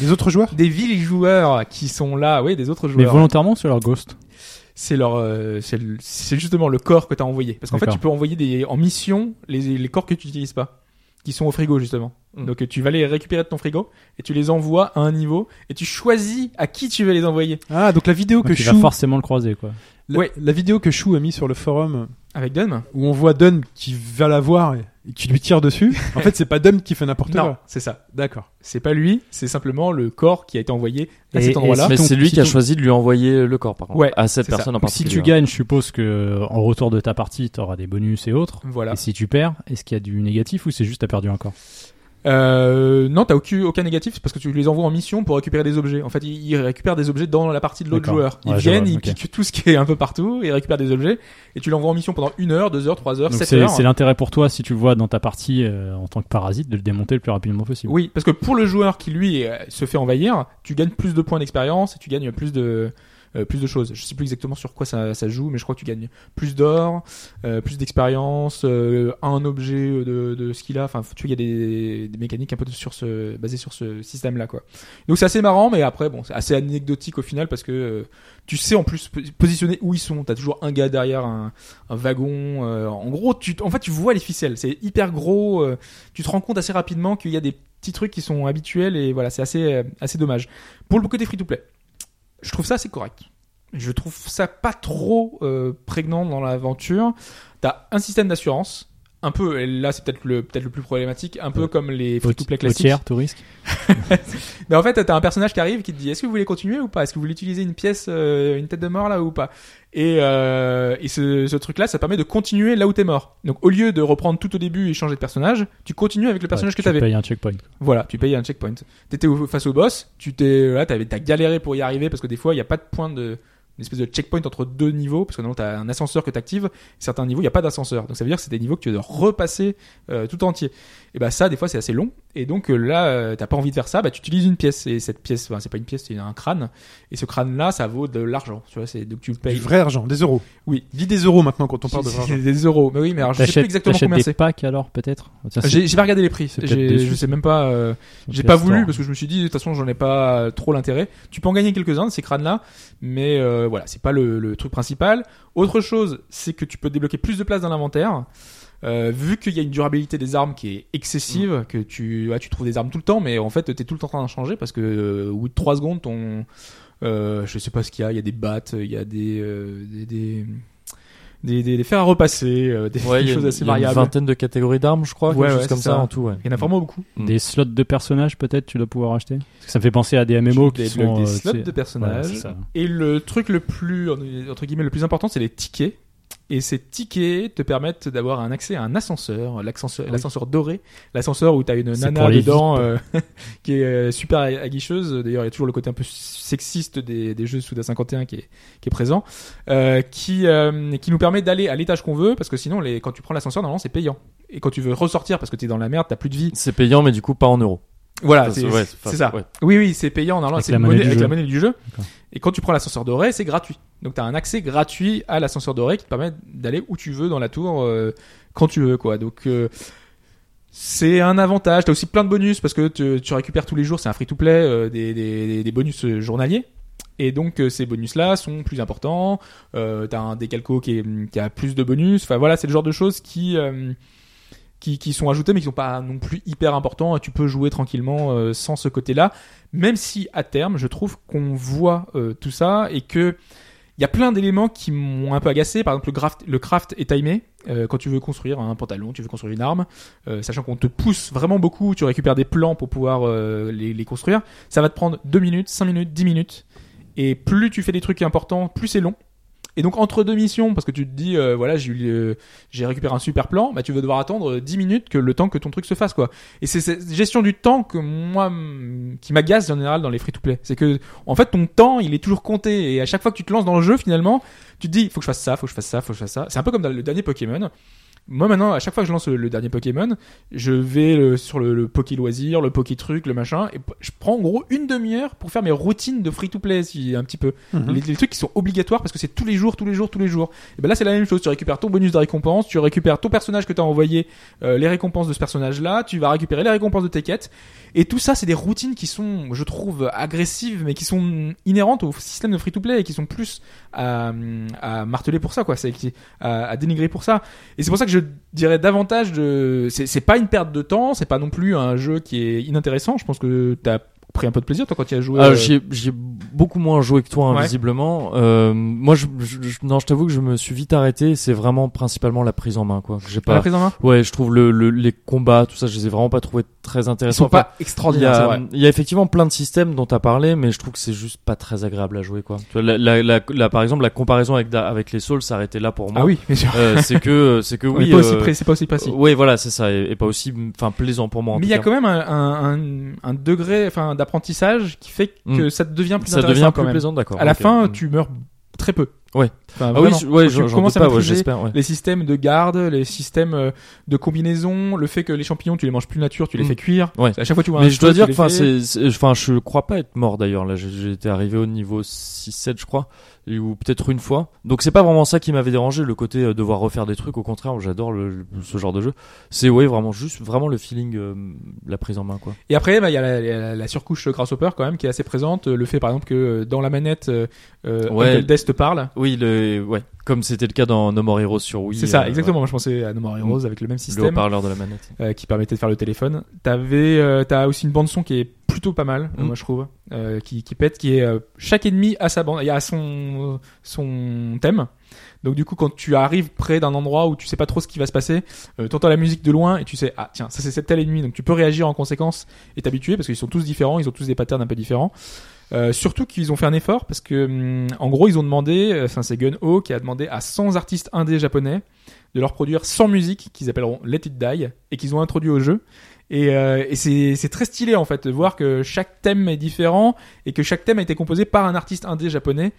Les autres joueurs
des villes joueurs qui sont là, oui, des autres
Mais
joueurs.
volontairement sur leur ghost.
c'est leur, euh, c'est le- c'est justement le corps que t'as envoyé. Parce qu'en fait,
D'accord.
tu peux envoyer des, en mission les, les corps que tu n'utilises pas, qui sont au frigo justement.
Mm.
Donc tu vas les récupérer de ton frigo et tu les envoies à un niveau et tu choisis à qui tu veux les envoyer.
Ah, donc la vidéo que
Donc, hein, tu vas
Chou-
forcément le croiser quoi.
la,
Ouais.
la vidéo que Chou a mis sur le forum
Avec Dunn
où on voit Dunn qui va la voir et, et qui lui tire <laughs> dessus. En fait, c'est pas Dunn qui fait n'importe
Non,
quoi.
c'est ça.
D'accord.
C'est pas lui, c'est simplement le corps qui a été envoyé à
Et-
cet
et
endroit-là.
Mais
Si ton-
c'est lui
si
qui a
ton-
choisi de lui envoyer euh, le corps, par contre.
Ouais,
à cette
c'est ça.
personne en
Donc, si
particulier.
tu gagnes, je suppose que euh, en retour de ta partie, t'auras des bonus et autres.
Voilà.
Et si tu perds, est-ce qu'il y a du négatif ou c'est juste t'as perdu un corps
Euh, non, t'as aucun, aucun négatif, c'est parce que tu les envoies en mission pour récupérer des objets. En fait, ils, ils récupèrent des objets dans la partie de l'autre
D'accord.
joueur. Ils
Ouais, je
viennent,
vois,
ils
ok.
piquent tout ce qui est un peu partout, ils récupèrent des objets, et tu l'envoies en mission pendant une heure, hein. deux heures, trois heures,
Donc
sept
c'est
heures.
c'est l'intérêt pour toi si tu le vois dans ta partie euh, en tant que parasite de le démonter le plus rapidement possible.
Oui, parce que pour le joueur qui lui euh, se fait envahir, tu gagnes plus de points d'expérience et tu gagnes plus de euh, plus de choses. Je sais plus exactement sur quoi ça, ça joue, mais je crois que tu gagnes plus d'or, euh, plus d'expérience, euh, un objet de, de ce qu'il a. Enfin, tu vois, il y a des, des mécaniques un peu de- sur ce basées sur ce système-là, quoi. Donc c'est assez marrant, mais après bon, c'est assez anecdotique au final parce que euh, tu sais en plus po- positionner où ils sont. T'as toujours un gars derrière un, un wagon. euh, en gros, tu t- en fait tu vois les ficelles. C'est hyper gros. euh, tu te rends compte assez rapidement qu'il y a des petits trucs qui sont habituels et voilà, c'est assez, euh, assez dommage. Pour le côté free-to-play, je trouve ça assez correct. Je trouve ça pas trop euh, prégnant dans l'aventure. T'as un système d'assurance, un peu, et là c'est peut-être le, peut être le plus problématique, un peu
Au-
comme les
Au,
free-to-play
au
classiques.
tiers, tout risque.
Mais en fait, t'as un personnage qui arrive qui te dit Est-ce que vous voulez continuer ou pas Est-ce que vous voulez utiliser une pièce, euh, une tête de mort là ou pas Et, euh, et ce, ce truc-là, ça permet de continuer là où t'es mort. Donc au lieu de reprendre tout au début et changer de personnage, tu continues avec le personnage
Ouais,
que
tu
t'avais.
payes un checkpoint.
Voilà, tu payes un checkpoint. T'étais au- face au boss, tu t'es là, t'avais- t'as galéré pour y arriver parce que des fois il n'y a pas de point de une espèce de checkpoint entre deux niveaux parce que normalement t'as un ascenseur que t'actives. Certains niveaux il n'y a pas d'ascenseur, donc ça veut dire que c'est des niveaux que tu dois repasser euh, tout entier. Et bah ça des fois c'est assez long et donc euh, là euh, t'as pas envie de faire ça, bah tu utilises une pièce et cette pièce, enfin, c'est pas une pièce, c'est un crâne et ce crâne là ça vaut de l'argent. Tu vois, c'est donc tu le payes.
Du vrai argent, des euros.
Oui.
Dis des euros maintenant quand on parle de vrai argent.
C'est des euros. Mais oui, mais alors je sais plus
T'achètes
exactement
t'achètes
combien
des
c'est.
packs alors peut-être Ça, c'est
Ah, J'ai j'ai pas regardé les prix.
c'est peut-être
J'ai-
dessus.
Je sais même pas. euh,
sur
J'ai
PS
pas voulu
Store.
parce que je me suis dit de toute façon j'en ai pas euh, trop l'intérêt. Tu peux en gagner quelques-uns de ces crânes là, mais euh, voilà c'est pas le, le truc principal. Autre chose c'est que tu peux débloquer plus de place dans l'inventaire. Euh, vu qu'il y a une durabilité des armes qui est excessive,
Mm.
que tu ouais, tu trouves des armes tout le temps, mais en fait t'es tout le temps en train de changer parce que euh, au bout de 3 secondes ton euh, je sais pas ce qu'il y a, il y a des battes, il y a des euh, des, des des, des- des fers à repasser, euh, des,
Ouais,
<laughs> des
il y a-
choses assez
il y a
variables.
Une vingtaine de catégories d'armes, je crois,
Ouais,
quelque
ouais,
chose comme
c'est
ça,
ça.
en tout. Ouais.
Il y en a vraiment beaucoup.
Des slots de personnages peut-être tu dois pouvoir acheter. Parce que ça me fait penser à des MMO
Tu
qui
débloques
sont
des
euh,
slots
tu sais-
de
Voilà,
personnages.
c'est ça.
Et le truc le plus entre guillemets le plus important, c'est les tickets Et ces tickets te permettent d'avoir un accès à un ascenseur, l'ascenseur l'ascenseur doré, l'ascenseur où t'as une
C'est
nana
pour les
dedans euh, <laughs> qui est euh, super aguicheuse. D'ailleurs, il y a toujours le côté un peu sexiste des, des jeux Souda 51 qui est, qui est présent, euh, qui, euh, qui nous permet d'aller à l'étage qu'on veut, parce que sinon, les, quand tu prends l'ascenseur, normalement, c'est payant. Et quand tu veux ressortir parce que t'es dans la merde, t'as plus de vie.
C'est payant, mais du coup, pas en euros. Ça,
Voilà, Ah, c'est
c'est- ouais,
c'est
enfin,
ça.
ouais.
Oui, oui, c'est payant. Normalement,
Avec
c'est
la
une
monnaie
monnaie-
du
avec
jeu.
la monnaie du jeu.
D'accord.
Et quand tu prends l'ascenseur doré, c'est gratuit. Donc, tu as un accès gratuit à l'ascenseur doré qui te permet d'aller où tu veux dans la tour euh, quand tu veux, quoi. Donc, euh, c'est un avantage. Tu as aussi plein de bonus parce que tu, tu récupères tous les jours, c'est un free-to-play, euh, des, des- des- des bonus euh, journaliers. Et donc, euh, ces bonus-là sont plus importants. Euh, t'as un décalco qui, est- qui a plus de bonus. Enfin voilà, c'est le genre de choses qui, euh, qui qui sont ajoutées, mais qui sont pas non plus hyper importants. Et tu peux jouer tranquillement euh, sans ce côté-là. Même si à terme, je trouve qu'on voit euh, tout ça et que il y a plein d'éléments qui m'ont un peu agacé. Par exemple, le craft, le craft est timé. Euh, quand tu veux construire un pantalon, tu veux construire une arme, euh, sachant qu'on te pousse vraiment beaucoup, tu récupères des plans pour pouvoir euh, les, les construire. Ça va te prendre 2 minutes, 5 minutes, 10 minutes. Et plus tu fais des trucs importants, plus c'est long. Et donc entre deux missions, parce que tu te dis, euh, voilà, j'ai eu, euh, j'ai récupéré un super plan, bah tu vas devoir attendre euh, 10 minutes que le temps que ton truc se fasse, quoi. Et c'est cette gestion du temps que moi, hum, qui m'agace en général dans les free-to-play. C'est que, en fait, ton temps, il est toujours compté. Et à chaque fois que tu te lances dans le jeu, finalement, tu te dis, faut que je fasse ça, faut que je fasse ça, faut que je fasse ça. C'est un peu comme dans le dernier Pokémon. Moi maintenant, à chaque fois que je lance le, le dernier Pokémon, je vais euh, sur le, le Poké loisir, le Poké truc, le machin, et p- je prends en gros une demi-heure pour faire mes routines de free-to-play, si un petit peu
Mhm.
les, les trucs qui sont obligatoires parce que c'est tous les jours, tous les jours, tous les jours. Et ben là, c'est la même chose. Tu récupères ton bonus de récompense, tu récupères ton personnage que t'as envoyé, euh, les récompenses de ce personnage-là, tu vas récupérer les récompenses de tes quêtes. Et tout ça, c'est des routines qui sont, je trouve, agressives, mais qui sont inhérentes au système de free-to-play et qui sont plus à, à marteler pour ça, quoi. C'est qui- à, à dénigrer pour ça. Et c'est pour ça que je dirais davantage de. C'est c'est pas une perte de temps, c'est pas non plus un jeu qui est inintéressant. Je pense que t'as pris un peu de plaisir toi quand tu as joué.
Ah,
euh,
j'ai j'ai beaucoup moins joué que toi, hein,
Ouais.
visiblement. Euh, moi, je, je- je- non, je t'avoue que je me suis vite arrêté. C'est vraiment principalement la prise en main, quoi. que J'ai
à la
pas.
prise en main.
Ouais, je trouve le, le- les combats, tout ça, je les ai vraiment pas trouvés très
Ils
intéressants.
sont pas
Il y,
extraordinaires, c'est
a, hum,
vrai.
il y a effectivement plein de systèmes dont tu as parlé, mais je trouve que c'est juste pas très agréable à jouer. Quoi. Tu vois, la, la- la- la- par exemple, la comparaison avec, Da- avec les Souls s'arrêtait là pour moi.
Ah oui, bien sûr.
Euh, c'est que, c'est que
Oui,
oui.
pas aussi
euh,
pré- c'est pas aussi précis.
euh, ouais, voilà, c'est ça. Et, et pas aussi enfin, plaisant pour moi. en
Mais il
tout
y a
cas.
quand même un, un, un- un degré enfin, d'apprentissage qui fait que
Mm.
ça devient plus
ça
intéressant
devient
quand
plus
même.
plaisant, d'accord.
À la
ok.
fin,
Mm.
tu meurs très peu.
Ouais.
Enfin,
Ah oui,
vraiment.
je- ouais,
Quand tu
j'en- j'en
commences
doute
à
pas, ouais,
maîtriser
j'espère. ouais.
les systèmes de garde, les systèmes euh, de combinaison, le fait que les champignons, tu les manges plus nature, tu les
Mm.
fais cuire.
Ouais.
À chaque fois, tu vois un
Mais je dois
truc,
dire
tu
que
les
enfin,
fais.
c'est, c'est- enfin, je crois pas être mort d'ailleurs. Là, J'ai- j'étais arrivé au niveau 6-7, je crois, et- ou peut-être une fois. Donc c'est pas vraiment ça qui m'avait dérangé, le côté euh, devoir refaire des trucs. Au contraire, j'adore le, le- ce genre de jeu. C'est ouais, vraiment juste, vraiment le feeling, euh, la prise en main, quoi.
Et après, bah, il y a la, la- la surcouche Grasshopper quand même qui est assez présente. Le fait, par exemple, que euh, dans la manette, euh, euh,
Ouais.
Uncle Death te parle.
Oui, le, ouais, comme c'était le cas dans No More Heroes sur Wii.
c'est ça,
euh,
exactement. Moi, je pensais à No More Heroes avec le même
ouais,
système.
le haut-parleur de la manette.
euh, qui permettait de faire le téléphone. T'avais, euh, t'as aussi une bande son qui est plutôt pas mal, euh,
Mm.
moi je trouve, euh, qui, qui pète, qui est euh, chaque ennemi a sa bande, il y a son son thème. Donc du coup, quand tu arrives près d'un endroit où tu sais pas trop ce qui va se passer, euh, t'entends la musique de loin et tu sais ah tiens ça c'est cet tel ennemi, donc tu peux réagir en conséquence et t'habituer parce qu'ils sont tous différents, ils ont tous des patterns un peu différents. Euh, surtout qu'ils ont fait un effort parce que hum, en gros ils ont demandé, euh, enfin c'est Gunho qui a demandé à 100 artistes indés japonais de leur produire 100 musiques qu'ils appelleront Let It Die et qu'ils ont introduit au jeu. Et, euh, et c'est c'est très stylé en fait de voir que chaque thème est différent et que chaque thème a été composé par un artiste indé japonais.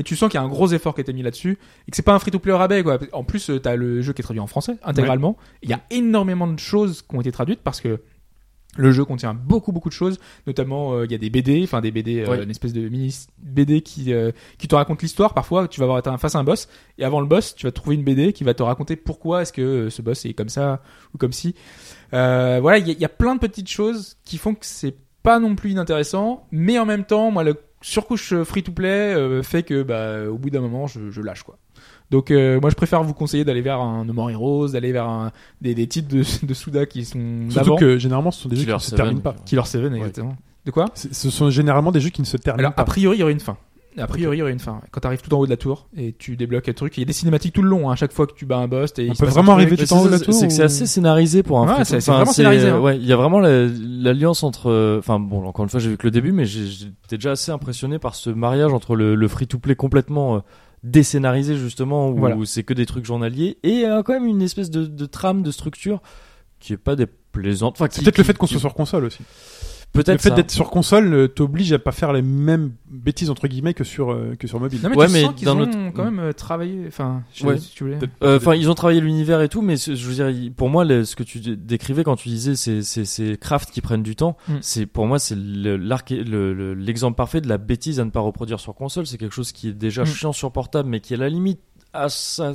Et tu sens qu'il y a un gros effort qui a été mis là-dessus et que c'est pas un free-to-play au rabais quoi. En plus, euh, t'as le jeu qui est traduit en français intégralement. Il y a énormément de choses qui ont été traduites parce que le jeu contient beaucoup beaucoup de choses, notamment euh, il y a des BD, enfin des BD, euh,
Ouais.
une espèce de mini BD qui euh, qui te raconte l'histoire. Parfois, tu vas avoir été face à un boss et avant le boss, tu vas trouver une BD qui va te raconter pourquoi est-ce que euh, ce boss est comme ça ou comme ci. Euh, voilà, il y, a- il y a plein de petites choses qui font que c'est pas non plus inintéressant, mais en même temps, moi, le surcouche free to play fait que, bah, au bout d'un moment, je, je lâche quoi. Donc, euh, moi, je préfère vous conseiller d'aller vers un No More Heroes, d'aller vers un, des, des titres de, de Souda qui sont
Surtout
d'avant.
que généralement, ce sont des jeux qui
Killer
ne se
Seven,
terminent pas.
Killer 7 exactement. De quoi
C'est- Ce sont généralement des jeux qui ne se terminent
alors,
Ah, pas.
a priori, il y aurait une fin. A priori, il y aurait une fin. Quand t'arrives tout en haut de la tour et tu débloques un truc, il y a des cinématiques tout le long. hein, à chaque fois que tu bats un boss, et
On peut vraiment arriver
Mais
tout en haut de la
c'est-
tour.
C'est que c'est
ou-
assez scénarisé pour un
Ouais,
film. euh,
c'est- c'est vraiment scénarisé, hein.
Ouais, il y a vraiment la- l'alliance entre. euh, Enfin bon, encore une fois, j'ai vu que le début, mais j'ai- j'étais déjà assez impressionné par ce mariage entre le, free to play complètement euh, décénarisé justement où
Voilà.
c'est que des trucs journaliers et euh, quand même une espèce de, de trame de structure qui est pas déplaisante. Enfin,
C'est
qui-
peut-être le
qui-
fait qu'on soit
qui-
sur console aussi.
peut-être
Le fait
ça.
d'être sur console euh, t'oblige à pas faire les mêmes bêtises entre guillemets que sur euh, que sur mobile.
Non, mais
Ouais,
tu
mais
sens qu'ils
d'un
ont
autre-
quand même euh, travaillé. Enfin, je sais
Ouais.
pas si tu voulais.
Euh, Enfin, ils ont travaillé l'univers et tout, mais ce- je veux dire, il- pour moi, le- ce que tu dé- décrivais quand tu disais ces, ces, ces crafts qui prennent du temps,
Mm.
c'est pour moi, c'est le- l'arché- le- le- l'exemple parfait de la bêtise à ne pas reproduire sur console. C'est quelque chose qui est déjà
Mm.
chiant sur portable, mais qui est à la limite à sa-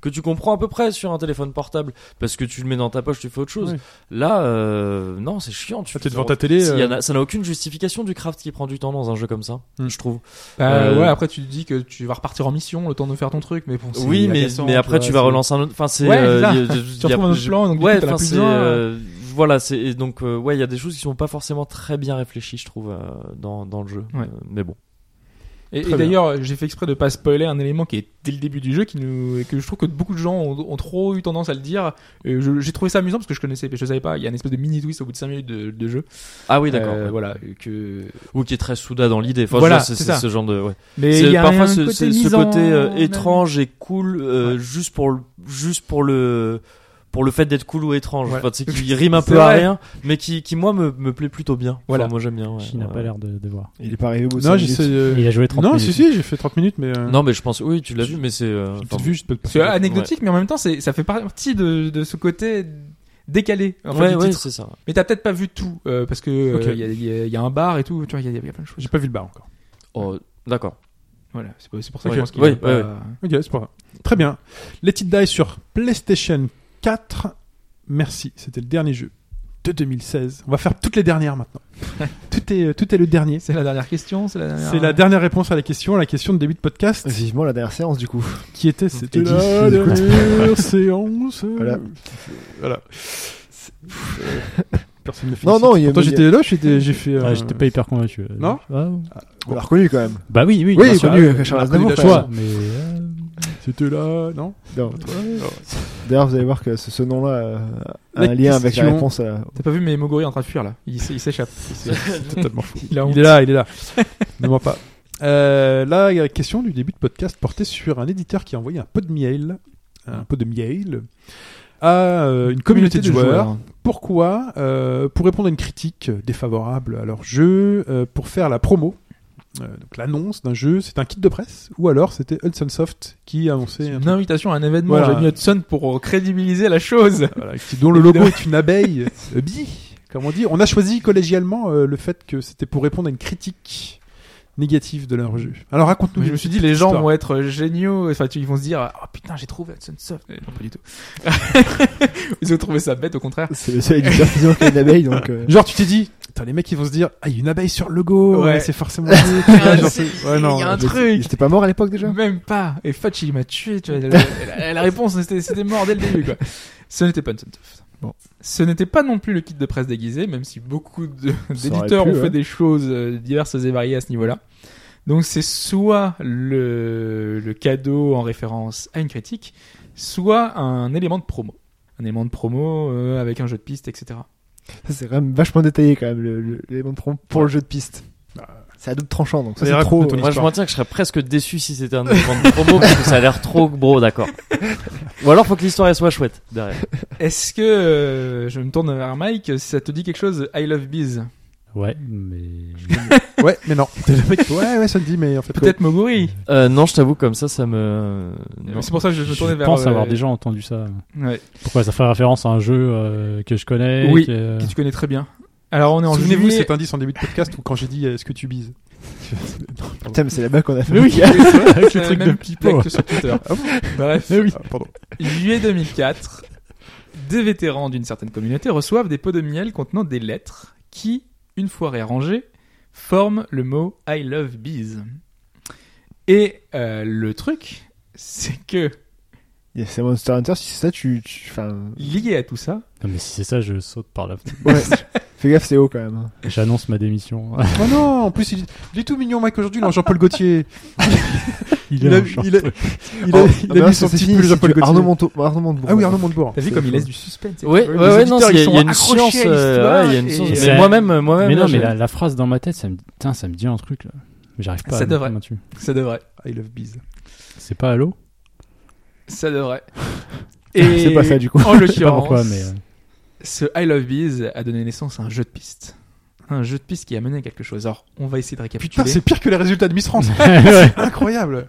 que tu comprends à peu près sur un téléphone portable parce que tu le mets dans ta poche, tu fais autre chose.
Oui.
Là, euh, non, c'est chiant. Tu
Ah,
fais
T'es devant ta télé.
S'il y
euh,
en a- ça n'a aucune justification du craft qui prend du temps dans un jeu comme ça,
Mm.
je trouve.
Euh,
Euh,
Ouais, après tu te dis que tu vas repartir en mission, le temps de faire ton truc, mais bon. c'est
Oui, mais,
agaçant,
mais après tu
vois,
vas
c'est-
relancer un autre. Enfin, c'est.
Ouais,
euh,
là,
y a-
tu
y a-
retrouves un autre
je-
plan, donc du
ouais,
coup, t'en as
enfin,
plus
c'est,
besoin.
euh, voilà, c'est et donc euh, ouais, il y a des choses qui sont pas forcément très bien réfléchies, je trouve, euh, dans dans le jeu.
Ouais.
Euh, mais bon.
Et,
Très
et
bien.
d'ailleurs, j'ai fait exprès de pas spoiler un élément qui est dès le début du jeu, qui nous, que je trouve que beaucoup de gens ont, ont trop eu tendance à le dire. Euh, je- J'ai trouvé ça amusant parce que je connaissais, je savais pas. Il y a une espèce de mini twist au bout de 5 minutes de, de jeu.
Ah oui, d'accord.
Euh,
ouais.
voilà, que.
Ou qui est très soudain dans l'idée. Enfin,
Voilà,
je veux dire, c'est
c'est
c'est
ça.
ce genre de. Ouais.
Mais
C'est
il y a
parfois
un
ce
côté
ce- ce
mise
côté euh,
en-
étrange et cool euh, juste pour le juste pour le pour le fait d'être cool ou étrange.
Voilà.
Enfin, c'est
<laughs>
qui rime un
C'est
peu à
vrai.
rien, mais qui qui moi me me plaît plutôt bien. Enfin,
Voilà.
moi j'aime bien. ouais. Euh,
Qui n'a pas
Ouais.
l'air de, de voir.
Il est pas arrivé au bout de
Non,
cinq
j'essaie.
minutes.
euh,
Il a joué 30
Non,
minutes.
si si, j'ai fait 30 minutes, mais. euh,
Non, mais je pense oui, tu l'as vu, mais c'est. euh,
j'ai peut-être
enfin,
vu juste peut-être
C'est
pas.
anecdotique, mais en même temps, c'est- ça fait partie de, de ce côté décalé. En fait,
ouais,
du
ouais,
titre.
c'est ça.
Mais t'as peut-être pas vu tout euh, parce que euh,
Ok.
il y, a- il y a- il y a un bar et tout. Tu vois, il y a- il y, a plein de choses.
J'ai pas vu le bar encore.
Oh, d'accord.
Voilà, c'est pas- c'est pour ça
Ok.
que je pense qu'il
Oui,
veut
ouais,
pas-
Ok, c'est pas grave. Très bien. Let It Die sur PlayStation 4. Merci, c'était le dernier jeu de 2016. On va faire toutes les dernières maintenant. tout est euh, tout est le dernier.
C'est la dernière question. C'est la dernière.
C'est la dernière réponse à la question, la question de début de podcast,
Vivement la dernière séance du coup.
qui était c'était
dit,
la
écoute.
dernière séance.
Voilà.
Voilà. C'est- Personne ne fait.
Non, non, il y a-
Pourtant,
il y a-
j'étais là, j'étais- j'ai fait. euh,
Ah, J'étais pas hyper convaincu. euh,
Non
ah,
On l'a reconnu quand même.
Bah oui,
Oui,
oui. bien
il est
sûr.
connu
on
euh, Charles
l'a reconnu,
Aznavour.
la
quand
Toi,
même.
mais euh,
C'était là, non Non.
Non. D'ailleurs, vous allez voir que ce, ce nom-là euh, a
La
un lien avec la
question.
réponse à.
T'as pas vu mais Mogori est en train de fuir là. Il, s- il s'échappe. Il s'est-
Totalement fou.
Il a honte.
Il est là, il est là. <laughs> ne mens pas. Euh, là, il y a la question du début de podcast portée sur un éditeur qui a envoyé un pot de miel, un pot de miel, à euh, une communauté, de joueurs. Pourquoi Euh, Pour répondre à une critique défavorable à leur jeu, euh, pour faire la promo. euh, donc l'annonce d'un jeu, c'est un kit de presse, ou alors c'était Hudson Soft qui annonçait
C'est
un
une invitation à un événement.
Voilà.
J'ai mis Hudson pour euh, crédibiliser la chose.
voilà, qui- dont le logo est une <laughs> abeille, euh, bee, comme on dit. On a choisi collégialement euh, le fait que c'était pour répondre à une critique négative de leur jeu. Alors raconte-nous.
Mais je me suis dit les gens
Histoire.
vont être géniaux. Enfin, tu- ils vont se dire oh putain j'ai trouvé Hudson Soft. Eh, Non pas du tout. <laughs> ils ont trouvé ça bête au contraire.
C'est le seul éditeur qui dit qu'il y a une abeille,
<laughs>
donc. euh,
Genre tu t'es dit, Putain, les mecs ils vont se dire, ah il y a une abeille sur le logo,
Ouais.
ouais, Ah, c'est forcément. lui. <laughs> Tu
<laughs>
vois, genre, c'est- ouais,
Il
non.
y a un
il était- Il
truc.
était pas mort à l'époque déjà
Même pas. Et Fudge, il m'a tué. tu vois. la, la- la réponse, c'était c'était mort dès le début, quoi. Ce n'était pas une soft.
Bon.
Ce n'était pas non plus le kit de presse déguisé, même si beaucoup de-
aurait
d'éditeurs
pu,
ont fait
ouais.
des choses euh, diverses et variées à ce niveau-là. Donc c'est soit le, le cadeau en référence à une critique, soit un élément de promo. Un élément de promo euh, avec un jeu de piste, etc.
Ça, C'est quand même vachement détaillé quand même, le- le- l'élément de promo pour le jeu de piste. C'est à double tranchant, donc ça
Bah. Allez,
c'est
raconte-nous
trop.
ton
euh,
Moi, je
Histoire.
maintiens que je serais presque déçu si c'était un événement de promo parce que ça a l'air trop gros, d'accord. Ou alors, faut que l'histoire elle soit chouette derrière.
Est-ce que, euh, je me tourne vers Mike, ça te dit quelque chose, I Love Bees
Ouais,
<laughs>
mais.
Ouais, mais
<laughs>
non. T'es le mec, ouais, ouais, ça me dit, mais en fait.
Peut-être Moguri
Euh, non, je t'avoue, comme ça, ça me. Euh, Non.
C'est pour ça que je me tournais
Je
vers...
pense
euh,
avoir déjà entendu ça.
ouais.
Pourquoi ça fait référence à un jeu euh, que je connais
Oui.
que-
que tu connais très bien. Alors on est en
Souvenez-vous <laughs>
juillet.
cet indice en début de podcast où quand j'ai dit euh, est-ce que tu bises
Putain, mais c'est là-bas qu'on a fait.
oui,
C'est le même pipec que sur Twitter. Bref,
Eh
pardon.
juillet 2004, des vétérans d'une certaine communauté reçoivent des pots de miel contenant des lettres qui, une fois réarrangées, forment le mot I love bees. Et euh, le truc, c'est que
Il y a- C'est Monster Hunter, si c'est ça, tu. tu- Enfin.
lié à tout ça,
Non, mais si c'est ça, je saute par
<laughs>
la fenêtre.
Ouais. Fais gaffe, c'est haut quand même.
J'annonce ma démission.
Oh non, en plus il, il est tout mignon, Mike, aujourd'hui, il est en Jean-Paul Gaultier.
Il
a,
enchanté.
il a, il a,
Oh,
il a
ah bah,
mis
ça,
son
c'est
petit
fini,
pull
c'est
Jean-Paul
du
Gaultier.
Arnaud Montebourg. Arnaud Montebourg.
Ah oui, Arnaud Montebourg.
t'as vu comme il laisse du suspense.
Ouais, ouais,
Les
ouais, non,
auditeurs,
il y, a-
ils
il y a
sont
une
accrochés
science.
à
euh, ouais, il y a une
l'histoire
science.
et-
Mais moi-même, euh, moi-même.
mais
là,
non, mais
je-
la, la phrase dans ma tête, ça me, putain, ça me dit un truc là. Mais j'arrive pas
Ça
à mettre
devrait.
la main dessus.
Ça devrait.
I love bees.
C'est pas Halo
Ça devrait.
C'est pas ça, du coup.
En
Je sais pas
l'occurrence,
pourquoi, mais. euh,
ce I Love Bees a donné naissance à un jeu de piste. Un jeu de piste qui a mené à quelque chose. Alors, on va essayer de
Putain,
récapituler.
c'est pire que les résultats de Miss France.
ouais.
Incroyable.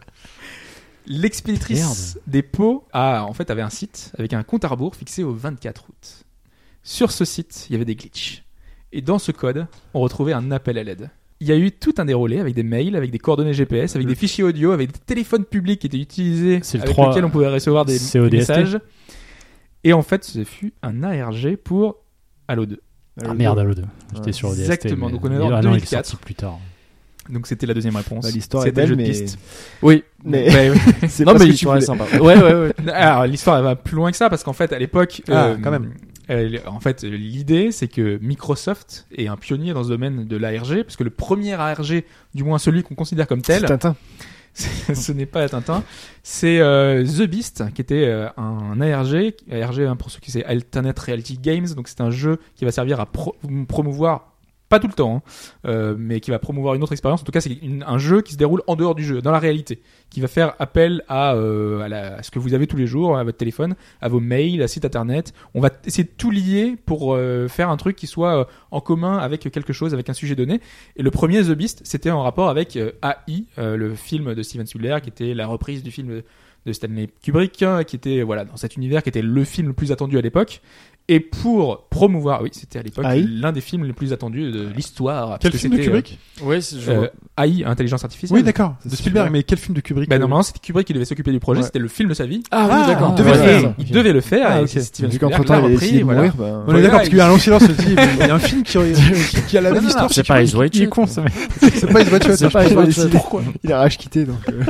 L'expéditrice des pots a, en fait, avait un site avec un compte à rebours fixé au 24 août. Sur ce site, il y avait des glitches. Et dans ce code, on retrouvait un appel à l'aide. Il y a eu tout un déroulé avec des mails, avec des coordonnées GPS, avec des fichiers audio, avec des téléphones publics qui étaient utilisés,
C'est le
avec
3,
lesquels on pouvait recevoir des des
CODST.
messages. Et en fait, ce fut un ARG pour Halo 2.
Ah merde, Halo 2. J'étais
Ouais.
sur DST.
Exactement,
mais-
donc on est en
Ah non, il est
2004.
sorti plus tard.
Donc c'était la deuxième réponse.
Bah, l'histoire est
C'était le
belle,
jeu de
mais- <laughs>
piste.
Oui.
Mais-
Bah, oui.
C'est
Non, mais
pas ce que
il
tu
paraît
voulais.
sympa. <laughs> Ouais, ouais, ouais.
<laughs> Alors l'histoire elle va plus loin que ça parce qu'en fait à l'époque,
Ah, quand même.
euh, en fait l'idée c'est que Microsoft est un pionnier dans ce domaine de l'ARG parce que le premier ARG, du moins celui qu'on considère comme
C'est
tel, <laughs>
Tintin.
ce n'est pas Tintin, c'est euh, The Beast qui était euh, un ARG, ARG hein, pour ceux qui c'est Alternate Reality Games, donc c'est un jeu qui va servir à pro- promouvoir pas tout le temps, hein, euh, mais qui va promouvoir une autre expérience. En tout cas, c'est une- un jeu qui se déroule en dehors du jeu, dans la réalité, qui va faire appel à, euh, à, la- à ce que vous avez tous les jours, à votre téléphone, à vos mails, à site internet. On va essayer de tout lier pour euh, faire un truc qui soit euh, en commun avec quelque chose, avec un sujet donné. Et le premier, The Beast, c'était en rapport avec euh, AI, euh, le film de Steven Spielberg, qui était la reprise du film de Stanley Kubrick, hein, qui était voilà dans cet univers, qui était le film le plus attendu à l'époque. Et pour promouvoir, oui, c'était à l'époque
AI?
l'un des films les plus attendus de l'histoire.
Quel
parce que
film de
c'était,
Kubrick
Ouais, c'est- je
euh,
vois.
euh, AI, intelligence artificielle.
Oui, d'accord. De
C'est
Spielberg,
celui-là.
mais quel film de Kubrick
Bah,
euh,
normalement, c'était Kubrick qui devait s'occuper du projet,
Ouais.
c'était le film de sa vie.
Ah
Ah,
oui, d'accord.
il devait
Ouais,
le faire.
ouais, ouais.
Il devait le faire,
Ah,
et
ok.
c'est Steven
Vu
Spielberg
qu'entre
qui l'a
temps, il a
repris,
essayé de
voilà.
mourir. bah,
On est d'accord,
Voilà,
parce qu'il y a un long silence. on se dit, Il y a un film qui, qui a la même histoire.
C'est pas Ace White Shot.
con, ça.
C'est pas It's White Shot,
C'est
je
pas
pense.
Ace White Shot.
Pourquoi Il a rage quitté, donc. euh,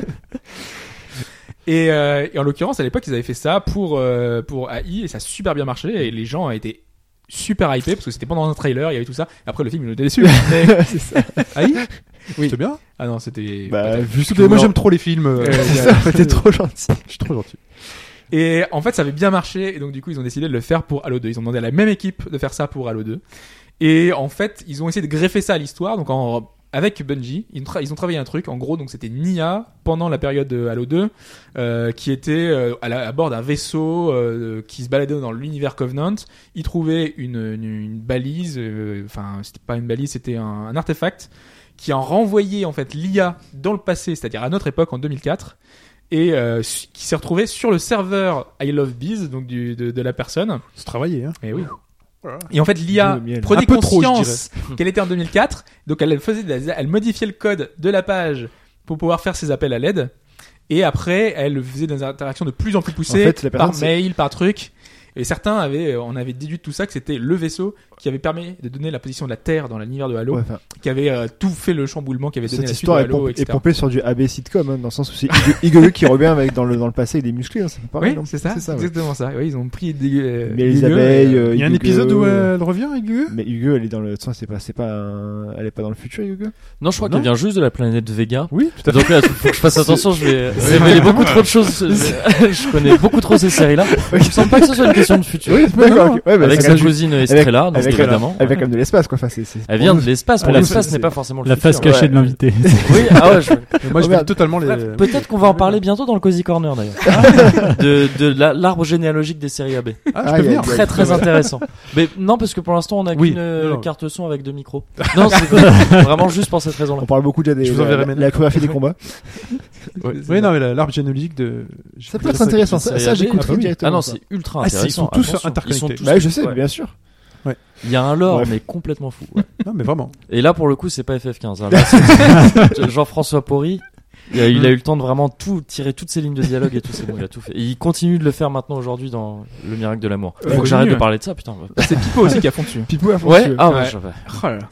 Et, euh, et en l'occurrence, à l'époque, ils avaient fait ça pour, euh, pour AI et ça a super bien marché et les gens étaient super hypés parce que c'était pendant un trailer, il y avait tout ça. Après, le film, ils nous étaient déçus. mais-
c'est ça.
AI
C'est bien.
Ah non, c'était.
Bah, vu ce
Écoutez,
que
Moi, j'aime trop les films. euh,
Euh,
C'est ça, t'es trop gentil.
Je suis trop gentil.
Et en fait, ça avait bien marché, et donc du coup, ils ont décidé de le faire pour Halo 2. Ils ont demandé à la même équipe de faire ça pour Halo 2. Et en fait, ils ont essayé de greffer ça à l'histoire. Donc, en- avec Bungie, ils ont, tra- ils ont travaillé un truc. En gros, donc c'était Nia pendant la période de Halo 2, euh, qui était euh, à, la- à bord d'un vaisseau euh, qui se baladait dans l'univers Covenant. Ils trouvaient une, une- une balise, euh, enfin, c'était pas une balise, c'était un, un artefact qui en renvoyait en fait l'IA dans le passé, c'est-à-dire à notre époque en 2004 et euh, su- qui s'est retrouvé sur le serveur I Love Biz, donc du, de, de la personne.
C'est travaillé, hein.
Eh
Et oui. Et en fait, l'IA
Dieu, le miel.
prenait
Un peu trop, je
conscience <laughs> qu'elle était en 2004, donc elle faisait, des- elle modifiait le code de la page pour pouvoir faire ses appels à l'aide. Et après, elle faisait des interactions de plus en plus poussées
En fait, la
par
personne, c'est-
mail, par truc. Et certains avaient, euh, on avait déduit de tout ça que c'était le vaisseau qui avait permis de donner la position de la Terre dans l'univers de Halo,
Ouais, enfin,
qui avait euh, tout fait le chamboulement, qui avait donné
Cette
la suite de
histoire est,
Halo,
pomp- est
etc.
pompée sur du AB sitcom, hein, dans le sens où c'est Igo- Igolo qui revient avec dans le, dans le passé avec des musclés, hein, c'est pas pareil.
oui,
non
c'est ça,
C'est ça, ouais.
exactement ça. Oui, ils ont pris des, euh,
Mais les
des gueux,
abeilles.
et, euh,
euh,
Il y a un
Igo-
épisode où elle revient, Aiguë
Mais Hugo, elle est dans le. attends, C'est pas, c'est pas. un- Elle est pas dans le futur, Hugo.
Non, je crois
Non.
qu'elle vient juste de la planète Vega.
Oui, tout à fait.
Donc là, faut que je fasse attention, je vais je vais mêler beaucoup trop de <laughs> choses. Je je connais beaucoup trop ces séries-là. Il me semble pas que ce soit une question de futur.
D'accord. ok. Ouais, bah,
Avec
c'est
sa
quand même-
cousine Estrella, donc
avec,
évidemment.
avec quand même de l'espace, quoi. Enfin, c'est. c'est-
Elle vient de l'espace, mais
Ah, la-
l'espace
c'est-
n'est pas forcément le
La
futur.
face cachée de l'invité. <laughs>
Oui, ah ouais, je-
Moi, je
Oh,
mets
merde.
totalement les.
Bref, <laughs> peut-être qu'on va en parler bientôt dans le Cozy Corner <laughs> d'ailleurs. de de la- l'arbre généalogique des séries AB.
Ah, je peux
Ah, il y a-
venir.
Très très intéressant. Mais non, parce que pour l'instant on a
Oui,
qu'une euh,
non.
carte son avec deux micros. <laughs> Non, c'est <laughs> vraiment juste pour cette raison-là.
On parle beaucoup déjà des.
Je vous enverrai
la-
maintenant.
La chorégraphie des combats.
Oui, non, mais la- l'arbre généalogique de.
Ça peut être intéressant. Ça,
série
ça,
AB.
j'écouterai
Ah, oui.
Ah
directement.
non,
ça.
c'est ultra
Ah, si, ils
intéressant.
sont tous
Attention,
interconnectés.
ils sont tous-
Bah, je sais,
ouais.
bien sûr.
Il y a un lore,
Bref.
mais complètement fou. ouais.
Non, mais vraiment.
Et là, pour le coup, c'est pas FF15. hein. Là, c'est- Jean-François Porry, il a, il a eu le temps de vraiment tout tirer toutes ses lignes de dialogue et tout. C'est bon, il a tout fait. Et il continue de le faire maintenant aujourd'hui dans Le Miracle de l'amour. Faut
Euh,
que j'arrête de
continue.
parler de ça, putain.
euh.
C'est Pipo aussi qui a fond dessus.
Pipou à fond
Ouais,
dessus.
ah ouais,
Ouais.
je-
Oh là là. <laughs>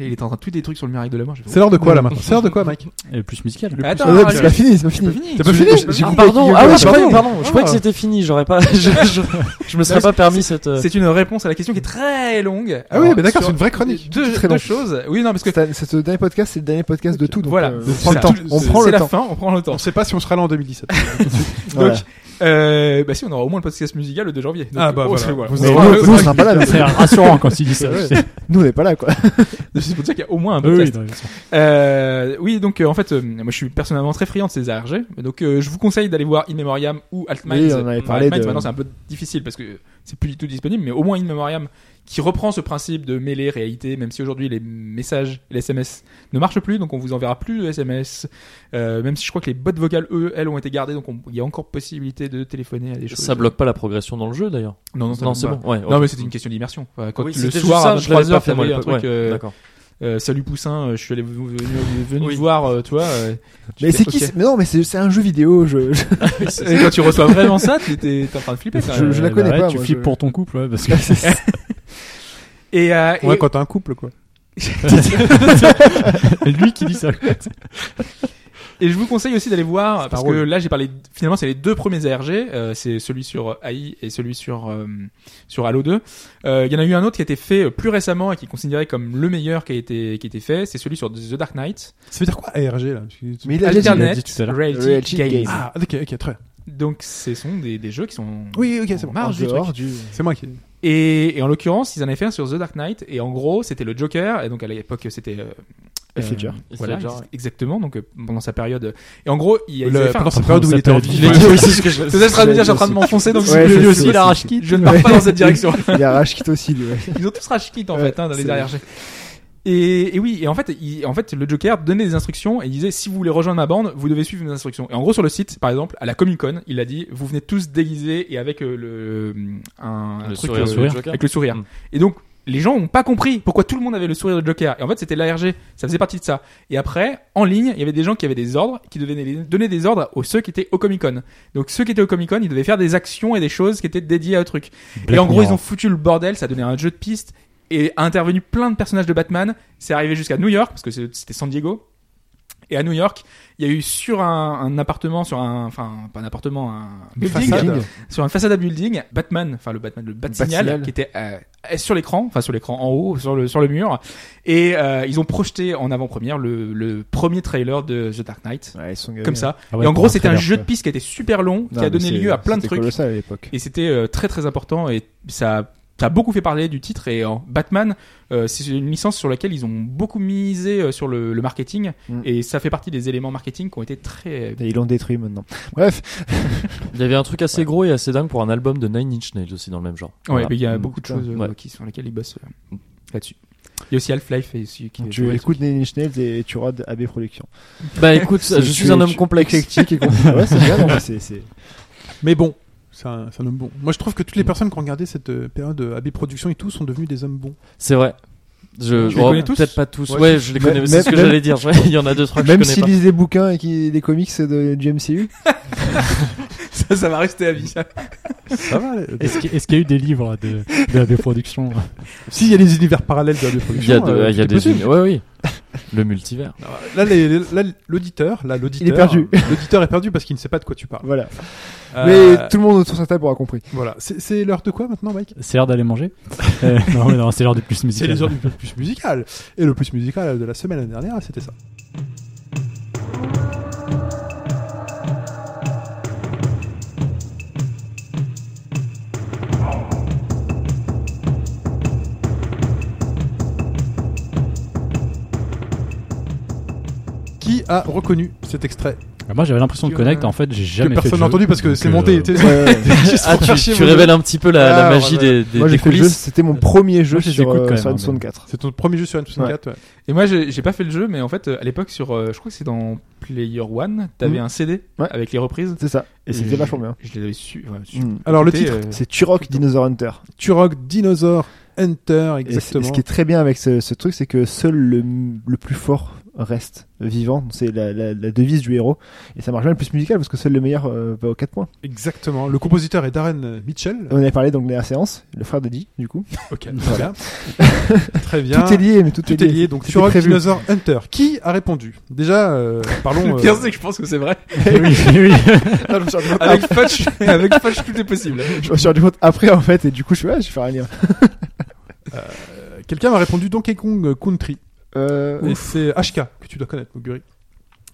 Et Il est en train de tweeter des trucs sur le miracle de la mort. oh, j'ai fait,
C'est l'heure de quoi, là,
<laughs>
maintenant C'est l'heure de quoi, Mike
Et plus musical.
Mais Attends,
Ah ouais,
attends,
parce que c'est pas fini, c'est pas fini.
T'as pas fini
Ah,
J'ai coupé
pardon,
avec
ah
Hugo,
oui, je
pardon.
croyais, pardon, je croyais que
Ah.
c'était fini, j'aurais pas, <laughs> je, je- je me serais
Non,
pas permis cette. euh,
C'est une réponse à la question qui est très longue.
Ah oui,
Alors,
mais d'accord,
sur
c'est une vraie chronique.
Deux,
Très
deux
long.
choses. Oui, non, parce que
C'est ce dernier podcast, c'est le dernier podcast de tout. Donc,
voilà,
euh,
C'est
on prend le
ça.
temps. On
C'est-
prend
<laughs>
c'est
le
la
temps.
fin, on prend le temps.
On sait pas si on sera là en 2017.
Donc,
Voilà.
Euh, bah si, on aura au moins le podcast musical le 2 janvier. Donc,
Ah bah
oh,
voilà.
c'est- voilà.
Vous
Mais
aurez-
nous,
c'est
nous, on
vrai
sera pas là.
C'est rassurant quand il dit ça.
Ouais.
je sais.
Nous, on est pas là, quoi.
C'est pour ça qu'il y a au moins un
Oui,
podcast.
oui, non, bien sûr.
Euh, oui, donc euh, en fait, euh, moi je suis personnellement très friand de ces ARG, donc euh, je vous conseille d'aller voir In Memoriam ou Altminds.
Oui, on en avait
Enfin,
parlé
Altminds,
de-
maintenant c'est un peu difficile parce que c'est plus du tout disponible, mais au moins In Memoriam qui reprend ce principe de mêler réalité, même si aujourd'hui les messages, les SMS ne marchent plus, donc on vous enverra plus de SMS, euh, même si je crois que les bottes vocales, eux, elles ont été gardées, donc on- il y a encore possibilité de téléphoner à des choses.
Ça bloque pas la progression dans le jeu d'ailleurs.
Non, non, ça
Non,
bloque
c'est
pas.
bon. Ouais,
Non,
ok.
mais c'était une question d'immersion. Enfin, quand
Oui,
le
c'était
soir
juste
à
ça, je l'avais
23h,
pas fait,
t'avais
moi, à
un
l'époque.
truc.
Ouais,
euh,
d'accord.
euh, salut Poussin, euh, je suis allé venu, venu
Oui.
voir, euh, tu vois. euh, tu
Mais
fais,
c'est qui
ok. <laughs>
ce- Mais non, mais c'est c'est un jeu vidéo. Je, je-
Et quand tu reçois vraiment ça, t'es- t'es t'es en train de flipper. quand
Je-
même.
je la
Bah
connais
ouais,
pas,
Tu
moi,
flippes
je-
pour ton couple, ouais, parce que <laughs>
Et, euh, et-
Ouais, quand t'as un couple, quoi.
lui qui dit ça.
et je vous conseille aussi d'aller voir, parce que
drôle.
là j'ai parlé, finalement c'est les deux premiers ARG, euh, c'est celui sur AI et celui sur, euh, sur Halo 2. Euh, Il y en a eu un autre qui a été fait euh, plus récemment et qui est considéré comme le meilleur qui a été, qui a été fait, c'est celui sur The Dark Knight.
Ça veut dire quoi, ARG, là
Mais il a déjà dit.
Internet.
Alternate
dit tout à l'heure.
Reality,
Reality
Games.
Games.
Ah, ok, ok, très bien.
Donc ce sont des, des jeux qui sont...
Oui, ok, c'est
en
bon.
marge
en
du truc.
dehors du-
C'est moi qui.
Et, et en l'occurrence, ils en avaient fait un sur The Dark Knight. Et en gros, c'était le Joker. Et donc à l'époque, c'était. euh,
Heath Ledger.
voilà,
Ledger,
ex-
ouais.
exactement. Donc euh, pendant sa période. Et en gros, il y a. ils avaient
Le,
fait un-
pendant cette période où il
Ça
était en
peut
vie.
être-
Il <laughs> a dit aussi ce que je. C'est ça, je traduis, je suis en train de m'enfoncer. Donc
Ouais,
si
je
lui
sais,
aussi,
je
il a
sais.
rage Je ne pars pas dans cette direction.
Il a rage quitte aussi, lui. ouais.
Ils ont tous rage quitte en
Ouais,
fait hein, dans les
c'est-
ARG. Et, et oui, et en fait, il- en fait, le Joker donnait des instructions et il disait si vous voulez rejoindre ma bande, vous devez suivre mes instructions. Et en gros, sur le site, par exemple, à la Comic Con, il a dit vous venez tous déguisés et avec euh, le un, un
Le
truc
sourire,
euh,
sourire. Joker.
avec le sourire.
Mm.
Et donc les gens ont pas compris pourquoi tout le monde avait le sourire de Joker. Et en fait, c'était l'ARG, ça faisait partie de ça. Et après, en ligne, il y avait des gens qui avaient des ordres, qui devaient les- donner des ordres aux ceux qui étaient au Comic Con. Donc ceux qui étaient au Comic Con, ils devaient faire des actions et des choses qui étaient dédiées à un truc. et en gros, ils ont foutu le bordel, ça a donné un jeu de piste et a intervenu plein de personnages de Batman. C'est arrivé jusqu'à New York, parce que c'est- c'était San Diego. Et à New York, il y a eu sur un, un appartement, sur un, enfin, pas un appartement, un building,
façade.
sur une façade à building, Batman, enfin le Batman, le Bat-signal,
Bat-signal.
qui était euh, sur l'écran, enfin sur l'écran en haut, sur le, sur le mur. Et euh, ils ont projeté en avant-première le, le premier trailer de The Dark Knight,
Ouais, ils sont gavés.
comme ça.
Ah ouais,
et en
pour
gros,
un
c'était un
trailer,
jeu de
quoi.
piste qui était super long,
Non,
qui a
mais
donné
c'est-
lieu à plein de
c'était
trucs.
colossal à l'époque.
Et c'était euh, très très important et ça, ça a beaucoup fait parler du titre. Et en Batman, euh, c'est une licence sur laquelle ils ont beaucoup misé euh, sur le, le marketing.
Mm.
Et ça fait partie des éléments marketing qui ont été très...
Et ils l'ont détruit maintenant. Bref,
Il y avait un truc assez gros et assez dingue pour un album de Nine Inch Nails aussi dans le même genre.
Ouais,
Voilà.
mais il y a
Mm.
beaucoup de
Putain,
choses euh,
ouais.
qui, sur lesquelles ils bossent euh, là-dessus. Il y a aussi Half-Life et aussi qui
tu <laughs> écoutes Nine Inch Nails et tu rôdes AB Productions.
<laughs> Bah écoute, je suis un homme complexe.
<laughs>
Éclectique et complexe. Ouais, c'est bien, non, mais c'est- c'est.
Mais bon, c'est un, c'est un homme bon. Moi, je trouve que toutes les personnes qui ont regardé cette euh, période de AB Productions et tout sont devenues des hommes bons.
C'est vrai. Je,
Tu les
oh,
connais tous
Peut-être pas tous.
Ouais.
Ouais, je les connais.
Mais-
C'est ce que
même-
j'allais dire. Ouais, Il y en a deux trois que
Même
je connais
s'ils
pas.
lisent des bouquins et qui- des comics de, du MCU,
ça, ça va rester à vie. ça.
Ça va. euh, les-
Est-ce qu'il y- est-ce qu'il y a eu des livres de, de la productions
S'il y a des univers parallèles de AB
Il y a,
Productions,
de-
euh,
il y a des.
tout est possible.
unis- Ouais, oui. Le multivers.
Là, les- les- là, l'auditeur, là, l'auditeur,
Il est perdu.
L'auditeur est perdu parce qu'il ne sait pas de quoi tu parles.
voilà.
Euh,
Mais tout le monde autour de cette table aura compris.
Voilà. C'est c'est l'heure de quoi maintenant, Mike
C'est l'heure d'aller manger Euh, Non, mais non, c'est l'heure du plus
C'est
musical.
les heures du plus musical. Et le plus musical de la semaine dernière, c'était ça. Qui a reconnu cet extrait
Ah, Moi, j'avais l'impression de connaître. En fait, j'ai
Que
jamais fait
personne
le
n'a
jeu,
entendu parce que
donc,
c'est
euh,
monté. tu sais. <laughs> Juste
Ah,
pour
tu,
faire chier
tu
vos-
révèles un petit peu la, la
Ah,
magie
ouais,
des, des,
Moi,
des
j'ai fait le jeu,
coulisses.
c'était mon premier jeu
Moi, je
sur,
l'écoute quand
euh,
même,
sur
hein,
N64.
C'est ton premier jeu sur N64. ouais.
Et moi, j'ai j'ai pas fait le jeu, mais en fait, euh, à l'époque, sur, euh, je crois que c'est dans Player One, t'avais
Mm.
un CD
Ouais.
avec les reprises.
C'est ça. Et c'était
je-
vachement bien.
Je les avais su. ouais, su-
Mm.
Alors le
écouté,
titre,
euh,
C'est Turok Dinosaur Hunter.
Turok Dinosaur Hunter,
Et c'est-
exactement.
ce qui est très bien avec ce, ce truc, c'est que seul le, le plus fort reste vivant. C'est la, la- la devise du héros. Et ça marche bien le plus musical parce que seul le meilleur euh, va aux 4 points.
Exactement. Le compositeur est Darren Mitchell.
On avait parlé donc de la séance, le frère de Dee, du coup.
Ok, très
Voilà.
bien.
<laughs>
très bien.
Tout est lié, mais tout,
Tout est lié. Donc
C'était
Turok
prévu.
Dinosaur Hunter. Qui a répondu Déjà, euh,
<laughs>
Le
parlons. euh,
pire, c'est que je pense que c'est vrai.
oui,
<laughs>
oui.
Ah, je me suis rendu compte-
Avec Fudge, avec Fudge, tout est possible.
Je me suis rendu compte après en fait, et du coup je suis ouais, je vais faire un lien.
Quelqu'un m'a répondu Donkey Kong Country.
Euh,
Et c'est HK que tu dois connaître, Moguri.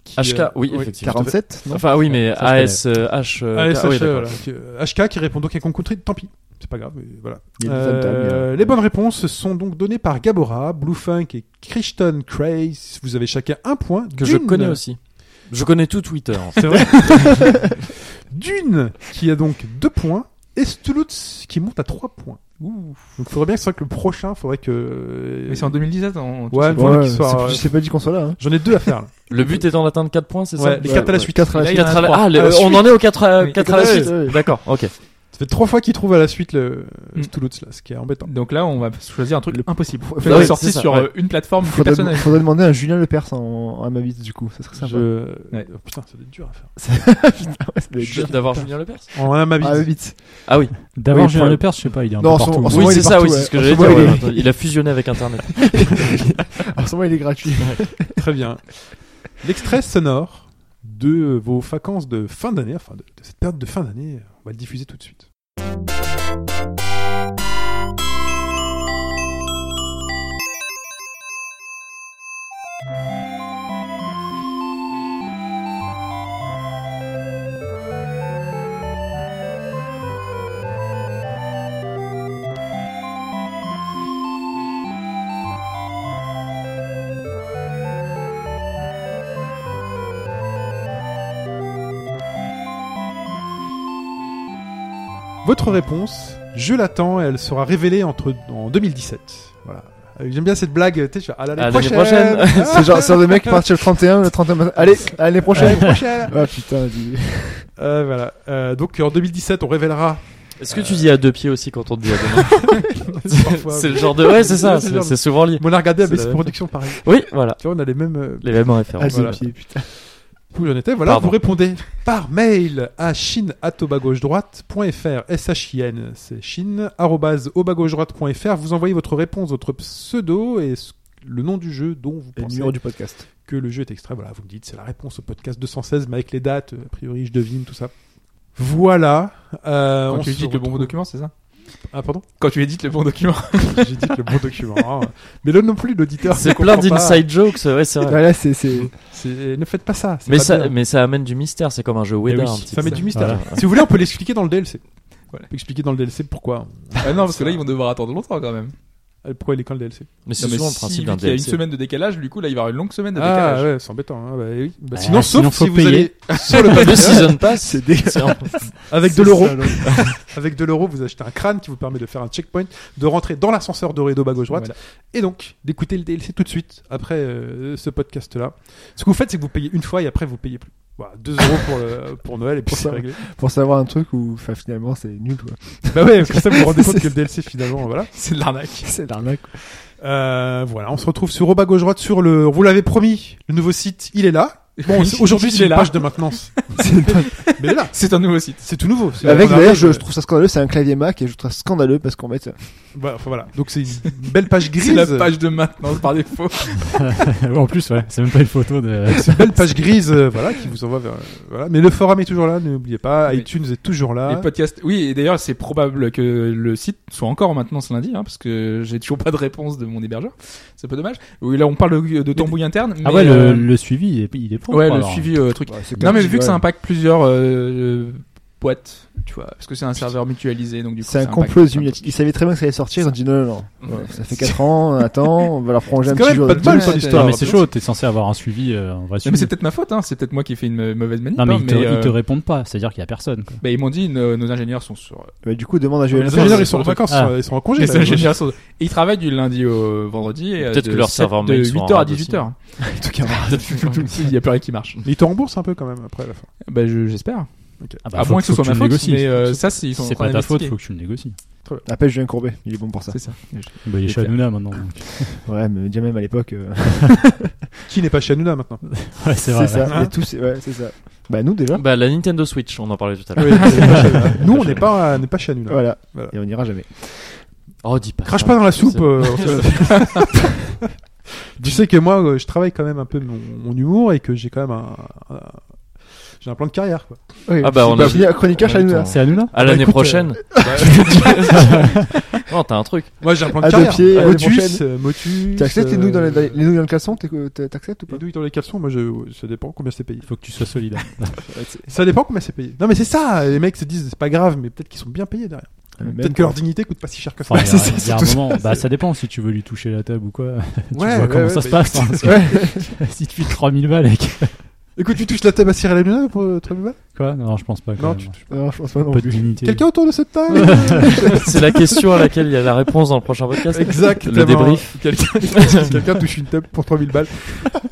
qui, euh,
HK, oui,
oui,
effectivement.
47 non
Enfin, oui, mais
Ça, je
AS, euh, H, euh,
Allez,
K,
sachez,
oui, d'accord.
voilà, que, euh, HK qui répond donc à Concountry, tant pis. C'est pas grave, mais voilà.
Il y a du
Euh,
Phantom, il y a-
les bonnes réponses sont donc données par Gabora, Bluefunk et Christian Craze. Vous avez chacun un point.
Que je
Dune.
connais aussi. Je connais tout Twitter. en fait.
C'est vrai. Dune qui a donc deux points et Stulutz qui monte à trois points. Donc faudrait bien que ce soit que le prochain, faudrait que.
Mais c'est en 2017. on-
Ouais,
Ouais,
il faudrait qu'il
c'est
soit-
plus- c'est pas dit qu'on soit là. hein.
J'en ai deux à
<laughs>
faire. Là.
Le but étant d'atteindre 4 points, c'est
Ouais,
ça
les quatre à la suite.
Quatre à la
Là, il y en a
Quatre à la-
trois.
Ah, les-
À la
on en est au 4 à,
Oui.
quatre à la
Ouais,
suite.
ouais.
D'accord, ok.
Ça fait trois fois qu'il trouve à la suite le
Mm.
Stulutz là, ce qui est embêtant.
Donc là, on va choisir un truc impossible.
Faut-
On
ouais,
va sorti
c'est ça,
sur
ouais.
euh, une plateforme que personne
Faudrait,
n'a-
faudrait demander à Julien Lepers en, en Amabit du coup, ça serait sympa.
Je-
Ouais.
Oh, putain, ça doit être dur à faire.
Ouais, ça doit être <laughs>
Je
dur.
suis d'avoir Julien Lepers.
En un à ma bite.
Ah, Amabit.
Ah oui,
D'abord,
Oui,
Julien
enfin-
Lepers, je sais pas, il est un
Non,
peu
en ce-
partout.
en ce
hein.
moment,
oui
il
c'est
est
ça,
partout,
oui, c'est
ouais.
ce que
En
j'allais
ce moment,
dire.
il est-
ouais. Il a fusionné avec Internet.
<laughs> En ce moment, il est gratuit.
<laughs> Très bien. L'extrait sonore de vos vacances de fin d'année, enfin de, de cette période de fin d'année, on va le diffuser tout de suite. Votre réponse, je l'attends, elle sera révélée entre, en 2017. Voilà. Euh, J'aime bien cette blague, tu sais, je fais, à l'année
Ah,
À l'année
prochaine.
prochaine.
Ah,
<laughs> C'est genre, c'est le mec qui partit le 31, le 31 matin. Allez, à l'année <laughs>
à l'année
prochaine.
prochaine.
Ah putain, dis-
Euh, voilà. Euh, donc en 2017,
<laughs>
on révélera.
Est-ce que tu dis à deux pieds aussi quand on te dit à deux
<laughs>
mains
parfois.
C'est le genre de. Ouais, c'est ça, <laughs>
Ouais, <laughs> c'est le
c'est
genre de-
c'est souvent lié.
Mais On l'a regardé à
C'est la
BC
même
Productions pareil.
Oui, voilà.
Tu vois, on a les mêmes. euh,
Les mêmes
à
références.
deux
Voilà.
pieds, putain.
Où j'en étais, voilà,
Pardon.
vous répondez par mail à chine.obagauchedroite.fr, S-H-I-N, c'est chine, arrobase, au bas gauche droite.fr. vous envoyez votre réponse, votre pseudo et ce- le nom du jeu dont vous
Et le
pensez
numéro du podcast.
que le jeu est extrait. Voilà, vous me dites, c'est la réponse au podcast 216, mais avec les dates, euh, a priori je devine tout ça. Voilà. euh,
Quand tu
se
édites le bon
retrouve-
document, c'est ça
Ah, pardon
Quand tu édites le
<laughs>
bon document.
J'ai dit le bon document. hein. Mais là non plus, l'auditeur.
C'est
ne
plein
comprend pas.
d'inside jokes, ouais, c'est vrai.
Voilà, c'est. c'est-
C'est- euh, Ne faites pas ça. c'est
Mais
pas
ça, euh,
bien.
mais ça amène du mystère, c'est comme un jeu
Eh
Weda
oui,
un petit
ça
peu.
met du mystère.
Voilà.
Si vous voulez, on peut l'expliquer dans le DLC.
Voilà.
On peut expliquer dans le DLC pourquoi.
Ah non, parce que là, ils vont devoir attendre longtemps quand même.
Euh, Pourquoi il est quand le DLC
Mais c'est
Non, mais
souvent le
si,
principe
vu
d'un
qu'il y a une
DLC.
semaine de décalage, du coup, là, il va y avoir une longue semaine de
Ah
décalage.
ouais, c'est embêtant. hein, bah oui. Bah,
Ah,
sinon, sauf
sinon,
si
faut
vous
payer.
allez sur
<laughs>
le
Le
pavillon,
season
<laughs>
pass, c'est
<laughs> avec de
c'est
l'euro.
ça, là.
Avec de l'euro, vous achetez un crâne qui vous permet de faire un checkpoint, de rentrer dans l'ascenseur doré d'au bas gauche droite,
Voilà.
et donc d'écouter le DLC tout de suite après euh, ce podcast-là. Ce que vous faites, c'est que vous payez une fois et après vous payez plus. Voilà, 2 euros pour, le- pour Noël et puis
Pour
c'est
ça.
réglé.
Pour savoir un truc où, enfin, finalement, c'est nul, quoi.
Bah ouais, comme ça vous vous rendez compte que le DLC finalement, voilà.
C'est de l'arnaque.
C'est de l'arnaque. quoi.
Euh, voilà, on se retrouve sur au bas gauche droite sur le. Vous l'avez promis, le nouveau site, il est là. Bon,
<laughs>
c'est- aujourd'hui
Il
c'est
est
une
là.
page de maintenance,
C'est une bonne-
mais il est là.
C'est un nouveau site.
C'est tout nouveau. C'est-
Avec,
on a-
d'ailleurs, je, je trouve ça scandaleux, c'est un clavier Mac et je trouve ça scandaleux parce qu'on met.
Voilà, Bah, enfin, voilà. Donc c'est une belle page grise.
<laughs> C'est la page de maintenance par défaut.
en plus, ouais, c'est même pas une photo de.
C'est une belle page grise, euh, voilà, qui vous envoie vers. euh, voilà. Mais le forum est toujours là, n'oubliez pas.
Oui.
iTunes est toujours là.
Les podcasts. Oui, et d'ailleurs, c'est probable que le site soit encore en maintenance lundi, hein, parce que j'ai toujours pas de réponse de mon hébergeur. C'est un peu dommage. Oui, là, on parle de, de tambouille interne.
Ah
mais,
ouais, le,
euh,
le suivi, il est, il est propre.
ouais,
Oh,
le
alors.
suivi euh, truc. Non, mais vu que ça impacte plusieurs euh, euh, boîtes, tu vois, parce que c'est un serveur mutualisé, donc du coup,
C'est un
ça
complot aux
impacte.
Illuminati. Ils savaient très bien que ça allait sortir, ils ont dit non, non, non. Ouais, ça fait 4 ans, on attend, on va leur prolonger un
C'est quand même
petit jour.
pas de mal
Ouais,
ton
t'as-
histoire.
Non, mais c'est chaud, t'es censé avoir un suivi, euh, un vrai
Non, mais
suivi.
c'est peut-être ma faute, hein. c'est peut-être moi qui ai fait une euh, mauvaise manip.
Non, mais
hein,
ils te, ils
euh,
te répondent pas, c'est-à-dire qu'il y a personne. quoi.
bah, ils m'ont dit, nos, nos ingénieurs sont sur.
Bah, du coup, demande à
Les
Julien
ingénieurs, ils sont en
Ah.
vacances, ils sont- ils sont en congé.
bah,
Les
là.
ingénieurs sont- Et ils travaillent du lundi au vendredi. et, euh,
Peut-être
de
que leur
sept-
serveur
De
mail sont en
8h à
rade aussi.
18h. <laughs>
En tout cas,
Il n'y a plus rien qui marche.
Mais ils te remboursent un peu quand même après la fin.
Bah, je- j'espère.
Ah
à
faut-
moins que ce
faut
soit ma
tu
faute,
négocies.
mais euh, ça, c'est ils sont
Si
en
c'est
train
pas ta faute,
d'investiguer.
faut que tu le négocies.
appelle Julien Courbet, il est bon pour ça.
C'est ça.
Bah, il est chez
C'est clair.
Hanouna maintenant. donc.
Ouais, mais déjà même à l'époque. euh,
Qui n'est pas chez Hanouna maintenant
Ouais, c'est vrai.
ça.
Hein
Et tous, ces- ouais, c'est ça. Bah, nous déjà.
Bah, la Nintendo Switch, on en parlait tout à
<laughs>
l'heure.
Nous, on n'est pas, on n'est pas chez Hanouna.
Voilà.
Voilà.
Et on n'ira jamais.
Oh, dis pas.
Crache
ça.
pas dans la soupe.
C'est-
euh, on se-
<laughs>
tu sais que moi, euh, je travaille quand même un peu mon, mon humour et que j'ai quand même un. un- J'ai un plan de carrière, quoi.
Oui,
Ah bah,
c'est
on
pas
a-
fini à chroniqueur
Ouais,
Shanuna.
attends.
C'est à nous là
À l'année
Bah, écoute,
<laughs>
euh,
prochaine. <laughs> non, t'as un truc.
Moi, j'ai un plan de
À deux
carrière.
pieds, à
Motus,
la prochaine.
euh, Motus.
T'acceptes les
euh,
nouilles dans les, les nouilles dans le caleçon t'es- t'es- T'acceptes ou pas
Les douilles dans les caleçons, moi, je... ça dépend combien c'est payé.
Il faut que tu sois solide. hein.
<laughs> Ça dépend combien c'est payé. Non, mais c'est ça, les mecs se disent, c'est pas grave, mais peut-être qu'ils sont bien payés derrière.
Même
Peut-être que <laughs> leur dignité coûte pas si cher que ça.
Enfin, il y a-
<laughs> C'est ça,
il y a
c'est tout
un
ça.
moment, bah, ça dépend si tu veux lui toucher la table ou quoi. <laughs> tu
Ouais,
vois
ouais,
comment
ouais, <laughs>
ça se
bah,
passe. hein, parce que <laughs>
Ouais.
si tu fais 3000 balles avec. <laughs>
Écoute, tu touches la table à Cyril Hanouna pour euh, 3000 balles
Quoi Non, je pense pas.
Non,
Quand même.
tu-
Non, je pense pas non
Pas de
plus.
dignité.
Quelqu'un autour de cette table
<laughs>
C'est la question à laquelle il y a la réponse dans le prochain podcast.
Exact.
Le débrief. <laughs>
Quelqu'un quelqu'un touche une table pour 3000 balles.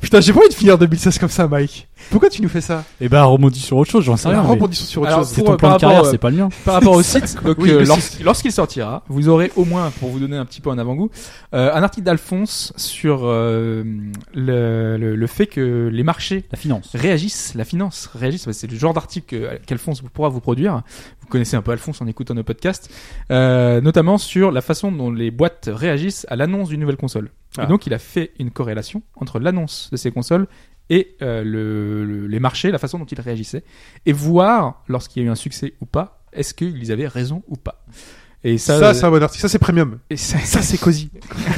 Putain, j'ai pas envie de finir 2016 comme ça, Mike. Pourquoi tu nous fais ça
Et bah, rebondis sur autre chose, j'en sais rien. Ah mais
Rebondissons sur autre
Alors,
chose.
C'est
pour-
ton
euh,
plan
par
de carrière,
rapport, euh,
c'est pas le mien.
par rapport
<laughs>
au site. Donc,
Oui,
euh,
le
lors-
site.
lorsqu'il sortira, vous aurez au moins, pour vous donner un petit peu un avant-goût, euh, un article d'Alphonse sur euh, le, le- le fait que les marchés
<laughs>
La finance.
réagissent, la finance réagissent. C'est le genre d'article que- euh, qu'Alphonse pourra vous produire. Vous connaissez un peu Alphonse en écoutant nos podcasts, Euh, notamment sur la façon dont les boîtes réagissent à l'annonce d'une nouvelle console.
Ah.
Et donc, il a fait une corrélation entre l'annonce de ces consoles et euh, le- le- les marchés, la façon dont ils réagissaient, et voir lorsqu'il y a eu un succès ou pas, est-ce qu'ils avaient raison ou pas. Et ça,
Ça,
euh,
c'est un bon article. Ça, c'est premium.
et ça, ça, c'est cosy.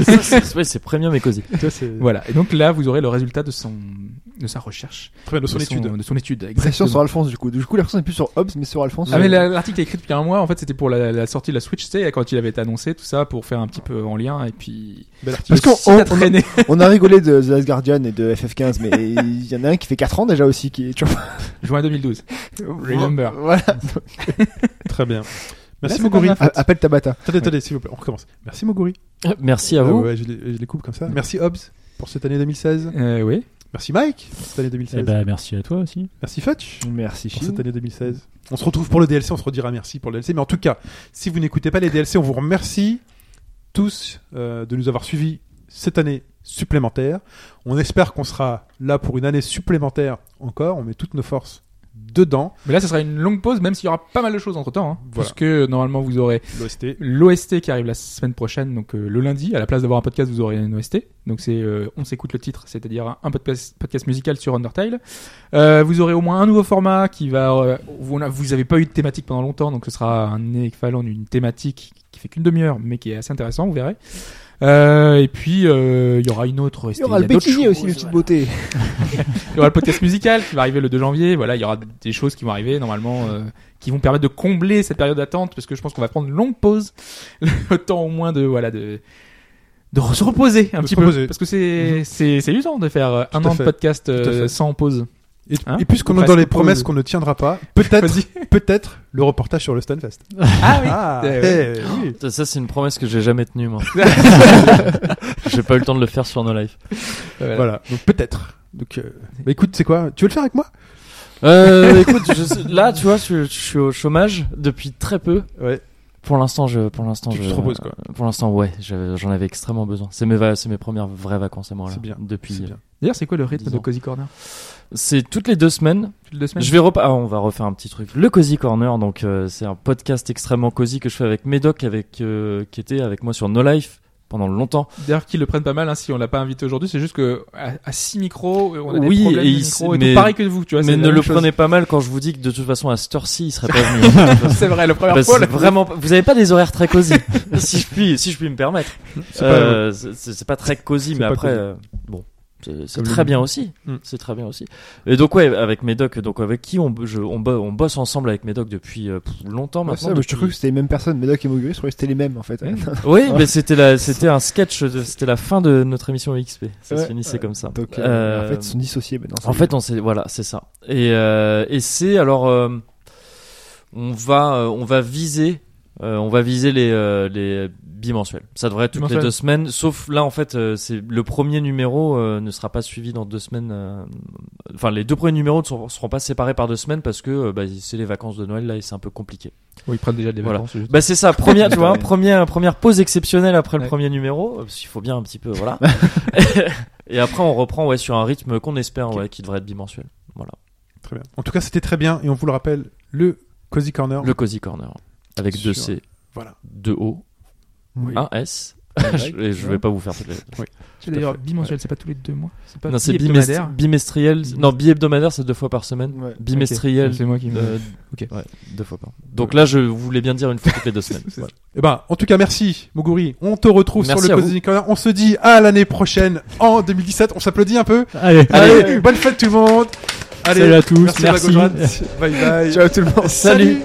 Ça, c'est- ouais, c'est premium et cosy.
voilà. Et donc là, vous aurez le résultat de son de sa recherche,
Très bien, de son étude.
de son étude.
Pression
exactement.
sur Alphonse du coup. Du coup, la pression est plus sur Hobbes mais sur Alphonse. euh,
Ah mais la- l'article est écrit depuis un mois, en fait c'était pour la, la sortie de la Switch, tu sais, quand il avait été annoncé, tout ça, pour faire un petit peu en lien, et puis...
Bel
Parce
article.
qu'on-
Si t'as
on- on-
traîné.
On a rigolé de The Last Guardian et de FF15, mais il y en a un qui fait 4 ans déjà aussi. Qui, tu vois,
<laughs> Juin 2012. Remember.
<laughs> Voilà.
Très bien. Merci,
c'est
Moguri. Ah,
pas
A- Appelle Tabata.
Attendez, attendez, s'il vous plaît, on recommence. Merci, Moguri.
Merci à
Ah
vous.
ouais, je, les, je les coupe comme ça. Merci Hobbs pour cette année 2016.
Euh, oui.
Merci Mike pour cette année
Eh
2016.
bah, merci à toi aussi.
Merci Futch
Merci
pour
Chine.
cette année 2016. On se retrouve pour le DLC, on se redira merci pour le DLC. Mais en tout cas, si vous n'écoutez pas les DLC, on vous remercie tous euh, de nous avoir suivis cette année supplémentaire. On espère qu'on sera là pour une année supplémentaire encore. On met toutes nos forces dedans.
Mais là, ce sera une longue pause, même s'il y aura pas mal de choses entre temps, hein,
Voilà.
puisque normalement vous aurez
L'OST.
l'OST qui arrive la semaine prochaine, donc euh, le lundi, à la place d'avoir un podcast, vous aurez une OST. Donc c'est euh, on s'écoute le titre, c'est-à-dire un- un podcast, podcast musical sur Undertale. Euh, vous aurez au moins un nouveau format qui va. euh, vous, n'a- vous avez pas eu de thématique pendant longtemps, donc ce sera un équivalent d'une thématique qui fait qu'une demi-heure, mais qui est assez intéressant, vous verrez. Euh, et puis euh, il y aura une autre
Il
OST.
y aura le
d'autres
bêtisier
choses,
aussi, les petites
voilà.
beautés.
Il y aura le podcast musical qui va arriver le 2 janvier. Voilà, il y aura des choses qui vont arriver normalement, euh, qui vont permettre de combler cette période d'attente, parce que je pense qu'on va prendre une longue pause, <laughs> le temps au moins de voilà de de se reposer un
De
petit
se reposer.
peu, parce que c'est c'est c'est usant de faire euh, un
Tout à
an de
fait.
podcast
à
euh,
fait.
sans pause.
Et,
Hein
et puisqu'on est
Presque
dans les
pause.
promesses qu'on ne tiendra pas, peut-être,
<laughs>
Vas-y.
peut-être le reportage sur le Stunfest.
Ah oui.
Ah,
Eh
eh oui.
Ça, ça, c'est une promesse que j'ai jamais tenue, <laughs> moi. j'ai pas eu le temps de le faire sur nos lives.
Voilà.
Voilà, donc peut-être. Donc, euh, bah écoute, c'est quoi Tu veux le faire avec moi
Euh, écoute, je sais- là, tu vois, je, je suis au chômage depuis très peu.
Ouais.
Pour l'instant, je, pour l'instant,
Tu te
je-
reposes, quoi.
Pour l'instant, ouais, je- j'en avais extrêmement besoin. C'est mes, va- c'est mes premières vraies vacances à moi là.
C'est bien.
Depuis.
C'est bien.
D'ailleurs, c'est quoi le rythme
Disons.
de Cozy Corner
C'est toutes les deux semaines.
Toutes les deux semaines.
Je vais repa- ah, on va refaire un petit truc. Le Cozy Corner, donc euh, c'est un podcast extrêmement cosy que je fais avec Médoc, avec euh, qui était avec moi sur No Life pendant longtemps.
D'ailleurs, qu'ils le prennent pas mal. Hein, si on l'a pas invité aujourd'hui, c'est juste que à, à six micros, euh, on a
Oui,
des problèmes
et
de
il-
micros et
mais-
tout. pareil que vous, tu vois.
Mais
c'est la
ne
même
le
chose.
prenez pas mal quand je vous dis que de toute façon à cette heure-ci, il serait
<laughs>
pas venu.
<laughs> C'est vrai, le
Bah,
premier
c'est
fois.
vraiment, pas- vous avez pas des horaires très cosy, <laughs> si je puis, si je puis me permettre.
C'est pas-
Euh, C'est c'est- c'est pas très cosy,
c'est
mais
pas
après,
cosy.
euh, bon, c'est- c'est
Comme
très
le-
bien aussi.
Hmm.
C'est très bien aussi. Et donc ouais, avec Médoc, donc avec qui on, je- on, bo- on bosse ensemble avec Médoc depuis euh, pff, longtemps
Ouais,
maintenant.
ça, mais je
depuis-
crois que c'était les mêmes personnes. Médoc et Moguri, je croyais que c'était les mêmes en fait. <laughs>
Oui, mais c'était la, c'était un sketch, de- c'était la fin de notre émission XP. Ça se
Ouais,
finissait
ouais.
comme ça.
Donc, euh,
Euh,
en fait, ils sont dissociés. maintenant.
en fait, on sait, voilà, c'est ça. Et, euh, et c'est alors, euh, on va, euh, on va viser, euh, on va viser les, euh, les bimensuels. Ça devrait être toutes les
Bimensuels.
deux semaines, sauf là en fait, euh, c'est le premier numéro euh, ne sera pas suivi dans deux semaines. euh, Enfin, les deux premiers numéros ne seront, seront pas séparés par deux semaines parce que euh, bah, c'est les vacances de Noël là et c'est un peu compliqué.
Oui, ils prennent déjà des
Voilà.
vacances. juste.
Bah c'est ça,
<laughs>
première, tu vois,
Ouais.
première, première pause exceptionnelle après le
Ouais.
premier numéro, euh, parce qu'il faut bien un petit peu,
<laughs>
voilà. <laughs> Et après on reprend ouais sur un rythme qu'on espère ouais qui devrait être bimensuel.
Très bien. En tout cas, c'était très bien et on vous le rappelle, le Cozy Corner.
Le cozy corner avec deux
Sur-
C,
Voilà.
deux O,
Oui.
un S. <laughs>
Ouais,
je, et je vais pas vous faire toutes les-
Oui.
C'est d'ailleurs bimensuel, c'est pas tous les deux mois. C'est pas
Non, c'est
hebdomadaire.
bimestri- bimestriel. Non, bihebdomadaire, c'est deux fois par semaine.
Ouais.
Bimestriel,
Ok, C'est moi qui me.
euh,
Ok.
ouais, deux fois par. Donc là, je voulais bien dire une fois toutes les deux semaines.
C'est
Voilà.
Eh ben, en tout cas, merci, Moguri. On te retrouve
Merci
sur
à
le
vous.
Cosmic Corner. On se dit à l'année prochaine, en 2017. On s'applaudit un peu.
Allez,
Allez, bonne fête tout le monde. Allez,
salut à tous,
merci. à la
merci.
gauche, droite. Bye bye.
Ciao tout le monde.
Salut.